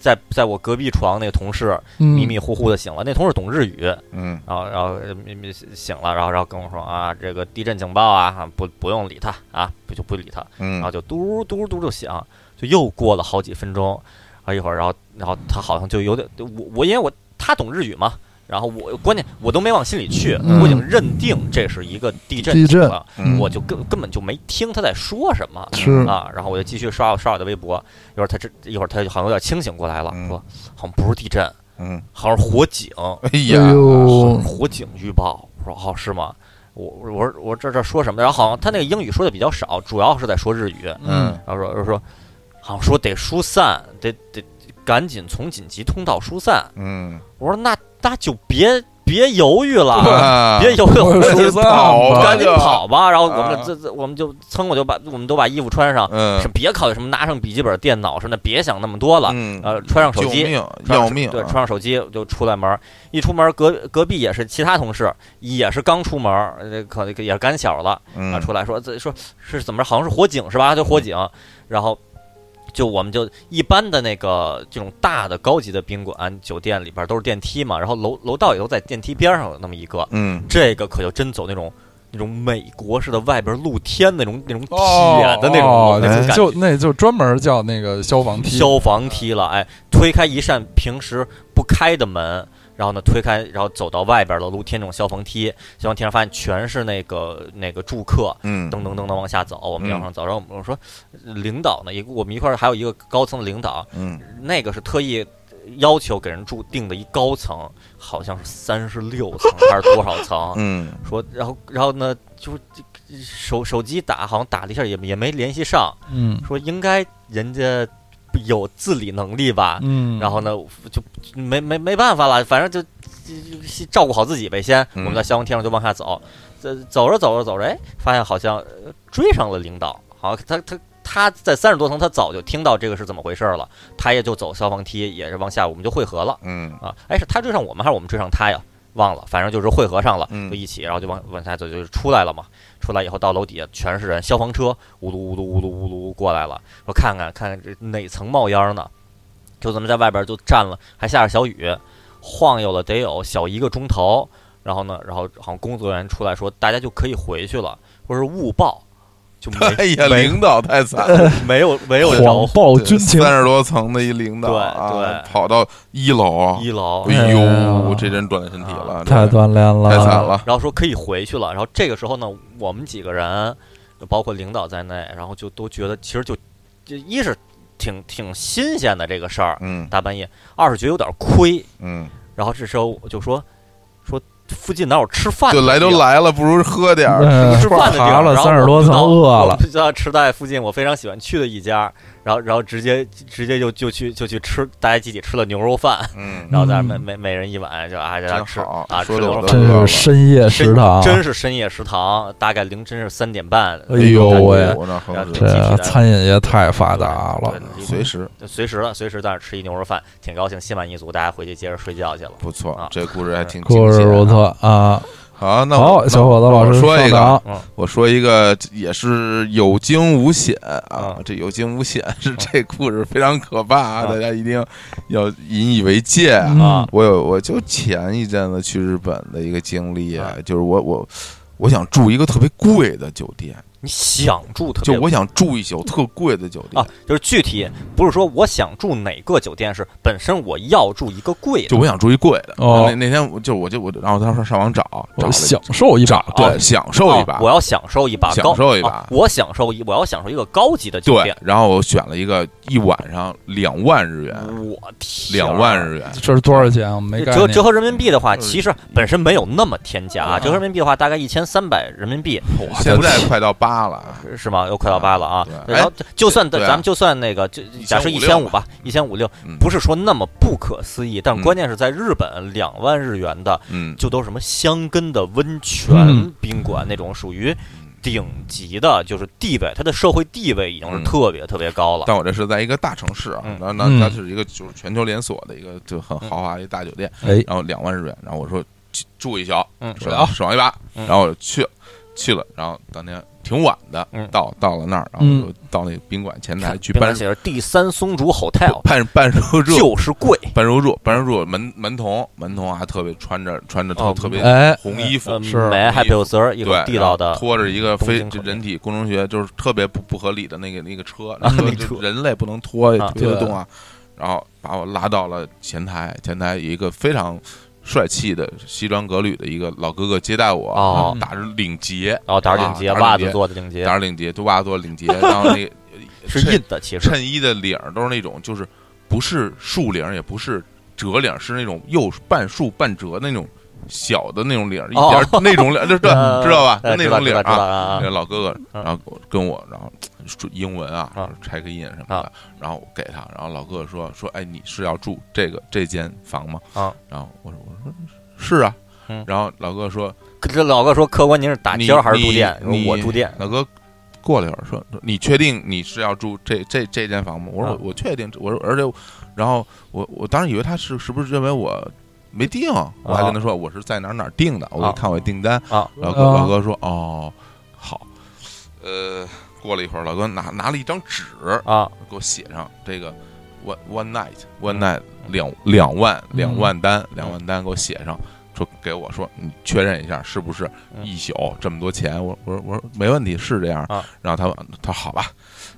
Speaker 2: 在在我隔壁床那个同事迷
Speaker 3: 秘
Speaker 2: 迷糊糊的醒了，那同事懂日语，
Speaker 1: 嗯，
Speaker 2: 然后然后呃咪咪醒了，然后然后跟我说啊，这个地震警报啊，啊不不用理他啊，不就不理他，
Speaker 1: 嗯
Speaker 2: 然后就嘟嘟嘟就响，就又过了好几分钟，啊一会儿，然后然后他好像就有点我我因为我他懂日语嘛，然后我关键我都没往心里去，
Speaker 3: 嗯
Speaker 2: 我已经认定这是一个地震
Speaker 3: 地震
Speaker 2: 警报
Speaker 1: 嗯
Speaker 2: 我就根根本就没听他在说什么。
Speaker 3: 是
Speaker 2: 啊，然后我就继续刷我刷我的微博，一会儿他这一会儿他就好像有点清醒过来了，
Speaker 1: 嗯
Speaker 2: 说好像不是地震，
Speaker 1: 嗯，
Speaker 2: 好像是火警，
Speaker 1: 哎
Speaker 3: 哎
Speaker 1: 呀，
Speaker 3: 呦，
Speaker 2: 火警预报。我说哦是吗？我我我说我这这说什么？然后好像他那个英语说的比较少，主要是在说日语。
Speaker 1: 嗯
Speaker 2: 然后说说好像说得疏散，得得赶紧从紧急通道疏散。
Speaker 1: 嗯，
Speaker 2: 我说那那就别别犹豫
Speaker 1: (laughs)
Speaker 2: 了，
Speaker 1: 啊
Speaker 2: 哎 (laughs) 别犹豫，
Speaker 3: 我
Speaker 2: 火
Speaker 3: 说
Speaker 2: 警
Speaker 3: 疏散
Speaker 1: (laughs) 跑吧
Speaker 2: 赶紧跑吧。然后我
Speaker 1: 啊
Speaker 2: 们这这我们就噌我就把我们都把衣服穿上，
Speaker 1: 嗯
Speaker 2: 是别考虑什么拿上笔记本、电脑什么的，别想那么多了。
Speaker 1: 嗯，
Speaker 2: 呃，穿上手
Speaker 1: 救
Speaker 2: 机，
Speaker 1: 命，
Speaker 2: 穿上
Speaker 1: 要
Speaker 2: 手
Speaker 1: 命啊，
Speaker 2: 对，穿上手机就出来门儿，一出门隔隔壁也是其他同事，也是刚出门儿，呃可能也是赶小了啊，
Speaker 1: 嗯，
Speaker 2: 出来说这说是怎么着，好像是火警是吧？就火警，然后就我们就一般的那个这种大的高级的宾馆酒店里边儿都是电梯嘛，然后楼楼道也都在电梯边上有那么一个，
Speaker 1: 嗯，
Speaker 2: 这个可就真走那种。那种美国式的外边露天那种那种铁的那种、
Speaker 3: 哦
Speaker 2: 那种感
Speaker 1: 哎
Speaker 2: 觉，
Speaker 3: 就那就专门叫那个消防
Speaker 1: 嗯
Speaker 3: 梯，
Speaker 2: 消防梯了，哎，推开一扇平时不开的门，然后呢推开，然后走到外边的露天那种消防梯，消防梯上发现全是那个那个住客，
Speaker 1: 嗯，
Speaker 2: 噔噔噔噔往下走，我们要往上走，然后我们我说领导呢，一个我们一块儿还有一个高层的领导，
Speaker 1: 嗯，
Speaker 2: 那个是特意。要求给人住定的一高层，好像是三十六
Speaker 1: (laughs)
Speaker 2: 层还是多少层？
Speaker 1: 嗯，
Speaker 2: 说，然后，然后呢，就是手手机打，好像打了一下也也没联系上，
Speaker 3: 嗯
Speaker 2: 说应该人家有自理能力吧，
Speaker 3: 嗯，
Speaker 2: 然后呢就没没没办法了，反正就就就照顾好自己呗，先。
Speaker 1: 嗯
Speaker 2: 我们在消防梯上就往下走，走走着走着走着，哎，发现好像呃追上了领导，好像他他。他在三十多层，他早就听到这个是怎么回事了，他也就走消防梯，也是往下，我们就汇合了
Speaker 1: 嗯，
Speaker 2: 啊。哎，是他追上我们，还是我们追上他呀？忘了，反正就是汇合上了，
Speaker 1: 嗯
Speaker 2: 就一起，然后就往往下走，就是出来了嘛。出来以后到楼底下全是人，消防车呜噜呜噜呜噜呜噜过来了，说看看看看这哪层冒烟呢？就咱们在外边就站了，还下着小雨，晃悠了得有小一个钟头。然后呢，然后好像工作人员出来说，大家就可以回去了，或者是误报，就
Speaker 1: 哎
Speaker 2: 没
Speaker 1: 呀，
Speaker 2: 没
Speaker 1: 领导太惨了，
Speaker 2: 没有没有着火
Speaker 3: 谎报呃军情，
Speaker 1: 三十多层的一领导啊，
Speaker 2: 对对
Speaker 1: 跑到一楼，
Speaker 2: 一楼，啊
Speaker 1: 哎
Speaker 3: 哎呀
Speaker 1: 呦，这真锻炼身体了，这
Speaker 3: 太锻炼了，
Speaker 1: 太惨，了，
Speaker 2: 然后说可以回去了。然后这个时候呢，我们几个人，包括领导在内，然后就都觉得其实就，就一是挺挺新鲜的这个事儿，
Speaker 1: 嗯
Speaker 2: 大半夜；二是觉得有点亏。
Speaker 1: 嗯，
Speaker 2: 然后这时候我就说说附近哪有吃饭的
Speaker 1: 就
Speaker 2: 地儿？
Speaker 1: 来都来了，不如喝点儿，
Speaker 3: 嗯
Speaker 2: 吃饭的地
Speaker 3: 爬
Speaker 2: 儿，
Speaker 3: 了
Speaker 2: 然后
Speaker 3: 三十多层，饿了，
Speaker 2: 就到池袋附近我非常喜欢去的一家，然后然后直接直接就就去就去吃，大家集体吃了牛肉饭，
Speaker 1: 嗯，
Speaker 2: 然后咱
Speaker 3: 嗯
Speaker 2: 每每每人一碗，就啊在那
Speaker 1: 真
Speaker 2: 吃
Speaker 1: 好
Speaker 2: 啊，吃
Speaker 1: 说的
Speaker 2: 牛
Speaker 1: 我
Speaker 2: 肉
Speaker 1: 都
Speaker 2: 饭。
Speaker 1: 饿了
Speaker 3: 真是深
Speaker 1: 呃
Speaker 3: 夜食
Speaker 1: 啊
Speaker 3: 堂，
Speaker 2: 真是深夜食堂，大概凌晨是三点半，
Speaker 3: 哎呦喂
Speaker 1: 我那横
Speaker 2: 这
Speaker 1: 着
Speaker 3: 这餐饮业太发达了，
Speaker 2: 对
Speaker 1: 随时
Speaker 2: 随时了，随时在那儿吃一牛肉饭，挺高兴，心满意足，大家回去接着睡觉去了。
Speaker 1: 不错
Speaker 2: 啊，
Speaker 1: 这故事还挺
Speaker 3: 故事不
Speaker 1: 惊险啊
Speaker 3: 错啊！
Speaker 1: 好，那我
Speaker 3: 好，小伙子老师
Speaker 1: 我说一个啊
Speaker 3: 上场，
Speaker 1: 我说一个也是有惊无险啊
Speaker 2: 啊，
Speaker 1: 这有惊无险是这故事非常可怕啊，
Speaker 2: 啊
Speaker 1: 大家一定要引以为戒啊。
Speaker 3: 嗯
Speaker 1: 我有，我就前一阵子去日本的一个经历啊，就是我我我想住一个特别贵的酒店，
Speaker 2: 你想住特
Speaker 1: 就
Speaker 2: 别
Speaker 1: 我想住一宿特贵的酒店
Speaker 2: 啊，，就是具体不是说我想住哪个酒店，是本身我要住一个贵的
Speaker 1: 就我想住一贵的。
Speaker 3: 哦
Speaker 1: 那那天我就我就我就然后当时上网找，找
Speaker 3: 我
Speaker 1: 了
Speaker 3: 享受一把，
Speaker 1: 对享受一
Speaker 2: 哦
Speaker 1: 把
Speaker 2: 我，要享受一把高，
Speaker 1: 享受一把
Speaker 2: 啊我享受一，我要享受一个高级的酒
Speaker 1: 对
Speaker 2: 店。，
Speaker 1: 然后我选了一个一晚上两万日元，
Speaker 2: 我天，啊
Speaker 1: 两万日元，
Speaker 3: 这是多少钱？我没概
Speaker 2: 折折
Speaker 3: 念。
Speaker 2: 合人民币的话，
Speaker 1: 嗯
Speaker 2: 其实本身没有那么天价啊。
Speaker 1: 啊
Speaker 2: 折合人民币的话，大概一千三百人民币。
Speaker 1: 现在快到八八了，
Speaker 2: 是吗？又快到八了啊！
Speaker 1: 对
Speaker 2: 然后就算咱
Speaker 1: 对啊
Speaker 2: 咱们就算那个，就假设一千五吧，一千五六，
Speaker 1: 嗯
Speaker 2: 不是说那么不可思议，但
Speaker 1: 嗯
Speaker 2: 关键是在日本两万日元的
Speaker 1: 嗯，
Speaker 2: 就都是什么香根的温泉
Speaker 3: 嗯
Speaker 2: 宾馆那种，属于
Speaker 1: 嗯
Speaker 2: 顶级的，就是地位，它的社会地位已经
Speaker 1: 嗯
Speaker 2: 是特别特别高了。
Speaker 1: 但我这是在一个大城市啊
Speaker 2: 嗯，
Speaker 1: 那那
Speaker 3: 嗯
Speaker 1: 它是一个就是全球连锁的一个就很豪华的一大酒店，
Speaker 3: 哎，
Speaker 1: 然后两万日元，然后我说去住一宿，
Speaker 2: 嗯
Speaker 1: 爽爽一把，
Speaker 2: 嗯
Speaker 1: 然后我就去了去了，然后当天挺晚的
Speaker 2: 嗯，
Speaker 1: 到到了那儿，然后
Speaker 3: 嗯
Speaker 1: 我就到那个宾馆前台去
Speaker 2: 并
Speaker 1: 办
Speaker 2: 且是第三松竹 hotel，
Speaker 1: 办办
Speaker 2: (laughs)
Speaker 1: 入住，
Speaker 2: 就是贵，
Speaker 1: 办入住，办入住门门童门童还特别穿着穿着特
Speaker 2: 哦
Speaker 1: 特别
Speaker 3: 哎，
Speaker 1: 红衣服
Speaker 2: 呃，，
Speaker 3: 是
Speaker 2: 美还有泽儿一
Speaker 1: 对
Speaker 2: 种，地道
Speaker 1: 然
Speaker 2: 的
Speaker 1: 后拖着一个
Speaker 2: 东
Speaker 1: 非
Speaker 2: 京口
Speaker 1: 这
Speaker 2: 音
Speaker 1: 人体工程学就是特别不不合理的那个那个车，
Speaker 2: 啊
Speaker 1: 那
Speaker 2: 那
Speaker 1: 就
Speaker 2: 车
Speaker 1: 人类不能拖
Speaker 2: 啊
Speaker 1: 推得
Speaker 3: 对
Speaker 1: 动啊，然后把我拉到了前台，前台有一个非常帅气的西装革履的一个老哥哥接待我，
Speaker 2: 哦
Speaker 1: 打着领结，
Speaker 2: 然后打着
Speaker 1: 啊
Speaker 2: 领结，
Speaker 1: 打着
Speaker 2: 袜
Speaker 1: 领
Speaker 2: 子
Speaker 1: 结
Speaker 2: 做的领结
Speaker 1: 打着领结，都袜子做领结，然后那个
Speaker 2: (laughs) 是
Speaker 1: 衬
Speaker 2: 印的，其实
Speaker 1: 衬衣的领儿都是那种就是不是竖领儿，也不是折领儿，是那种又半竖半折那种小的那种领儿，一
Speaker 2: 哦
Speaker 1: 点儿那种领儿，对对，
Speaker 2: 呃
Speaker 1: 知道吧？
Speaker 2: 呃
Speaker 1: 那
Speaker 2: 知道
Speaker 1: 种领儿
Speaker 2: 知道知道
Speaker 1: 啊。
Speaker 2: 啊
Speaker 1: 那个老哥哥，
Speaker 2: 嗯
Speaker 1: 然后跟我，然后说英文啊
Speaker 2: 啊，
Speaker 1: 拆个印什么
Speaker 2: 啊
Speaker 1: 的，然后我给他，然后老哥哥说说，哎，你是要住这个这间房吗？
Speaker 2: 啊，
Speaker 1: 然后我说我说是啊
Speaker 2: 嗯，
Speaker 1: 然后老哥说
Speaker 2: 可这老哥说，客官您是打
Speaker 1: 你
Speaker 2: 尖儿还是
Speaker 1: 你
Speaker 2: 住店？我
Speaker 1: 你
Speaker 2: 说我住店。
Speaker 1: 老哥过了一会儿说：“你确定你是要住这这这间房吗？”我说
Speaker 2: 啊
Speaker 1: 我：“我确定。”我说：“而且我，然后我我当时以为他是是不是认为我没定，我还跟他说我是在哪儿哪儿订的，我
Speaker 2: 啊
Speaker 1: 一看我订单
Speaker 2: 啊
Speaker 1: 老哥
Speaker 3: 啊
Speaker 1: 老哥说：“哦，好。”呃，过了一会儿，老哥拿拿了一张纸
Speaker 2: 啊，
Speaker 1: 给我写上这个 one one night
Speaker 2: 嗯
Speaker 1: one night 两两万两万单两万单给我写上，说给我说你确认一下是不是
Speaker 2: 嗯
Speaker 1: 一宿这么多钱？我我说我说没问题是这样
Speaker 2: 啊。
Speaker 1: 然后他他说好吧，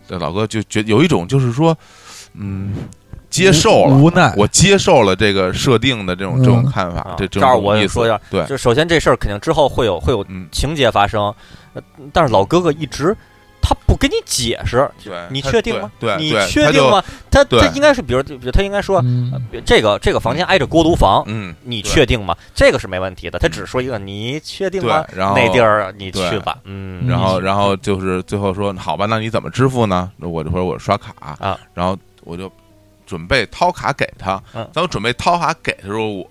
Speaker 1: 这老哥就觉有一种就是说，嗯，接受
Speaker 3: 无
Speaker 1: 了。
Speaker 3: 无奈，
Speaker 1: 我接受了这个设定的这种
Speaker 3: 嗯
Speaker 1: 这种看法
Speaker 2: 啊，
Speaker 1: 这这
Speaker 2: 这儿
Speaker 1: 种
Speaker 2: 我也
Speaker 1: 意思
Speaker 2: 说一下
Speaker 1: 对，
Speaker 2: 就首先这事儿肯定之后会有会有
Speaker 1: 嗯，
Speaker 2: 情节发生，呃但是老哥哥一直他不跟你解释，
Speaker 1: 对，
Speaker 2: 你
Speaker 1: 他
Speaker 2: 确定吗？
Speaker 1: 对，
Speaker 2: 你
Speaker 1: 对对
Speaker 2: 确
Speaker 1: 他
Speaker 2: 定
Speaker 1: 就
Speaker 2: 吗？他
Speaker 1: 对
Speaker 2: 他应该是，比如比如他应该说，
Speaker 3: 嗯
Speaker 2: 这个这个房间挨着锅炉房，
Speaker 1: 嗯，
Speaker 2: 你
Speaker 1: 对嗯
Speaker 2: 确定吗？这个是没问题的，他只说一个你确定
Speaker 1: 对
Speaker 2: 吗？，
Speaker 1: 然后
Speaker 2: 那地儿你
Speaker 1: 对
Speaker 2: 去吧，嗯，
Speaker 1: 然后，
Speaker 3: 嗯
Speaker 1: 然后就是最后说，好吧，那你怎么支付呢？那我就说我刷卡
Speaker 2: 啊，
Speaker 1: 然后我就准备掏卡给他
Speaker 2: 嗯。
Speaker 1: 当我准备掏卡给他的时候，我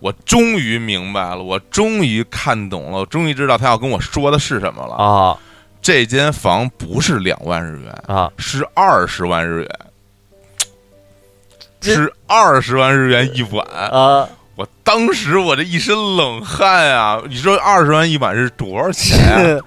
Speaker 1: 我终于明白了，我终于看懂了，我终于知道他要跟我说的是什么了。
Speaker 2: 啊
Speaker 1: 这间房不是两万日元，
Speaker 2: 啊，
Speaker 1: 是二十万日元，
Speaker 2: 这
Speaker 1: 是二十万日元一晚。
Speaker 2: 呃，
Speaker 1: 我当时我这一身冷汗啊！你说二十万一晚是多少钱啊？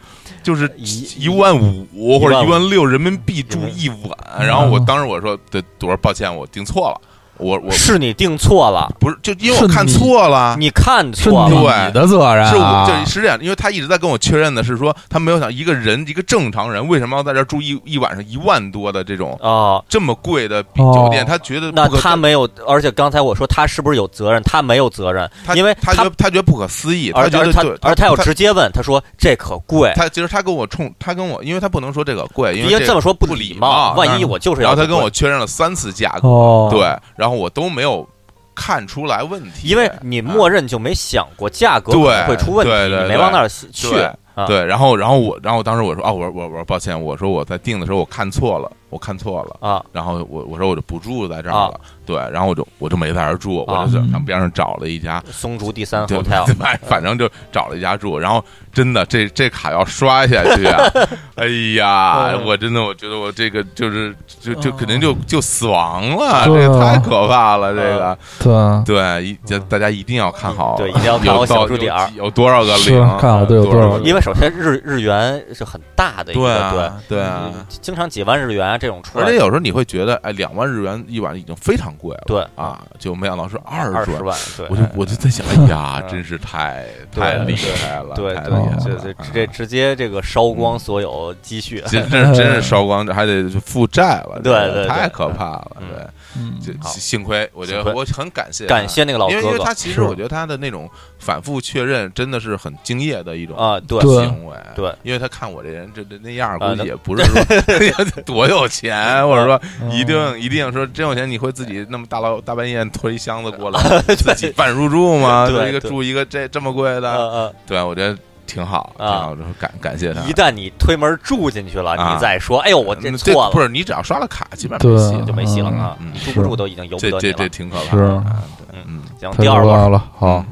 Speaker 1: 就是
Speaker 2: 一
Speaker 1: 一万五或者
Speaker 2: 一
Speaker 1: 一
Speaker 2: 万
Speaker 1: 万六人民币住一晚，然后我
Speaker 2: 嗯
Speaker 1: 当时我说，对，我说抱歉，我订错了，我我
Speaker 2: 是你定错了，
Speaker 1: 不是就因为我
Speaker 3: 是
Speaker 1: 看
Speaker 3: 你
Speaker 1: 错了，
Speaker 2: 你看
Speaker 3: 是
Speaker 2: 错了，
Speaker 1: 对
Speaker 3: 你的责任
Speaker 1: 是我
Speaker 3: 啊，
Speaker 1: 就是是这样，因为他一直在跟我确认的是说，他没有想一个人一个正常人为什么要在这儿住一一晚上一万多的这种
Speaker 2: 哦，
Speaker 1: 这么贵的酒店，
Speaker 3: 哦
Speaker 1: 他觉得
Speaker 2: 那
Speaker 1: 不可
Speaker 2: 他没有，而且刚才我说他是不是有责任？他没有责任，
Speaker 1: 他
Speaker 2: 因为
Speaker 1: 他觉得他觉得不可思议，
Speaker 2: 而
Speaker 1: 觉得
Speaker 2: 而他
Speaker 1: 对，
Speaker 2: 而他有
Speaker 1: 他
Speaker 2: 直接问，他说这可贵，
Speaker 1: 他其实他跟我冲，他跟我，因为他不能说这个贵，因
Speaker 2: 因为
Speaker 1: 为
Speaker 2: 这
Speaker 1: 个
Speaker 2: 么说不
Speaker 1: 不
Speaker 2: 礼
Speaker 1: 礼貌
Speaker 2: 万一
Speaker 1: 那
Speaker 2: 我就是
Speaker 1: 然后
Speaker 2: 要
Speaker 1: 他
Speaker 2: 这
Speaker 1: 跟
Speaker 2: 贵
Speaker 1: 我，确认了三次价格，
Speaker 3: 哦，
Speaker 1: 对，然后我都没有看出来问题，
Speaker 2: 因为你默认就没想过价格可能
Speaker 1: 嗯对
Speaker 2: 会出问
Speaker 1: 对
Speaker 2: 题，
Speaker 1: 对
Speaker 2: 你没
Speaker 1: 对
Speaker 2: 往那儿去
Speaker 1: 对
Speaker 2: 啊。
Speaker 1: 对，然后然后我然后当时我说啊，我说我我说抱歉，我说我在订的时候我看错了，我看错了。
Speaker 2: 啊，
Speaker 1: 然后我我说我就不住在这儿
Speaker 2: 啊
Speaker 1: 了，对，然后我就我就没在这儿住，我就
Speaker 3: 啊
Speaker 1: 上边上找了一家，
Speaker 2: 松竹第三
Speaker 1: 对
Speaker 2: hotel
Speaker 1: 反反正就找了一家住，然后真的这这卡要刷下去啊，哎呀，
Speaker 2: 嗯
Speaker 1: 我真的我觉得我这个就是就就
Speaker 3: 哦
Speaker 1: 肯定就就死亡了，这
Speaker 3: 对
Speaker 1: 个
Speaker 3: 啊
Speaker 1: 太可怕了，这个
Speaker 3: 对，
Speaker 1: 对，一就大家一定要看好，
Speaker 2: 对一定要看好
Speaker 1: 有
Speaker 2: 小
Speaker 1: 到
Speaker 2: 数点儿
Speaker 1: 有有多少个
Speaker 3: 是
Speaker 1: 零，
Speaker 3: 看好
Speaker 1: 呃
Speaker 3: 对有
Speaker 1: 多
Speaker 3: 多
Speaker 1: 少
Speaker 3: 少
Speaker 1: 个
Speaker 2: 因为首先日日元是很大的一
Speaker 1: 对
Speaker 2: 个
Speaker 1: 啊对啊，
Speaker 2: 嗯经常几万日元啊这种出
Speaker 1: 而
Speaker 2: 来
Speaker 1: 且，有时候你会觉得，哎，两万日元一晚已经非常贵了，
Speaker 2: 对
Speaker 1: 啊，就没想到是二
Speaker 2: 二
Speaker 1: 十
Speaker 2: 十
Speaker 1: 万，
Speaker 2: 万，对
Speaker 1: 我就我就在想，哎呀，
Speaker 2: 嗯
Speaker 1: 真是太
Speaker 2: 对
Speaker 1: 太厉害了，
Speaker 2: 对
Speaker 1: 太厉害
Speaker 2: 对，这
Speaker 1: 了
Speaker 2: 这
Speaker 1: 啊
Speaker 2: 这直接这个烧光所有积蓄，
Speaker 1: 真真真是烧光，这还得负债了，这
Speaker 2: 对
Speaker 1: 个
Speaker 2: 对对
Speaker 1: 太可怕了，
Speaker 2: 嗯
Speaker 1: 对，
Speaker 3: 嗯
Speaker 1: 这
Speaker 2: 好
Speaker 1: 幸亏，我觉
Speaker 2: 幸
Speaker 1: 得
Speaker 2: 亏
Speaker 1: 我很感谢他
Speaker 2: 感。谢那个老
Speaker 1: 啊因为因
Speaker 2: 哥
Speaker 1: 为
Speaker 2: 哥
Speaker 1: 他其实
Speaker 3: 是
Speaker 1: 我觉得他的那种反复确认真的是很敬业的一种
Speaker 2: 啊，对
Speaker 3: 对
Speaker 1: 行为，
Speaker 2: 对
Speaker 1: 因为他看我这人这这那样儿，
Speaker 2: 啊
Speaker 1: 估计
Speaker 2: 那 (laughs)
Speaker 1: 也不是说 (laughs) 多有钱，或者说
Speaker 3: 嗯
Speaker 1: 一定一定说真有钱，你会自己那么大老
Speaker 2: (laughs)
Speaker 1: 大半夜推箱子过来，自己办入住吗？
Speaker 2: 对
Speaker 1: 就一个
Speaker 2: (laughs) 对
Speaker 1: 住一个这这么贵
Speaker 2: 呃
Speaker 1: 的，
Speaker 2: 呃，
Speaker 1: 对，我觉得挺好
Speaker 2: 啊
Speaker 1: 挺好就是感感谢他。
Speaker 2: 一旦你推门住进去了，
Speaker 1: 啊
Speaker 2: 你再说，哎呦，我这
Speaker 1: 嗯
Speaker 2: 错
Speaker 1: 不
Speaker 2: 了，
Speaker 1: 是你只要刷了卡，基本上
Speaker 3: 对
Speaker 1: 没戏了
Speaker 2: 就没戏了啊！
Speaker 1: 嗯嗯
Speaker 2: 你住不住都已经由不
Speaker 1: 这
Speaker 2: 得你
Speaker 1: 这这
Speaker 2: 了。
Speaker 1: 挺可怕
Speaker 3: 是
Speaker 1: 的。啊对
Speaker 2: 嗯
Speaker 1: 嗯，
Speaker 2: 行，
Speaker 3: 太
Speaker 2: 第二
Speaker 3: 出来
Speaker 2: 轮，
Speaker 3: 了，好，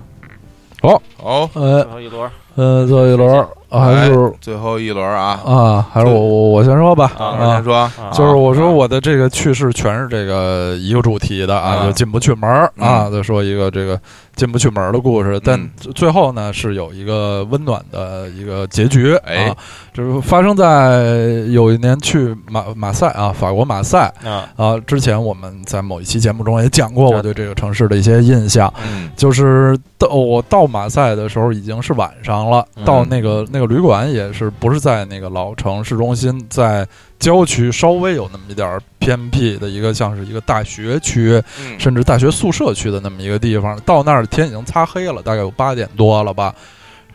Speaker 1: 好，
Speaker 3: 哎
Speaker 2: 最，后一轮
Speaker 3: 呃，最后一轮儿还是
Speaker 1: 哎最后一轮啊，
Speaker 3: 啊，还是我我我先说吧
Speaker 2: 啊
Speaker 1: 我先
Speaker 3: 啊。
Speaker 1: 说
Speaker 2: 啊，
Speaker 3: 就是我说我的这个趣事全是这个一个主题的啊，
Speaker 1: 啊
Speaker 3: 就进不去门儿
Speaker 1: 嗯
Speaker 3: 啊，再说一个这个进不去门儿的故事，但
Speaker 1: 嗯
Speaker 3: 最后呢是有一个温暖的一个结局
Speaker 1: 哎
Speaker 3: 啊，就是发生在有一年去马马赛啊，法国马赛
Speaker 2: 嗯
Speaker 3: 啊，之前我们在某一期节目中也讲过
Speaker 2: 啊
Speaker 3: 我对这个城市的一些印象，
Speaker 1: 嗯
Speaker 3: 就是到我到马赛的时候已经是晚上了，
Speaker 2: 嗯
Speaker 3: 到那个那个旅馆也是不是在那个老城市中心，在郊区稍微有那么一点儿偏僻的一个像是一个大学区，
Speaker 1: 嗯
Speaker 3: 甚至大学宿舍区的那么一个地方。到那儿天已经擦黑了，大概有八点多了吧，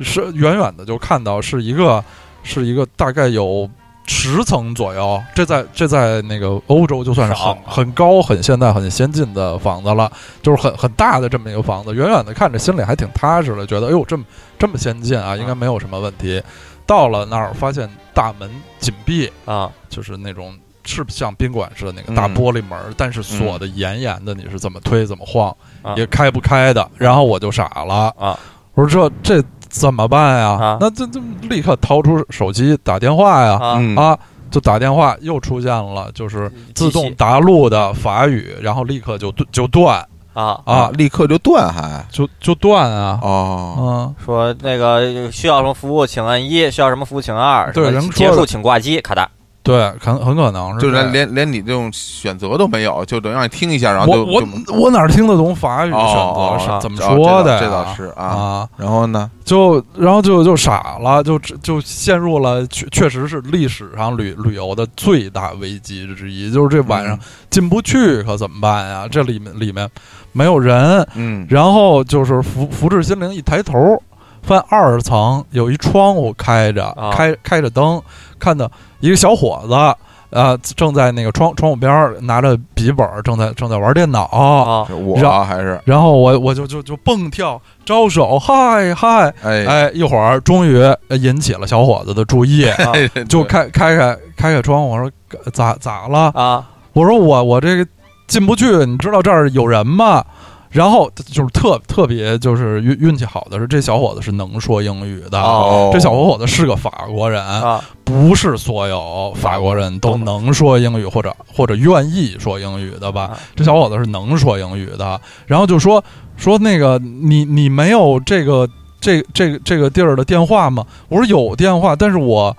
Speaker 3: 是远远的就看到是一个是一个大概有。十层左右，这在这在那个欧洲就算是很
Speaker 2: 少
Speaker 3: 很高、很现代、很先进的房子了。就是很很大的这么一个房子，远远的看着心里还挺踏实的，觉得哎呦这么这么先进啊，应该没有什么问题。到了那儿发现大门紧闭，
Speaker 2: 啊
Speaker 3: 就是那种是像宾馆似的那个
Speaker 1: 嗯
Speaker 3: 大玻璃门，但是锁的严严的，你是怎么推怎么晃、
Speaker 1: 嗯
Speaker 2: 啊
Speaker 3: 也开不开的。然后我就傻了，
Speaker 2: 啊
Speaker 3: 我说这这怎么办呀？
Speaker 2: 啊
Speaker 3: 那这这立刻掏出手机打电话呀！
Speaker 2: 啊！
Speaker 1: 嗯
Speaker 3: 啊，就打电话又出现了，就是自
Speaker 2: 机
Speaker 3: 动
Speaker 2: 器
Speaker 3: 答录的法语，然后立刻就断就断
Speaker 2: 啊，
Speaker 3: 啊，
Speaker 1: 立刻就断还
Speaker 3: 就就断啊，
Speaker 1: 哦，
Speaker 3: 嗯，
Speaker 2: 说那个需要什么服务请按一，需要什么服务请按二，
Speaker 3: 对
Speaker 2: 什么
Speaker 3: 人说
Speaker 2: 结
Speaker 3: 了
Speaker 2: 束请挂机，咔哒。
Speaker 3: 对，很很可能是
Speaker 1: 就
Speaker 3: 这样
Speaker 1: 连连连你这种选择都没有，就等于让你听一下，然后
Speaker 3: 我
Speaker 1: 就
Speaker 3: 我
Speaker 1: 就
Speaker 3: 我哪听得懂法语选
Speaker 1: 哦
Speaker 3: 择
Speaker 1: 哦
Speaker 3: 是
Speaker 2: 哦
Speaker 3: 怎么
Speaker 1: 哦
Speaker 3: 说的呀？
Speaker 1: 这倒这倒是啊。
Speaker 3: 啊，
Speaker 1: 然后呢？
Speaker 3: 就然后就就傻了，就就陷入了确确实是历史上旅旅游的最大危机之一，就是这晚
Speaker 2: 嗯
Speaker 3: 上进不去，可怎么办呀？这里面里面没有人，
Speaker 1: 嗯，
Speaker 3: 然后就是福福至心灵一抬头，翻二层有一窗户开着，
Speaker 2: 啊
Speaker 3: 开开着灯，看到一个小伙子。呃，正在那个窗窗户边儿拿着笔记本儿，正在正在玩电脑。
Speaker 2: 啊
Speaker 1: 是我
Speaker 3: 然
Speaker 1: 啊还是
Speaker 3: 然后我我就就就蹦跳招手，嗨嗨，
Speaker 1: 哎
Speaker 3: 哎，一会儿终于呃引起了小伙子的
Speaker 1: (laughs)
Speaker 3: 注意，
Speaker 2: 啊
Speaker 1: 哎
Speaker 3: 就开开开开开窗户，我说呃咋咋了？
Speaker 2: 啊
Speaker 3: 我说我我这个进不去，你知道这儿有人吗？然后就是特特别就是运运气好的是，这小伙子是能说英语的。
Speaker 1: 哦，
Speaker 3: 这小伙子是个法国人，
Speaker 2: 啊
Speaker 3: 不是所有法国人都能说英语或者或者愿意说英语的吧
Speaker 2: 啊？
Speaker 3: 这小伙子是能说英语的，然后就说说那个你你没有这个这这个这个地儿的电话吗？我说有电话，但是我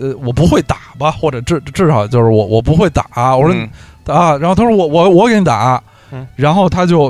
Speaker 3: 呃我不会打吧，或者至至少就是我我不会打。我说、
Speaker 1: 嗯
Speaker 3: 啊，然后他说我我我给你打
Speaker 2: 嗯，
Speaker 3: 然后他就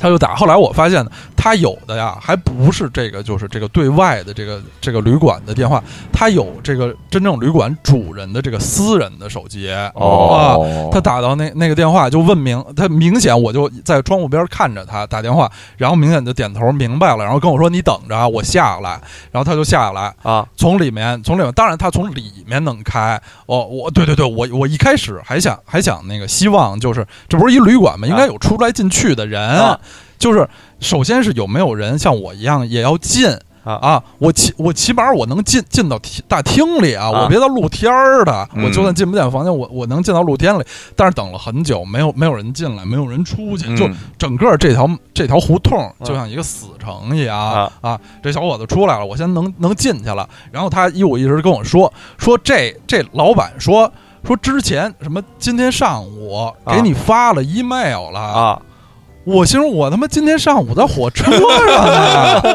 Speaker 3: 他就打。后来我发现他有的呀，还不是这个，就是这个对外的这个这个旅馆的电话，他有这个真正旅馆主人的这个私人的手机啊。
Speaker 1: 哦，
Speaker 3: 他打到那那个电话就问明，他明显我就在窗户边看着他打电话，然后明显就点头明白了，然后跟我说你等着啊，我下来，然后他就下来，
Speaker 2: 啊
Speaker 3: 从里面，从里面，当然他从里面能开。哦，我 (laughs) 对对对，我我一开始还想还想那个希望就是，这不是一旅馆吗？应该有出来进去的人，
Speaker 2: 啊
Speaker 3: 就是首先是有没有人像我一样也要进。
Speaker 2: 啊
Speaker 3: 我起我起码我能进进到厅大厅里啊，
Speaker 2: 啊
Speaker 3: 我别到露天儿的，
Speaker 1: 嗯
Speaker 3: 我就算进不进房间，我我能进到露天里。但是等了很久，没有没有人进来，没有人出去，就
Speaker 1: 嗯
Speaker 3: 整个这条这条胡同
Speaker 2: 嗯
Speaker 3: 就像一个死城一样
Speaker 2: 啊
Speaker 3: 这小伙子出来了，我先能能进去了。然后他一五一十地跟我说说这这老板说说之前什么今天上午给你发了 email 了。
Speaker 2: 啊
Speaker 3: 我心说，我他妈今天上午在火车上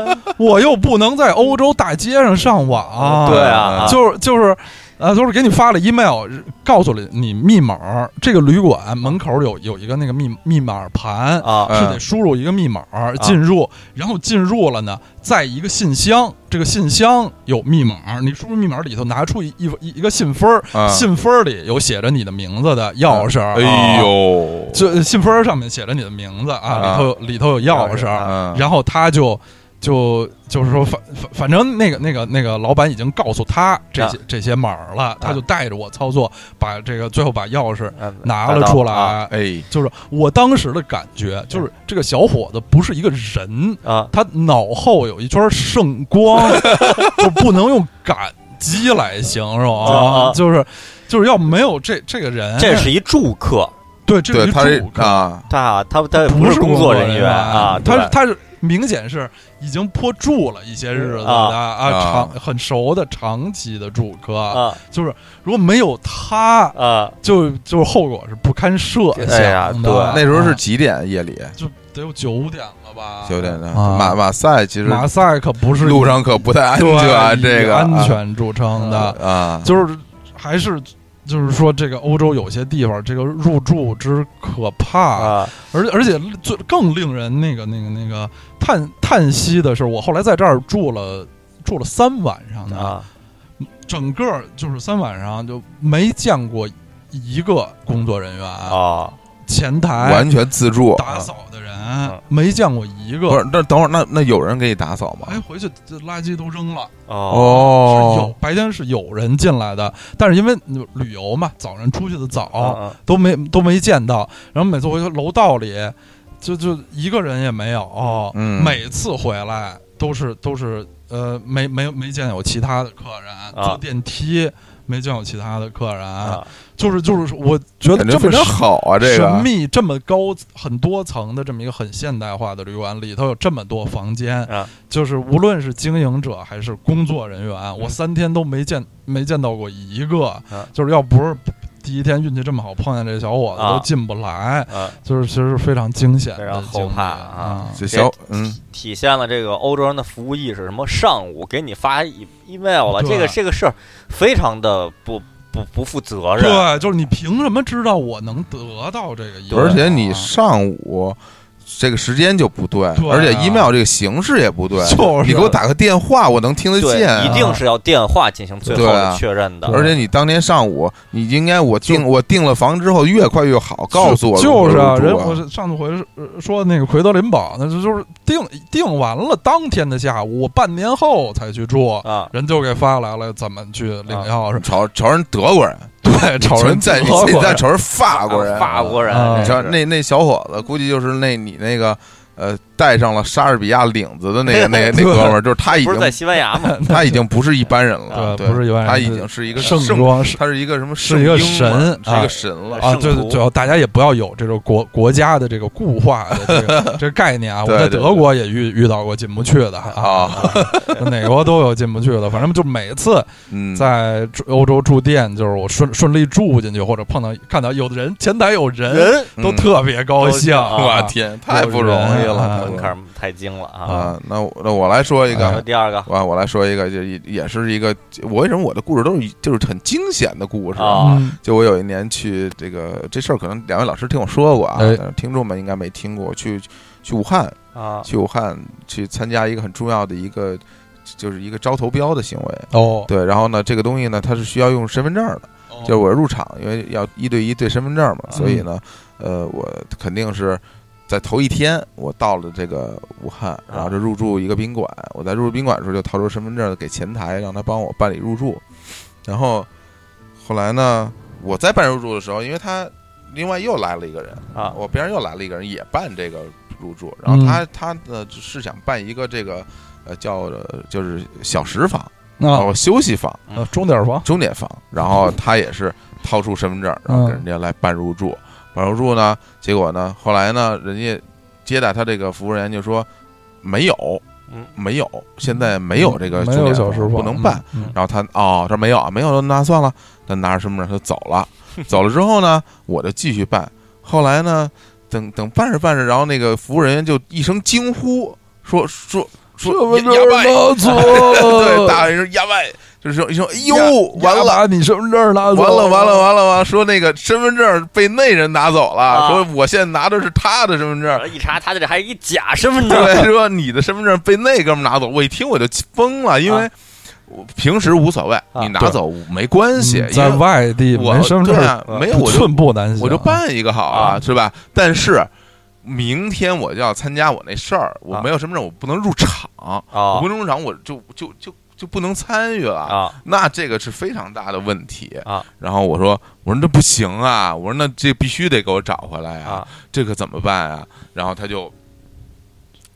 Speaker 3: 呢，我又不能在欧洲大街上上网，
Speaker 2: 对啊，
Speaker 3: 哦就是就是，呃，就是给你发了 email，告诉了你密码。这个旅馆门口有有一个那个密密码盘，
Speaker 2: 啊
Speaker 1: 嗯
Speaker 3: 是得输入一个密码进入，然后进入了呢，在一个信箱，这个信箱有密码，你输入密码里头拿出一一一个信封儿，
Speaker 1: 啊
Speaker 3: 信封儿里有写着你的名字的钥匙，
Speaker 1: 哎呦，
Speaker 3: 这信封上面写着你的名字啊，
Speaker 1: 啊
Speaker 3: 里头有里头有钥匙，
Speaker 1: 嗯
Speaker 3: 然后他就就就是说反反反正那个那个那个老板已经告诉他这些、这些码儿了，他就带着我操作，把这个最后把钥匙
Speaker 2: 嗯
Speaker 3: 拿了出来。
Speaker 2: 啊
Speaker 1: 哎，
Speaker 3: 就是我当时的感觉，就是这个小伙子不是一个人，
Speaker 2: 啊，
Speaker 3: 他脑后有一圈圣光， (laughs) 就不能用感激来形容
Speaker 2: 啊啊
Speaker 3: 就是就是要没有这这个人，
Speaker 2: 这是一住客，
Speaker 3: 对这
Speaker 1: 对，
Speaker 3: 是一
Speaker 1: 他
Speaker 3: 主
Speaker 1: 是
Speaker 3: 客，
Speaker 1: 啊，
Speaker 2: 他他他也
Speaker 3: 不
Speaker 2: 是工作人员啊，
Speaker 3: 他是
Speaker 2: 对
Speaker 3: 他是明显是已经颇住了一些日子的
Speaker 2: 啊
Speaker 3: 啊，
Speaker 1: 啊
Speaker 3: 长很熟的长期的住客，
Speaker 2: 啊
Speaker 3: 就是如果没有他，
Speaker 2: 啊，
Speaker 3: 就就是后果是不堪设想
Speaker 2: 哎呀
Speaker 3: 的。
Speaker 2: 对
Speaker 1: 那时候是
Speaker 3: 啊
Speaker 1: 几点夜里？
Speaker 3: 就得有九点了吧？
Speaker 1: 九点的
Speaker 3: 啊
Speaker 1: 马马赛，其实
Speaker 3: 马赛可不是
Speaker 1: 路上可不太安
Speaker 3: 对
Speaker 1: 全啊，
Speaker 3: 以
Speaker 1: 这个
Speaker 3: 安全著称的，
Speaker 1: 啊啊，
Speaker 3: 就是还是就是说，这个欧洲有些地方这个入住之可怕，
Speaker 2: 啊
Speaker 3: 而而且最更令人那个那个那个叹叹息的是，我后来在这儿住了住了三晚上呢，
Speaker 2: 啊
Speaker 3: 整个就是三晚上就没见过一个工作人员、
Speaker 2: 啊
Speaker 3: 前台
Speaker 1: 完全自助。啊
Speaker 3: 打扫的人，没见过一
Speaker 1: 不
Speaker 3: 个。
Speaker 1: 是，那等会儿那那有人给你打扫吗
Speaker 3: 哎，？回去这垃圾都扔了。
Speaker 2: 哦
Speaker 3: 是有
Speaker 1: 哦，
Speaker 3: 白天是有人进来的，但是因为旅游嘛，早上出去的早，
Speaker 2: 啊
Speaker 3: 都没都没见到。然后每次回去楼道里，就就一个人也没有。哦
Speaker 1: 嗯
Speaker 3: 每次回来都是都是呃，没没没见有其他的客人，坐电梯没见有其他的客人，
Speaker 2: 啊
Speaker 3: 就是就是我觉得
Speaker 1: 感觉
Speaker 3: 这
Speaker 1: 非
Speaker 3: 么
Speaker 1: 常好啊，这
Speaker 3: 神
Speaker 1: 个
Speaker 3: 秘、这么高、很多层的这么一个很现代化的旅馆里头有这么多房间，
Speaker 2: 啊
Speaker 3: 就是无论是经营者还是工作人员，我三天都没见没见到过一个，
Speaker 2: 嗯啊
Speaker 3: 就是要不是第一天运气这么好碰见这小伙子
Speaker 2: 啊
Speaker 3: 都进不来，
Speaker 2: 啊，
Speaker 3: 就是其实是非常惊险
Speaker 2: 非
Speaker 3: 的经历、
Speaker 2: 常后怕啊
Speaker 3: 啊！
Speaker 1: 这小嗯，
Speaker 2: 体现了这个欧洲人的服务意识。什么上午给你发一 email 了，
Speaker 3: 对
Speaker 2: 这个这个事儿非常的不不不负责任。
Speaker 3: 对，就是你凭什么知道我能得到这个一个？啊
Speaker 1: 而且
Speaker 2: 啊
Speaker 1: 你上午这个时间就不对，
Speaker 3: 对啊
Speaker 1: 而且 email 这个形式也不对，
Speaker 3: 就是
Speaker 1: 你给我打个电话，我能听得
Speaker 2: 对，
Speaker 1: 见
Speaker 2: 一
Speaker 1: 啊。
Speaker 2: 定是要电话进行最后
Speaker 1: 对
Speaker 2: 的
Speaker 1: 啊
Speaker 2: 确认的。
Speaker 1: 而且你当天上午，你应该我订我订了房之后越快越好，告诉我
Speaker 3: 就是
Speaker 1: 啊，
Speaker 3: 人我是上次回呃说那个奎德林堡，那就就是定定完了当天的下午，我半年后才去住，
Speaker 2: 啊，
Speaker 3: 人就给发来了，怎么去领钥匙？ (laughs)
Speaker 1: 朝朝人德国人，
Speaker 3: 对，找人
Speaker 1: 啊在
Speaker 3: 德
Speaker 1: 你
Speaker 3: 国
Speaker 1: 自己在
Speaker 3: 人
Speaker 1: 瞅人法国人，
Speaker 2: 法国人，
Speaker 3: 啊
Speaker 1: 你
Speaker 2: 这
Speaker 1: 知道
Speaker 2: 是
Speaker 1: 那那小伙子估计就是那你那个呃带上了莎士比亚领子的那个那那哥们儿，就是他已
Speaker 2: 不是在
Speaker 1: 经
Speaker 2: 西班牙吗？
Speaker 3: (laughs)
Speaker 1: 他已经不是一般人了，
Speaker 3: 呃对不是一般人
Speaker 1: 他已经是一个
Speaker 3: 盛装是
Speaker 1: 他是一个什么
Speaker 3: 是一个
Speaker 1: 圣婴
Speaker 3: 神
Speaker 1: 嘛是一
Speaker 3: 啊
Speaker 1: 个神了，
Speaker 3: 啊，
Speaker 2: 圣
Speaker 3: 对
Speaker 2: 徒
Speaker 3: 对，对大家也不要有这种国国家的这个固化的这
Speaker 1: (laughs)
Speaker 3: 个这个概念啊。我
Speaker 1: 对
Speaker 3: 在
Speaker 1: 对
Speaker 3: 德国也遇遇到过进不去的啊， (laughs) 哪国都有进不去的，反正就每次
Speaker 1: (laughs) 嗯， (laughs)
Speaker 3: 在住欧洲住店，就是我顺顺利住进去，或者碰到看到有的人前台有人，
Speaker 2: 人
Speaker 3: 都
Speaker 1: 嗯
Speaker 3: 特别高兴，
Speaker 2: 高兴
Speaker 1: 我
Speaker 3: 啊
Speaker 1: 天，太不
Speaker 2: 嗯
Speaker 1: 容易
Speaker 3: 有人啊
Speaker 1: 了，太
Speaker 3: 啊
Speaker 1: 不
Speaker 2: 门
Speaker 1: 容易
Speaker 2: 槛儿太精了啊！
Speaker 1: 哎啊！那我那我来说一
Speaker 2: 说
Speaker 1: 个，
Speaker 2: 第二个
Speaker 1: 我我来说一个，就也也是一个，我为什么我的故事都是一就是很惊险的故事
Speaker 2: 啊
Speaker 3: 嗯
Speaker 1: 就我有一年去这个这事儿，可能两位老师听我说过啊，
Speaker 3: 哎
Speaker 1: 但是听众们应该没听过。去去武汉，
Speaker 2: 啊
Speaker 1: 去武汉去参加一个很重要的一个，就是一个招投标的行为。
Speaker 3: 哦，
Speaker 1: 对，然后呢，这个东西呢，它是需要用身份证的，就是我入场，因为要一对一对身份证嘛，所以呢，呃，我肯定是在头一天我到了这个武汉，然后就入住一个宾馆。我在入住宾馆的时候就掏出身份证给前台，让他帮我办理入住。然后后来呢，我在办入住的时候，因为他另外又来了一个人，
Speaker 2: 啊
Speaker 1: 我边上又来了一个人也办这个入住，然后他、他呢是想办一个这个呃叫呃就是小时房，然
Speaker 3: 那
Speaker 1: 后休息房。
Speaker 3: 呃钟点房
Speaker 1: 钟点房，然后他也是掏出身份证，然
Speaker 3: 嗯
Speaker 1: 后跟人家来办入住。办入住呢，结果呢，后来呢，人家接待他这个服务人员就说没有
Speaker 2: 嗯，
Speaker 1: 没有，现在没有这个
Speaker 3: 嗯没
Speaker 1: 钟点
Speaker 3: 有
Speaker 1: 房
Speaker 3: 小时房
Speaker 1: 不能办。，
Speaker 3: 嗯嗯
Speaker 1: 然后他哦，这没有啊，没有那那算了，他拿着身份证他就走
Speaker 3: (laughs)
Speaker 1: 了，走了之后呢，我就继续办。后来呢，等等办着办着，然后那个服务人员就一声惊呼，说说说
Speaker 3: 身份
Speaker 1: 呀呀
Speaker 3: 证
Speaker 1: 吧，
Speaker 3: 拿错，
Speaker 1: (laughs) 对，大人说呀吧，就是说一声哎呦，完了。
Speaker 3: 把你身份证啊拿走，
Speaker 1: 完了完了完了完了！说那个身份证被那人拿走了，
Speaker 2: 啊
Speaker 1: 说我现在拿的是他的身份
Speaker 2: (laughs)
Speaker 1: 证。
Speaker 2: 一查他这里还是一假身份证
Speaker 1: 对，说你的身份证被那哥们拿走，我一听我就气疯了，因为
Speaker 2: 啊
Speaker 1: 我平时无所谓，你拿走没关系，
Speaker 3: 嗯
Speaker 1: 因
Speaker 3: 在
Speaker 1: 为
Speaker 3: 外地
Speaker 1: 我
Speaker 3: 没身份
Speaker 1: 对
Speaker 3: 证
Speaker 1: 啊没有我就
Speaker 3: 寸步难行，
Speaker 1: 我就办一个好啊，
Speaker 2: 啊
Speaker 1: 是吧？但是明天我就要参加我那事儿，我
Speaker 2: 啊
Speaker 1: 没有身份证，我不能入场，我
Speaker 2: 啊
Speaker 1: 不能入场，我就就就就不能参与了。
Speaker 2: 啊
Speaker 1: 那这个是非常大的问题
Speaker 2: 啊！
Speaker 1: 然后我说，我说那不行啊！我说那这必须得给我找回来呀、
Speaker 2: 啊
Speaker 1: 这可怎么办啊？然后他就，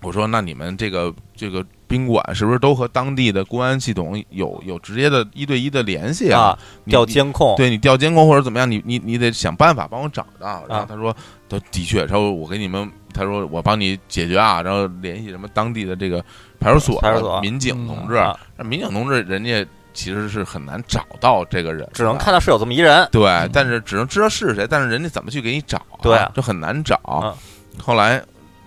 Speaker 1: 我说那你们这个这个宾馆是不是都和当地的公安系统有有直接的一对一的联系
Speaker 2: 啊！
Speaker 1: 你
Speaker 2: 调
Speaker 1: 你
Speaker 2: 监控，
Speaker 1: 对你调监控或者怎么样，你你你得想办法帮我找到。
Speaker 2: 啊
Speaker 1: 然后他说，他的确，他说我给你们，他说我帮你解决啊，然后联系什么当地的这个派出所、
Speaker 2: 派出所
Speaker 1: 民警同志。
Speaker 2: 嗯啊
Speaker 1: 那民警同志人家其实是很难找到这个人，
Speaker 2: 只能。看到是有这么一人
Speaker 1: 对，但是只能知道是谁，但是人家怎么去给你找、啊？
Speaker 2: 对啊
Speaker 1: 就很难找。后来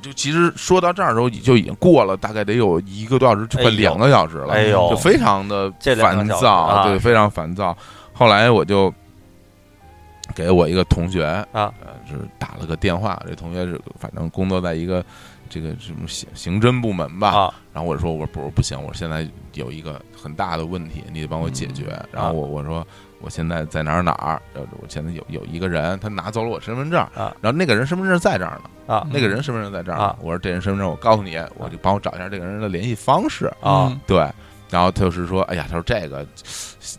Speaker 1: 就其实说到这儿的时候，就已经过了大概得有一个多小时，就快
Speaker 2: 哎呦
Speaker 1: 两个小时了。
Speaker 2: 哎呦
Speaker 1: 就非常的
Speaker 2: 这两个
Speaker 1: 烦
Speaker 2: 小时
Speaker 1: 躁，
Speaker 2: 啊
Speaker 1: 对，非常烦躁。后来我就给我一个同学
Speaker 2: 啊，
Speaker 1: 呃就是打了个电话。这同学是反正工作在一个这个什么刑刑侦部门吧，
Speaker 2: 啊
Speaker 1: 然后我说我不不行，我现在有一个很大的问题，你得帮我解决。
Speaker 2: 嗯
Speaker 1: 然后我我说我现在在哪儿哪儿，呃，我现在有有一个人，他拿走了我身份证，
Speaker 2: 啊
Speaker 1: 然后那个人身份证在这儿呢，
Speaker 2: 啊
Speaker 1: 那个人身份证在这儿呢。
Speaker 2: 啊
Speaker 1: 我说这人身份证，我告诉你，我就帮我找一下这个人的联系方式。
Speaker 3: 嗯
Speaker 2: 啊
Speaker 1: 对，然后他就是说，哎呀，他说这个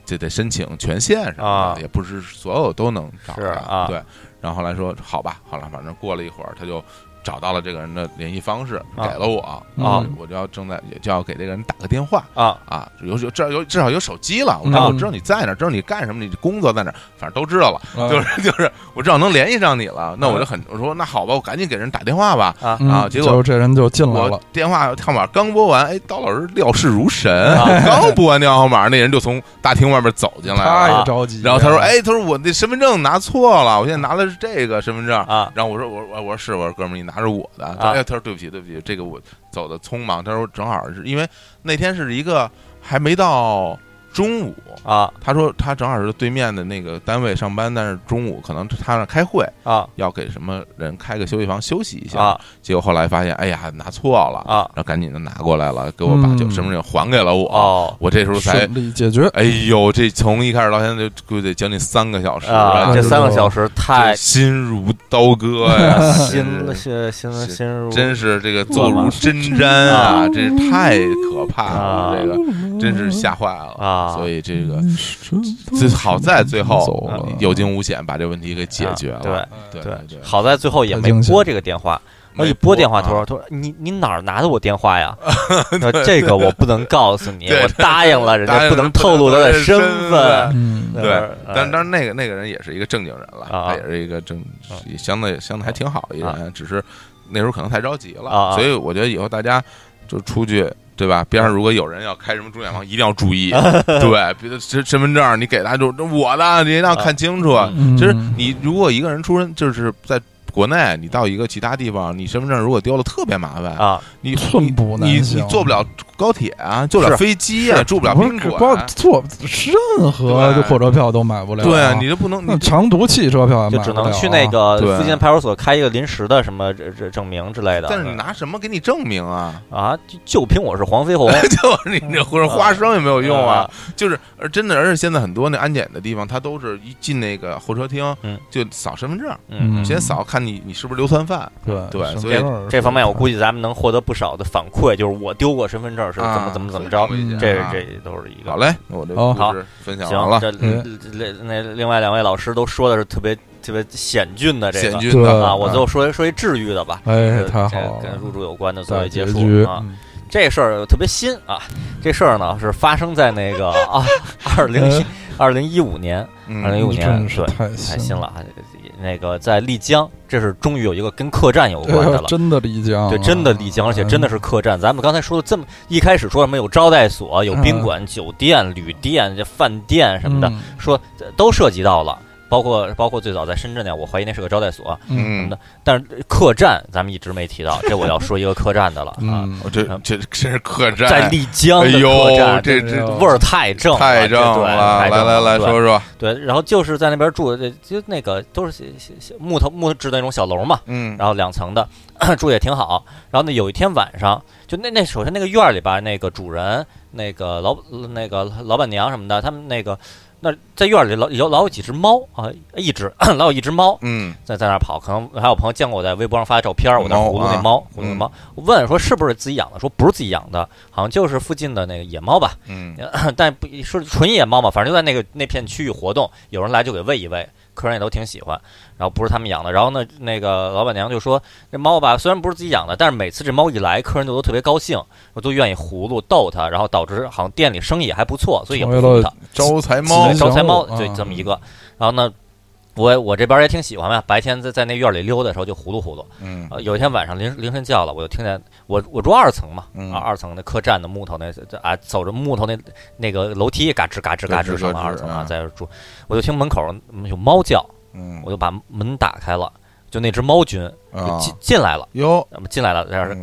Speaker 1: 这得申请权限什么的，
Speaker 2: 啊
Speaker 1: 也不是所有都能找
Speaker 2: 是
Speaker 1: 着
Speaker 2: 啊
Speaker 1: 对，然后后来说好吧，好了，反正过了一会儿，他就找到了这个人的联系方式，
Speaker 2: 啊
Speaker 1: 给了我
Speaker 3: 啊
Speaker 1: 我就要正在也就要给这个人打个电话。
Speaker 2: 啊
Speaker 1: 啊，有有至少有至少有手机了，我
Speaker 2: 嗯
Speaker 1: 知道
Speaker 3: 啊
Speaker 1: 我知道你在哪儿，知道你干什么，你工作在哪儿，反正都知道了，
Speaker 3: 啊
Speaker 1: 就是 (laughs) 就是我至少能联系上你
Speaker 2: 嗯
Speaker 1: 了，那我就很我说那好吧，我赶紧给人打电话吧，
Speaker 2: 啊
Speaker 3: 嗯
Speaker 1: 啊结果
Speaker 3: 就这人就进来
Speaker 1: 我
Speaker 3: 了，
Speaker 1: 电话号码刚拨完，哎，刀老师料事如神，
Speaker 3: 啊
Speaker 1: (laughs) 刚拨完电话号码，那人就从大厅外面走进来
Speaker 3: 他
Speaker 1: 了。
Speaker 3: 也着急。啊
Speaker 1: 然后他说：“，哎，他说我那身份证拿错了，我现在拿的是这个身份证。
Speaker 2: 啊”
Speaker 1: 然后我说：“我我我说是，我说哥们儿，你拿着我的。”他说：“
Speaker 2: 啊
Speaker 1: 哎，他说对不起，对不起，这个我走的匆忙。”他说：“正好是因为那天是一个还没到中午，
Speaker 2: 啊
Speaker 1: 他说他正好是对面的那个单位上班，但是中午可能他那开会，
Speaker 2: 啊
Speaker 1: 要给什么人开个休息房休息一下。
Speaker 2: 啊
Speaker 1: 结果后来发现，哎呀，拿错了，
Speaker 2: 啊
Speaker 1: 然后赶紧的拿过来了，给我把
Speaker 3: 嗯
Speaker 1: 就身份证还给了我。
Speaker 2: 哦
Speaker 1: 我这时候才
Speaker 3: 顺，利解决，
Speaker 1: 哎呦，这从一开始到现在就估计得将近三个小时
Speaker 2: 啊！这
Speaker 3: 是
Speaker 2: 三个
Speaker 3: 吧
Speaker 2: 小时太啊
Speaker 1: 这心如刀割呀，
Speaker 2: 心
Speaker 1: 真是
Speaker 2: 心心
Speaker 1: 是
Speaker 2: 心如
Speaker 1: 真是这个
Speaker 2: 我
Speaker 1: 坐如
Speaker 2: 吗
Speaker 1: 针毡啊，这太可怕了，
Speaker 2: 啊
Speaker 1: 这个真是吓坏了。
Speaker 2: 啊，
Speaker 1: 所
Speaker 2: 以
Speaker 1: 以这个最好在最后
Speaker 3: 走了
Speaker 1: 有惊无险把这问题给解决了。对
Speaker 2: 啊对对
Speaker 1: 对，
Speaker 2: 好在最后也
Speaker 3: 太
Speaker 2: 没
Speaker 3: 惊险
Speaker 2: 拨这个电话。我一
Speaker 1: 没
Speaker 2: 拨电话，他
Speaker 1: 啊
Speaker 2: 说：“他说你你哪儿拿的我电
Speaker 1: (laughs)
Speaker 2: 话呀？”说这个我不能告诉你，
Speaker 1: 对
Speaker 2: 我答应了，
Speaker 1: (laughs)
Speaker 2: 人
Speaker 1: 答应
Speaker 2: 家不
Speaker 1: 了
Speaker 2: 能
Speaker 1: 不
Speaker 2: 透
Speaker 1: 能
Speaker 2: 露
Speaker 1: 透
Speaker 2: 他的
Speaker 1: 露
Speaker 2: 身
Speaker 1: 身份
Speaker 2: 份。
Speaker 3: 嗯，
Speaker 1: 对，但但是那个那个人也是一个正经人了，
Speaker 2: 啊
Speaker 1: 他也是一个正
Speaker 2: 啊，
Speaker 1: 也相对相对还挺好一
Speaker 2: 啊
Speaker 1: 人，只是那时候可能太着急
Speaker 2: 啊
Speaker 1: 了，
Speaker 2: 啊
Speaker 1: 所以我觉得以后大家就出去。对吧？边上如果有人要开什么中介房，一定要注意。
Speaker 3: 啊
Speaker 1: (laughs) 对，别的身身份证你给他就这我的，你一定要看清楚。
Speaker 3: 啊嗯
Speaker 1: 其实你如果一个人出身，就是在国内，你到一个其他地方，你身份证如果丢了，特别麻烦。
Speaker 2: 啊
Speaker 1: 你
Speaker 3: 寸
Speaker 1: 你
Speaker 3: 步难
Speaker 1: 你你
Speaker 3: 行
Speaker 1: 坐不了高铁啊，坐不了
Speaker 2: 是
Speaker 1: 飞机啊，住不了
Speaker 3: 不是
Speaker 1: 宾
Speaker 3: 包
Speaker 1: 馆。
Speaker 3: 坐任何
Speaker 1: 对
Speaker 3: 火车票都买不了，
Speaker 1: 对啊，你这不能，
Speaker 3: 那 (laughs)
Speaker 1: 你
Speaker 3: 长途汽车票也
Speaker 2: 嗯就
Speaker 3: 买
Speaker 2: 只
Speaker 3: 不
Speaker 2: 能
Speaker 3: 了
Speaker 2: 去
Speaker 3: 啊
Speaker 2: 那个
Speaker 1: 对
Speaker 2: 附近派出所开一个临时的什么这这证明之类的。
Speaker 1: 但是你拿什么给你证明
Speaker 2: (laughs)
Speaker 1: 啊？
Speaker 2: 啊，就就凭我是黄
Speaker 3: (laughs)
Speaker 2: 飞鸿
Speaker 1: 就是你这或者花生也没有用啊
Speaker 2: 啊。
Speaker 1: 就是而真的，而且现在很多那安检的地方，他都是一进那个候车厅
Speaker 2: 嗯，
Speaker 1: 就扫身份证，
Speaker 2: 嗯，
Speaker 3: 嗯
Speaker 1: 先扫看你你是不是流窜犯。
Speaker 3: 对
Speaker 1: 对
Speaker 3: 省
Speaker 1: 所以
Speaker 3: 事儿
Speaker 2: 这方面我估计咱们能获得不少的反馈，就是我丢过身份证是怎
Speaker 1: 啊
Speaker 2: 么怎么怎么着
Speaker 1: 所以，危险
Speaker 2: 这
Speaker 1: 啊
Speaker 2: 这都是一个
Speaker 1: 好。嘞，那我这
Speaker 3: 哦
Speaker 1: 故事分享完
Speaker 2: 行，
Speaker 1: 了，
Speaker 2: 这
Speaker 3: 嗯
Speaker 2: 这那另外两位老师都说的是特别特别险峻的这
Speaker 1: 险
Speaker 2: 个
Speaker 1: 峻
Speaker 3: 对
Speaker 1: 的
Speaker 2: 啊，我最后说一说一治愈的吧。
Speaker 3: 呃嗯哎
Speaker 2: 这
Speaker 3: 太
Speaker 2: 这
Speaker 3: 好
Speaker 2: 跟
Speaker 3: 了，
Speaker 2: 入住有关的作
Speaker 3: 大
Speaker 2: 为结
Speaker 3: 结
Speaker 2: 束
Speaker 3: 局嗯
Speaker 2: 啊。这事儿特别新啊，这事儿呢是发生在那
Speaker 3: (laughs)
Speaker 2: 个啊二零一二零一五年，
Speaker 1: 嗯
Speaker 2: 二零一五年
Speaker 3: 哎真是
Speaker 2: 对
Speaker 3: 太
Speaker 2: 太
Speaker 3: 新
Speaker 2: 新了啊。那个在丽江，这是终于有一个跟客栈有
Speaker 3: 哎呦
Speaker 2: 关的了。
Speaker 3: (laughs) 真的丽江啊，
Speaker 2: 对，真的丽江，而且真的是客栈。咱们刚才说的这么一开始说什么有招待所、有宾馆、酒店、旅店、这饭店什么的，
Speaker 3: 嗯
Speaker 2: 说呃都涉及到了，包括包括最早在深圳呢，我怀疑那是个招待所，
Speaker 1: 嗯，
Speaker 2: 但是客栈咱们一直没提到，这我要说一个客栈的了啊。
Speaker 3: (laughs) 嗯
Speaker 1: 我这这真是客栈，
Speaker 2: 在丽江
Speaker 1: 哎
Speaker 2: 的客
Speaker 1: 呦，
Speaker 2: 栈，
Speaker 1: 这
Speaker 3: 这
Speaker 1: 这
Speaker 3: 个
Speaker 2: 味儿太正了，
Speaker 1: 太
Speaker 2: 这
Speaker 1: 正
Speaker 2: 对
Speaker 1: 了！来
Speaker 2: 太正
Speaker 1: 来来
Speaker 2: 对
Speaker 1: 说说，
Speaker 2: 对，然后就是在那边住，这就那个都是小小小木头木质的那种小楼嘛，
Speaker 1: 嗯
Speaker 2: 然后两层的， (clears throat) 住得也挺好。然后呢，有一天晚上，就那那首先那个院儿里边那个主人、那个老呃那个老板娘什么的，他们那个那在院儿里老有老有几只猫啊，一只 (coughs) 老有一只猫
Speaker 1: 嗯，
Speaker 2: 在在那儿跑。可能还有朋友见过我在微博上发的照片，我在
Speaker 1: 猫
Speaker 2: 葫芦那
Speaker 1: 啊
Speaker 2: 猫，葫芦那猫。我问说是不是自己养的，说不是自己养的，好像就是附近的那个野猫吧。
Speaker 1: 嗯，
Speaker 2: 但不是纯野猫嘛，反正就在那个那片区域活动，有人来就给喂一喂，客人也都挺喜欢。然后不是他们养的，然后呢，那个老板娘就说这猫吧，虽然不是自己养的，但是每次这猫一来，客人就都特别高兴，都愿意葫芦逗它，然后导致好像店里生意也还不错，所以也不
Speaker 3: 成
Speaker 2: 服
Speaker 3: 为了
Speaker 2: 它。
Speaker 1: 招财猫
Speaker 2: 对，
Speaker 3: 吉
Speaker 2: 招财
Speaker 3: 祥
Speaker 2: 猫，
Speaker 3: 物
Speaker 2: 对，
Speaker 3: 啊
Speaker 2: 这么一个。然后呢，我我这边也挺喜欢嘛，白天在在那院里溜达的时候就葫芦葫芦。
Speaker 1: 嗯
Speaker 2: 呃，有一天晚上凌凌晨觉了，我就听见我我住二层嘛，
Speaker 1: 嗯
Speaker 2: 啊，二层那客栈的木头那这啊，走着木头那那个楼梯嘎吱嘎吱嘎吱上了
Speaker 1: 嘎吱嘎吱
Speaker 2: 二层
Speaker 1: 啊
Speaker 2: 啊，在这住，我就听门口嗯有猫叫，
Speaker 1: 嗯
Speaker 2: 我就把门打开了，就那只猫君
Speaker 1: 啊
Speaker 2: 就进进来了，
Speaker 1: 哟，
Speaker 2: 那么进来了，然后
Speaker 1: 嗯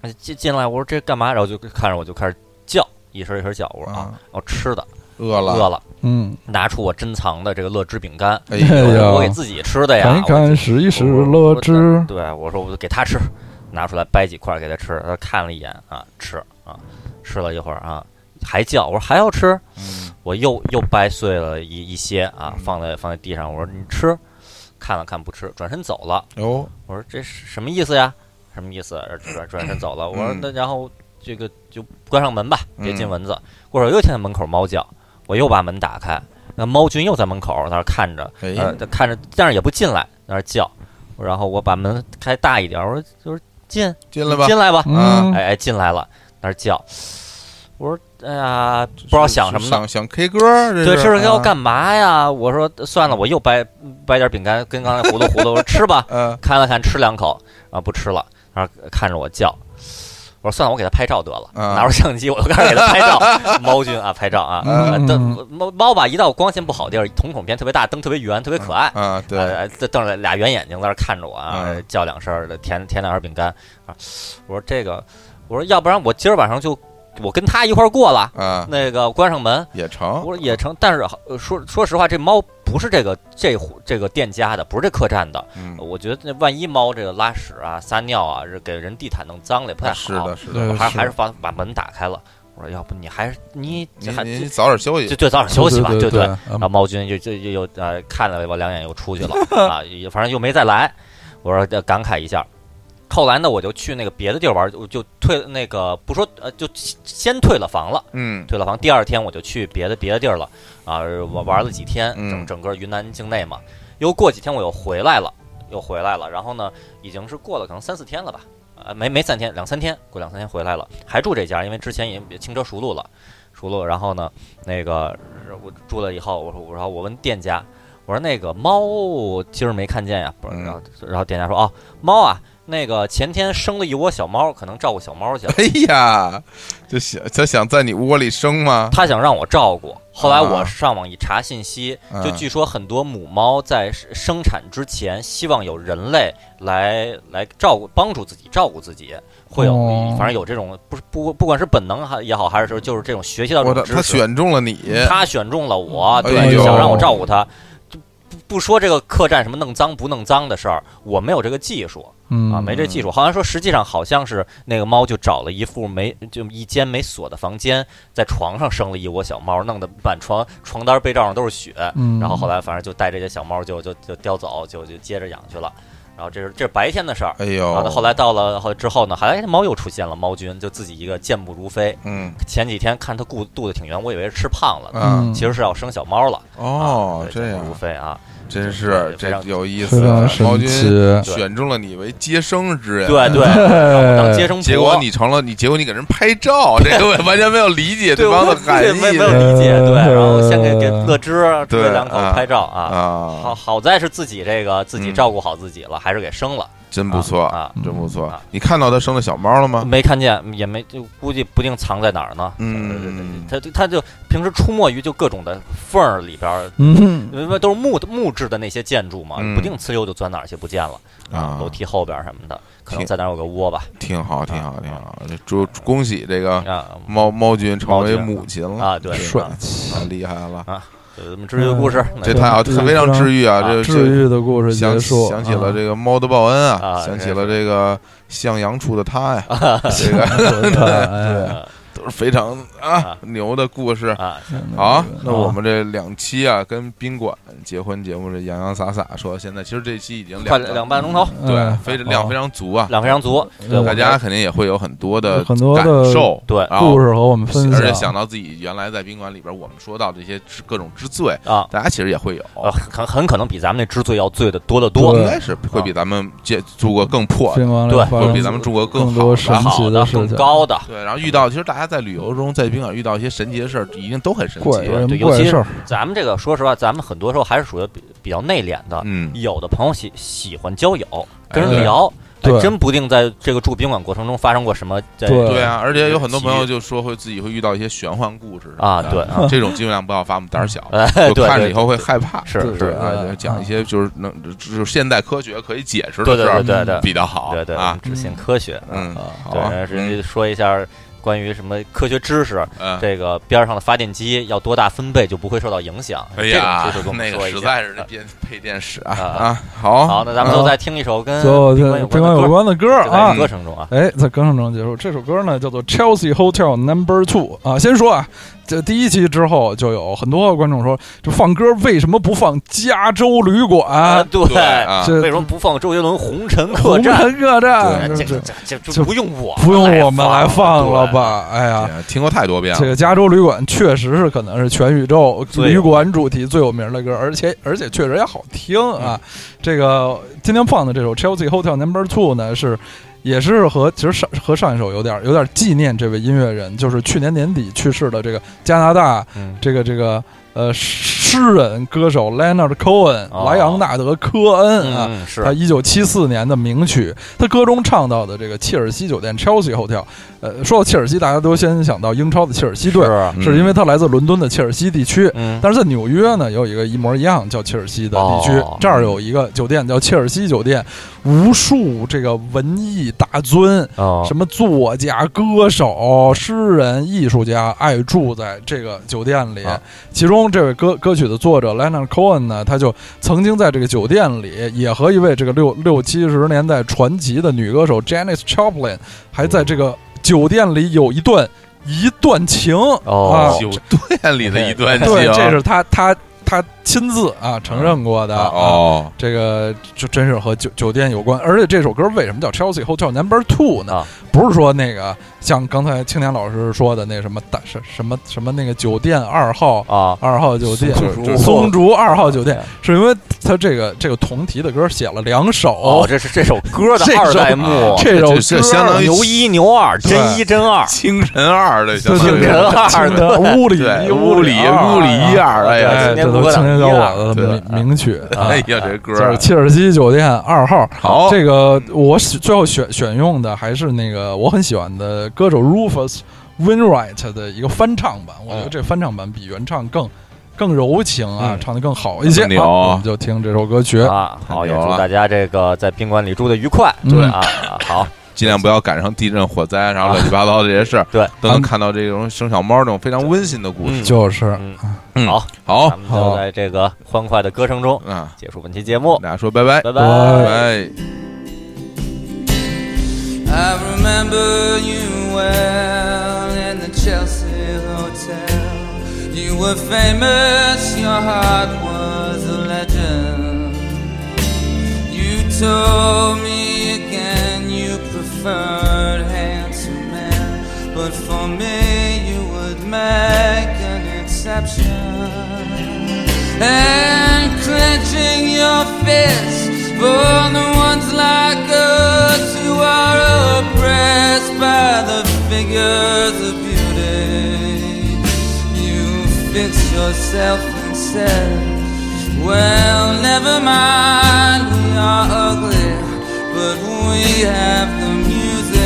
Speaker 2: 呃进进来，我说这干嘛？然后就看着我就开始叫，一声一声叫，我说啊
Speaker 1: 啊，
Speaker 2: 我吃的
Speaker 1: 饿了，
Speaker 2: 饿了，
Speaker 3: 嗯，
Speaker 2: 拿出我珍藏的这个乐之饼干，
Speaker 1: 哎
Speaker 2: (laughs)
Speaker 3: 哎
Speaker 1: 呦，
Speaker 3: 呀
Speaker 2: 我给自己吃的
Speaker 3: 看一
Speaker 2: 哎呀，我
Speaker 3: 看，试一试
Speaker 2: 我
Speaker 3: 乐之，
Speaker 2: 对，我说我就给他吃，拿出来掰几块给他吃，他看了一眼啊，吃啊，吃了一会儿啊，还叫我说还要吃，
Speaker 1: 嗯
Speaker 2: 我又又掰碎了一一些啊
Speaker 1: 嗯，
Speaker 2: 放在放在地上，我说你吃，看了看不吃，转身走了，
Speaker 1: 哟，
Speaker 2: 我说这是什么意思呀？什么意思？啊转转身走了，我说
Speaker 1: 嗯
Speaker 2: 那然后这个就关上门吧，别进
Speaker 1: 嗯
Speaker 2: 蚊子。过会儿又听见门口猫叫，我又把门打开，那猫君又在门口在那儿看着，
Speaker 1: 哎，
Speaker 2: 呃，他看着，但是也不进来，在那儿叫。然后我把门开大一点，我说就是进
Speaker 1: 进来吧，
Speaker 2: 进来吧。
Speaker 3: 嗯，
Speaker 2: 哎哎，进来了，在那儿叫。我说哎呀，不知道想什么呢。
Speaker 1: 想啊想 K 歌，
Speaker 2: 对，
Speaker 1: 这
Speaker 2: 吃
Speaker 1: 是。
Speaker 2: 了要干嘛呀？我说算了，我又掰掰点饼干，跟刚才葫芦葫芦，我说吃吧 (laughs)
Speaker 1: 啊？
Speaker 2: 看了看，吃两口，然后不吃了，然后看着我叫。我说算了，我给他拍照得了，
Speaker 1: 啊
Speaker 2: 拿出相机，我就开始给他拍照。猫君啊，拍照啊，
Speaker 3: 嗯
Speaker 2: 呃灯猫猫吧，一到光线不好地儿，瞳孔变特别大，灯特别圆，特别
Speaker 1: 嗯
Speaker 2: 可爱。
Speaker 1: 啊，对，
Speaker 2: 呃，瞪瞪着俩圆眼睛在那儿看着我啊
Speaker 1: 嗯，
Speaker 2: 叫两声儿，舔舔两块饼干啊。我说这个，我说要不然我今儿晚上就我跟他一块儿过了，
Speaker 1: 啊，
Speaker 2: 那个关上门。
Speaker 1: 也成，
Speaker 2: 我说也成，但是呃说说实话，这猫不是这个这户这个店家的，不是这客栈的。
Speaker 1: 嗯，
Speaker 2: 我觉得那万一猫这个拉屎啊、撒尿啊，是给人地毯弄脏了也不太好。
Speaker 1: 是的，是的，
Speaker 2: 我
Speaker 3: 对
Speaker 2: 还还是把把门打开了。我说要不你还是你这还
Speaker 1: 您您
Speaker 2: 就
Speaker 1: 早点休息
Speaker 2: 就，就早点休息吧，
Speaker 3: 对
Speaker 2: 对
Speaker 3: 对，
Speaker 2: 然
Speaker 3: 嗯
Speaker 2: 后猫君就就就又呃看了我两眼又出去了啊，也反正又没再来。我说呃感慨一下。后来呢，我就去那个别的地儿玩，就就退了那个不说呃，就先退了房了，
Speaker 1: 嗯
Speaker 2: 退了房。第二天我就去别的别的地儿了啊，我玩了几天，
Speaker 1: 嗯
Speaker 2: 整整个云南境内嘛。又过几天我又回来了，又回来了。然后呢，已经是过了可能三四天了吧，啊，没没三天，两三天，过两三天回来了，还住这家，因为之前已经轻车熟路了，熟路。然后呢，那个我住了以后，我说我说我问店家，我说那个猫今儿没看见呀、不是
Speaker 1: 嗯
Speaker 2: 然后然后店家说哦，猫啊，那个前天生了一窝小猫，可能照顾小猫去了，
Speaker 1: 哎呀，就想他想在你窝里生吗？
Speaker 2: 他想让我照顾。后来
Speaker 1: 啊
Speaker 2: 我上网一查信息，就
Speaker 1: 啊
Speaker 2: 据说很多母猫在生生产之前，希望有人类来来照顾、帮助自己、照顾自己，会有、
Speaker 3: 哦
Speaker 2: 反正有这种不是不不管是本能还也好，还是说就是这种学习到这
Speaker 1: 我
Speaker 2: 种
Speaker 1: 的
Speaker 2: 知识，嗯
Speaker 1: 他选中了你，
Speaker 2: 他选中了我，对，
Speaker 1: 哎呦
Speaker 2: 想让我照顾他。就不不说这个客栈什么弄脏不弄脏的事儿，我没有这个技术
Speaker 3: 嗯
Speaker 2: 啊，没这技术。好像说实际上好像是那个猫就找了一副没就一间没锁的房间，在床上生了一窝小猫，弄得满床床单被罩上都是血。
Speaker 3: 嗯，
Speaker 2: 然后后来反正就带这些小猫就就就叼走，就就接着养去了。然后这是这是白天的事儿。
Speaker 1: 哎
Speaker 3: 哦
Speaker 2: 然后
Speaker 1: 呦，
Speaker 2: 后来到了后之后呢，还哎猫又出现了，猫君就自己一个健步如飞。
Speaker 1: 嗯
Speaker 2: 前几天看它肚肚子挺圆，我以为是吃胖了呢，
Speaker 1: 啊，
Speaker 3: 嗯
Speaker 2: 其实是要生小猫了。
Speaker 1: 哦
Speaker 2: 啊，对
Speaker 1: 这
Speaker 2: 健步如
Speaker 1: 样
Speaker 2: 飞啊，
Speaker 1: 真是
Speaker 2: 非
Speaker 1: 这
Speaker 2: 常
Speaker 1: 有意思啊
Speaker 3: 非
Speaker 2: 呃
Speaker 3: 常，
Speaker 1: 毛
Speaker 3: 神
Speaker 1: 军
Speaker 3: 奇，
Speaker 1: 选中了你为接生之人，
Speaker 2: 对对，当接
Speaker 3: 哎，
Speaker 2: 生婆。
Speaker 1: 结果你成了你，结果你给人拍照，
Speaker 2: (laughs)
Speaker 1: 这个我完全没有理解
Speaker 2: 对
Speaker 1: 方
Speaker 2: 我
Speaker 1: 的含
Speaker 2: 对没
Speaker 1: 义
Speaker 2: 没有理解，对，
Speaker 3: 呃
Speaker 2: 然后先给给乐之
Speaker 1: 对
Speaker 2: 这两口
Speaker 1: 啊
Speaker 2: 拍照啊。好
Speaker 1: 啊，
Speaker 2: 好在是自己这个自己
Speaker 1: 嗯
Speaker 2: 照顾好自己了，还是给生了，
Speaker 1: 真不错
Speaker 2: 啊
Speaker 1: 真不错
Speaker 2: 啊。
Speaker 1: 你看到他生了小猫了吗？
Speaker 2: 没看见也没就估计不定藏在哪儿呢。
Speaker 1: 嗯
Speaker 2: 他他就平时出没于就各种的缝儿里边儿，
Speaker 3: (laughs) 嗯，
Speaker 2: 因为都是木木质的那些建筑嘛，
Speaker 1: 嗯
Speaker 2: 不定呲溜就钻哪儿去不见了
Speaker 1: 啊
Speaker 2: 楼梯后边儿什么的，可能
Speaker 1: 挺
Speaker 2: 在哪儿有个窝吧
Speaker 1: 挺好，挺好，
Speaker 2: 啊
Speaker 1: 挺好。这祝恭喜这个
Speaker 2: 啊
Speaker 1: 猫猫君成为
Speaker 2: 猫君
Speaker 1: 母亲了
Speaker 2: 啊对
Speaker 1: 这个
Speaker 3: 帅
Speaker 1: (laughs)
Speaker 3: 气，
Speaker 1: 太厉害了
Speaker 2: 啊！对咱们治愈的故事，那
Speaker 1: 这
Speaker 2: 就
Speaker 1: 太好，
Speaker 3: 对
Speaker 1: 非常治愈啊！
Speaker 2: 啊
Speaker 1: 这
Speaker 3: 治
Speaker 1: 这
Speaker 3: 愈的故事
Speaker 1: 想
Speaker 3: 结束，
Speaker 1: 想起了
Speaker 3: (laughs) 啊
Speaker 1: 这个猫的报恩啊，
Speaker 2: 啊
Speaker 1: 想起
Speaker 2: 是
Speaker 1: 了这个向阳处的他呀，这个
Speaker 2: (laughs)
Speaker 3: 对
Speaker 2: 啊
Speaker 1: 都是非常啊
Speaker 2: 啊
Speaker 1: 牛的故事。
Speaker 2: 啊，
Speaker 1: 好啊，那我们这两期啊，跟宾馆结婚节目这洋洋洒洒说，现在其实这期已经
Speaker 2: 快
Speaker 1: 两个
Speaker 2: 两半钟头，
Speaker 3: 嗯
Speaker 1: 对，非常量非
Speaker 3: 常
Speaker 1: 常足啊，
Speaker 2: 两非常足，对
Speaker 3: 嗯
Speaker 2: 我
Speaker 1: 大
Speaker 2: 们
Speaker 1: 家肯定也会有很多的
Speaker 3: 很多
Speaker 1: 感
Speaker 3: 的
Speaker 1: 受，
Speaker 2: 对
Speaker 1: 然后
Speaker 3: 故事和我们分享，
Speaker 1: 啊而且想到自己原来在宾馆里边，我们说到这些之各种之最，
Speaker 2: 啊，
Speaker 1: 大家其实也会有，
Speaker 2: 呃很很可能比咱们那知醉要醉的多得
Speaker 3: 对
Speaker 2: 多嗯
Speaker 1: 应，该是会比咱们接住过更破的，
Speaker 3: 宾馆里
Speaker 2: 对
Speaker 3: 发
Speaker 1: 会
Speaker 3: 生
Speaker 1: 比咱们住过
Speaker 3: 更
Speaker 1: 好
Speaker 3: 多
Speaker 1: 的
Speaker 3: 神
Speaker 1: 好。
Speaker 2: 好
Speaker 3: 奇
Speaker 2: 的
Speaker 3: 的事
Speaker 2: 更
Speaker 3: 情，
Speaker 2: 高的，
Speaker 1: 对，然后遇到其实大家在旅游中，在宾馆遇到一些神奇的事儿，一定都很神
Speaker 3: 怪
Speaker 1: 奇。
Speaker 3: 人
Speaker 2: 对尤
Speaker 3: 怪
Speaker 2: 其
Speaker 3: 事儿，
Speaker 2: 咱们这个说实话，咱们很多时候还是属于比比较内敛的，
Speaker 1: 嗯，
Speaker 2: 有的朋友喜喜欢交友，
Speaker 1: 哎
Speaker 2: 跟人聊，还
Speaker 3: 对
Speaker 2: 真不定在这个住宾馆过程中发生过什么在
Speaker 3: 对
Speaker 1: 对啊，而且有很多
Speaker 2: 奇
Speaker 1: 朋友就说会自己会遇到一些玄幻故事
Speaker 2: 啊
Speaker 1: 什么的
Speaker 2: 对啊
Speaker 1: 这种尽量不要发，我们胆儿小，
Speaker 2: (laughs) 哎
Speaker 1: 就
Speaker 2: 对对
Speaker 1: 看着以
Speaker 2: 对
Speaker 1: 后会害怕。
Speaker 2: 是
Speaker 3: 对
Speaker 2: 是
Speaker 3: 对
Speaker 1: 啊，
Speaker 3: 嗯
Speaker 1: 就讲一些就是能就是现代科学可以解释
Speaker 2: 对
Speaker 1: 的
Speaker 2: 对
Speaker 1: 事儿
Speaker 2: 对对对
Speaker 1: 比较好，
Speaker 2: 对对
Speaker 1: 啊，，
Speaker 2: 只信科学，
Speaker 1: 嗯，
Speaker 3: 啊
Speaker 1: 好啊，
Speaker 2: 对，
Speaker 1: 嗯
Speaker 2: 是说一下关于什么科学知识，
Speaker 1: 嗯，
Speaker 2: 这个边上的发电机要多大分贝就不会受到影响，
Speaker 1: 哎
Speaker 2: 这种
Speaker 1: 呀
Speaker 2: 知识跟我，们
Speaker 1: 那
Speaker 2: 说
Speaker 1: 个
Speaker 2: 一
Speaker 1: 实
Speaker 2: 下
Speaker 1: 在是那
Speaker 2: 啊
Speaker 1: 边配电史啊
Speaker 2: 啊
Speaker 1: 啊，好，
Speaker 2: 好，那咱们
Speaker 1: 嗯
Speaker 2: 就再听一首跟
Speaker 3: 最后
Speaker 2: 宾
Speaker 3: 这
Speaker 2: 馆有
Speaker 3: 宾
Speaker 2: 关
Speaker 3: 馆
Speaker 2: 的歌，
Speaker 3: 有关的歌
Speaker 2: 就
Speaker 3: 啊
Speaker 2: 在，歌声中啊，
Speaker 3: 哎，在歌声中结束。这首歌呢叫做《Chelsea Hotel Number Two》啊。先说啊，这第一期之后就有很多观众说，这放歌为什么不放《加州旅馆》？
Speaker 2: 对，
Speaker 1: 对啊，
Speaker 3: 这
Speaker 2: 为什么不放周杰伦《红尘客
Speaker 3: 红
Speaker 2: 栈》？哎
Speaker 3: 尘客栈，
Speaker 2: 这这
Speaker 3: 这这
Speaker 2: 这
Speaker 3: 这
Speaker 2: 这不用我
Speaker 3: 不用我们来
Speaker 2: 放
Speaker 3: 放了？吧？哎呀，
Speaker 1: 这听过太多遍
Speaker 3: 这
Speaker 1: 了，
Speaker 3: 个加州旅馆确实是可能是全宇宙旅馆主题最有名的歌，而且而且确实也好听啊。
Speaker 2: 嗯
Speaker 3: 这个今天放的这首《Chelsea Hotel Number Two》呢，是也是和其实上和上一首有点有点纪念这位音乐人，就是去年年底去世的这个加拿大
Speaker 2: 对嗯，
Speaker 3: 这个这个呃诗人歌手 Leonard Cohen、
Speaker 2: 哦
Speaker 3: 莱昂纳德·科恩啊。
Speaker 2: 嗯是
Speaker 3: 他一九七四年的名曲，他歌中唱到的这个切尔西酒店 Chelsea Hotel，呃，说到切尔西，大家都先想到英超的切尔西队，
Speaker 2: 是
Speaker 1: 嗯
Speaker 3: 是因为它来自伦敦的切尔西地区。
Speaker 2: 嗯，
Speaker 3: 但是在纽约呢，有一个一模一样叫切尔西的地区，
Speaker 2: 哦
Speaker 3: 这儿有一个酒店叫切尔西酒店，无数这个文艺大尊，
Speaker 2: 哦
Speaker 3: 什么作家、歌手、诗人、艺术家爱住在这个酒店里。
Speaker 2: 啊
Speaker 3: 其中，这位歌歌曲的作者 Leonard Cohen 呢，他就曾经在这个酒店里，也和一位这个六六七十年代传奇的女歌手 Janis Joplin，还在这个酒店里有一段一段情、
Speaker 2: 哦
Speaker 3: 啊。
Speaker 1: 酒店啊里的一段情，
Speaker 3: 对，这是他他他亲自啊承认过的。啊
Speaker 1: 哦，
Speaker 3: 这个就真是和酒酒店有关，而且这首歌为什么叫 Chelsea Hotel Number Two 呢？
Speaker 2: 啊
Speaker 3: 不是说那个像刚才青年老师说的那什么大什什么什么那个酒店二号
Speaker 2: 啊，
Speaker 3: 二号酒店
Speaker 1: 松竹
Speaker 3: 松竹二号酒店
Speaker 2: 对，
Speaker 3: 是因为他这个这个同题的歌写了两
Speaker 2: 哦，
Speaker 3: 首，
Speaker 2: 这是这首歌的
Speaker 3: 这
Speaker 2: 二
Speaker 3: 首
Speaker 2: 代目，
Speaker 3: 啊这首
Speaker 1: 啊这这
Speaker 3: 歌
Speaker 1: 相当于
Speaker 2: 牛一牛二，真一真二，
Speaker 1: 清晨二的，相
Speaker 3: 对
Speaker 1: 当
Speaker 3: 对
Speaker 1: 于
Speaker 2: 清晨二 (laughs)
Speaker 3: 对屋里
Speaker 1: (laughs) 对
Speaker 3: 屋
Speaker 1: 屋里
Speaker 3: 二
Speaker 1: 屋里一二哎呀
Speaker 2: 今
Speaker 3: 哎这
Speaker 2: 天
Speaker 3: 都
Speaker 2: 不
Speaker 3: 是
Speaker 2: 过
Speaker 3: 青年小
Speaker 2: 两一
Speaker 3: 伙子
Speaker 1: 二
Speaker 3: 的
Speaker 2: 对
Speaker 3: 名名曲啊
Speaker 1: 哎呀，这歌
Speaker 3: 就
Speaker 1: 儿
Speaker 3: 是切尔西酒店二号。
Speaker 1: 好，
Speaker 3: 这个我选最后选选用的还是那个我很喜欢的歌手 Rufus Wainwright 的一个翻唱版，我觉得这翻唱版比原唱更更柔情啊，
Speaker 2: 嗯
Speaker 3: 唱的更好一些。
Speaker 1: 牛
Speaker 3: 好，我们就听这首歌曲。
Speaker 2: 啊，好，也
Speaker 1: 太牛
Speaker 2: 祝
Speaker 1: 了
Speaker 2: 大家这个在宾馆里住的愉快，
Speaker 3: 对
Speaker 2: 啊，啊好，
Speaker 1: 尽量不要赶上地震、火灾，然后乱七八糟这些事儿，
Speaker 2: 对，
Speaker 1: 都能看到这种生小猫这种非常温馨的故事。
Speaker 2: 嗯
Speaker 3: 就是
Speaker 2: 嗯，
Speaker 1: 嗯
Speaker 2: 好，
Speaker 1: 好
Speaker 2: 咱，们就在这个欢快的歌声中
Speaker 1: 嗯，
Speaker 2: 结束本期节目，
Speaker 1: 大家说拜拜，
Speaker 2: 拜
Speaker 3: 拜
Speaker 1: 拜。
Speaker 5: I remember you well in the Chelsea Hotel. You were famous, your heart was a legend. You told me again you preferred handsome men, but for me you would make an exception and clenching your fists for the ones like us who are oppressed by the figures of beauty. You fix yourself and said, Well, never mind, we are ugly, but we have the music.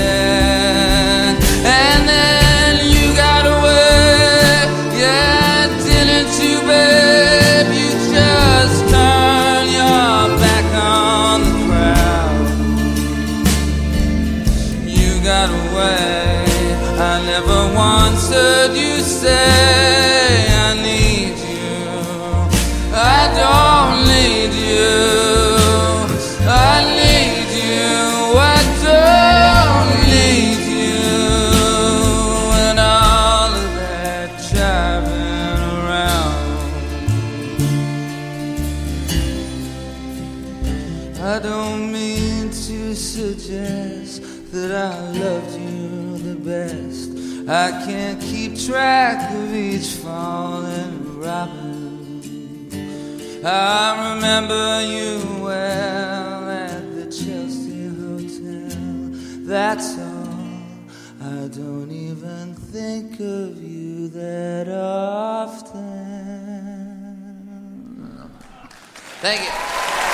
Speaker 5: And then you got away, yeah, didn't you, babe? You just turn your back on the crowd. You got away. I never once heard you say I need you.
Speaker 6: loved you the best. I can't keep track of each fallen robin. I remember you well at the Chelsea Hotel. That's all. I don't even think of you that often. Thank you.